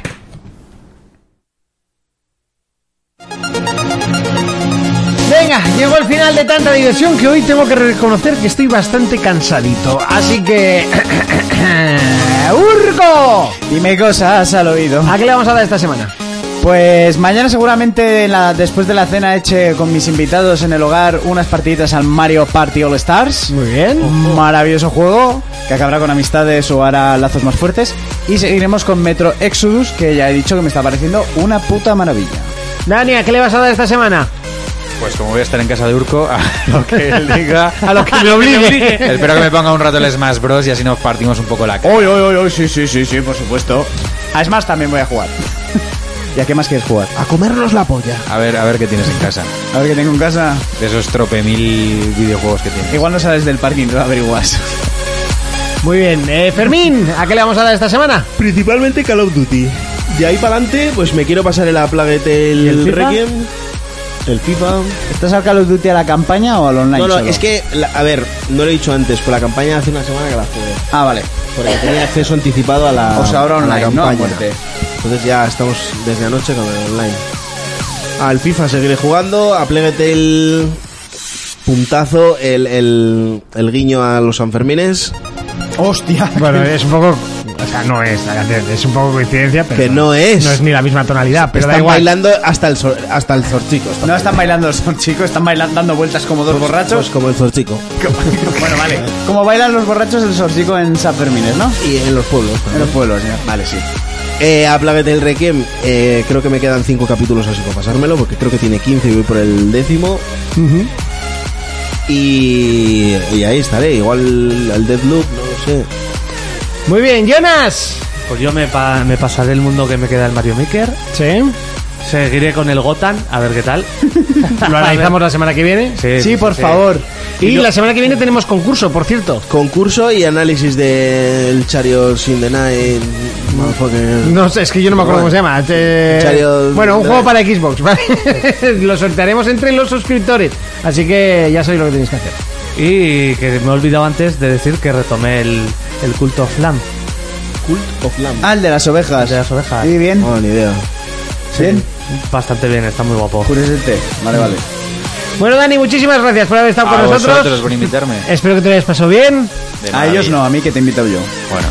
Speaker 4: Venga, llegó el final de tanta diversión que hoy tengo que reconocer que estoy bastante cansadito. Así que. ¡Urco!
Speaker 5: Dime cosas al oído.
Speaker 4: ¿A qué le vamos a dar esta semana?
Speaker 5: Pues mañana seguramente en la- después de la cena eche con mis invitados en el hogar unas partiditas al Mario Party All Stars.
Speaker 4: Muy bien.
Speaker 5: Un Maravilloso juego que acabará con amistades o hará lazos más fuertes. Y seguiremos con Metro Exodus, que ya he dicho que me está pareciendo una puta maravilla.
Speaker 4: Dani, ¿a qué le vas a dar esta semana?
Speaker 8: Pues como voy a estar en casa de Urco, a lo que él diga.
Speaker 4: A lo que me obligue.
Speaker 8: Espero que me ponga un rato el Smash Bros. y así nos partimos un poco la cara.
Speaker 5: Oy, oy, oy, oy, sí, sí, sí, sí, por supuesto. A Smash Ah, también voy a jugar. ¿Y a qué más quieres jugar?
Speaker 6: A comernos la polla.
Speaker 8: A ver, a ver qué tienes en casa.
Speaker 5: A ver que tengo en casa.
Speaker 8: De esos tropemil videojuegos que tienes.
Speaker 5: Igual no sales del parking, lo averiguas.
Speaker 4: Muy bien. Eh, Fermín, ¿a qué le vamos a dar esta semana?
Speaker 6: Principalmente Call of Duty. De ahí para adelante, pues me quiero pasar el Aplaguet el,
Speaker 4: el FIFA?
Speaker 6: Requiem. El FIFA.
Speaker 5: ¿Estás al Call of Duty a la campaña o al online?
Speaker 6: No, no,
Speaker 5: solo?
Speaker 6: es que, la- a ver, no lo he dicho antes, por la campaña hace una semana que la jugué.
Speaker 5: Ah, vale.
Speaker 6: Porque tenía acceso anticipado a la,
Speaker 5: O sea, ahora
Speaker 6: a la
Speaker 5: online, ¿no? A
Speaker 6: campaña.
Speaker 5: muerte.
Speaker 6: Entonces ya estamos desde anoche con el online. Al FIFA seguiré jugando, a Plague Tale, puntazo, el, el, el guiño a los Sanfermines,
Speaker 5: Hostia.
Speaker 4: Bueno, es un poco. O sea, no es la canción, es un poco coincidencia, pero.
Speaker 6: que no es.
Speaker 4: No es ni la misma tonalidad, pero
Speaker 6: Están
Speaker 4: da igual.
Speaker 6: bailando hasta el, sor- hasta el zorchico. están
Speaker 5: No están bailando, son chicos, están bailando dando vueltas como dos
Speaker 6: Pues
Speaker 5: borrachos.
Speaker 6: como el zorchico.
Speaker 5: bueno, vale. Como bailan los borrachos el sorcico en San Fermines, ¿no?
Speaker 6: Y en los pueblos.
Speaker 5: En los pueblos, ya.
Speaker 6: Vale, sí. Eh, a Plague del Requiem, eh, creo que me quedan 5 capítulos así para pasármelo, porque creo que tiene 15 y voy por el décimo. y, y ahí estaré, igual al Deathloop, no lo sé.
Speaker 4: Muy bien, Jonas.
Speaker 10: Pues yo me, pa- me pasaré el mundo que me queda el Mario Maker.
Speaker 4: Sí.
Speaker 10: Seguiré con el Gotham, a ver qué tal.
Speaker 4: Lo analizamos la semana que viene.
Speaker 10: Sí, sí,
Speaker 4: por
Speaker 10: sí.
Speaker 4: favor. Y,
Speaker 10: Y lo-
Speaker 4: la semana que viene tenemos concurso, por cierto.
Speaker 6: Concurso y análisis del Charios in the Night. motherfucker.
Speaker 4: No sé, es que yo no me acuerdo cómo se llama. Eh,
Speaker 6: Chario-
Speaker 4: bueno, un
Speaker 6: de-
Speaker 4: juego para Xbox, ¿vale? lo sortearemos entre los suscriptores. Así que ya sabéis lo que tenéis que hacer.
Speaker 10: Y que me he olvidado antes de decir que retomé el, el culto Flam
Speaker 6: Cult of Lamb.
Speaker 5: Ah, el de las ovejas.
Speaker 10: de las ovejas.
Speaker 5: Sí, bien.
Speaker 6: No, ni idea.
Speaker 5: Bien.
Speaker 10: Bastante bien, está muy guapo.
Speaker 5: Curiosete. Vale, vale.
Speaker 4: Bueno, Dani, muchísimas gracias por haber estado
Speaker 8: A
Speaker 4: con nosotros.
Speaker 8: Ah, vosotros por invitarme.
Speaker 4: Espero que te lo hayas pasado bien.
Speaker 8: De
Speaker 5: A ellos
Speaker 8: maravilla.
Speaker 5: no, a mí que te invito yo.
Speaker 8: Bueno.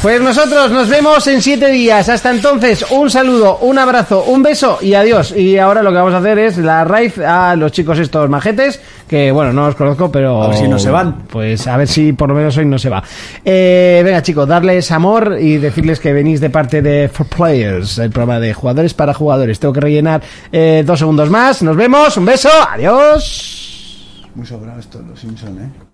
Speaker 4: Pues nosotros nos vemos en siete días. Hasta entonces, un saludo, un abrazo, un beso y adiós. Y ahora lo que vamos a hacer es la raíz a los chicos estos majetes, que bueno, no los conozco, pero...
Speaker 5: A ver si no se van.
Speaker 4: Pues a ver si por lo menos hoy no se va. Eh, venga chicos, darles amor y decirles que venís de parte de For Players, el programa de jugadores para jugadores. Tengo que rellenar eh, dos segundos más. Nos vemos, un beso, adiós.
Speaker 5: Muy sobrado esto, los Simpson, ¿eh?